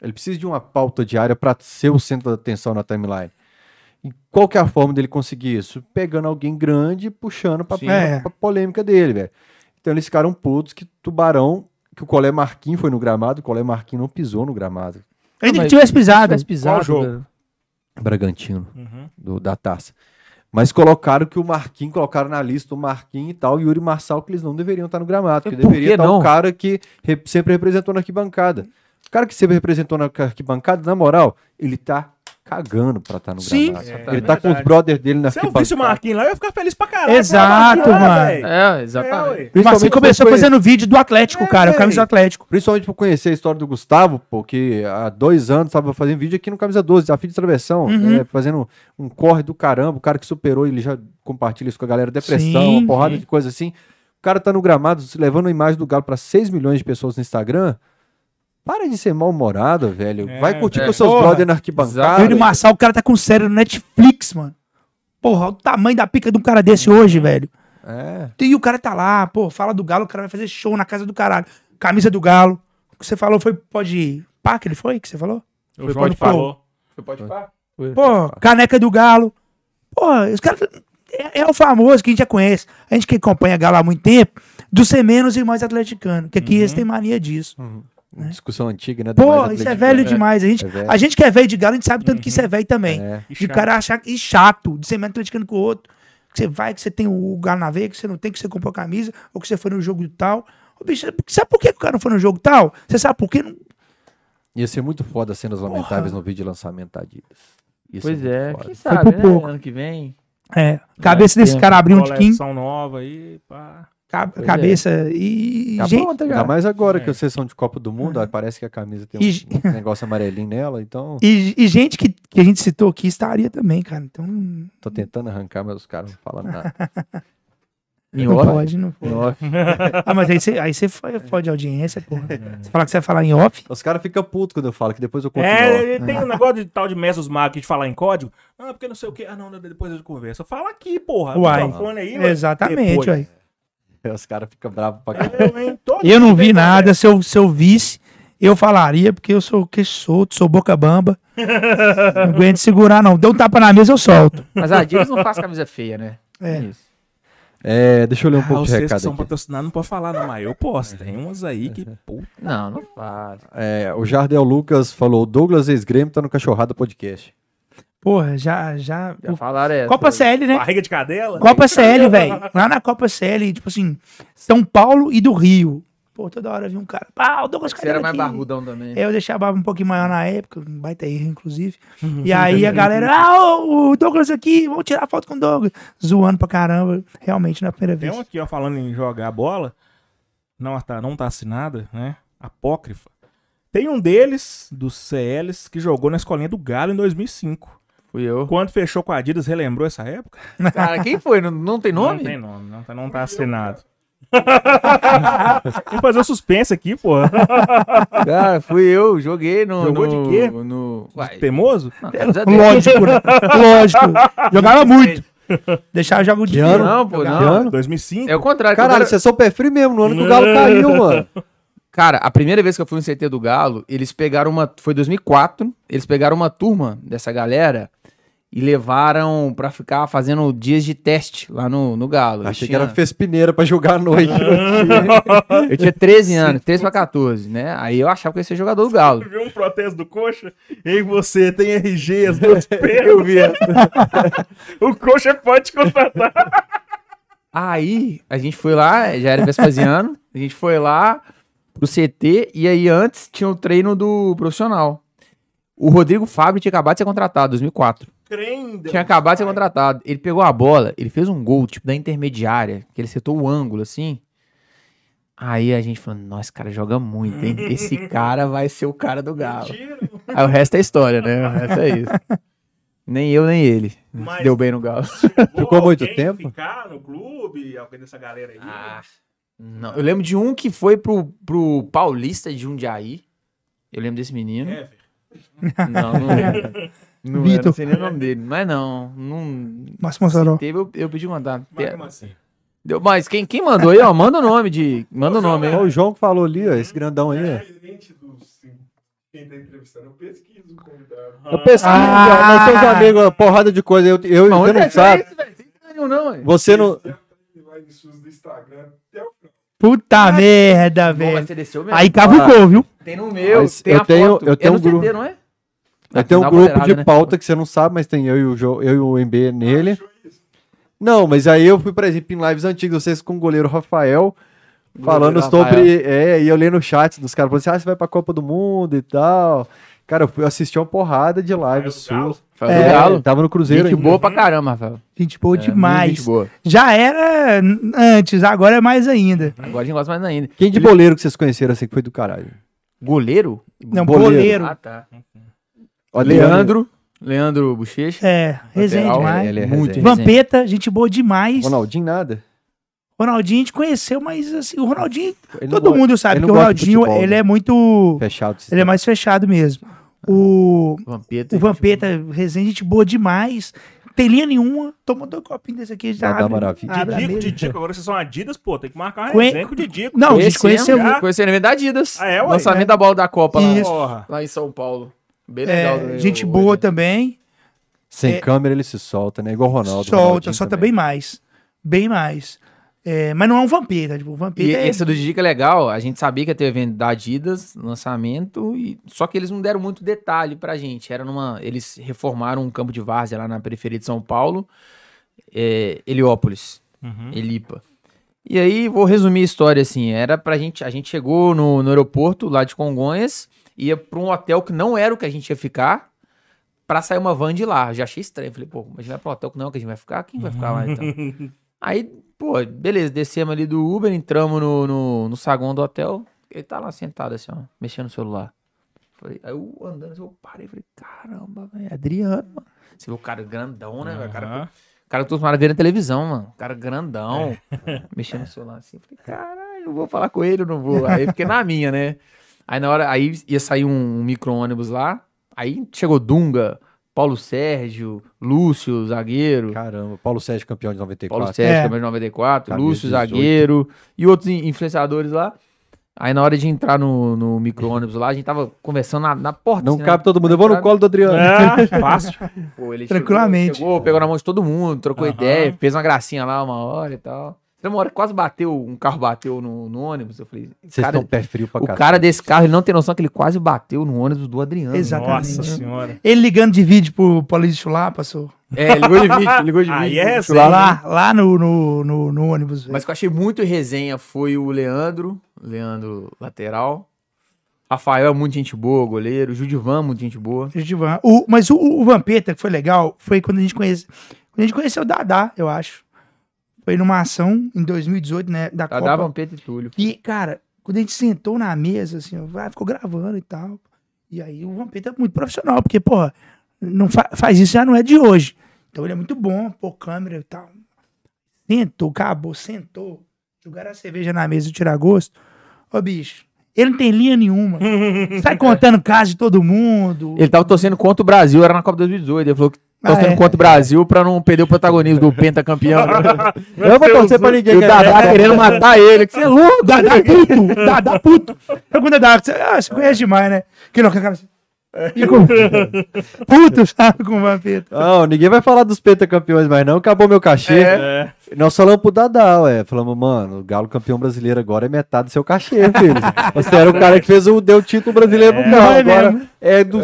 Speaker 1: Ele precisa de uma pauta diária pra ser o centro da atenção na timeline. E qual que é a forma dele conseguir isso? Pegando alguém grande e puxando pra,
Speaker 3: Sim.
Speaker 1: pra-
Speaker 4: É.
Speaker 1: pra polêmica dele, velho. Então eles ficaram putos que Tubarão, que o Colé Marquinhos foi no gramado, o Colé Marquinhos não pisou no gramado.
Speaker 4: Ainda que
Speaker 3: mas-
Speaker 4: tivesse pisado.
Speaker 3: Tivesse pisado,
Speaker 2: Qual jogo?
Speaker 3: cara.
Speaker 1: né? Bragantino
Speaker 2: Uhum.
Speaker 1: do- da taça. Mas colocaram que o Marquinhos, colocaram na lista o Marquinhos e tal, e o Yuri Marçal, que eles não deveriam estar no gramado, que
Speaker 3: Por
Speaker 1: deveria
Speaker 3: que
Speaker 1: estar o
Speaker 3: não?
Speaker 1: cara que re- sempre representou na arquibancada. O cara que sempre representou na ca- arquibancada, na moral, ele tá cagando pra estar no
Speaker 4: Sim.
Speaker 1: gramado.
Speaker 2: É,
Speaker 1: ele
Speaker 2: é
Speaker 1: tá com os
Speaker 2: verdade.
Speaker 1: brother dele na
Speaker 2: Se eu visse o
Speaker 1: arquibancada.
Speaker 2: Marquinhos lá, eu ia ficar feliz pra caralho.
Speaker 4: Exato,
Speaker 2: Falar,
Speaker 4: mano.
Speaker 2: velho.
Speaker 3: É,
Speaker 2: É,
Speaker 3: exatamente.
Speaker 2: ué.
Speaker 4: O Marcinho
Speaker 1: Principalmente
Speaker 4: começou
Speaker 1: depois-
Speaker 4: fazendo vídeo do Atlético,
Speaker 1: É,
Speaker 4: cara, o
Speaker 1: véi.
Speaker 4: camisa do Atlético.
Speaker 1: Principalmente por conhecer a história do Gustavo, porque há dois anos tava fazendo vídeo aqui no Camisa 12, desafio de travessão,
Speaker 4: Uhum.
Speaker 1: é, fazendo um corre do caramba, o cara que superou, ele já compartilha isso com a galera, depressão,
Speaker 4: Sim,
Speaker 1: uma porrada
Speaker 2: sim.
Speaker 1: de coisa assim. O cara tá no gramado, se levando a imagem do Galo pra 6 milhões de pessoas no Instagram. Para de ser mal-humorado, velho.
Speaker 2: É,
Speaker 1: Vai curtir
Speaker 3: é.
Speaker 1: com seus
Speaker 2: Porra.
Speaker 1: brother na
Speaker 4: O
Speaker 1: arquibancada.
Speaker 4: Yuri Marçal, o cara tá com sério no Netflix, mano. Porra, o tamanho da pica de um cara desse hoje, velho.
Speaker 1: É.
Speaker 4: E o cara tá lá, pô, fala do Galo, o cara vai fazer show na casa do caralho. Camisa do Galo. O que você falou foi, pode ir. Pá, que ele foi? Que você falou?
Speaker 2: O
Speaker 3: Pode
Speaker 2: João falou.
Speaker 3: Pode falar.
Speaker 4: Pô, caneca do Galo. Pô, os caras. É, é o famoso que a gente já conhece. A gente que acompanha Galo há muito tempo, do ser menos e mais atleticano. Que aqui eles têm mania disso.
Speaker 1: Discussão antiga, né? do
Speaker 4: Pô,
Speaker 1: Uhum. mais
Speaker 4: isso é
Speaker 1: atleticano.
Speaker 4: velho demais. A gente,
Speaker 1: É velho.
Speaker 4: a gente que é velho de Galo, a gente sabe tanto que isso é velho também.
Speaker 1: É.
Speaker 4: De o cara achar e chato, de ser menos atleticano que o outro. Que você vai, que você tem o Galo na veia, que você não tem, que você comprou a camisa, ou que você foi no jogo tal. Ô, bicho, sabe por que o cara não foi no jogo tal? Você sabe por quê? Não-
Speaker 1: Ia ser muito foda as cenas lamentáveis no vídeo de lançamento da Adidas. Ia ser
Speaker 3: Pois
Speaker 1: muito
Speaker 3: é,
Speaker 1: foda.
Speaker 3: quem
Speaker 4: pro
Speaker 3: sabe, né?
Speaker 4: pouco.
Speaker 3: Ano que vem.
Speaker 4: É, cabeça desse
Speaker 3: tem
Speaker 4: cara abriu um tiquinho,
Speaker 2: Coleção nova aí, pá.
Speaker 4: ca-
Speaker 3: Pois é.
Speaker 4: cabeça e.
Speaker 1: Tá
Speaker 4: gente,
Speaker 1: pronta, Ainda mais agora
Speaker 2: É.
Speaker 1: que a sessão de Copa do Mundo, ó, parece que a camisa tem
Speaker 4: E-
Speaker 1: um, um negócio amarelinho nela, então
Speaker 4: E, e gente que, que a gente citou aqui estaria também, cara. Então, não
Speaker 1: tô tentando arrancar, mas os caras não falam nada.
Speaker 3: Em off.
Speaker 4: pode, não pode.
Speaker 3: Em off.
Speaker 4: Ah, mas aí você, aí você fo- fode a audiência, porra. Você fala que você vai falar em off?
Speaker 1: Os caras ficam putos quando eu falo, que depois eu conto.
Speaker 2: É,
Speaker 1: É,
Speaker 2: ele tem um negócio de tal de Mesos Mag de falar em código. Ah, porque não sei o quê. Ah, não, depois eu converso. Fala aqui, porra.
Speaker 4: Uai.
Speaker 2: Microfone aí, ué.
Speaker 4: Exatamente,
Speaker 2: Depois.
Speaker 4: ué.
Speaker 2: é.
Speaker 1: Os caras ficam bravos pra caramba.
Speaker 2: Eu, hein, né, todo
Speaker 4: Eu não vi
Speaker 2: dia,
Speaker 4: nada. Se eu, se eu visse, eu falaria, porque eu sou que solto, sou boca bamba. Não aguento segurar, não. Deu um tapa na mesa, eu solto.
Speaker 3: Mas a Adidas não faz camisa feia, né?
Speaker 4: É.
Speaker 3: Isso.
Speaker 1: É, deixa eu ler um
Speaker 2: Ah,
Speaker 1: pouco de
Speaker 2: vocês que
Speaker 1: recado
Speaker 2: são
Speaker 1: aqui.
Speaker 2: patrocinados não pode falar, não, mas eu posso. Tem umas aí
Speaker 4: Uhum.
Speaker 2: que. Puta,
Speaker 3: Não, não faz.
Speaker 1: É, o Jardel Lucas falou, Douglas ex-grêmio tá no Cachorrada Podcast.
Speaker 4: Porra, já. já,
Speaker 3: Já falaram essa.
Speaker 4: Copa CL, né?
Speaker 2: barriga de cadela.
Speaker 4: Copa CL, velho. Lá na Copa CL, tipo assim, São Paulo e do Rio. Pô, toda hora eu vi um cara. Pau, Douglas
Speaker 3: Você era
Speaker 4: Cadeira
Speaker 3: mais né?
Speaker 4: aqui.
Speaker 3: barrudão também.
Speaker 4: É, eu deixei a barba um pouquinho maior na época, um baita erro, inclusive. E aí a galera, ah, ô, o Douglas aqui, vamos tirar foto com o Douglas. Zoando pra caramba, realmente, na primeira
Speaker 2: Tem um
Speaker 4: vez.
Speaker 2: aqui, ó, falando em jogar bola. não tá, não tá assinada, né? Apócrifa. Tem um deles, dos CLs, que jogou na escolinha do Galo em 2005.
Speaker 3: Fui eu.
Speaker 2: Quando fechou com a Adidas, relembrou essa época?
Speaker 3: Cara, quem foi? Não, não tem nome?
Speaker 2: Não tem nome, não tá, não tá assinado. Vou fazer um suspense aqui, porra.
Speaker 3: Cara, fui eu, joguei no.
Speaker 2: Jogou de
Speaker 3: no-
Speaker 2: quê?
Speaker 3: No. Uai,
Speaker 2: Temoso?
Speaker 3: não, graças a Deus.
Speaker 4: Lógico, né? Lógico. Jogava muito. Deixava jogo de
Speaker 1: Que ano?
Speaker 3: Não, pô,
Speaker 1: Que
Speaker 3: não.
Speaker 1: ano?
Speaker 2: 2005?
Speaker 3: É o contrário. quando
Speaker 1: Caralho,
Speaker 3: eu-
Speaker 1: você é só perfil mesmo, no ano que o Galo caiu, mano.
Speaker 3: Cara, a primeira vez que eu fui no CT do Galo, eles pegaram uma. Foi 2004. Eles pegaram uma turma dessa galera e levaram pra ficar fazendo dias de teste lá no, no Galo. Eu
Speaker 1: Achei que
Speaker 3: tinha-
Speaker 1: era Fespineira pra jogar à noite.
Speaker 3: Eu tinha 13 anos, 13 pra 14, né? Aí eu achava que eu ia ser jogador do Galo.
Speaker 2: Viu um protesto do Coxa? Ei, você tem RG, as duas pernas. o Coxa pode te contratar.
Speaker 3: Aí a gente foi lá, já era Vespasiano, a gente foi lá pro CT e aí antes tinha o treino do profissional. O Rodrigo Fábio tinha acabado de ser contratado, 2004.
Speaker 2: Crenda.
Speaker 3: Tinha acabado de ser contratado. Ele pegou a bola, ele fez um gol, tipo, da intermediária, que ele setou o ângulo, assim. Aí a gente falou, nossa, esse cara joga muito, hein? Esse cara vai ser o cara do Galo. Aí o resto é história, né? O resto é isso. Nem eu, nem ele.
Speaker 2: Mas-
Speaker 3: Deu bem no Galo.
Speaker 1: Ficou muito tempo?
Speaker 2: Ficar no clube, alguém dessa galera aí.
Speaker 3: Ah, Não, eu lembro de um que foi pro, pro Paulista de Jundiaí. Eu lembro desse menino.
Speaker 2: É, velho.
Speaker 3: Não, não, era. não, era, não
Speaker 4: Vitor.
Speaker 3: sei nem o nome dele. Mas não, não
Speaker 4: Márcio
Speaker 1: Tá
Speaker 4: Mozaró.
Speaker 3: teve, eu, eu pedi mandar.
Speaker 2: Mas como assim?
Speaker 3: Deu, mas quem, quem mandou aí, ó, manda o nome de. Manda o nome
Speaker 1: Ó,
Speaker 3: aí.
Speaker 1: o João que falou ali, ó, esse grandão Então
Speaker 2: É,
Speaker 1: aí. ó.
Speaker 5: Independente do sim, quem tá entrevistando, eu pesquiso o convidado.
Speaker 1: Eu pesquiso,
Speaker 2: Ah.
Speaker 1: ó, nós somos amigos, ó, porrada de coisa. Eu, eu,
Speaker 3: Mas
Speaker 1: você
Speaker 3: onde é
Speaker 1: não
Speaker 3: que tá
Speaker 1: sabe.
Speaker 3: isso, velho? Tem ganho não, é. velho.
Speaker 2: Ah,
Speaker 1: Você não.
Speaker 5: Ele vai nos seus do Instagram. Até o
Speaker 4: Puta merda,
Speaker 3: Bom, mas
Speaker 4: velho.
Speaker 3: você desceu mesmo.
Speaker 4: Aí cavucou, viu?
Speaker 3: Tá. Tem no meu,
Speaker 1: Mas
Speaker 3: tem
Speaker 1: eu
Speaker 3: a
Speaker 1: tenho-
Speaker 3: foto.
Speaker 1: eu tenho
Speaker 3: é no
Speaker 1: um grupo.
Speaker 3: CT, não é?
Speaker 1: Eu tenho
Speaker 3: Dá
Speaker 1: um
Speaker 3: uma
Speaker 1: grupo
Speaker 3: moderada,
Speaker 1: de
Speaker 3: né?
Speaker 1: pauta que você não sabe, mas tem eu e o, jo, eu e o MB nele. Não, mas aí eu fui, por exemplo, em lives antigas, vocês com o goleiro Rafael, falando
Speaker 3: Rafael.
Speaker 1: sobre. É, e eu lendo o chat dos caras, falando assim, ah, você vai pra Copa do Mundo e tal. Cara, eu fui assistir uma porrada de lives
Speaker 2: Ah, é o Galo?
Speaker 1: suas.
Speaker 3: Foi
Speaker 4: É,
Speaker 3: do Galo.
Speaker 1: Tava no Cruzeiro
Speaker 3: Gente
Speaker 1: ainda.
Speaker 3: boa pra caramba, Rafael.
Speaker 4: Gente boa
Speaker 3: É, muito
Speaker 4: demais.
Speaker 3: Gente boa.
Speaker 4: Já era n- antes, agora é mais ainda.
Speaker 3: Agora a gente gosta mais ainda.
Speaker 1: Quem de boleiro que vocês conheceram assim que foi do caralho?
Speaker 3: Goleiro?
Speaker 4: Não,
Speaker 1: Boleiro.
Speaker 4: boleiro.
Speaker 3: Ah, tá.
Speaker 1: Ó,
Speaker 3: Leandro. Leandro Bochecha.
Speaker 4: É, resenha
Speaker 3: Lateral,
Speaker 4: demais.
Speaker 1: ele é
Speaker 3: Muito.
Speaker 1: resenha.
Speaker 4: Vampeta, gente boa demais.
Speaker 1: Ronaldinho nada.
Speaker 4: Ronaldinho a gente conheceu, mas assim, o Ronaldinho,
Speaker 1: Ele não
Speaker 4: todo
Speaker 1: gosta-
Speaker 4: mundo sabe
Speaker 1: ele
Speaker 4: que
Speaker 1: não
Speaker 4: o
Speaker 1: gosta de
Speaker 4: Ronaldinho,
Speaker 1: futebol,
Speaker 4: ele
Speaker 1: né?
Speaker 4: é muito,
Speaker 1: fechado.
Speaker 4: ele é mais fechado mesmo. O,
Speaker 3: Vampeta.
Speaker 4: o
Speaker 3: gente boa.
Speaker 4: Vampeta, resenha, gente boa demais. Tem linha nenhuma, tomou dois copinhos desse aqui. Já
Speaker 1: Dá
Speaker 4: abre,
Speaker 1: maravilha.
Speaker 4: abre a
Speaker 2: Didico,
Speaker 4: mesa.
Speaker 2: Didico, agora vocês são Adidas, pô, tem que marcar uma
Speaker 4: Conhe-
Speaker 2: resenha com o Didico.
Speaker 4: Não, a gente
Speaker 3: Conhecemos,
Speaker 4: conheceu.
Speaker 2: já.
Speaker 3: Conhecemos ele da Adidas.
Speaker 2: Ah, é, ué?
Speaker 3: Lançamento da bola da Copa lá,
Speaker 4: Isso.
Speaker 2: Porra.
Speaker 3: lá em São Paulo. Bem
Speaker 4: É,
Speaker 3: legal. né,
Speaker 4: gente
Speaker 3: o-
Speaker 4: boa também.
Speaker 1: Sem
Speaker 4: É.
Speaker 1: câmera ele se solta, né? Igual o Ronaldo. o
Speaker 4: solta,
Speaker 1: Ronaldinho
Speaker 4: solta bem mais. Bem mais. É, mas não é um vampeta, tipo, o
Speaker 3: E
Speaker 4: vampeta é...
Speaker 3: esse do Didi que é legal, a gente sabia que ia ter evento da Adidas, lançamento, e... só que eles não deram muito detalhe pra gente. Era numa. Eles reformaram um campo de várzea lá na periferia de São Paulo, é, Heliópolis,
Speaker 2: Uhum.
Speaker 3: Elipa. E aí, vou resumir a história assim: era pra gente. A gente chegou no, no aeroporto lá de Congonhas, ia pra um hotel que não era o que a gente ia ficar, pra sair uma van de lá. Eu já achei estranho. Falei, pô, mas vai pra um hotel que não é o que a gente vai ficar? Quem vai ficar lá então? Aí, pô, beleza, descemos ali do Uber, entramos no, no, no saguão do hotel. Ele tá lá sentado assim, ó, mexendo no celular. Falei, aí eu andando assim, eu parei, falei, caramba, velho, Adriano, mano. Você vê o cara grandão, né, velho? O cara,
Speaker 2: Aham.
Speaker 3: o cara que todos a ver na televisão, mano. O cara grandão, mexendo no celular assim. Falei, caralho, eu vou falar com ele, eu não vou. Aí fiquei na minha, né? Aí na hora, aí ia sair um, um micro-ônibus lá. Aí chegou Dunga, Paulo Sérgio, Lúcio, zagueiro.
Speaker 1: Caramba, Paulo Sérgio campeão de
Speaker 3: Paulo
Speaker 1: 94.
Speaker 3: Sérgio,
Speaker 4: É.
Speaker 3: campeão de 94,
Speaker 1: Camisa
Speaker 3: Lúcio,
Speaker 1: 18.
Speaker 3: zagueiro e outros in- influenciadores lá. Aí na hora de entrar no, no micro-ônibus lá, a gente tava conversando na, na porta.
Speaker 1: Não
Speaker 3: assim, né?
Speaker 1: cabe todo mundo. Eu vou no
Speaker 3: Cabe.
Speaker 1: colo do Adriano.
Speaker 3: é
Speaker 2: Ah, fácil.
Speaker 3: Pô, ele
Speaker 4: Tranquilamente.
Speaker 3: Chegou, chegou, pegou na mão de todo mundo, trocou
Speaker 2: Aham.
Speaker 3: ideia, fez uma gracinha lá uma hora e tal. Tem uma hora que quase bateu, um carro bateu no, no ônibus. Eu falei,
Speaker 1: Vocês
Speaker 3: cara,
Speaker 1: estão pé frio pra
Speaker 3: o
Speaker 1: cacete.
Speaker 3: cara desse carro, ele não tem noção que ele quase bateu no ônibus do Adriano.
Speaker 4: Exato. Exatamente.
Speaker 2: Nossa senhora.
Speaker 4: Ele ligando de vídeo pro Paulinho Chulá, passou.
Speaker 3: É, ligou de vídeo, ligou de vídeo.
Speaker 2: Aí é resenha.
Speaker 4: Lá, lá, lá no, no, no, no ônibus. velho.
Speaker 3: Mas o que eu achei muito resenha foi o Leandro, Leandro lateral. Rafael é muito gente boa, goleiro. Judivan, muito gente boa.
Speaker 4: Judivan. O, mas o, o Vampeta, que foi legal, foi quando a gente conhece. Quando a gente conheceu o Dadá, eu acho. Foi numa ação em 2018, né? Da
Speaker 3: Tá,
Speaker 4: Copa.
Speaker 3: davam Pedro e Túlio.
Speaker 4: E, cara, quando a gente sentou na mesa, assim, ó, vai, ficou gravando e tal. E aí o Vampeta é muito profissional, porque, porra, não fa- faz isso já não é de hoje. Então ele é muito bom, pô, câmera e tal. Sentou, acabou, sentou. Jogaram a cerveja na mesa e tirar gosto. Ô, bicho, ele não tem linha nenhuma. Sai contando caso de todo mundo.
Speaker 3: Ele tava torcendo contra o Brasil, era na Copa 2018. Ele falou que
Speaker 4: Ah,
Speaker 3: torcendo
Speaker 4: é.
Speaker 3: contra o Brasil pra não perder o protagonismo do pentacampeão.
Speaker 1: Eu vou torcer pra
Speaker 3: E
Speaker 1: ninguém
Speaker 3: o
Speaker 1: ganhar.
Speaker 3: Dadá Tá querendo matar ele. Que você é louco, Dadá.
Speaker 4: Dadá puto, Dadá puto. Pergunta da Dark, ah, você conhece demais, né? Que não, que cara. Ficou puto, sabe, com o Vampeta.
Speaker 1: Não, ninguém vai falar dos pentacampeões mais não, acabou meu cachê.
Speaker 2: É.
Speaker 1: Nós falamos pro Dadá, ué. Falamos, mano, o Galo campeão brasileiro agora é metade do seu cachê, filho. Você era o cara que fez o, deu o título brasileiro pro Galo.
Speaker 4: Não é
Speaker 1: agora
Speaker 4: mesmo?
Speaker 1: é, do-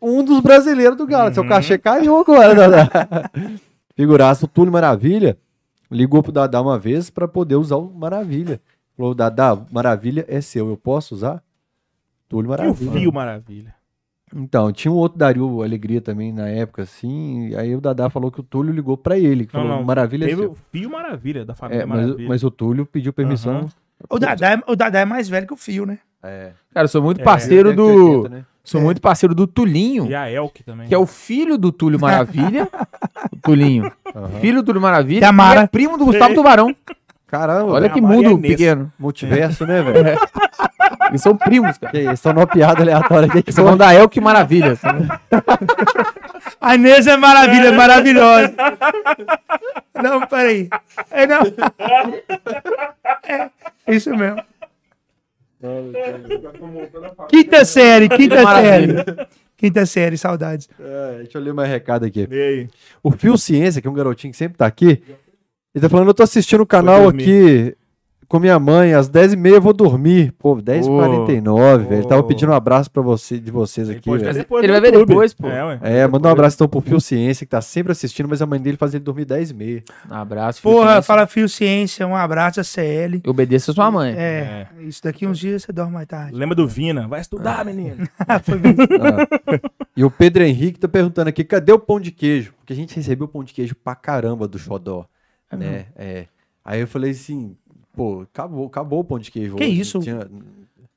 Speaker 1: um dos brasileiros do Galo.
Speaker 2: Uhum.
Speaker 1: Seu cachê caiu agora, Dadá. Figuraço, o Túlio Maravilha ligou pro Dadá uma vez pra poder usar o Maravilha. Falou, Dadá, Maravilha é seu, eu posso usar? Túlio
Speaker 2: Eu
Speaker 1: Maravilha.
Speaker 2: vi o Maravilha.
Speaker 1: Então, tinha um outro Dario Alegria também na época, assim. e Aí o Dadá falou que o Túlio ligou pra ele. Que
Speaker 2: Não,
Speaker 1: falou,
Speaker 2: não,
Speaker 1: Maravilha é
Speaker 2: Teve
Speaker 1: seu.
Speaker 2: o Fio Maravilha, da família
Speaker 1: É, mas,
Speaker 2: Maravilha.
Speaker 1: mas o Túlio pediu permissão.
Speaker 2: Aham.
Speaker 4: O Dadá, é- o Dadá é mais velho que o Fio, né?
Speaker 1: É.
Speaker 3: Cara, eu sou muito
Speaker 2: É,
Speaker 3: parceiro do.
Speaker 1: 180, né?
Speaker 3: Sou muito parceiro do Tulinho,
Speaker 2: E a Elk também.
Speaker 3: que é o filho do Túlio Maravilha. O Tulinho.
Speaker 1: Aham.
Speaker 3: Filho do Túlio Maravilha.
Speaker 4: E a Mara.
Speaker 3: e é primo do Gustavo Tubarão.
Speaker 1: Caramba,
Speaker 3: Olha
Speaker 1: velho.
Speaker 3: que
Speaker 2: a Mara é
Speaker 3: mundo
Speaker 2: nesse.
Speaker 3: pequeno.
Speaker 1: multiverso, né, velho?
Speaker 3: Eles são primos, cara.
Speaker 1: Que isso, Só uma piada aleatória aqui. Que
Speaker 3: Eles são da El, que maravilha. assim, né?
Speaker 4: A Inês é maravilha, é maravilhosa. Não, peraí. É, não. É, isso mesmo.
Speaker 5: Já tô montando a faca.
Speaker 4: Quinta série, quinta
Speaker 3: Maravilha.
Speaker 4: série. Quinta série, saudades.
Speaker 1: É, deixa eu ler mais recado aqui.
Speaker 2: E aí?
Speaker 1: O Fio Ciência, que é um garotinho que sempre tá aqui, ele tá falando, eu tô assistindo o canal
Speaker 2: Foi
Speaker 1: aqui com minha mãe, às 10h30 eu vou dormir. Pô, 10h49, velho. Ele tava
Speaker 2: Ô.
Speaker 1: pedindo um abraço pra você, de vocês
Speaker 2: Ele,
Speaker 1: aqui,
Speaker 2: pode ver
Speaker 1: velho.
Speaker 2: depois no
Speaker 3: Ele vai ver
Speaker 2: YouTube.
Speaker 3: depois, pô.
Speaker 2: É, ué.
Speaker 1: É, manda um abraço então pro Fio Ciência, que tá sempre assistindo, mas a mãe dele faz ele dormir 10h30.
Speaker 3: Um abraço. filho.
Speaker 4: Porra,
Speaker 3: Também
Speaker 4: fala Fio Ciência, um abraço, a CL.
Speaker 3: se- Obedeça a sua mãe.
Speaker 4: É, isso daqui uns dias você dorme mais tarde.
Speaker 2: Lembra do Vina? Vai estudar, menino.
Speaker 1: E o Pedro Henrique tá perguntando aqui, cadê o pão de queijo? Porque a gente recebeu pão de queijo pra caramba do Xodó, né? É. Aí eu falei assim, pô, acabou, acabou o pão de queijo.
Speaker 4: Que
Speaker 1: hoje,
Speaker 4: isso?
Speaker 1: tinha-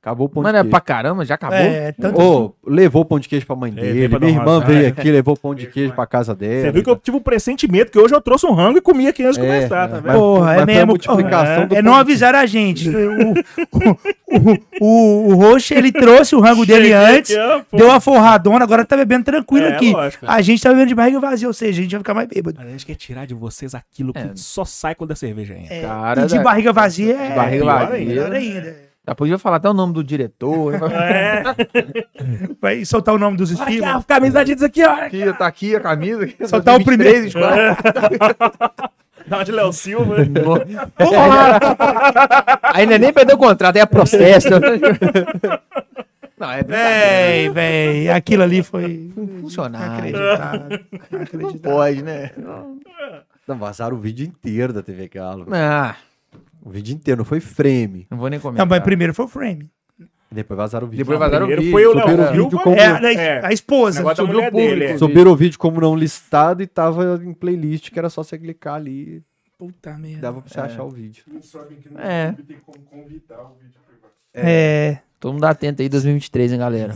Speaker 1: acabou o pão
Speaker 3: Mano,
Speaker 1: de
Speaker 3: é
Speaker 1: queijo.
Speaker 3: pra caramba, já acabou.
Speaker 4: É, tanto
Speaker 1: Ô, levou o pão de queijo pra mãe
Speaker 2: Levei
Speaker 1: dele.
Speaker 2: pra
Speaker 1: Minha
Speaker 2: dar um uma
Speaker 1: irmã
Speaker 2: razão.
Speaker 1: veio aqui, levou pão de queijo pra casa dela.
Speaker 2: Você viu que eu tive um pressentimento que hoje eu trouxe um rango e comi aqui antes de começar, tá
Speaker 1: é,
Speaker 2: vendo?
Speaker 4: Porra,
Speaker 1: mas
Speaker 4: é
Speaker 1: foi a
Speaker 4: mesmo.
Speaker 1: multiplicação
Speaker 4: é,
Speaker 1: do
Speaker 4: é, não
Speaker 1: pão-
Speaker 4: avisaram a gente. O, o, o, o Roxo, ele trouxe o rango dele
Speaker 2: Cheguei
Speaker 4: antes,
Speaker 2: aqui, ó, pô.
Speaker 4: deu uma forradona, agora tá bebendo tranquilo
Speaker 2: É,
Speaker 4: aqui.
Speaker 2: lógico.
Speaker 4: A gente tá bebendo de barriga vazia, ou seja, a gente vai ficar mais bêbado.
Speaker 2: A gente quer tirar de vocês aquilo que
Speaker 3: É.
Speaker 2: só sai quando a cerveja entra.
Speaker 4: É,
Speaker 3: Cara,
Speaker 4: e de
Speaker 3: velho.
Speaker 4: barriga vazia é.
Speaker 3: De barriga
Speaker 4: pior
Speaker 3: vazia.
Speaker 4: ainda, Pior ainda.
Speaker 3: Já podia falar até o nome do diretor. né?
Speaker 2: É.
Speaker 4: Vai soltar o nome dos
Speaker 2: Aqui, ó,
Speaker 4: esquilos.
Speaker 2: a camisa diz aqui, ó.
Speaker 3: Aqui, tá aqui a camisa. é
Speaker 4: Só tá o primeiro.
Speaker 3: 23, 24.
Speaker 2: Dá uma de Léo Silva.
Speaker 3: Ainda nem perdeu o contrato, é processo. Não, é brincadeira. é
Speaker 4: Véi, véi, aquilo ali foi.
Speaker 3: funcionário.
Speaker 4: Inacreditável.
Speaker 3: Não
Speaker 4: Inacreditável.
Speaker 3: pode, né?
Speaker 1: Não, vazaram o vídeo inteiro da TV Galo.
Speaker 3: Ah,
Speaker 1: O vídeo inteiro, não foi frame.
Speaker 3: não vou nem comer.
Speaker 4: Não, tá, mas primeiro foi o frame.
Speaker 1: Depois vazaram o vídeo.
Speaker 3: Depois vazaram o
Speaker 2: Primeiro
Speaker 3: vídeo.
Speaker 2: foi o
Speaker 1: Subiram
Speaker 2: Léo
Speaker 1: o vídeo
Speaker 2: Silva.
Speaker 1: como-
Speaker 4: É, a,
Speaker 2: É.
Speaker 4: a esposa.
Speaker 2: Negócio da
Speaker 4: subiu
Speaker 2: mulher
Speaker 4: o público.
Speaker 2: dele, é.
Speaker 1: Subiram o vídeo como não listado e tava em playlist, que era só você clicar ali e
Speaker 2: é.
Speaker 4: Puta merda.
Speaker 1: dava pra você achar o vídeo.
Speaker 5: Não sabe que no
Speaker 3: É.
Speaker 5: YouTube tem como convidar o vídeo privado.
Speaker 4: É.
Speaker 3: Todo mundo atento aí, 2023, hein, galera?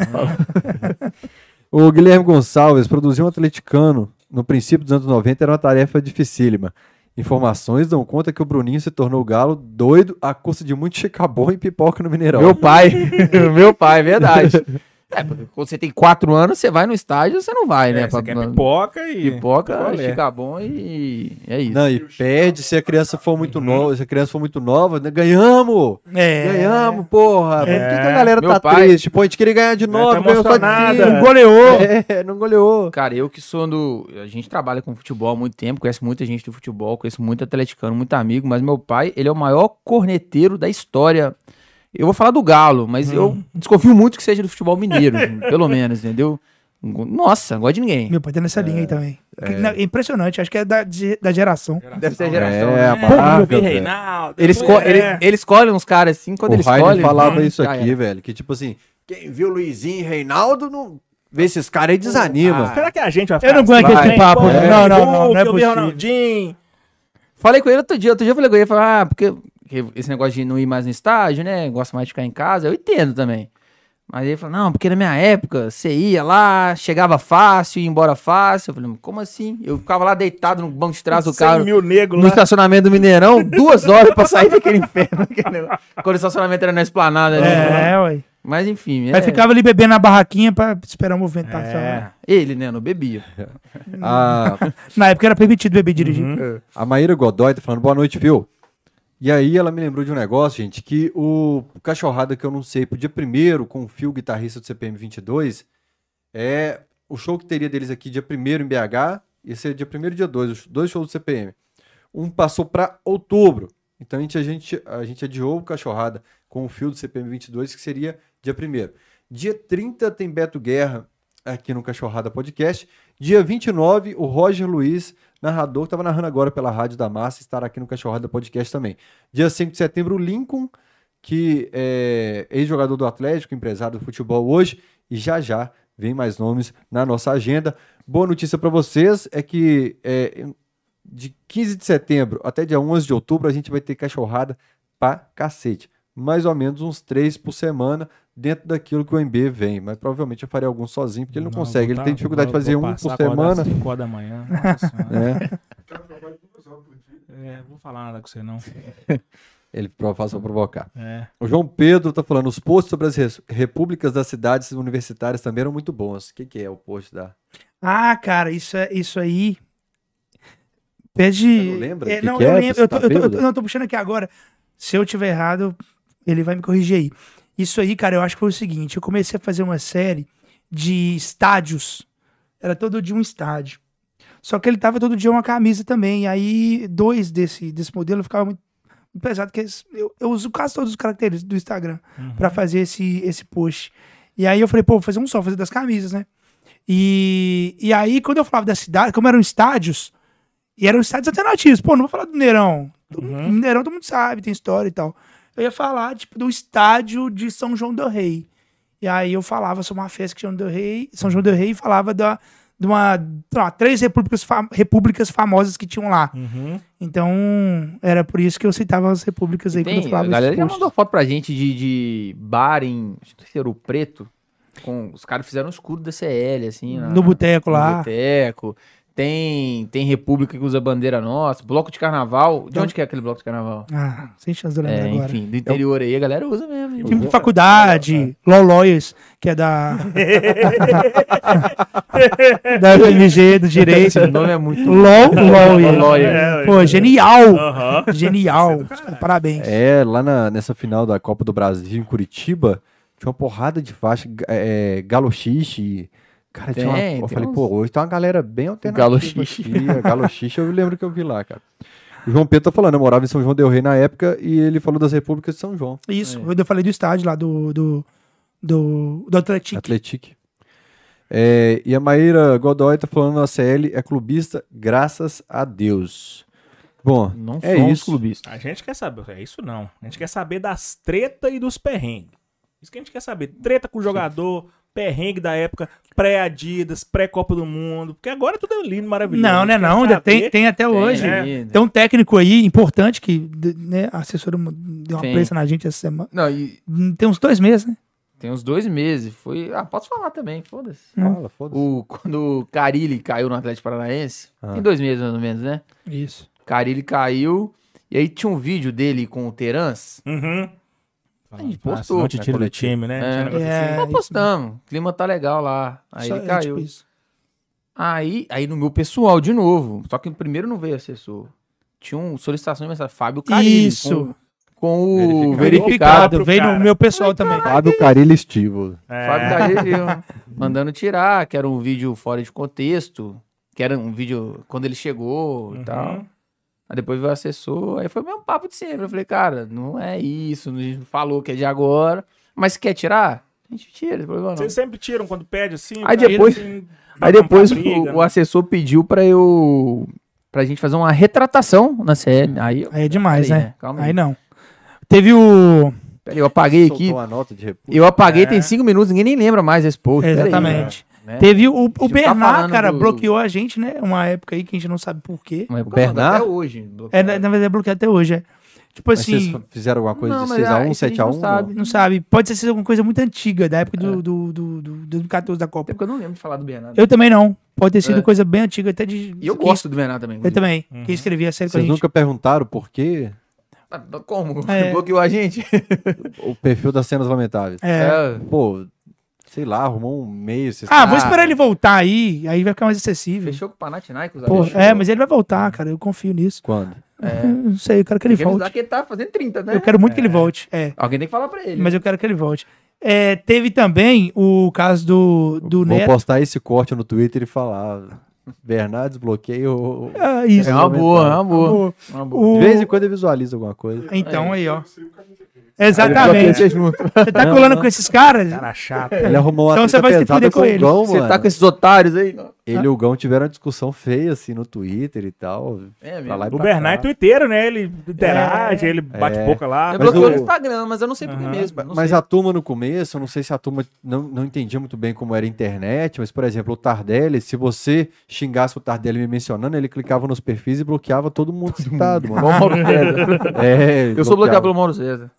Speaker 1: O Guilherme Gonçalves produziu um atleticano no princípio dos anos 90 era uma tarefa dificílima. Informações dão conta que o Bruninho se tornou galo doido à custa de muito chicabon e pipoca no Mineirão.
Speaker 3: Meu pai. Meu pai, é verdade. É, porque quando você tem quatro anos, você vai no estádio, você não vai, né?
Speaker 2: É, você
Speaker 3: Pra-
Speaker 2: quer
Speaker 3: pra-
Speaker 2: pipoca e...
Speaker 3: pipoca,
Speaker 2: Picolé.
Speaker 3: fica bom e e é isso.
Speaker 1: Não, e perde se a criança for muito nova. Se a criança for muito nova, né? ganhamos!
Speaker 4: É.
Speaker 1: Ganhamos, porra! Por que, que a galera
Speaker 3: Meu
Speaker 1: tá
Speaker 3: pai- é
Speaker 1: triste? Pô, a gente queria ganhar de
Speaker 2: tá
Speaker 1: nove, ganhou só de
Speaker 2: emocionada.
Speaker 1: cinco.
Speaker 4: Não goleou.
Speaker 1: É, não goleou.
Speaker 3: Cara, eu que sou do. A gente trabalha com futebol há muito tempo, conheço muita gente do futebol, conheço muito atleticano, muito amigo, mas meu pai, ele é o maior corneteiro da história. Eu vou falar do Galo, mas eu desconfio muito que seja do futebol mineiro, pelo menos, entendeu? Nossa, não gosto de ninguém.
Speaker 4: Meu pai tá nessa linha aí também. Não, é impressionante, acho que é da, de- da geração.
Speaker 3: Deve ser a
Speaker 1: É,
Speaker 3: né?
Speaker 1: a barra,
Speaker 2: Vi
Speaker 1: velho.
Speaker 2: Reinaldo.
Speaker 3: Ele, esco-
Speaker 2: É.
Speaker 3: ele, ele escolhe uns caras assim, quando
Speaker 1: o
Speaker 3: ele
Speaker 1: Rainer
Speaker 3: escolhe.
Speaker 1: falava
Speaker 3: hum,
Speaker 1: isso
Speaker 3: já
Speaker 1: aqui,
Speaker 3: era.
Speaker 1: velho, que tipo assim, quem viu Luizinho e Reinaldo não vê esses caras aí desanima.
Speaker 3: ah,
Speaker 2: Será que a gente vai assim?
Speaker 4: Eu não aguento
Speaker 2: Vai.
Speaker 4: esse papo.
Speaker 2: Vai.
Speaker 4: Não, não, não, não é
Speaker 2: né? Eu vi
Speaker 4: possível.
Speaker 2: Ronaldinho.
Speaker 3: Falei com ele outro dia, outro dia eu falei com ele, falei, ah, porque porque esse negócio de não ir mais no estágio, né? Gosta mais de ficar em casa, eu entendo também. Mas ele falou, não, porque na minha época você ia lá, chegava fácil, ia embora fácil. Eu falei, "Mas como assim? Eu ficava lá deitado no banco de trás do
Speaker 2: 100
Speaker 3: carro,
Speaker 2: mil negros
Speaker 3: no
Speaker 2: lá.
Speaker 3: estacionamento do Mineirão, duas horas pra sair daquele inferno. daquele negócio. Quando o estacionamento era na esplanada, né?
Speaker 4: É, ué.
Speaker 3: Mas enfim, é,
Speaker 4: Aí ficava ali bebendo na barraquinha pra esperar a
Speaker 2: É.
Speaker 4: movimentação. né?
Speaker 3: ele, né, não bebia.
Speaker 1: A,
Speaker 4: Na época era permitido beber e dirigir.
Speaker 1: a Maíra Godoy tá falando, boa noite, Phil. E aí ela me lembrou de um negócio, gente, que o Cachorrada, que eu não sei, pro dia primeiro, com o Phil, guitarrista do CPM 22, é o show que teria deles aqui dia primeiro em BH, ia ser dia primeiro e dia dois, os dois shows do CPM. Um passou pra outubro, então a gente, a gente, a gente adiou o Cachorrada com o Phil do CPM 22, que seria dia primeiro. Dia 30 tem Beto Guerra aqui no Cachorrada Podcast. Dia 29, o Roger Luiz, narrador, que estava narrando agora pela Rádio da Massa, estará aqui no Cachorrada Podcast também. Dia 5 de setembro, o Lincoln, que é ex-jogador do Atlético, empresário do futebol hoje, e já já vem mais nomes na nossa agenda. Boa notícia para vocês é que é, de 15 de setembro até dia 11 de outubro a gente vai ter cachorrada pra cacete. Mais ou menos uns três por semana dentro daquilo que o MB vem. Mas provavelmente eu farei algum sozinho, porque ele não, consegue. Ele tem
Speaker 2: tá,
Speaker 1: dificuldade de fazer um por semana.
Speaker 2: 5 horas da manhã. Nossa senhora.
Speaker 1: né?
Speaker 5: Cara, eu trabalho duas horas por dia.
Speaker 2: É, não vou falar nada com você, não.
Speaker 1: Ele pro- faz pra provocar.
Speaker 2: É.
Speaker 1: O João Pedro tá falando, os posts sobre as res- repúblicas das cidades universitárias também eram muito bons. O que, que é o post da...
Speaker 4: Ah, cara, isso, é, isso aí.
Speaker 1: Você
Speaker 4: Pede.
Speaker 1: não lembra
Speaker 4: É,
Speaker 1: do que
Speaker 4: não,
Speaker 1: que
Speaker 4: eu
Speaker 1: é?
Speaker 4: lembro.
Speaker 1: Você
Speaker 4: Eu tô,
Speaker 1: tá
Speaker 4: eu tô- eu tô-
Speaker 1: bêbado?
Speaker 4: não, eu tô puxando aqui agora. Se eu tiver errado, ele vai me corrigir aí. Isso aí, cara, eu acho que foi o seguinte: eu comecei a fazer uma série de estádios. Era todo dia um estádio. Só que ele tava todo dia uma camisa também. E aí, dois desse, desse modelo ficava muito pesado, porque eles- eu, eu uso quase todos os caracteres do Instagram
Speaker 1: Uhum.
Speaker 4: pra fazer esse, esse post. E aí eu falei, pô, vou fazer um só, vou fazer das camisas, né? E, e aí, quando eu falava da cidade, como eram estádios, e eram estádios alternativos, pô, não vou falar do Mineirão. Todo mundo- Mineirão todo mundo sabe, tem história e tal. Eu ia falar, tipo, do estádio de São João del Rei. E aí eu falava sobre uma festa que São João del Rei, São João del Rei e falava da, de uma, sei lá, três repúblicas, fam- repúblicas famosas que tinham lá.
Speaker 2: Uhum.
Speaker 4: Então, era por isso que eu citava as repúblicas aí quando eu
Speaker 3: Tem, a
Speaker 4: falava
Speaker 3: galera
Speaker 4: esses
Speaker 3: já
Speaker 4: posts.
Speaker 3: mandou foto pra gente de, de bar em acho que Cerro Preto. Com, os caras fizeram um escudo da CL, assim. na-
Speaker 4: no boteco
Speaker 3: No
Speaker 4: lá.
Speaker 3: boteco. Tem, tem República que usa bandeira nossa. Bloco de carnaval. De onde que é aquele bloco de carnaval?
Speaker 4: Ah, sem chance de eu lembrar
Speaker 3: É,
Speaker 4: Então- agora.
Speaker 3: enfim, do interior aí a galera usa mesmo. hein?
Speaker 4: Time de faculdade, Law Lawyers, que é da. da UFMG, do direito.
Speaker 3: Esse nome é muito.
Speaker 4: Law Lawyers.
Speaker 2: É,
Speaker 4: Pô, genial!
Speaker 2: Aham.
Speaker 4: Genial! Parabéns.
Speaker 1: É, lá na- nessa final da Copa do Brasil, em Curitiba, tinha uma porrada de faixa, ga- é, galoxixe. Cara, tinha uma,
Speaker 3: Tem,
Speaker 1: eu
Speaker 3: tem
Speaker 1: falei,
Speaker 3: uns-
Speaker 1: pô, hoje tá uma galera bem alternativa.
Speaker 3: Galoxixe.
Speaker 1: aqui, a Galoxixe, eu lembro que eu vi lá, cara. O João Pedro tá falando, eu morava em São João Del Rei na época e ele falou das repúblicas de São João,
Speaker 4: Isso, eu falei do estádio lá, do. do, do, do Atlético.
Speaker 1: Atlético. É, e a Maíra Godoy tá falando, a CL é clubista, graças a Deus. Bom,
Speaker 3: Não um
Speaker 1: é
Speaker 3: somos
Speaker 1: isso.
Speaker 3: clubistas.
Speaker 2: A gente quer saber, é isso não. A gente quer saber das treta e dos perrengues. Isso que a gente quer saber. Treta com o jogador, perrengue da época, pré-Adidas, pré-Copa do Mundo. Porque agora tudo é lindo, maravilhoso.
Speaker 4: Não, né?
Speaker 2: A gente quer
Speaker 4: Não, ainda tem,
Speaker 2: saber-
Speaker 4: tem até hoje.
Speaker 2: né?
Speaker 4: Tem um técnico aí importante que d- né, a assessora deu uma
Speaker 3: Tem.
Speaker 4: prensa na gente essa semana.
Speaker 3: Não, e
Speaker 4: Tem uns dois meses, né?
Speaker 3: tem uns dois meses. Foi. Ah, posso falar também, foda-se.
Speaker 1: Fala, foda-se.
Speaker 3: O, quando o Carilli caiu no Atlético Paranaense,
Speaker 1: Ah.
Speaker 3: tem dois meses mais ou menos, né?
Speaker 4: Isso.
Speaker 3: Carilli caiu, e aí tinha um vídeo dele com o Terans.
Speaker 2: Uhum.
Speaker 3: A gente
Speaker 2: Ah,
Speaker 3: postou,
Speaker 2: senão te
Speaker 3: né,
Speaker 2: tira do
Speaker 1: coletivo.
Speaker 2: time, né? Tinha um
Speaker 3: É,
Speaker 2: negócio
Speaker 4: É,
Speaker 3: Nós
Speaker 4: isso
Speaker 3: postamos, o clima tá legal lá. Aí
Speaker 4: Só-
Speaker 3: ele
Speaker 4: é,
Speaker 3: caiu.
Speaker 4: tipo isso.
Speaker 3: Aí, aí no meu pessoal, de novo. Só que primeiro não veio assessor. Tinha um solicitação de mensagem. Fábio Carilli.
Speaker 4: Isso.
Speaker 3: Com, com o verificado.
Speaker 4: Verificado, veio no
Speaker 2: cara.
Speaker 4: meu pessoal também.
Speaker 1: Fábio Carilho Estivo.
Speaker 2: assim. É.
Speaker 4: tá
Speaker 3: Fábio Carilli mandando tirar, que era um vídeo fora de contexto. Que era um vídeo quando ele chegou e
Speaker 2: Uhum.
Speaker 4: tá?
Speaker 3: tal. Aí depois veio o assessor. Aí foi o mesmo papo de sempre. Eu falei, cara, não é isso. A gente falou que é de agora. Mas se quer tirar? A gente tira. não tem problema não.
Speaker 2: Vocês sempre tiram quando pede assim.
Speaker 3: Aí
Speaker 2: pra ele,
Speaker 3: depois-
Speaker 2: assim,
Speaker 3: Aí
Speaker 2: pra
Speaker 3: depois
Speaker 2: comprar briga, né?
Speaker 3: o, o assessor pediu pra eu. pra gente fazer uma retratação na CL. Aí eu,
Speaker 4: Aí é demais,
Speaker 3: Peraí,
Speaker 4: né?
Speaker 3: né? Calma
Speaker 4: aí
Speaker 3: aí.
Speaker 4: não. Teve o.
Speaker 3: peraí, eu apaguei
Speaker 1: Soltou
Speaker 3: aqui.
Speaker 1: uma nota de república.
Speaker 3: Eu apaguei
Speaker 2: É.
Speaker 3: tem cinco minutos, ninguém nem lembra mais esse post.
Speaker 4: É,
Speaker 3: peraí.
Speaker 4: exatamente.
Speaker 3: né?
Speaker 4: Teve o, o
Speaker 3: gente não tá
Speaker 4: Bernard,
Speaker 3: falando
Speaker 4: cara,
Speaker 3: do-
Speaker 4: bloqueou a gente, né? Uma época aí que a gente não sabe por quê.
Speaker 3: Uma época
Speaker 1: Bernard?
Speaker 3: até hoje.
Speaker 4: É,
Speaker 3: bloqueado.
Speaker 4: na, na verdade, é bloqueado até hoje, é. Tipo
Speaker 1: Mas
Speaker 4: assim,
Speaker 1: vocês fizeram alguma coisa
Speaker 3: Não,
Speaker 1: de
Speaker 3: mas ah,
Speaker 1: 6x1,
Speaker 3: isso a gente
Speaker 1: 7x1?
Speaker 3: não sabe.
Speaker 4: não sabe. Pode ter sido alguma coisa muito antiga, da época
Speaker 3: É.
Speaker 4: do, do, do, do 2014 da
Speaker 3: Até
Speaker 4: Copa.
Speaker 3: porque eu não lembro de falar do Bernardo.
Speaker 4: Eu também não. Pode ter sido
Speaker 3: É.
Speaker 4: coisa bem antiga, até de.
Speaker 3: E eu
Speaker 4: que-
Speaker 3: gosto do Bernardo também.
Speaker 4: Eu também.
Speaker 2: Uhum.
Speaker 4: Que escrevia a série com a
Speaker 1: Vocês
Speaker 4: gente.
Speaker 1: nunca perguntaram por quê?
Speaker 3: Ah, Como?
Speaker 4: É.
Speaker 3: Bloqueou a gente?
Speaker 1: O perfil das cenas lamentáveis.
Speaker 4: É.
Speaker 1: Pô, sei lá, arrumou um meio. Vocês...
Speaker 4: Ah,
Speaker 3: Ah.
Speaker 4: vou esperar ele voltar aí, aí vai ficar mais acessível.
Speaker 3: Fechou com o Panathinaikos.
Speaker 4: Pô,
Speaker 3: Fechou.
Speaker 4: é, mas ele vai voltar, cara. Eu confio nisso.
Speaker 1: Quando?
Speaker 4: Não sei, eu quero que ele
Speaker 3: Tem que avisar
Speaker 4: volte.
Speaker 3: que ele tá fazendo 30, né?
Speaker 4: Eu quero muito que ele volte. É.
Speaker 3: Alguém tem que falar pra ele.
Speaker 4: Mas eu quero que ele volte. É, teve também o caso do, do
Speaker 1: Vou
Speaker 4: Neto.
Speaker 1: postar esse corte no Twitter e falar. Bernardes, bloqueio.
Speaker 4: Ah, isso.
Speaker 3: É uma boa, é uma boa.
Speaker 4: O-
Speaker 3: Uma boa.
Speaker 4: o-
Speaker 1: De vez em quando eu visualizo alguma coisa.
Speaker 4: Então, aí, ó.
Speaker 3: Ele bloqueia
Speaker 4: Exatamente.
Speaker 3: vocês junto.
Speaker 4: Você tá colando com esses caras?
Speaker 2: Cara chato.
Speaker 1: Ele arrumou uma
Speaker 4: Então você
Speaker 1: treta
Speaker 4: vai se
Speaker 1: pesada
Speaker 4: fuder com
Speaker 1: o
Speaker 4: ele.
Speaker 1: Gão,
Speaker 3: Você
Speaker 1: mano.
Speaker 3: tá com esses otários aí.
Speaker 1: Ele e o Gão tiveram uma discussão feia, assim, no Twitter e tal.
Speaker 3: É,
Speaker 1: Pra lá e
Speaker 2: O
Speaker 1: pra
Speaker 2: Bernard é
Speaker 1: cá.
Speaker 2: tuiteiro, né? Ele interage, ele bate
Speaker 1: É.
Speaker 2: boca lá.
Speaker 3: Eu
Speaker 1: Mas
Speaker 3: bloqueou
Speaker 1: o-
Speaker 3: no Instagram, mas eu não sei por que
Speaker 2: Aham.
Speaker 3: mesmo. não
Speaker 1: Mas
Speaker 3: sei.
Speaker 1: a turma no começo, eu não sei se a turma não, não entendia muito bem como era a internet, mas, por exemplo, o Tardelli, se você xingasse o Tardelli me mencionando, ele clicava nos perfis e bloqueava todo mundo citado, mano.
Speaker 3: Igual o Mauro César.
Speaker 1: É,
Speaker 3: Eu sou bloqueado
Speaker 1: bloqueava.
Speaker 3: pelo Mauro César.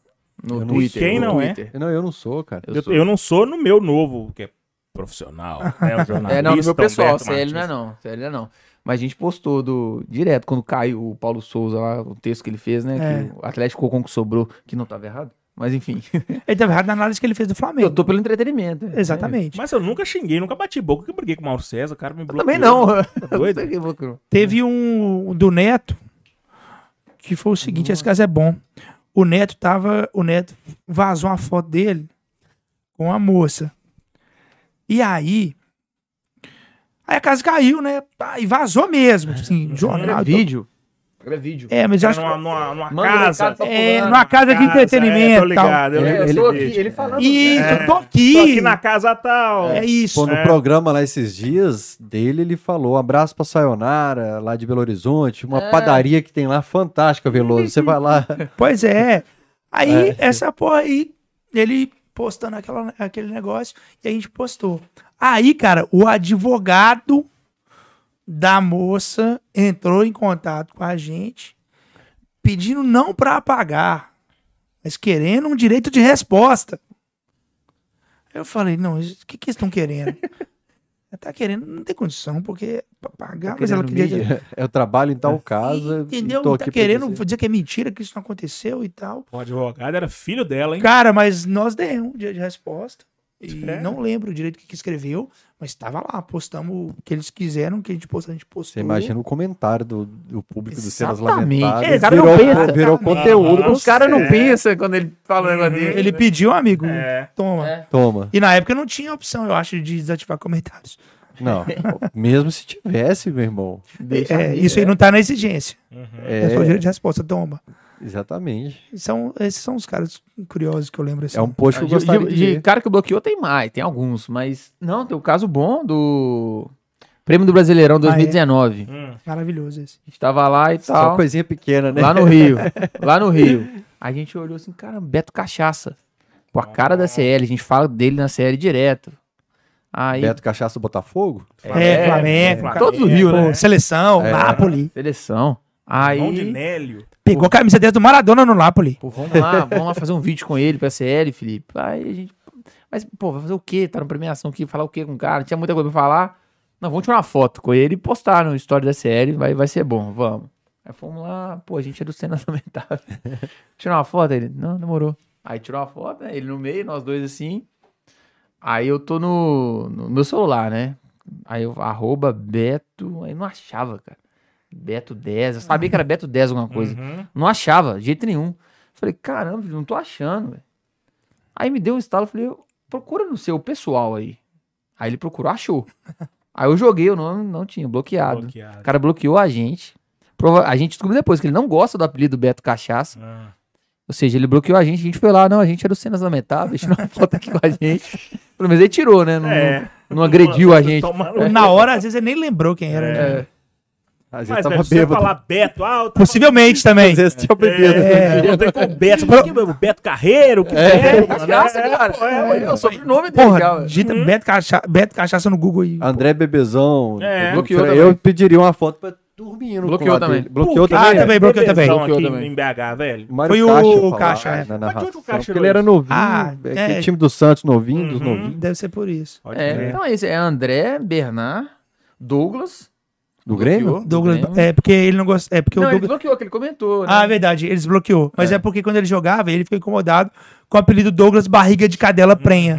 Speaker 1: Eu
Speaker 3: No
Speaker 1: não-
Speaker 3: Twitter.
Speaker 2: Quem
Speaker 3: no
Speaker 2: não é?
Speaker 3: Twitter.
Speaker 1: Não, eu não sou, cara.
Speaker 3: Eu
Speaker 2: Eu,
Speaker 3: sou.
Speaker 2: eu não sou no meu novo, que é profissional, né? O jornalista,
Speaker 3: É, não, no meu pessoal,
Speaker 2: Humberto
Speaker 3: CL não é
Speaker 2: Martins.
Speaker 3: não, CL não é não. Mas a gente postou do, direto, quando caiu o Paulo Souza lá, o texto que ele fez, né?
Speaker 4: É.
Speaker 3: Que o Atlético ficou com o que sobrou, que não tava errado. Mas enfim,
Speaker 4: Ele tava errado na análise que ele fez do Flamengo.
Speaker 3: eu tô pelo entretenimento. né?
Speaker 4: Exatamente.
Speaker 2: Mas eu nunca xinguei, nunca bati boca, que briguei com o Mauro César, o cara me
Speaker 3: Eu
Speaker 2: bloqueou.
Speaker 3: também não.
Speaker 2: Tá doido?
Speaker 3: Eu não é sei
Speaker 4: Teve um do Neto, que foi o seguinte, esse caso é bom. O Neto tava, o Neto vazou uma foto dele com a moça. E aí, aí a casa caiu, né? Pá, E vazou mesmo, assim, jornal.
Speaker 3: Era
Speaker 4: e tal.
Speaker 3: é vídeo. Era vídeo.
Speaker 4: É, mas eu
Speaker 2: Era numa,
Speaker 4: acho que
Speaker 2: numa, numa
Speaker 3: Manda um
Speaker 2: casa.
Speaker 3: recado pra
Speaker 4: é,
Speaker 3: fulano.
Speaker 4: numa casa de
Speaker 2: Casa, é, tô
Speaker 4: entretenimento e tal.
Speaker 2: ligado, eu
Speaker 1: Ele-
Speaker 2: lembro
Speaker 3: É,
Speaker 1: ele-
Speaker 2: desse
Speaker 3: eu sou aqui,
Speaker 2: vídeo.
Speaker 3: ele falando.
Speaker 4: Isso,
Speaker 3: cara.
Speaker 4: eu tô
Speaker 2: Tô
Speaker 4: aqui.
Speaker 2: aqui na casa tal.
Speaker 4: É isso.
Speaker 1: Pô, no
Speaker 2: É.
Speaker 1: programa lá esses dias dele, ele falou abraço pra Sayonara, lá de Belo Horizonte, uma
Speaker 3: É.
Speaker 1: padaria que tem lá fantástica, Veloso. Você vai lá.
Speaker 4: Pois é. Aí,
Speaker 1: É.
Speaker 4: essa porra aí, ele postando aquela, aquele negócio e a gente postou. Aí, cara, o advogado da moça entrou em contato com a gente pedindo não pra apagar, mas querendo um direito de resposta. Eu falei, não, isso- o que, que eles estão querendo? Ela tá querendo, não tem condição, porque pra pagar,
Speaker 1: Tá
Speaker 4: mas ela queria.
Speaker 1: Eu é trabalho em tal casa.
Speaker 4: Entendeu?
Speaker 1: E tô
Speaker 4: tá
Speaker 1: aqui pra
Speaker 4: querendo
Speaker 1: dizer.
Speaker 4: dizer que é mentira, que isso não aconteceu e tal.
Speaker 2: O advogado era filho dela, hein?
Speaker 4: Cara, mas nós demos um dia de resposta. E
Speaker 2: É.
Speaker 4: não lembro direito o que, que escreveu, mas estava lá. Postamos o que eles quiseram, o que a gente postou, a gente postou.
Speaker 1: Você imagina o comentário do, do público do Cenas
Speaker 3: Exatamente.
Speaker 1: Lamentáveis.
Speaker 4: É, cara, não
Speaker 1: virou
Speaker 4: pensa.
Speaker 1: virou conteúdo.
Speaker 2: Nossa.
Speaker 1: pro
Speaker 3: O cara não
Speaker 2: É.
Speaker 3: pensa quando ele fala um negócio dele.
Speaker 4: Ele pediu, amigo,
Speaker 2: É.
Speaker 4: toma.
Speaker 3: É.
Speaker 1: Toma.
Speaker 4: E na época não tinha opção, eu acho, de desativar comentários.
Speaker 1: Não. Mesmo se tivesse, meu irmão.
Speaker 3: Deixa
Speaker 4: É,
Speaker 3: ele,
Speaker 4: isso aí
Speaker 3: é.
Speaker 4: não tá na exigência.
Speaker 2: Hum.
Speaker 4: É, só
Speaker 1: É,
Speaker 4: direito de resposta, toma.
Speaker 1: exatamente.
Speaker 4: São, esses são os caras curiosos que eu lembro. Assim.
Speaker 1: É um post que eu
Speaker 3: De,
Speaker 1: gostaria
Speaker 3: de-
Speaker 1: de,
Speaker 3: de
Speaker 1: ver.
Speaker 3: cara que bloqueou tem mais, tem alguns, mas não, tem o caso bom do Prêmio do Brasileirão 2019.
Speaker 2: Hum.
Speaker 4: Maravilhoso esse.
Speaker 3: A gente tava lá e
Speaker 1: Só
Speaker 3: tal,
Speaker 1: coisinha pequena, né?
Speaker 3: lá no Rio, lá no Rio. A gente olhou assim, cara, Beto Cachaça, com a cara da CL, a gente fala dele na CL direto. Aí,
Speaker 1: Beto Cachaça do Botafogo?
Speaker 4: É, Flamengo,
Speaker 2: Flamengo,
Speaker 3: todo do Rio,
Speaker 4: Pô,
Speaker 3: né?
Speaker 4: Seleção,
Speaker 1: É.
Speaker 4: Napoli.
Speaker 3: seleção.
Speaker 2: Irmão de
Speaker 3: Aí,
Speaker 2: Nélio.
Speaker 4: Pegou a camisa 10 do Maradona no Napoli.
Speaker 3: pô, vamos lá, vamos lá fazer um vídeo com ele pra CL, Felipe. Aí a gente, mas, pô, vai fazer o quê? Tá na premiação aqui, falar o quê com o cara? Não tinha muita coisa pra falar. Não, vamos tirar uma foto com ele e postar no story da CL, vai, vai ser bom, vamos. Aí fomos lá, pô, a gente é do Cenas Lamentáveis. tirar uma foto, ele, não, demorou. Aí tirou uma foto, né, ele no meio, nós dois assim. Aí eu tô no, no meu celular, né? Aí eu, arroba Beto, aí não achava, cara. Beto 10, eu sabia que era Beto 10 alguma coisa.
Speaker 2: Uhum.
Speaker 3: Não achava, de jeito nenhum. Falei, caramba, não tô achando, velho. Aí me deu um estalo, falei, procura no seu pessoal aí. Aí ele procurou, achou. aí eu joguei, eu não, não tinha, bloqueado. O
Speaker 2: Bloqueado.
Speaker 3: cara bloqueou a gente. Prova- A gente descobriu depois que ele não gosta do apelido Beto Cachaça.
Speaker 2: Ah.
Speaker 3: Ou seja, ele bloqueou a gente, a gente foi lá, não, a gente era o Cenas Lamentáveis, tirou uma foto aqui com a gente. Pelo menos ele tirou, né? Não,
Speaker 2: É.
Speaker 3: não agrediu a gente. É.
Speaker 2: Toma-
Speaker 4: Na hora, às vezes, ele nem lembrou quem era. né?
Speaker 2: É.
Speaker 1: Às vezes
Speaker 2: Mas,
Speaker 1: tava
Speaker 2: velho, se você
Speaker 1: bêbado.
Speaker 2: falar Beto, ah, eu tava...
Speaker 4: Possivelmente também.
Speaker 1: Às vezes tinha bebido.
Speaker 2: É, eu contei com o Beto. Mas que, o Beto Carreiro? Que
Speaker 3: É,
Speaker 2: Beto,
Speaker 3: de graça,
Speaker 2: né?
Speaker 3: cara.
Speaker 2: É,
Speaker 3: É, o sobrenome dele,
Speaker 4: Porra,
Speaker 3: cara.
Speaker 4: digita Beto, Cacha... Beto Cachaça no Google aí.
Speaker 1: André Bebezão.
Speaker 2: É.
Speaker 1: Bloqueou
Speaker 3: Bloqueou
Speaker 1: eu
Speaker 3: também.
Speaker 1: pediria uma foto pra dormir no
Speaker 3: Bloqueou
Speaker 1: colo dele.
Speaker 3: também.
Speaker 1: Bloqueou
Speaker 2: Por que
Speaker 1: também.
Speaker 2: que
Speaker 1: é.
Speaker 4: Ah, também, bloqueou
Speaker 2: Bebezão
Speaker 4: também.
Speaker 2: aqui
Speaker 3: Bloqueou também.
Speaker 2: Em BH, velho.
Speaker 1: Mário
Speaker 4: Foi o
Speaker 1: eu falava
Speaker 4: Caixa, é.
Speaker 1: na
Speaker 2: Mas de onde o
Speaker 1: narração,
Speaker 2: Caixa
Speaker 1: porque
Speaker 2: tirou
Speaker 1: ele era
Speaker 2: isso?
Speaker 1: novinho,
Speaker 4: Ah,
Speaker 1: é,
Speaker 4: é.
Speaker 1: aquele time do Santos novinho, dos
Speaker 2: Uhum.
Speaker 1: novinhos,
Speaker 4: Deve ser por isso.
Speaker 2: Pode
Speaker 3: É,
Speaker 2: crer.
Speaker 3: então é isso. É André, Bernard, Douglas.
Speaker 1: do Grêmio.
Speaker 3: Bloqueou.
Speaker 4: Douglas,
Speaker 3: Grêmio.
Speaker 4: é porque ele não gosta. É porque
Speaker 3: Não,
Speaker 4: o
Speaker 3: ele
Speaker 4: Douglas.
Speaker 3: bloqueou, que ele comentou, né?
Speaker 4: Ah, é verdade, ele desbloqueou. Mas é. porque quando ele jogava, ele ficou incomodado com o apelido Douglas Barriga de Cadela
Speaker 3: Uhum.
Speaker 4: Prenha.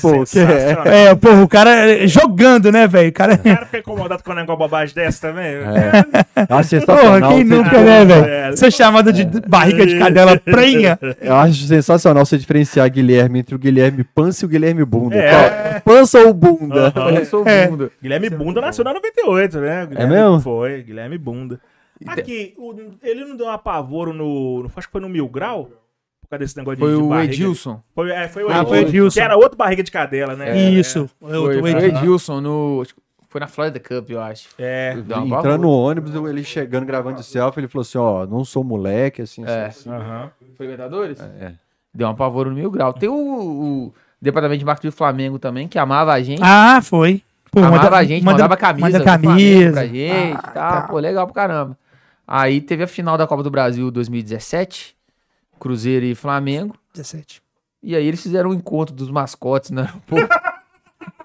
Speaker 1: Pô, que é?
Speaker 2: Sensacional.
Speaker 4: É, porra, o cara é, jogando, né, velho? O cara.
Speaker 2: O cara fica incomodado com um negócio bobagem dessa também. É.
Speaker 1: Eu acho
Speaker 4: Porra,
Speaker 1: sensacional.
Speaker 4: quem
Speaker 1: você-
Speaker 4: nunca, né, velho? Ser chamado de barriga de cadela prenha.
Speaker 1: Eu acho sensacional você diferenciar Guilherme entre o Guilherme Pança e o Guilherme Bunda.
Speaker 2: É.
Speaker 1: Qual? Pança ou Bunda?
Speaker 2: Aham.
Speaker 3: Eu sou o
Speaker 4: É.
Speaker 3: mundo.
Speaker 2: Guilherme Bunda nasceu na 98, né? Guilherme
Speaker 1: mesmo?
Speaker 2: Foi, Guilherme Bunda. Aqui, o- ele não deu um apavoro no. Acho que foi no Mil Grau? Por causa desse negócio de-
Speaker 3: Foi
Speaker 2: de
Speaker 3: o
Speaker 2: barriga.
Speaker 3: Edilson.
Speaker 2: Foi, é, foi o
Speaker 4: Ah,
Speaker 2: Edilson.
Speaker 4: foi o Edilson.
Speaker 2: Que era outro barriga de cadela, né? É,
Speaker 4: Isso.
Speaker 3: Foi,
Speaker 4: Eu,
Speaker 3: foi
Speaker 4: eu,
Speaker 3: o
Speaker 4: eu,
Speaker 3: Edilson no. acho que Foi na Florida Cup, eu acho. um
Speaker 2: É.
Speaker 3: Dá uma
Speaker 1: Entrando no ônibus, eu- ele chegando, gravando de selfie, ele falou assim, ó, não sou moleque, assim,
Speaker 3: É.
Speaker 1: assim,
Speaker 2: Aham.
Speaker 3: Foi Libertadores?
Speaker 1: assim. É.
Speaker 3: Deu uma pavor no mil grau. Tem o, o departamento de marketing do Flamengo também, que amava a gente.
Speaker 4: Ah, foi. Pô,
Speaker 3: amava a gente, mandava camisa,
Speaker 4: Manda
Speaker 3: do Flamengo
Speaker 4: camisa.
Speaker 3: pra gente
Speaker 4: Ah,
Speaker 3: e tal.
Speaker 4: tá.
Speaker 3: Pô, legal pra caramba. Aí teve a final da Copa do Brasil 2017, Cruzeiro e Flamengo.
Speaker 4: 17.
Speaker 3: E aí eles fizeram um encontro dos mascotes no aeroporto.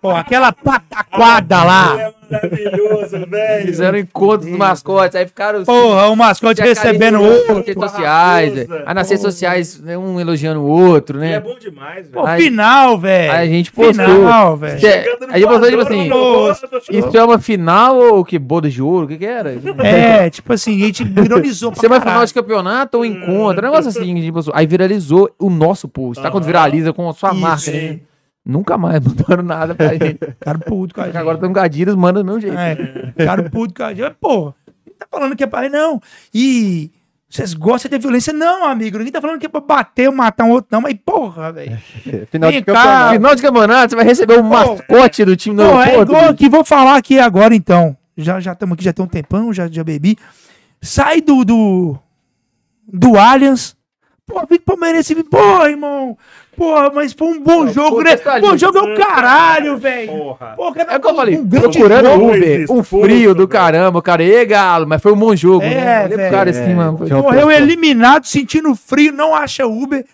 Speaker 4: Pô, aquela pataquada
Speaker 2: É.
Speaker 4: lá.
Speaker 2: Maravilhoso, velho.
Speaker 3: fizeram um encontro dos mascotes, aí ficaram... os-
Speaker 4: Porra, o mascote
Speaker 3: tinha
Speaker 4: recebendo
Speaker 3: Tipo assim,
Speaker 4: um,
Speaker 3: carinho nas
Speaker 4: outro.
Speaker 3: redes sociais,
Speaker 2: Nossa,
Speaker 3: aí nas redes sociais, né, um elogiando o outro,
Speaker 2: Ele é
Speaker 3: né?
Speaker 2: bom demais,
Speaker 4: Pô,
Speaker 2: velho. Tá
Speaker 3: Aí-
Speaker 4: final, velho.
Speaker 3: Aí a gente postou.
Speaker 4: É, Final, velho.
Speaker 3: É, aí ele postou, tipo assim,
Speaker 2: assim.
Speaker 3: isso é uma final ou que boda de ouro? O que que era?
Speaker 4: É, tipo assim, a gente ironizou pra
Speaker 3: Você vai
Speaker 4: caralho.
Speaker 3: final de campeonato ou encontro? Um negócio assim, tipo, aí viralizou o nosso post. Tá quando viraliza com a sua
Speaker 4: Isso.
Speaker 3: marca, né? Nunca mais mandaram nada pra gente.
Speaker 4: Ficaram puto com a gente.
Speaker 3: Agora estão gadilhas, manda do mesmo jeito.
Speaker 4: É, ficaram puto com a gente. Mas, Pô, tá falando que é pra... Não, e... Vocês gostam de violência? Não, amigo. Ninguém tá falando que é pra bater ou matar um outro, não. Mas, porra, velho.
Speaker 1: assim." Final de
Speaker 4: Vem cá,
Speaker 1: campeonato.
Speaker 3: Final de campeonato, você vai receber o mascote do time do
Speaker 4: Não, é
Speaker 3: aeroporto.
Speaker 4: igual que vou falar aqui agora, então. Já já estamos aqui, já tem um tempão, já, já bebi. Sai do. do, do Allianz. Pô, vem pro Palmeirense, vem- pô, irmão. Pô, mas foi um bom jogo, né?
Speaker 3: contextualiza.
Speaker 4: Bom jogo é o caralho, velho.
Speaker 2: Porra.
Speaker 4: Pô, cara,
Speaker 3: tá É o que eu falei,
Speaker 4: um grande
Speaker 3: procurando
Speaker 4: jogo.
Speaker 3: o Uber,
Speaker 2: esse
Speaker 3: um
Speaker 2: expulso,
Speaker 3: frio do
Speaker 2: velho.
Speaker 3: caramba, o cara, e galo, mas foi um bom jogo.
Speaker 4: É,
Speaker 3: né? Olha pro
Speaker 4: velho.
Speaker 3: cara assim,
Speaker 1: É,
Speaker 3: mano.
Speaker 1: tinha uma
Speaker 4: Morreu
Speaker 1: pessoa-
Speaker 4: eliminado, sentindo frio, não acha Uber.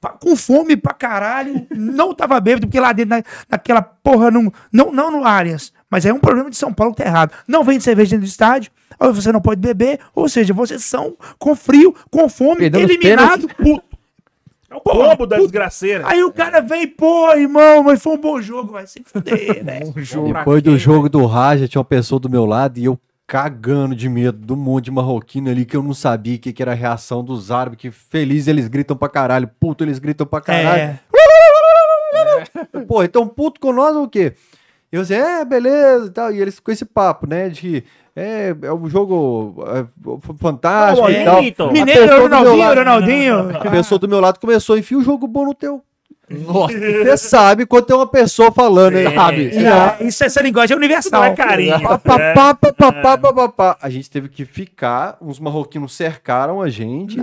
Speaker 4: pa- Com fome pra caralho, não tava bêbado, porque lá dentro, na, naquela porra, não, não, não no Allianz, mas é um problema de São Paulo que tá errado. Não vende cerveja dentro do estádio, ou você não pode beber, ou seja, vocês são com frio, com fome,
Speaker 3: Perdendo os
Speaker 4: eliminado, puto.
Speaker 2: É o combo da desgraceira.
Speaker 4: Aí o cara vem, pô, irmão, mas foi um bom jogo, vai se fuder, né?
Speaker 1: Depois do Um jogo do Raja, tinha uma pessoa do meu lado e eu cagando de medo do monte de marroquino ali que eu não sabia o que, que era a reação dos árabes, que feliz eles gritam pra caralho, puto eles gritam pra caralho.
Speaker 4: É,
Speaker 1: Pô, então puto com nós ou o quê? E eu assim, é, beleza e tal. E eles com esse papo, né, de que é, é um jogo é, f- fantástico
Speaker 2: Não,
Speaker 1: e tal.
Speaker 2: bonito.
Speaker 1: A
Speaker 4: Mineiro,
Speaker 1: pessoa do meu
Speaker 4: Ronaldinho,
Speaker 1: lado-
Speaker 4: Ronaldinho.
Speaker 1: A pessoa do meu lado começou, enfia o jogo bom no teu.
Speaker 3: Nossa,
Speaker 1: Você sabe quando tem uma pessoa falando aí.
Speaker 3: Sabe.
Speaker 1: E a-
Speaker 4: Isso, essa linguagem é
Speaker 2: Não
Speaker 4: universal.
Speaker 2: é carinho.
Speaker 1: Pá, pá, pá, pá, pá, pá, pá, pá, pá. A gente teve que ficar, uns marroquinos cercaram a gente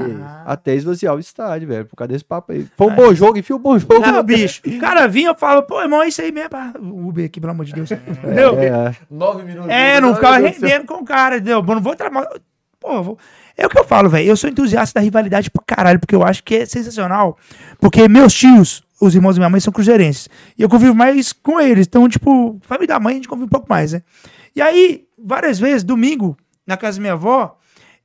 Speaker 1: até esvaziar o estádio, velho, por causa desse papo aí. Foi um bom jogo, enfim, um bom jogo.
Speaker 4: Não, bicho. O cara vinha, eu falo, pô, irmão, é isso aí mesmo. Ah, Uber aqui, pelo amor de Deus. Entendeu?
Speaker 1: É,
Speaker 3: nove minutos.
Speaker 4: É, não ficava rendendo com o cara, entendeu? Mas não vou trabalhar. Pô, eu vou... é o que eu falo, velho. Eu sou entusiasta da rivalidade pra caralho, porque eu acho que é sensacional. Porque meus tios, os irmãos da minha mãe, são cruzeirenses. E eu convivo mais com eles. Então, tipo, família da mãe, a gente convive um pouco mais, né? E aí, várias vezes, domingo, na casa da minha avó,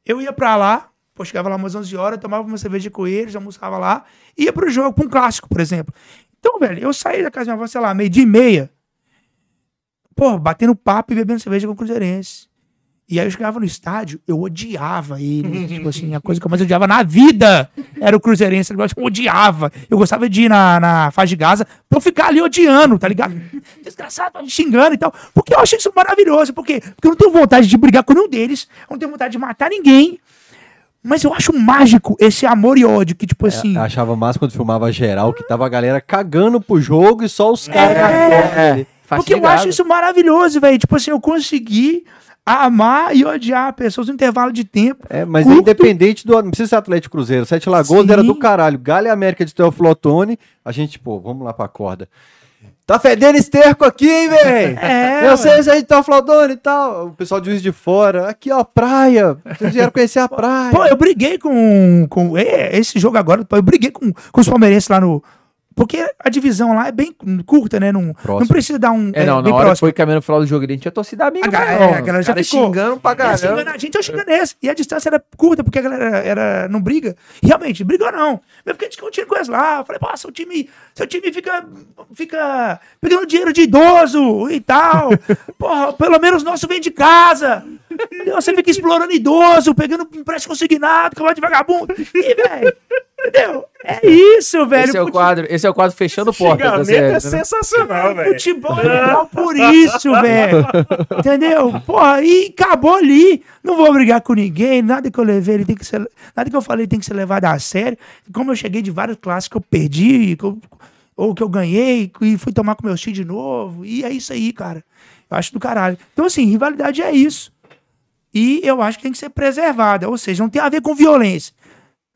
Speaker 4: eu ia pra lá, pô, chegava lá umas 11 horas, tomava uma cerveja com eles, almoçava lá, ia pro jogo, pra um clássico, por exemplo. Então, velho, eu saí da casa da minha avó, sei lá, meio dia e meia, pô, batendo papo e bebendo cerveja com o Cruzeirense. E aí eu chegava no estádio, eu odiava ele. tipo assim, a coisa que eu mais odiava na vida era o Cruzeirense. tá Eu odiava. Eu gostava de ir na, na fase de Gaza pra eu ficar ali odiando, tá ligado? Desgraçado, tava me xingando e tal. Porque eu achei isso maravilhoso. Por quê? Porque eu não tenho vontade de brigar com nenhum deles. Eu não tenho vontade de matar ninguém. Mas eu acho mágico esse amor e ódio que, tipo assim.
Speaker 1: eu achava massa quando filmava geral, que tava a galera cagando pro jogo e só os caras.
Speaker 4: Porque eu acho isso maravilhoso, velho. Tipo assim, eu consegui a amar e odiar pessoas no intervalo de tempo.
Speaker 1: É, mas
Speaker 4: Curto.
Speaker 1: é independente do. Não precisa ser Atlético Cruzeiro. Sete Lagoas
Speaker 4: Sim.
Speaker 1: era do caralho. Galha América de Teoflotone. A gente, pô, vamos lá pra corda. Tá fedendo esterco aqui, hein, velho?
Speaker 4: É,
Speaker 1: Eu
Speaker 4: ué.
Speaker 1: sei, gente, Teoflotone e tal. O pessoal de Juiz de Fora. Aqui, ó, praia. Vocês vieram conhecer a praia.
Speaker 4: Pô, eu briguei com, com é, esse jogo agora, pô, eu briguei com, com os palmeirenses lá no... Porque a divisão lá é bem curta, né? Não, não
Speaker 1: Próximo.
Speaker 4: precisa dar um...
Speaker 3: É, não, na
Speaker 4: bem
Speaker 3: hora
Speaker 4: próximo.
Speaker 3: que foi caminhando pro final do jogo, ele tinha torcida amiga.
Speaker 4: A ga-
Speaker 3: maior,
Speaker 4: é, a galera
Speaker 3: os
Speaker 4: já
Speaker 3: caras
Speaker 4: ficou.
Speaker 3: xingando pra
Speaker 4: Era
Speaker 3: caramba.
Speaker 4: xingando a gente, eu xingando esse. E a distância era curta, porque a galera era, não briga. Realmente, brigou não. Eu fiquei discutindo com eles lá. Falei, pô, seu time, seu time fica, fica pegando dinheiro de idoso e tal. Porra, pelo menos nosso vem de casa. Você fica explorando idoso, pegando empréstimo consignado, cavalo de vagabundo. E, velho, entendeu? É isso, velho.
Speaker 3: Esse é o quadro, esse é o quadro fechando portas. da
Speaker 2: Xingamento
Speaker 3: série,
Speaker 2: é
Speaker 3: tá vendo?
Speaker 2: sensacional, velho.
Speaker 4: Futebol é legal por isso, velho. Entendeu? Porra, e acabou ali. Não vou brigar com ninguém. Nada que eu levei, ele tem que ser. Nada que eu falei tem que ser levado a sério. Como eu cheguei de vários clássicos que eu perdi, que eu- ou que eu ganhei, e fui tomar com meu filhos de novo. E é isso aí, cara. Eu acho do caralho. Então, assim, rivalidade é isso. E eu acho que tem que ser preservada. Ou seja, não tem a ver com violência.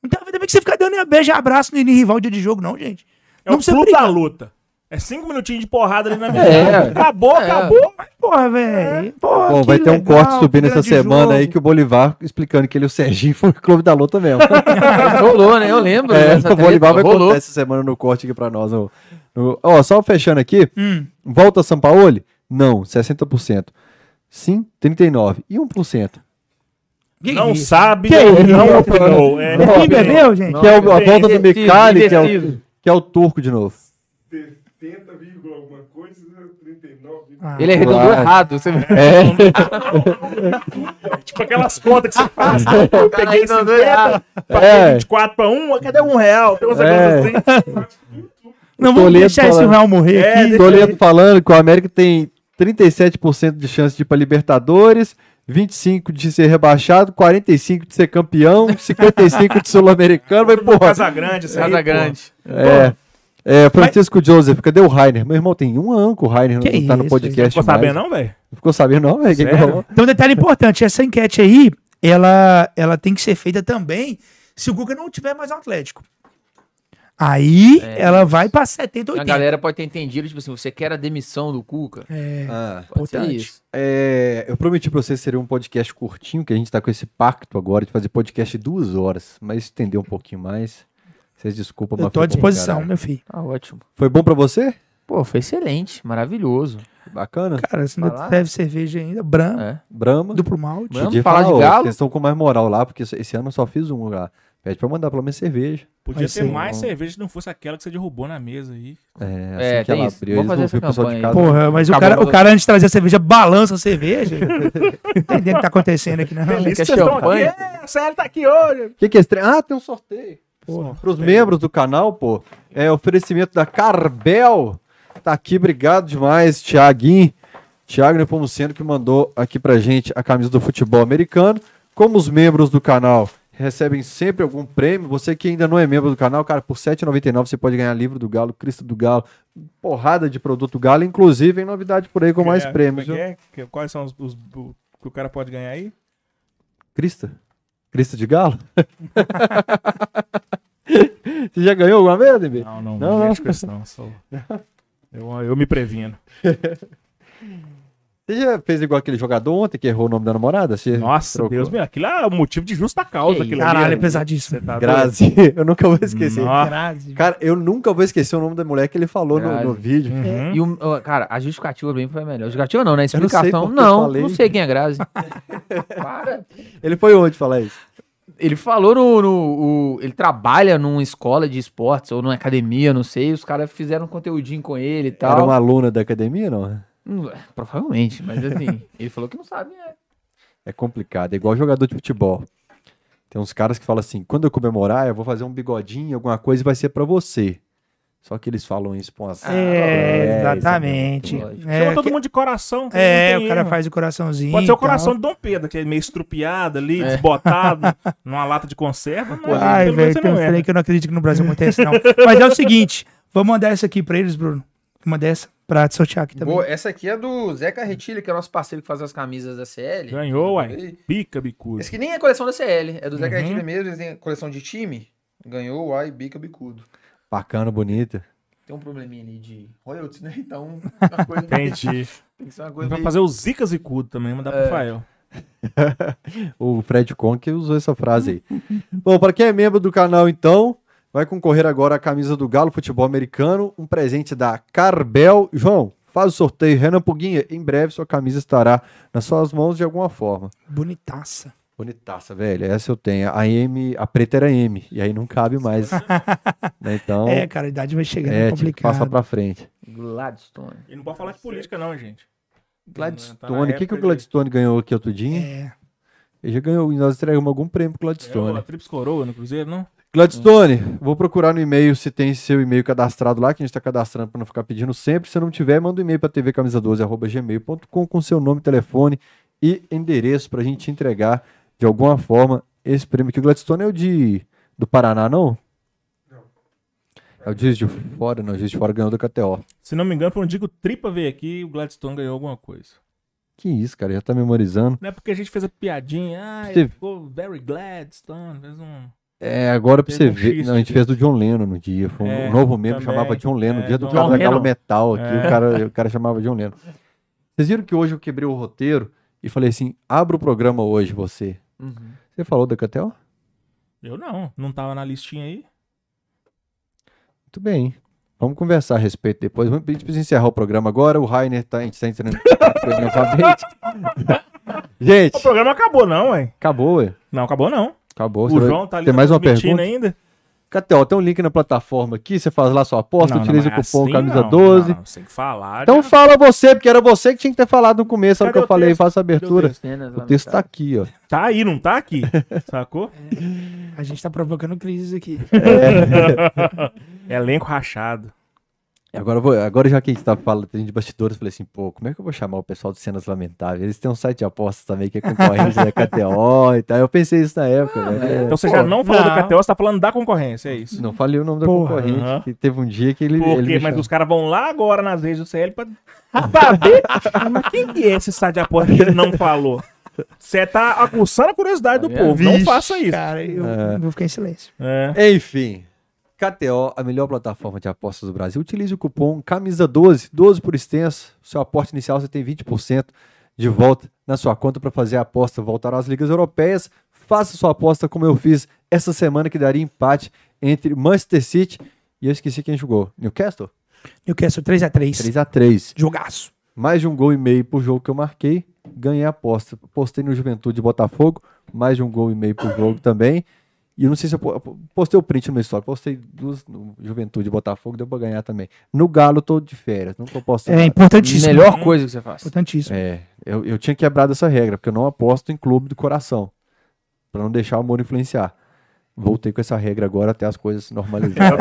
Speaker 4: Não tem a ver também que você ficar dando um beijo e abraço no rival dia de jogo, não, gente.
Speaker 2: É
Speaker 4: não
Speaker 2: o
Speaker 4: precisa
Speaker 2: clube
Speaker 4: brigar.
Speaker 2: da luta. É cinco minutinhos de porrada ali na metade. Acabou,
Speaker 3: É.
Speaker 2: acabou.
Speaker 4: Mas, porra, velho. Porra,
Speaker 1: Bom,
Speaker 4: que
Speaker 1: vai ter um
Speaker 4: legal,
Speaker 1: corte subindo
Speaker 4: que
Speaker 1: essa
Speaker 4: grande
Speaker 1: semana aí
Speaker 4: jogo.
Speaker 1: que o Bolivar explicando que ele e o Serginho foi o clube da luta mesmo.
Speaker 3: Rolou, né? Eu lembro.
Speaker 1: É,
Speaker 3: dessa
Speaker 1: o Bolivar
Speaker 3: treta,
Speaker 1: vai contar essa semana no corte aqui pra nós. Ó, No- ó, só fechando aqui. Volta São Paulo? Não, 60%. Sim, 39%. E 1%.
Speaker 4: Que
Speaker 2: Não
Speaker 4: isso?
Speaker 2: sabe,
Speaker 1: Que isso?
Speaker 2: não opinou. É,
Speaker 4: Quem bebeu, gente?
Speaker 3: Não,
Speaker 1: que é o- a
Speaker 2: bem,
Speaker 1: volta do
Speaker 3: indeciso,
Speaker 1: Micali, que é, o,
Speaker 3: indeciso.
Speaker 1: que é o turco de novo.
Speaker 5: 70, vírgula alguma coisa, 39.
Speaker 4: Ah.
Speaker 3: Ele arredondou
Speaker 1: Claro.
Speaker 3: errado. Você...
Speaker 1: É,
Speaker 2: Tipo aquelas contas que você faz.
Speaker 3: O cara
Speaker 2: Peguei
Speaker 3: arredondou
Speaker 2: 50,
Speaker 3: errado.
Speaker 1: É.
Speaker 2: paguei 24 pra 1, cadê um real? Tem umas
Speaker 1: É.
Speaker 2: coisas assim.
Speaker 4: Não vamos
Speaker 1: Toledo
Speaker 4: deixar esse
Speaker 1: falando.
Speaker 4: Real morrer
Speaker 2: É,
Speaker 4: aqui.
Speaker 2: deixa-
Speaker 1: Toledo falando que o América tem 37% de chance de ir pra Libertadores, 25% de ser rebaixado, 45% de ser campeão, 55% de sul-americano.
Speaker 2: tipo,
Speaker 1: Mas, porra,
Speaker 2: Casa grande, assim.
Speaker 3: Casa grande.
Speaker 1: É. É, Francisco Joseph, cadê o Rainer? Meu irmão tem um ano que o Rainer não
Speaker 4: Que
Speaker 1: tá no
Speaker 4: isso,
Speaker 1: podcast.
Speaker 4: gente.
Speaker 2: Ficou
Speaker 1: mais.
Speaker 2: sabendo, não, velho?
Speaker 1: Não ficou sabendo, não, velho? O que que
Speaker 2: Sério?
Speaker 1: rolou?
Speaker 4: Então, um detalhe importante: essa enquete aí, ela, ela tem que ser feita também se o Guga não tiver mais no Atlético. Aí
Speaker 3: É.
Speaker 4: ela vai pra 70, 80.
Speaker 3: A galera pode ter entendido, tipo assim, você quer a demissão do Cuca?
Speaker 4: É,
Speaker 1: Ah,
Speaker 3: Pode ser
Speaker 4: Importante.
Speaker 3: isso.
Speaker 1: é, eu prometi pra vocês que seria um podcast curtinho, que a gente tá com esse pacto agora de fazer podcast de duas horas, mas estender um pouquinho mais. Vocês desculpam,
Speaker 4: eu
Speaker 1: mas
Speaker 4: tô à
Speaker 1: foi bom,
Speaker 4: disposição, né?
Speaker 1: caralho.
Speaker 4: meu filho.
Speaker 3: Tá ótimo.
Speaker 1: Foi bom pra você?
Speaker 3: Pô, foi excelente, maravilhoso.
Speaker 1: Bacana?
Speaker 4: Cara, você ainda
Speaker 3: Falar?
Speaker 4: deve cerveja ainda, branco,
Speaker 3: É.
Speaker 1: Brahma.
Speaker 4: duplo malte.
Speaker 3: Vamos
Speaker 1: Podia
Speaker 3: falar de
Speaker 1: ô,
Speaker 3: galo?
Speaker 1: Vocês estão com mais moral lá, porque esse- esse ano eu só fiz um lá. Pede pra mandar pelo menos cerveja.
Speaker 2: Podia
Speaker 4: Vai
Speaker 2: ter
Speaker 4: ser
Speaker 2: mais
Speaker 1: bom.
Speaker 2: cerveja se não fosse aquela que você derrubou na mesa aí.
Speaker 1: É, assim
Speaker 3: É,
Speaker 1: que ela
Speaker 3: tem isso.
Speaker 1: abriu,
Speaker 3: Vamos
Speaker 1: eles
Speaker 3: fazer
Speaker 1: não
Speaker 3: essa
Speaker 1: viram o pessoal de
Speaker 3: campanha
Speaker 1: casa.
Speaker 3: aí.
Speaker 4: Porra, mas o
Speaker 3: Acabou
Speaker 4: cara, o
Speaker 3: a-
Speaker 4: cara antes de trazer a cerveja balança a cerveja. Tá Entendendo o que tá acontecendo aqui, né?
Speaker 2: Delícia
Speaker 3: quer
Speaker 2: que vocês estão aqui.
Speaker 3: champanhe?
Speaker 2: É, o Célio tá aqui hoje.
Speaker 1: O que, que é esse trem? Ah, tem um sorteio.
Speaker 4: Porra.
Speaker 1: Para os membros do canal, pô, é oferecimento da Carbel. Tá aqui, obrigado demais, Thiaguinho. Thiago Nepomuceno que mandou aqui pra gente a camisa do futebol americano. Como os membros do canal recebem sempre algum prêmio, você que ainda não é membro do canal, cara, por R$ 7,99 você pode ganhar livro do Galo, Cristo do Galo, porrada de produto Galo, inclusive em novidade por aí com mais
Speaker 2: É,
Speaker 1: prêmios.
Speaker 2: como
Speaker 1: viu?
Speaker 2: é que é? Que- Quais são os, os- o que o cara pode ganhar aí?
Speaker 1: Cristo? Cristo de Galo? você já ganhou alguma vez, Demir?
Speaker 2: Não,
Speaker 1: Não,
Speaker 2: não, não,
Speaker 1: não.
Speaker 2: mexe com isso não. sou- Eu, eu me previno.
Speaker 1: Você já fez igual aquele jogador ontem que errou o nome da namorada? Você
Speaker 2: Nossa,
Speaker 1: trocou?
Speaker 2: Deus, meu, aquilo é o motivo de justa causa.
Speaker 3: Que
Speaker 2: Aquilo ali,
Speaker 4: Caralho, é
Speaker 2: né?
Speaker 4: pesadíssimo.
Speaker 2: Você tá doido?
Speaker 1: Grazi. Eu nunca vou esquecer.
Speaker 2: Nossa.
Speaker 4: Grazi.
Speaker 1: Cara, eu nunca vou esquecer o nome da mulher que ele falou no,
Speaker 3: Grazi.
Speaker 1: no vídeo.
Speaker 2: Uhum.
Speaker 3: E o, ó, cara, a justificativa pra mim foi a melhor. Justificativa não, né?
Speaker 1: não sei
Speaker 3: Explicação.
Speaker 1: por que Hum? eu
Speaker 3: Não,
Speaker 1: falei.
Speaker 3: não sei quem é Grazi. Para.
Speaker 1: Ele foi onde falar isso?
Speaker 3: Ele falou no, no- o- ele trabalha numa escola de esportes ou numa academia, não sei. Os caras fizeram um conteúdinho com ele e
Speaker 1: Era
Speaker 3: tal.
Speaker 1: uma aluna da academia, não?
Speaker 3: Hum, é, Provavelmente, mas assim, ele falou que não sabe. né?
Speaker 1: É complicado. É igual jogador de futebol. Tem uns caras que falam assim: quando eu comemorar, eu vou fazer um bigodinho, alguma coisa e vai ser pra você. Só que eles falam isso pra uma
Speaker 4: É,
Speaker 3: Ah.
Speaker 1: É,
Speaker 4: exatamente.
Speaker 3: isso é muito
Speaker 4: É,
Speaker 2: Chama todo
Speaker 4: que-
Speaker 2: mundo de coração. que
Speaker 4: é,
Speaker 2: não tem
Speaker 4: o cara
Speaker 2: erro.
Speaker 4: faz o coraçãozinho.
Speaker 2: Pode ser o
Speaker 4: e
Speaker 2: coração
Speaker 4: tal.
Speaker 2: de Dom Pedro, que é meio estrupiado ali,
Speaker 3: É.
Speaker 2: desbotado, numa lata de conserva. Mas
Speaker 4: Ai,
Speaker 2: pelo
Speaker 4: velho,
Speaker 2: menos você
Speaker 4: tem um
Speaker 2: não é.
Speaker 4: trem que eu não acredito que no Brasil acontece, não. Mas é o seguinte, vou mandar essa aqui pra eles, Bruno. Vou mandar essa pra te sortear aqui também.
Speaker 3: Boa, essa aqui é do Zé Carretilha, que é nosso parceiro que faz as camisas da CL.
Speaker 2: Ganhou, uai. Bica, bicudo.
Speaker 3: Esse aqui nem é coleção da CL, é do Zé
Speaker 2: Uhum.
Speaker 3: Carretilha mesmo, eles têm coleção de time. Ganhou, uai, bica, bicudo.
Speaker 1: Bacana, bonita.
Speaker 3: Tem um probleminha ali de royalties, né? Então, uma coisa
Speaker 1: é
Speaker 2: Entendi.
Speaker 3: tem que ser
Speaker 1: né?
Speaker 3: uma coisa
Speaker 2: Vai
Speaker 3: meio-
Speaker 2: fazer o Zica Zicudo também, mandar pro Rafael.
Speaker 1: O Fred Conk usou essa frase aí. Bom, para quem é membro do canal, então, vai concorrer agora a camisa do Galo Futebol Americano, um presente da Carbel. João, faz o sorteio. Renan Puguinha, em breve sua camisa estará nas suas mãos de alguma forma.
Speaker 4: Bonitaça.
Speaker 1: Bonitaça, velho. Essa eu tenho. A M, a preta era M, e aí não cabe mais. Né, Então,
Speaker 4: É,
Speaker 1: é,
Speaker 4: cara, a idade vai chegando é,
Speaker 1: é tive que passar
Speaker 4: complicado.
Speaker 1: pra frente.
Speaker 3: Gladstone.
Speaker 2: E não pode falar de política, não, gente. Tá
Speaker 1: Gladstone, o que, que o Gladstone ganhou aqui outro dia?
Speaker 4: É,
Speaker 1: Ele já ganhou, nós entregamos algum prêmio pro Gladstone.
Speaker 2: Gladstone? A Trips Coroa no Cruzeiro, não?
Speaker 1: Gladstone, vou procurar no e-mail se tem seu e-mail cadastrado lá, que a gente tá cadastrando pra não ficar pedindo sempre. Se não tiver, manda um e-mail pra tvcamisa12.gmail.com com seu nome, telefone e endereço pra gente entregar de alguma forma esse prêmio. Que o Gladstone é o de do Paraná, não? É o Giz de Fora, não. O Giz de Fora ganhou da KTO.
Speaker 2: Se não me engano, foi um dia que o Tripa veio aqui e o Gladstone ganhou alguma coisa.
Speaker 1: Que isso, cara, já tá memorizando.
Speaker 2: Não é porque a gente fez a piadinha. Ah, ele
Speaker 1: Steve.
Speaker 2: ficou very Gladstone. Fez um...
Speaker 1: É, agora pra
Speaker 2: Teve
Speaker 1: você
Speaker 2: um
Speaker 1: ver.
Speaker 2: xiste.
Speaker 1: Não, a gente fez do John Lennon no dia. Foi um
Speaker 2: É,
Speaker 1: novo membro
Speaker 2: também.
Speaker 1: chamava John Lennon.
Speaker 2: É,
Speaker 1: no dia do
Speaker 2: John
Speaker 1: cara da
Speaker 3: Lennon.
Speaker 1: Galo Metal aqui,
Speaker 2: É.
Speaker 1: o, cara, o cara chamava John Lennon. Vocês viram que hoje eu quebrei o roteiro e falei assim: abre o programa hoje, você.
Speaker 3: Uhum.
Speaker 1: Você falou da Catel?
Speaker 2: Eu não. Não tava na listinha aí.
Speaker 1: Muito bem. Vamos conversar a respeito depois. Vamos- A gente precisa encerrar o programa agora. O Rainer tá, a gente tá entrando em alfabeto.
Speaker 2: O
Speaker 1: Gente,
Speaker 2: programa acabou, não, hein?
Speaker 1: acabou, ué.
Speaker 2: Não, acabou não.
Speaker 1: Acabou. Você
Speaker 2: O
Speaker 1: vai-
Speaker 2: João tá ali
Speaker 1: Tem mais uma
Speaker 2: transmitindo
Speaker 1: pergunta?
Speaker 2: ainda.
Speaker 1: Catel, tem um link na plataforma aqui. Você faz lá sua aposta,
Speaker 2: Não, não,
Speaker 1: utiliza o
Speaker 2: mas
Speaker 1: cupom
Speaker 2: assim
Speaker 1: Camisa
Speaker 2: não,
Speaker 1: 12.
Speaker 2: não, você tem que falar.
Speaker 1: Então
Speaker 2: já-
Speaker 1: fala você, porque era você que tinha que ter falado no começo, era o que
Speaker 2: Cadê
Speaker 1: eu
Speaker 2: o
Speaker 1: falei,
Speaker 2: texto?
Speaker 1: faça a
Speaker 2: o
Speaker 1: abertura.
Speaker 2: texto?
Speaker 3: Cenas
Speaker 1: O texto tá aqui, ó.
Speaker 2: Tá aí, não tá aqui. Sacou?
Speaker 4: a gente tá provocando crises aqui.
Speaker 2: Elenco rachado.
Speaker 1: E Agora, eu vou, agora já que a gente tá falando de bastidores, eu falei assim, pô, como é que eu vou chamar o pessoal de cenas lamentáveis? Eles têm um site de apostas também que é concorrente da KTO e tal. Eu pensei isso na época, né?
Speaker 2: Então você já não falou
Speaker 4: não.
Speaker 2: do KTO, você tá falando da concorrência, é isso.
Speaker 1: Não falei o nome da
Speaker 4: Porra,
Speaker 1: concorrente,
Speaker 2: aham.
Speaker 1: que teve um dia que ele.
Speaker 2: Por
Speaker 1: ele
Speaker 2: quê?
Speaker 1: me
Speaker 2: Mas
Speaker 1: chamou.
Speaker 2: os caras vão lá agora nas redes do CL pra saber. Mas quem que é esse site de aposta que ele não falou? Você tá acusando a curiosidade do
Speaker 3: vendo?
Speaker 2: povo. Não faça isso.
Speaker 4: Tá Cara, eu vou ficar em silêncio.
Speaker 2: É.
Speaker 1: Enfim, KTO, a melhor plataforma de apostas do Brasil. Utilize o cupom CAMISA12, 12 por extenso. Seu aporte inicial você tem 20% de volta na sua conta para fazer a aposta, voltar às ligas europeias. Faça sua aposta como eu fiz essa semana que daria empate entre Manchester City e eu esqueci quem jogou. Newcastle?
Speaker 4: Newcastle 3x3.
Speaker 1: 3x3.
Speaker 4: Jogaço.
Speaker 1: Mais de um gol e meio por jogo que eu marquei, ganhei a aposta. Postei no Juventude e Botafogo, mais de um gol e meio por jogo também. E eu não sei se eu po- eu postei o print no meu story, postei duas no Juventude e Botafogo, deu pra ganhar também. No Galo eu tô de férias, não tô postando.
Speaker 4: É
Speaker 1: nada.
Speaker 4: importantíssimo.
Speaker 3: Melhor coisa que você faz.
Speaker 4: Importantíssimo.
Speaker 1: É, eu, eu tinha quebrado essa regra, porque eu não aposto em clube do coração, Pra não deixar o amor influenciar. Voltei com essa regra agora até as coisas se normalizarem.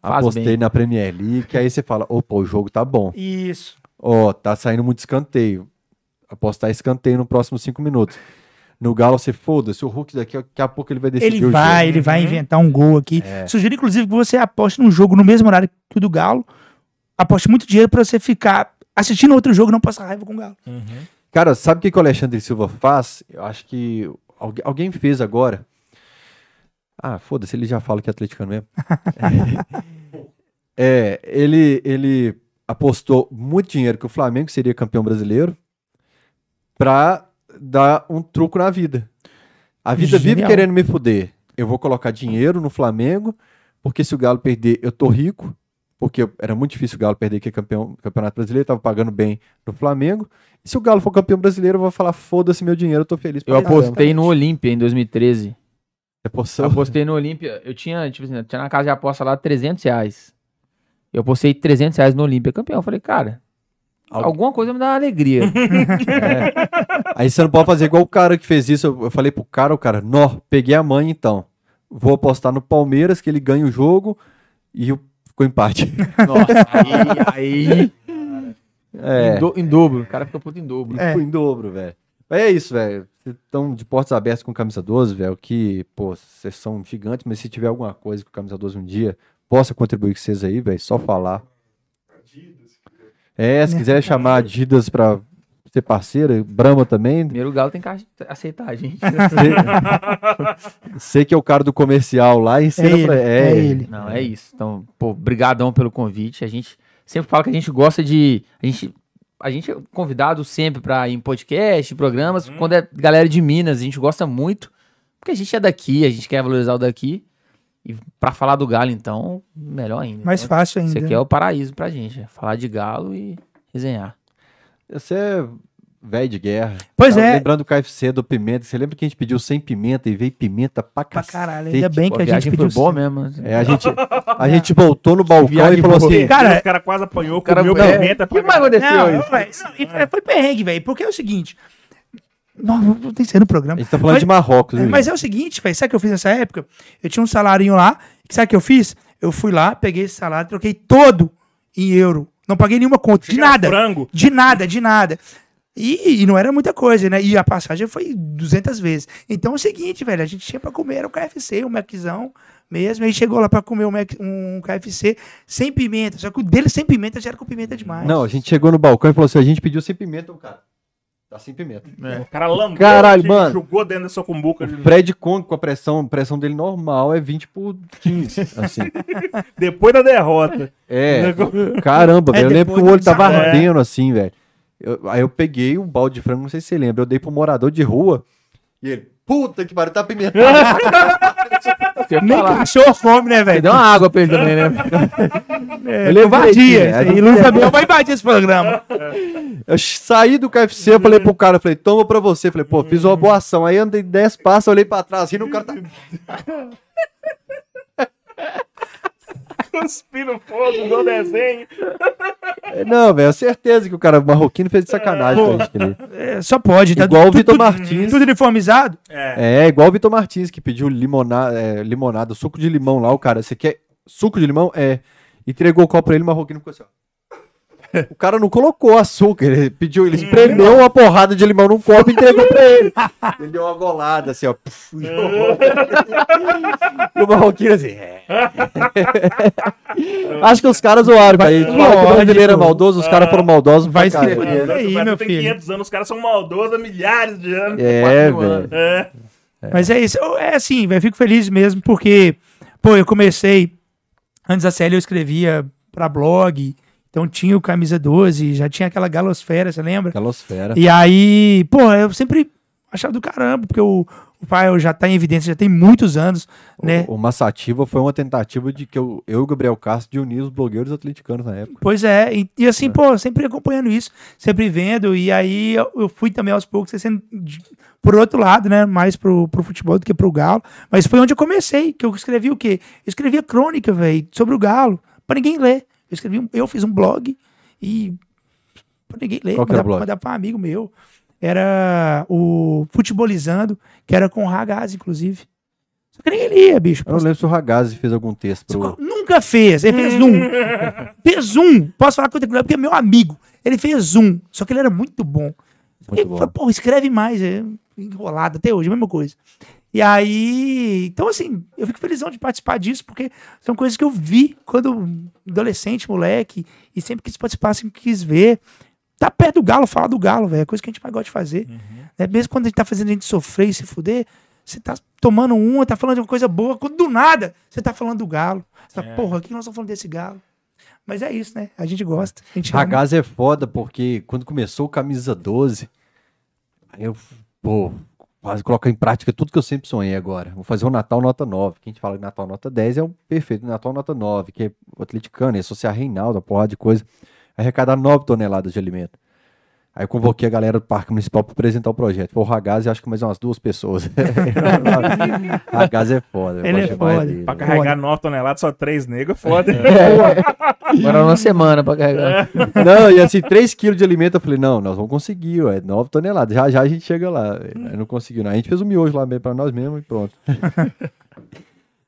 Speaker 1: Apostei
Speaker 3: bem.
Speaker 1: na Premier League, que aí você fala, opa, o jogo tá bom.
Speaker 4: Isso.
Speaker 1: Ó, tá saindo muito escanteio. Apostar escanteio no próximo cinco minutos. No Galo, você foda-se. O Hulk daqui a- daqui a pouco ele vai decidir
Speaker 4: Ele
Speaker 1: o
Speaker 4: vai,
Speaker 1: jogo.
Speaker 4: ele vai inventar um gol aqui. Sugiro, inclusive, que você aposte num jogo no mesmo horário que o do Galo. Aposte muito dinheiro pra você ficar assistindo outro jogo e não passar raiva com o Galo.
Speaker 2: Uhum.
Speaker 1: Cara, sabe o que, que o Alexandre Silva faz? Eu acho que algu- alguém fez agora. Ah, foda-se, ele já fala que é atleticano mesmo. é, ele, ele apostou muito dinheiro que o Flamengo seria campeão brasileiro pra dar um truco na vida. A vida vive
Speaker 4: Genial.
Speaker 1: querendo me fuder. Eu vou colocar dinheiro no Flamengo, porque se o Galo perder, eu tô rico. Porque eu- era muito difícil o Galo perder que é campeão, campeonato brasileiro, tava pagando bem no Flamengo. E se o Galo for campeão brasileiro, eu vou falar: foda-se meu dinheiro, eu tô feliz. pra É
Speaker 3: Eu
Speaker 1: caramba."
Speaker 3: apostei no Olímpia em 2013.
Speaker 1: Você
Speaker 3: Eu
Speaker 1: postou?
Speaker 3: apostei no Olímpia. Eu tinha, tipo assim, eu tinha na casa de aposta lá 300 reais. Eu apostei 300 reais no Olímpia campeão. Eu falei, cara,
Speaker 1: Al-
Speaker 3: alguma coisa me dá alegria.
Speaker 1: Aí você não pode fazer igual o cara que fez isso. Eu eu falei pro cara, o cara, nó, peguei a mãe então. Vou apostar no Palmeiras, que ele ganha o jogo e o- ficou empate.
Speaker 3: Nossa, aí. aí
Speaker 1: É,
Speaker 3: em, do- em dobro. O cara fica puto em dobro.
Speaker 4: É.
Speaker 1: ficou em dobro, velho. Mas É isso, velho. Vocês estão de portas abertas com camisa 12, velho. Que, pô, vocês são gigantes, mas se tiver alguma coisa que o camisa 12 um dia possa contribuir com vocês aí, velho, só falar.
Speaker 5: Adidas. que é
Speaker 1: É, se quiser chamar Adidas pra ser parceira, Brahma também.
Speaker 3: Primeiro o Galo tem que a- aceitar a gente.
Speaker 1: Sei- Sei que é o cara do comercial lá e ensina
Speaker 4: ele,
Speaker 1: pra
Speaker 4: é ele.
Speaker 3: Não, é isso. Então, pô, brigadão pelo convite. A gente sempre fala que a gente gosta de... A gente, a gente é convidado sempre pra ir em podcast, em programas.
Speaker 2: Uhum.
Speaker 3: Quando é galera de Minas, a gente gosta muito. Porque a gente é daqui, a gente quer valorizar o daqui. E pra falar do Galo, então, melhor ainda.
Speaker 4: Mais
Speaker 3: Então,
Speaker 4: fácil
Speaker 3: Isso
Speaker 4: ainda.
Speaker 3: aqui é o paraíso pra gente. é Falar de Galo e resenhar.
Speaker 1: Você é velho de guerra.
Speaker 4: Pois
Speaker 1: Tava
Speaker 4: é.
Speaker 1: Lembrando o KFC do pimenta. Você lembra que a gente pediu sem pimenta e veio pimenta pra
Speaker 4: Pra
Speaker 1: cacete?
Speaker 4: caralho, ainda bem
Speaker 3: Pô,
Speaker 4: que a gente
Speaker 3: viagem
Speaker 4: pediu.
Speaker 3: foi boa mesmo. né?
Speaker 1: É, a gente, a gente voltou no balcão
Speaker 3: Viagem
Speaker 1: e falou
Speaker 3: boa.
Speaker 1: assim...
Speaker 4: Cara,
Speaker 2: o cara quase apanhou,
Speaker 3: O cara
Speaker 2: comeu
Speaker 3: é,
Speaker 2: pimenta.
Speaker 3: O que
Speaker 2: pra
Speaker 3: mais aconteceu aí?
Speaker 4: Não, ué, não, e foi- foi perrengue, velho. Porque é o seguinte. Não, não tem que ser no
Speaker 1: A
Speaker 4: programa.
Speaker 1: gente tá falando
Speaker 4: Mas-
Speaker 1: de Marrocos,
Speaker 4: É,
Speaker 1: hein?
Speaker 4: Mas é o seguinte, velho, sabe o que eu fiz nessa época? Eu tinha um salarinho lá, que sabe o que eu fiz? Eu fui lá, peguei esse salário, troquei todo em euro. Não paguei nenhuma conta, de
Speaker 2: Tinha
Speaker 4: nada.
Speaker 2: Frango.
Speaker 4: De nada, de nada. E, e não era muita coisa, né? E a passagem foi 200 vezes. Então é o seguinte, velho, a gente tinha pra comer, era o KFC, o Maczão mesmo. Aí chegou lá pra comer um, Mac- um KFC sem pimenta. Só que o dele sem pimenta já era com pimenta demais.
Speaker 1: Não, a gente chegou no balcão e falou assim, a gente pediu sem pimenta, o cara. Tá sem pimenta.
Speaker 2: O cara lambou,
Speaker 1: Caralho,
Speaker 2: te
Speaker 1: mano.
Speaker 2: jogou dentro da sua cumbuca.
Speaker 1: O Fred Kong com a pressão, pressão dele normal é 20 por 15, assim.
Speaker 2: Depois da derrota.
Speaker 1: É, caramba,
Speaker 4: É,
Speaker 1: velho. Eu lembro que
Speaker 4: depois
Speaker 1: o olho
Speaker 4: do
Speaker 1: tava
Speaker 2: desabafo.
Speaker 1: ardendo, assim, velho. Eu- aí eu peguei um balde de frango, não sei se você lembra. Eu dei pro morador de rua e ele, puta que pariu, tá apimentado.
Speaker 3: Você ia
Speaker 4: Nem
Speaker 3: falar.
Speaker 4: cachorro fome, né,
Speaker 3: Você
Speaker 4: velho?
Speaker 3: deu uma água pra ele também, né?
Speaker 4: É,
Speaker 1: Eu lembrei aqui,
Speaker 4: covardia.
Speaker 1: né?
Speaker 4: isso
Speaker 1: A
Speaker 4: aí.
Speaker 1: gente
Speaker 4: Luiz
Speaker 1: pegou-
Speaker 4: Abel vai invadir esse programa.
Speaker 1: eu saí do KFC, eu falei pro cara, eu falei, toma pra você. Eu falei, pô, fiz uma boa ação. Aí andei 10 passos, olhei pra trás, rindo, o cara tá.
Speaker 2: Cuspindo fogo, no desenho.
Speaker 1: É, Não, velho, certeza que o cara marroquino fez de sacanagem pra gente. né? querer.
Speaker 4: É, só pode, tá?
Speaker 1: Igual o
Speaker 4: Tudo-
Speaker 1: Vitor
Speaker 4: tudo-
Speaker 1: Martins.
Speaker 4: Tudo uniformizado.
Speaker 2: É.
Speaker 1: É, igual o Vitor Martins que pediu limonada, é, limonada, suco de limão lá, o cara, você quer suco de limão? É. Entregou o copo pra ele, o marroquino ficou assim, ó. O cara não colocou açúcar, ele pediu,
Speaker 4: Hum.
Speaker 1: ele espremeu uma porrada de limão num copo e entregou pra ele. Ele deu uma golada assim, ó. puf, jogou. e o marroquino assim, é. Acho que os caras zoaram, cara. Eles falaram que o brasileiro é maldoso, os caras foram maldosos.
Speaker 4: Vai
Speaker 1: pra caralho.
Speaker 4: se fuder.
Speaker 2: Mas
Speaker 4: aí,
Speaker 2: não
Speaker 4: meu
Speaker 2: tem
Speaker 4: filho.
Speaker 2: 500 anos, os caras são maldosos há milhares de anos.
Speaker 1: É,
Speaker 3: Quatro mil anos.
Speaker 1: velho.
Speaker 2: É.
Speaker 4: Mas é isso. Eu- É assim, velho. Fico feliz mesmo, porque, pô, eu comecei. Antes da série eu escrevia pra blog. Então tinha o Camisa 12, já tinha aquela galosfera, você lembra?
Speaker 1: Galosfera.
Speaker 4: E aí, pô, eu sempre achava do caramba, porque o, o pai já tá em evidência, já tem muitos anos, né?
Speaker 1: O Massativa foi uma tentativa de que eu, eu e o Gabriel Castro de unir os blogueiros atleticanos na época.
Speaker 4: Pois é, e, e assim, pô, sempre acompanhando isso, sempre vendo, e aí eu, eu fui também aos poucos crescendo de- por outro lado, né, mais pro, pro futebol do que pro Galo, mas foi onde eu comecei, que eu escrevi o quê? Eu escrevia crônica, velho, sobre o Galo, pra ninguém ler, eu escrevi, um- eu fiz um blog e pra ninguém ler,
Speaker 1: Qual que era o
Speaker 4: mandar-
Speaker 1: blog?
Speaker 4: mandar pra um amigo meu, era o Futebolizando, que era com o Ragaz, inclusive, só que ninguém lia, bicho,
Speaker 1: Eu não lembro se o Ragazzi fez algum texto
Speaker 4: você
Speaker 1: pro.
Speaker 4: co- Nunca fez. Ele fez um. fez um. Posso falar com tranquilidade, porque é meu amigo. Ele fez um. Só que ele era muito bom.
Speaker 1: Muito
Speaker 4: ele
Speaker 1: bom.
Speaker 4: falou, pô, escreve mais. É enrolado até hoje, é a mesma coisa. E aí. Então, assim, eu fico felizão de participar disso, porque são coisas que eu vi quando adolescente, moleque, e sempre quis participar, sempre quis ver. Tá perto do galo, falar do galo, velho. É a coisa que a gente mais gosta de fazer. Né? Mesmo quando a gente tá fazendo a gente sofrer e se fuder, você tá tomando uma, tá falando de uma coisa boa, quando do nada você tá falando do galo. Você tá, porra, o que nós estamos falando desse galo? Mas é isso, né? A gente gosta. A gente ama.
Speaker 1: Ragazzi é foda, porque quando começou o camisa 12, aí eu, pô, quase colocar em prática tudo que eu sempre sonhei agora. Vou fazer um Natal nota 9. Que a gente fala que Natal nota 10 é um perfeito Natal nota 9, que é o atleticano, ia associar Reinaldo, a porrada de coisa. Arrecadar 9 toneladas de alimento. Aí eu convoquei a galera do Parque Municipal para apresentar o projeto. Foi o Ragazzi, acho que mais umas duas pessoas. Ragazzi é foda. eu
Speaker 4: Ele
Speaker 1: gosto
Speaker 4: é
Speaker 1: demais
Speaker 4: foda.
Speaker 1: dele.
Speaker 2: Pra carregar 9 toneladas, só 3 negros, foda.
Speaker 3: Agora uma semana pra carregar.
Speaker 1: Não, e assim, 3 quilos de alimento, eu falei, não, nós vamos conseguir, ué, 9 toneladas, já já a gente chega lá. Aí não conseguiu, não. A gente fez um miojo lá mesmo pra nós mesmo e pronto.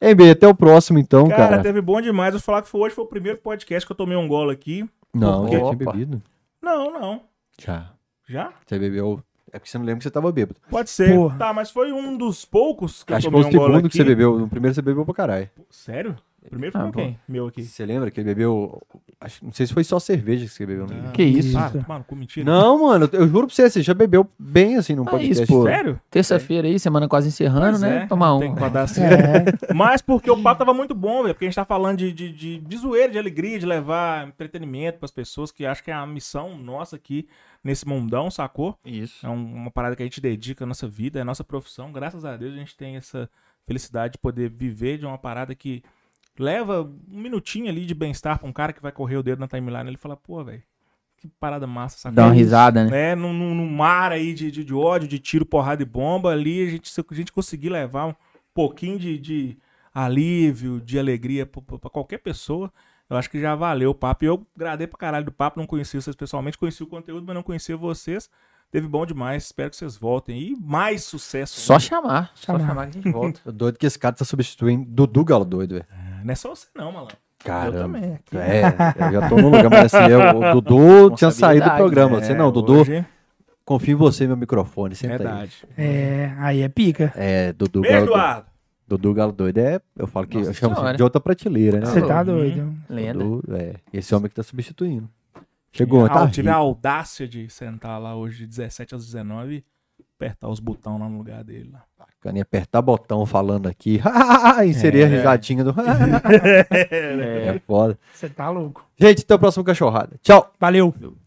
Speaker 1: Ei, B, até o próximo então,
Speaker 2: Cara,
Speaker 1: cara.
Speaker 2: teve bom demais. Eu vou falar que foi hoje foi o primeiro podcast que eu tomei um golo aqui.
Speaker 1: Não, já tinha
Speaker 3: Opa.
Speaker 1: bebido.
Speaker 2: Não, não.
Speaker 4: É.
Speaker 1: Já.
Speaker 2: Já?
Speaker 1: Você bebeu... É porque você não lembra que você tava bêbado.
Speaker 2: Pode ser.
Speaker 4: Porra.
Speaker 2: Tá, mas foi um dos poucos que
Speaker 1: Acho
Speaker 2: eu
Speaker 1: que foi
Speaker 2: tomei
Speaker 1: o
Speaker 2: um golo
Speaker 1: segundo
Speaker 2: aqui.
Speaker 1: que você bebeu. No primeiro você bebeu pra caralho.
Speaker 2: Sério? Primeiro foi
Speaker 3: Ah,
Speaker 2: com
Speaker 3: pô.
Speaker 2: quem? Meu aqui.
Speaker 1: Você lembra que ele bebeu. Acho, não sei se foi só cerveja que você bebeu. Não,
Speaker 3: Que isso?
Speaker 2: Ah, mano, com mentira.
Speaker 1: não mano, eu juro pra você, você já bebeu bem assim num
Speaker 3: Ah,
Speaker 1: podcast.
Speaker 3: isso, pô.
Speaker 2: Sério?
Speaker 3: Terça-feira aí, semana quase encerrando,
Speaker 2: Pois
Speaker 3: né?
Speaker 2: é,
Speaker 3: Tomar
Speaker 2: não tem
Speaker 3: um.
Speaker 2: como dar assim.
Speaker 4: É,
Speaker 2: Mas porque o papo tava muito bom, velho. Porque a gente tá falando de, de, de, de zoeira, de alegria, de levar entretenimento pras pessoas, que acho que é a missão nossa aqui nesse mundão, sacou?
Speaker 3: Isso.
Speaker 2: É um- uma parada que a gente dedica à nossa vida, à nossa profissão. Graças a Deus a gente tem essa felicidade de poder viver de uma parada que leva um minutinho ali de bem-estar pra um cara que vai correr o dedo na timeline. Ele fala, pô, velho, que parada massa, sacou?
Speaker 3: Dá uma risada, né?
Speaker 2: né? Num, num- num mar aí de, de, de ódio, de tiro, porrada e bomba, ali a gente, se a gente conseguir levar um pouquinho de, de alívio, de alegria pra- pra pra qualquer pessoa, eu acho que já valeu o papo. E eu gradei pra caralho do papo, não conhecia vocês pessoalmente, conheci o conteúdo, mas não conhecia vocês. Teve bom demais, espero que vocês voltem. E mais sucesso.
Speaker 3: Só
Speaker 2: ainda.
Speaker 3: chamar. Só
Speaker 4: Chamar.
Speaker 3: chamar que a gente volta.
Speaker 1: Tô doido que esse cara tá substituindo Dudu Galo doido, velho.
Speaker 2: Não é só você não, malandro.
Speaker 1: Caramba.
Speaker 4: também, aqui.
Speaker 1: É, eu já tô no lugar, mas assim, eu- o Dudu tinha saído do programa. Assim, não, Dudu,
Speaker 2: né? É, hoje,
Speaker 1: confio em você, meu microfone. Senta aí.
Speaker 2: verdade.
Speaker 4: É, aí é pica.
Speaker 1: É, Dudu
Speaker 2: Beijo,
Speaker 1: Galo doido.
Speaker 2: Eduardo.
Speaker 1: Dudu Galo doido é. Eu falo que
Speaker 3: Nossa
Speaker 1: eu chamo
Speaker 3: Senhora.
Speaker 1: de outra prateleira, né?
Speaker 4: Você
Speaker 1: velho?
Speaker 4: tá
Speaker 2: Uhum.
Speaker 4: doido.
Speaker 3: Lenda.
Speaker 1: Dudu, é, esse homem que tá substituindo. Chegou,
Speaker 2: Ah,
Speaker 1: tá?
Speaker 2: eu tive a
Speaker 1: rico.
Speaker 2: audácia de sentar lá hoje de 17 às 19 e apertar os botões lá no lugar dele. Lá.
Speaker 1: Bacana, e apertar botão falando aqui. Inserir a risadinha do. é foda.
Speaker 4: Você tá louco.
Speaker 1: Gente, até o próximo cachorrada. Tchau.
Speaker 4: Valeu.
Speaker 3: Valeu.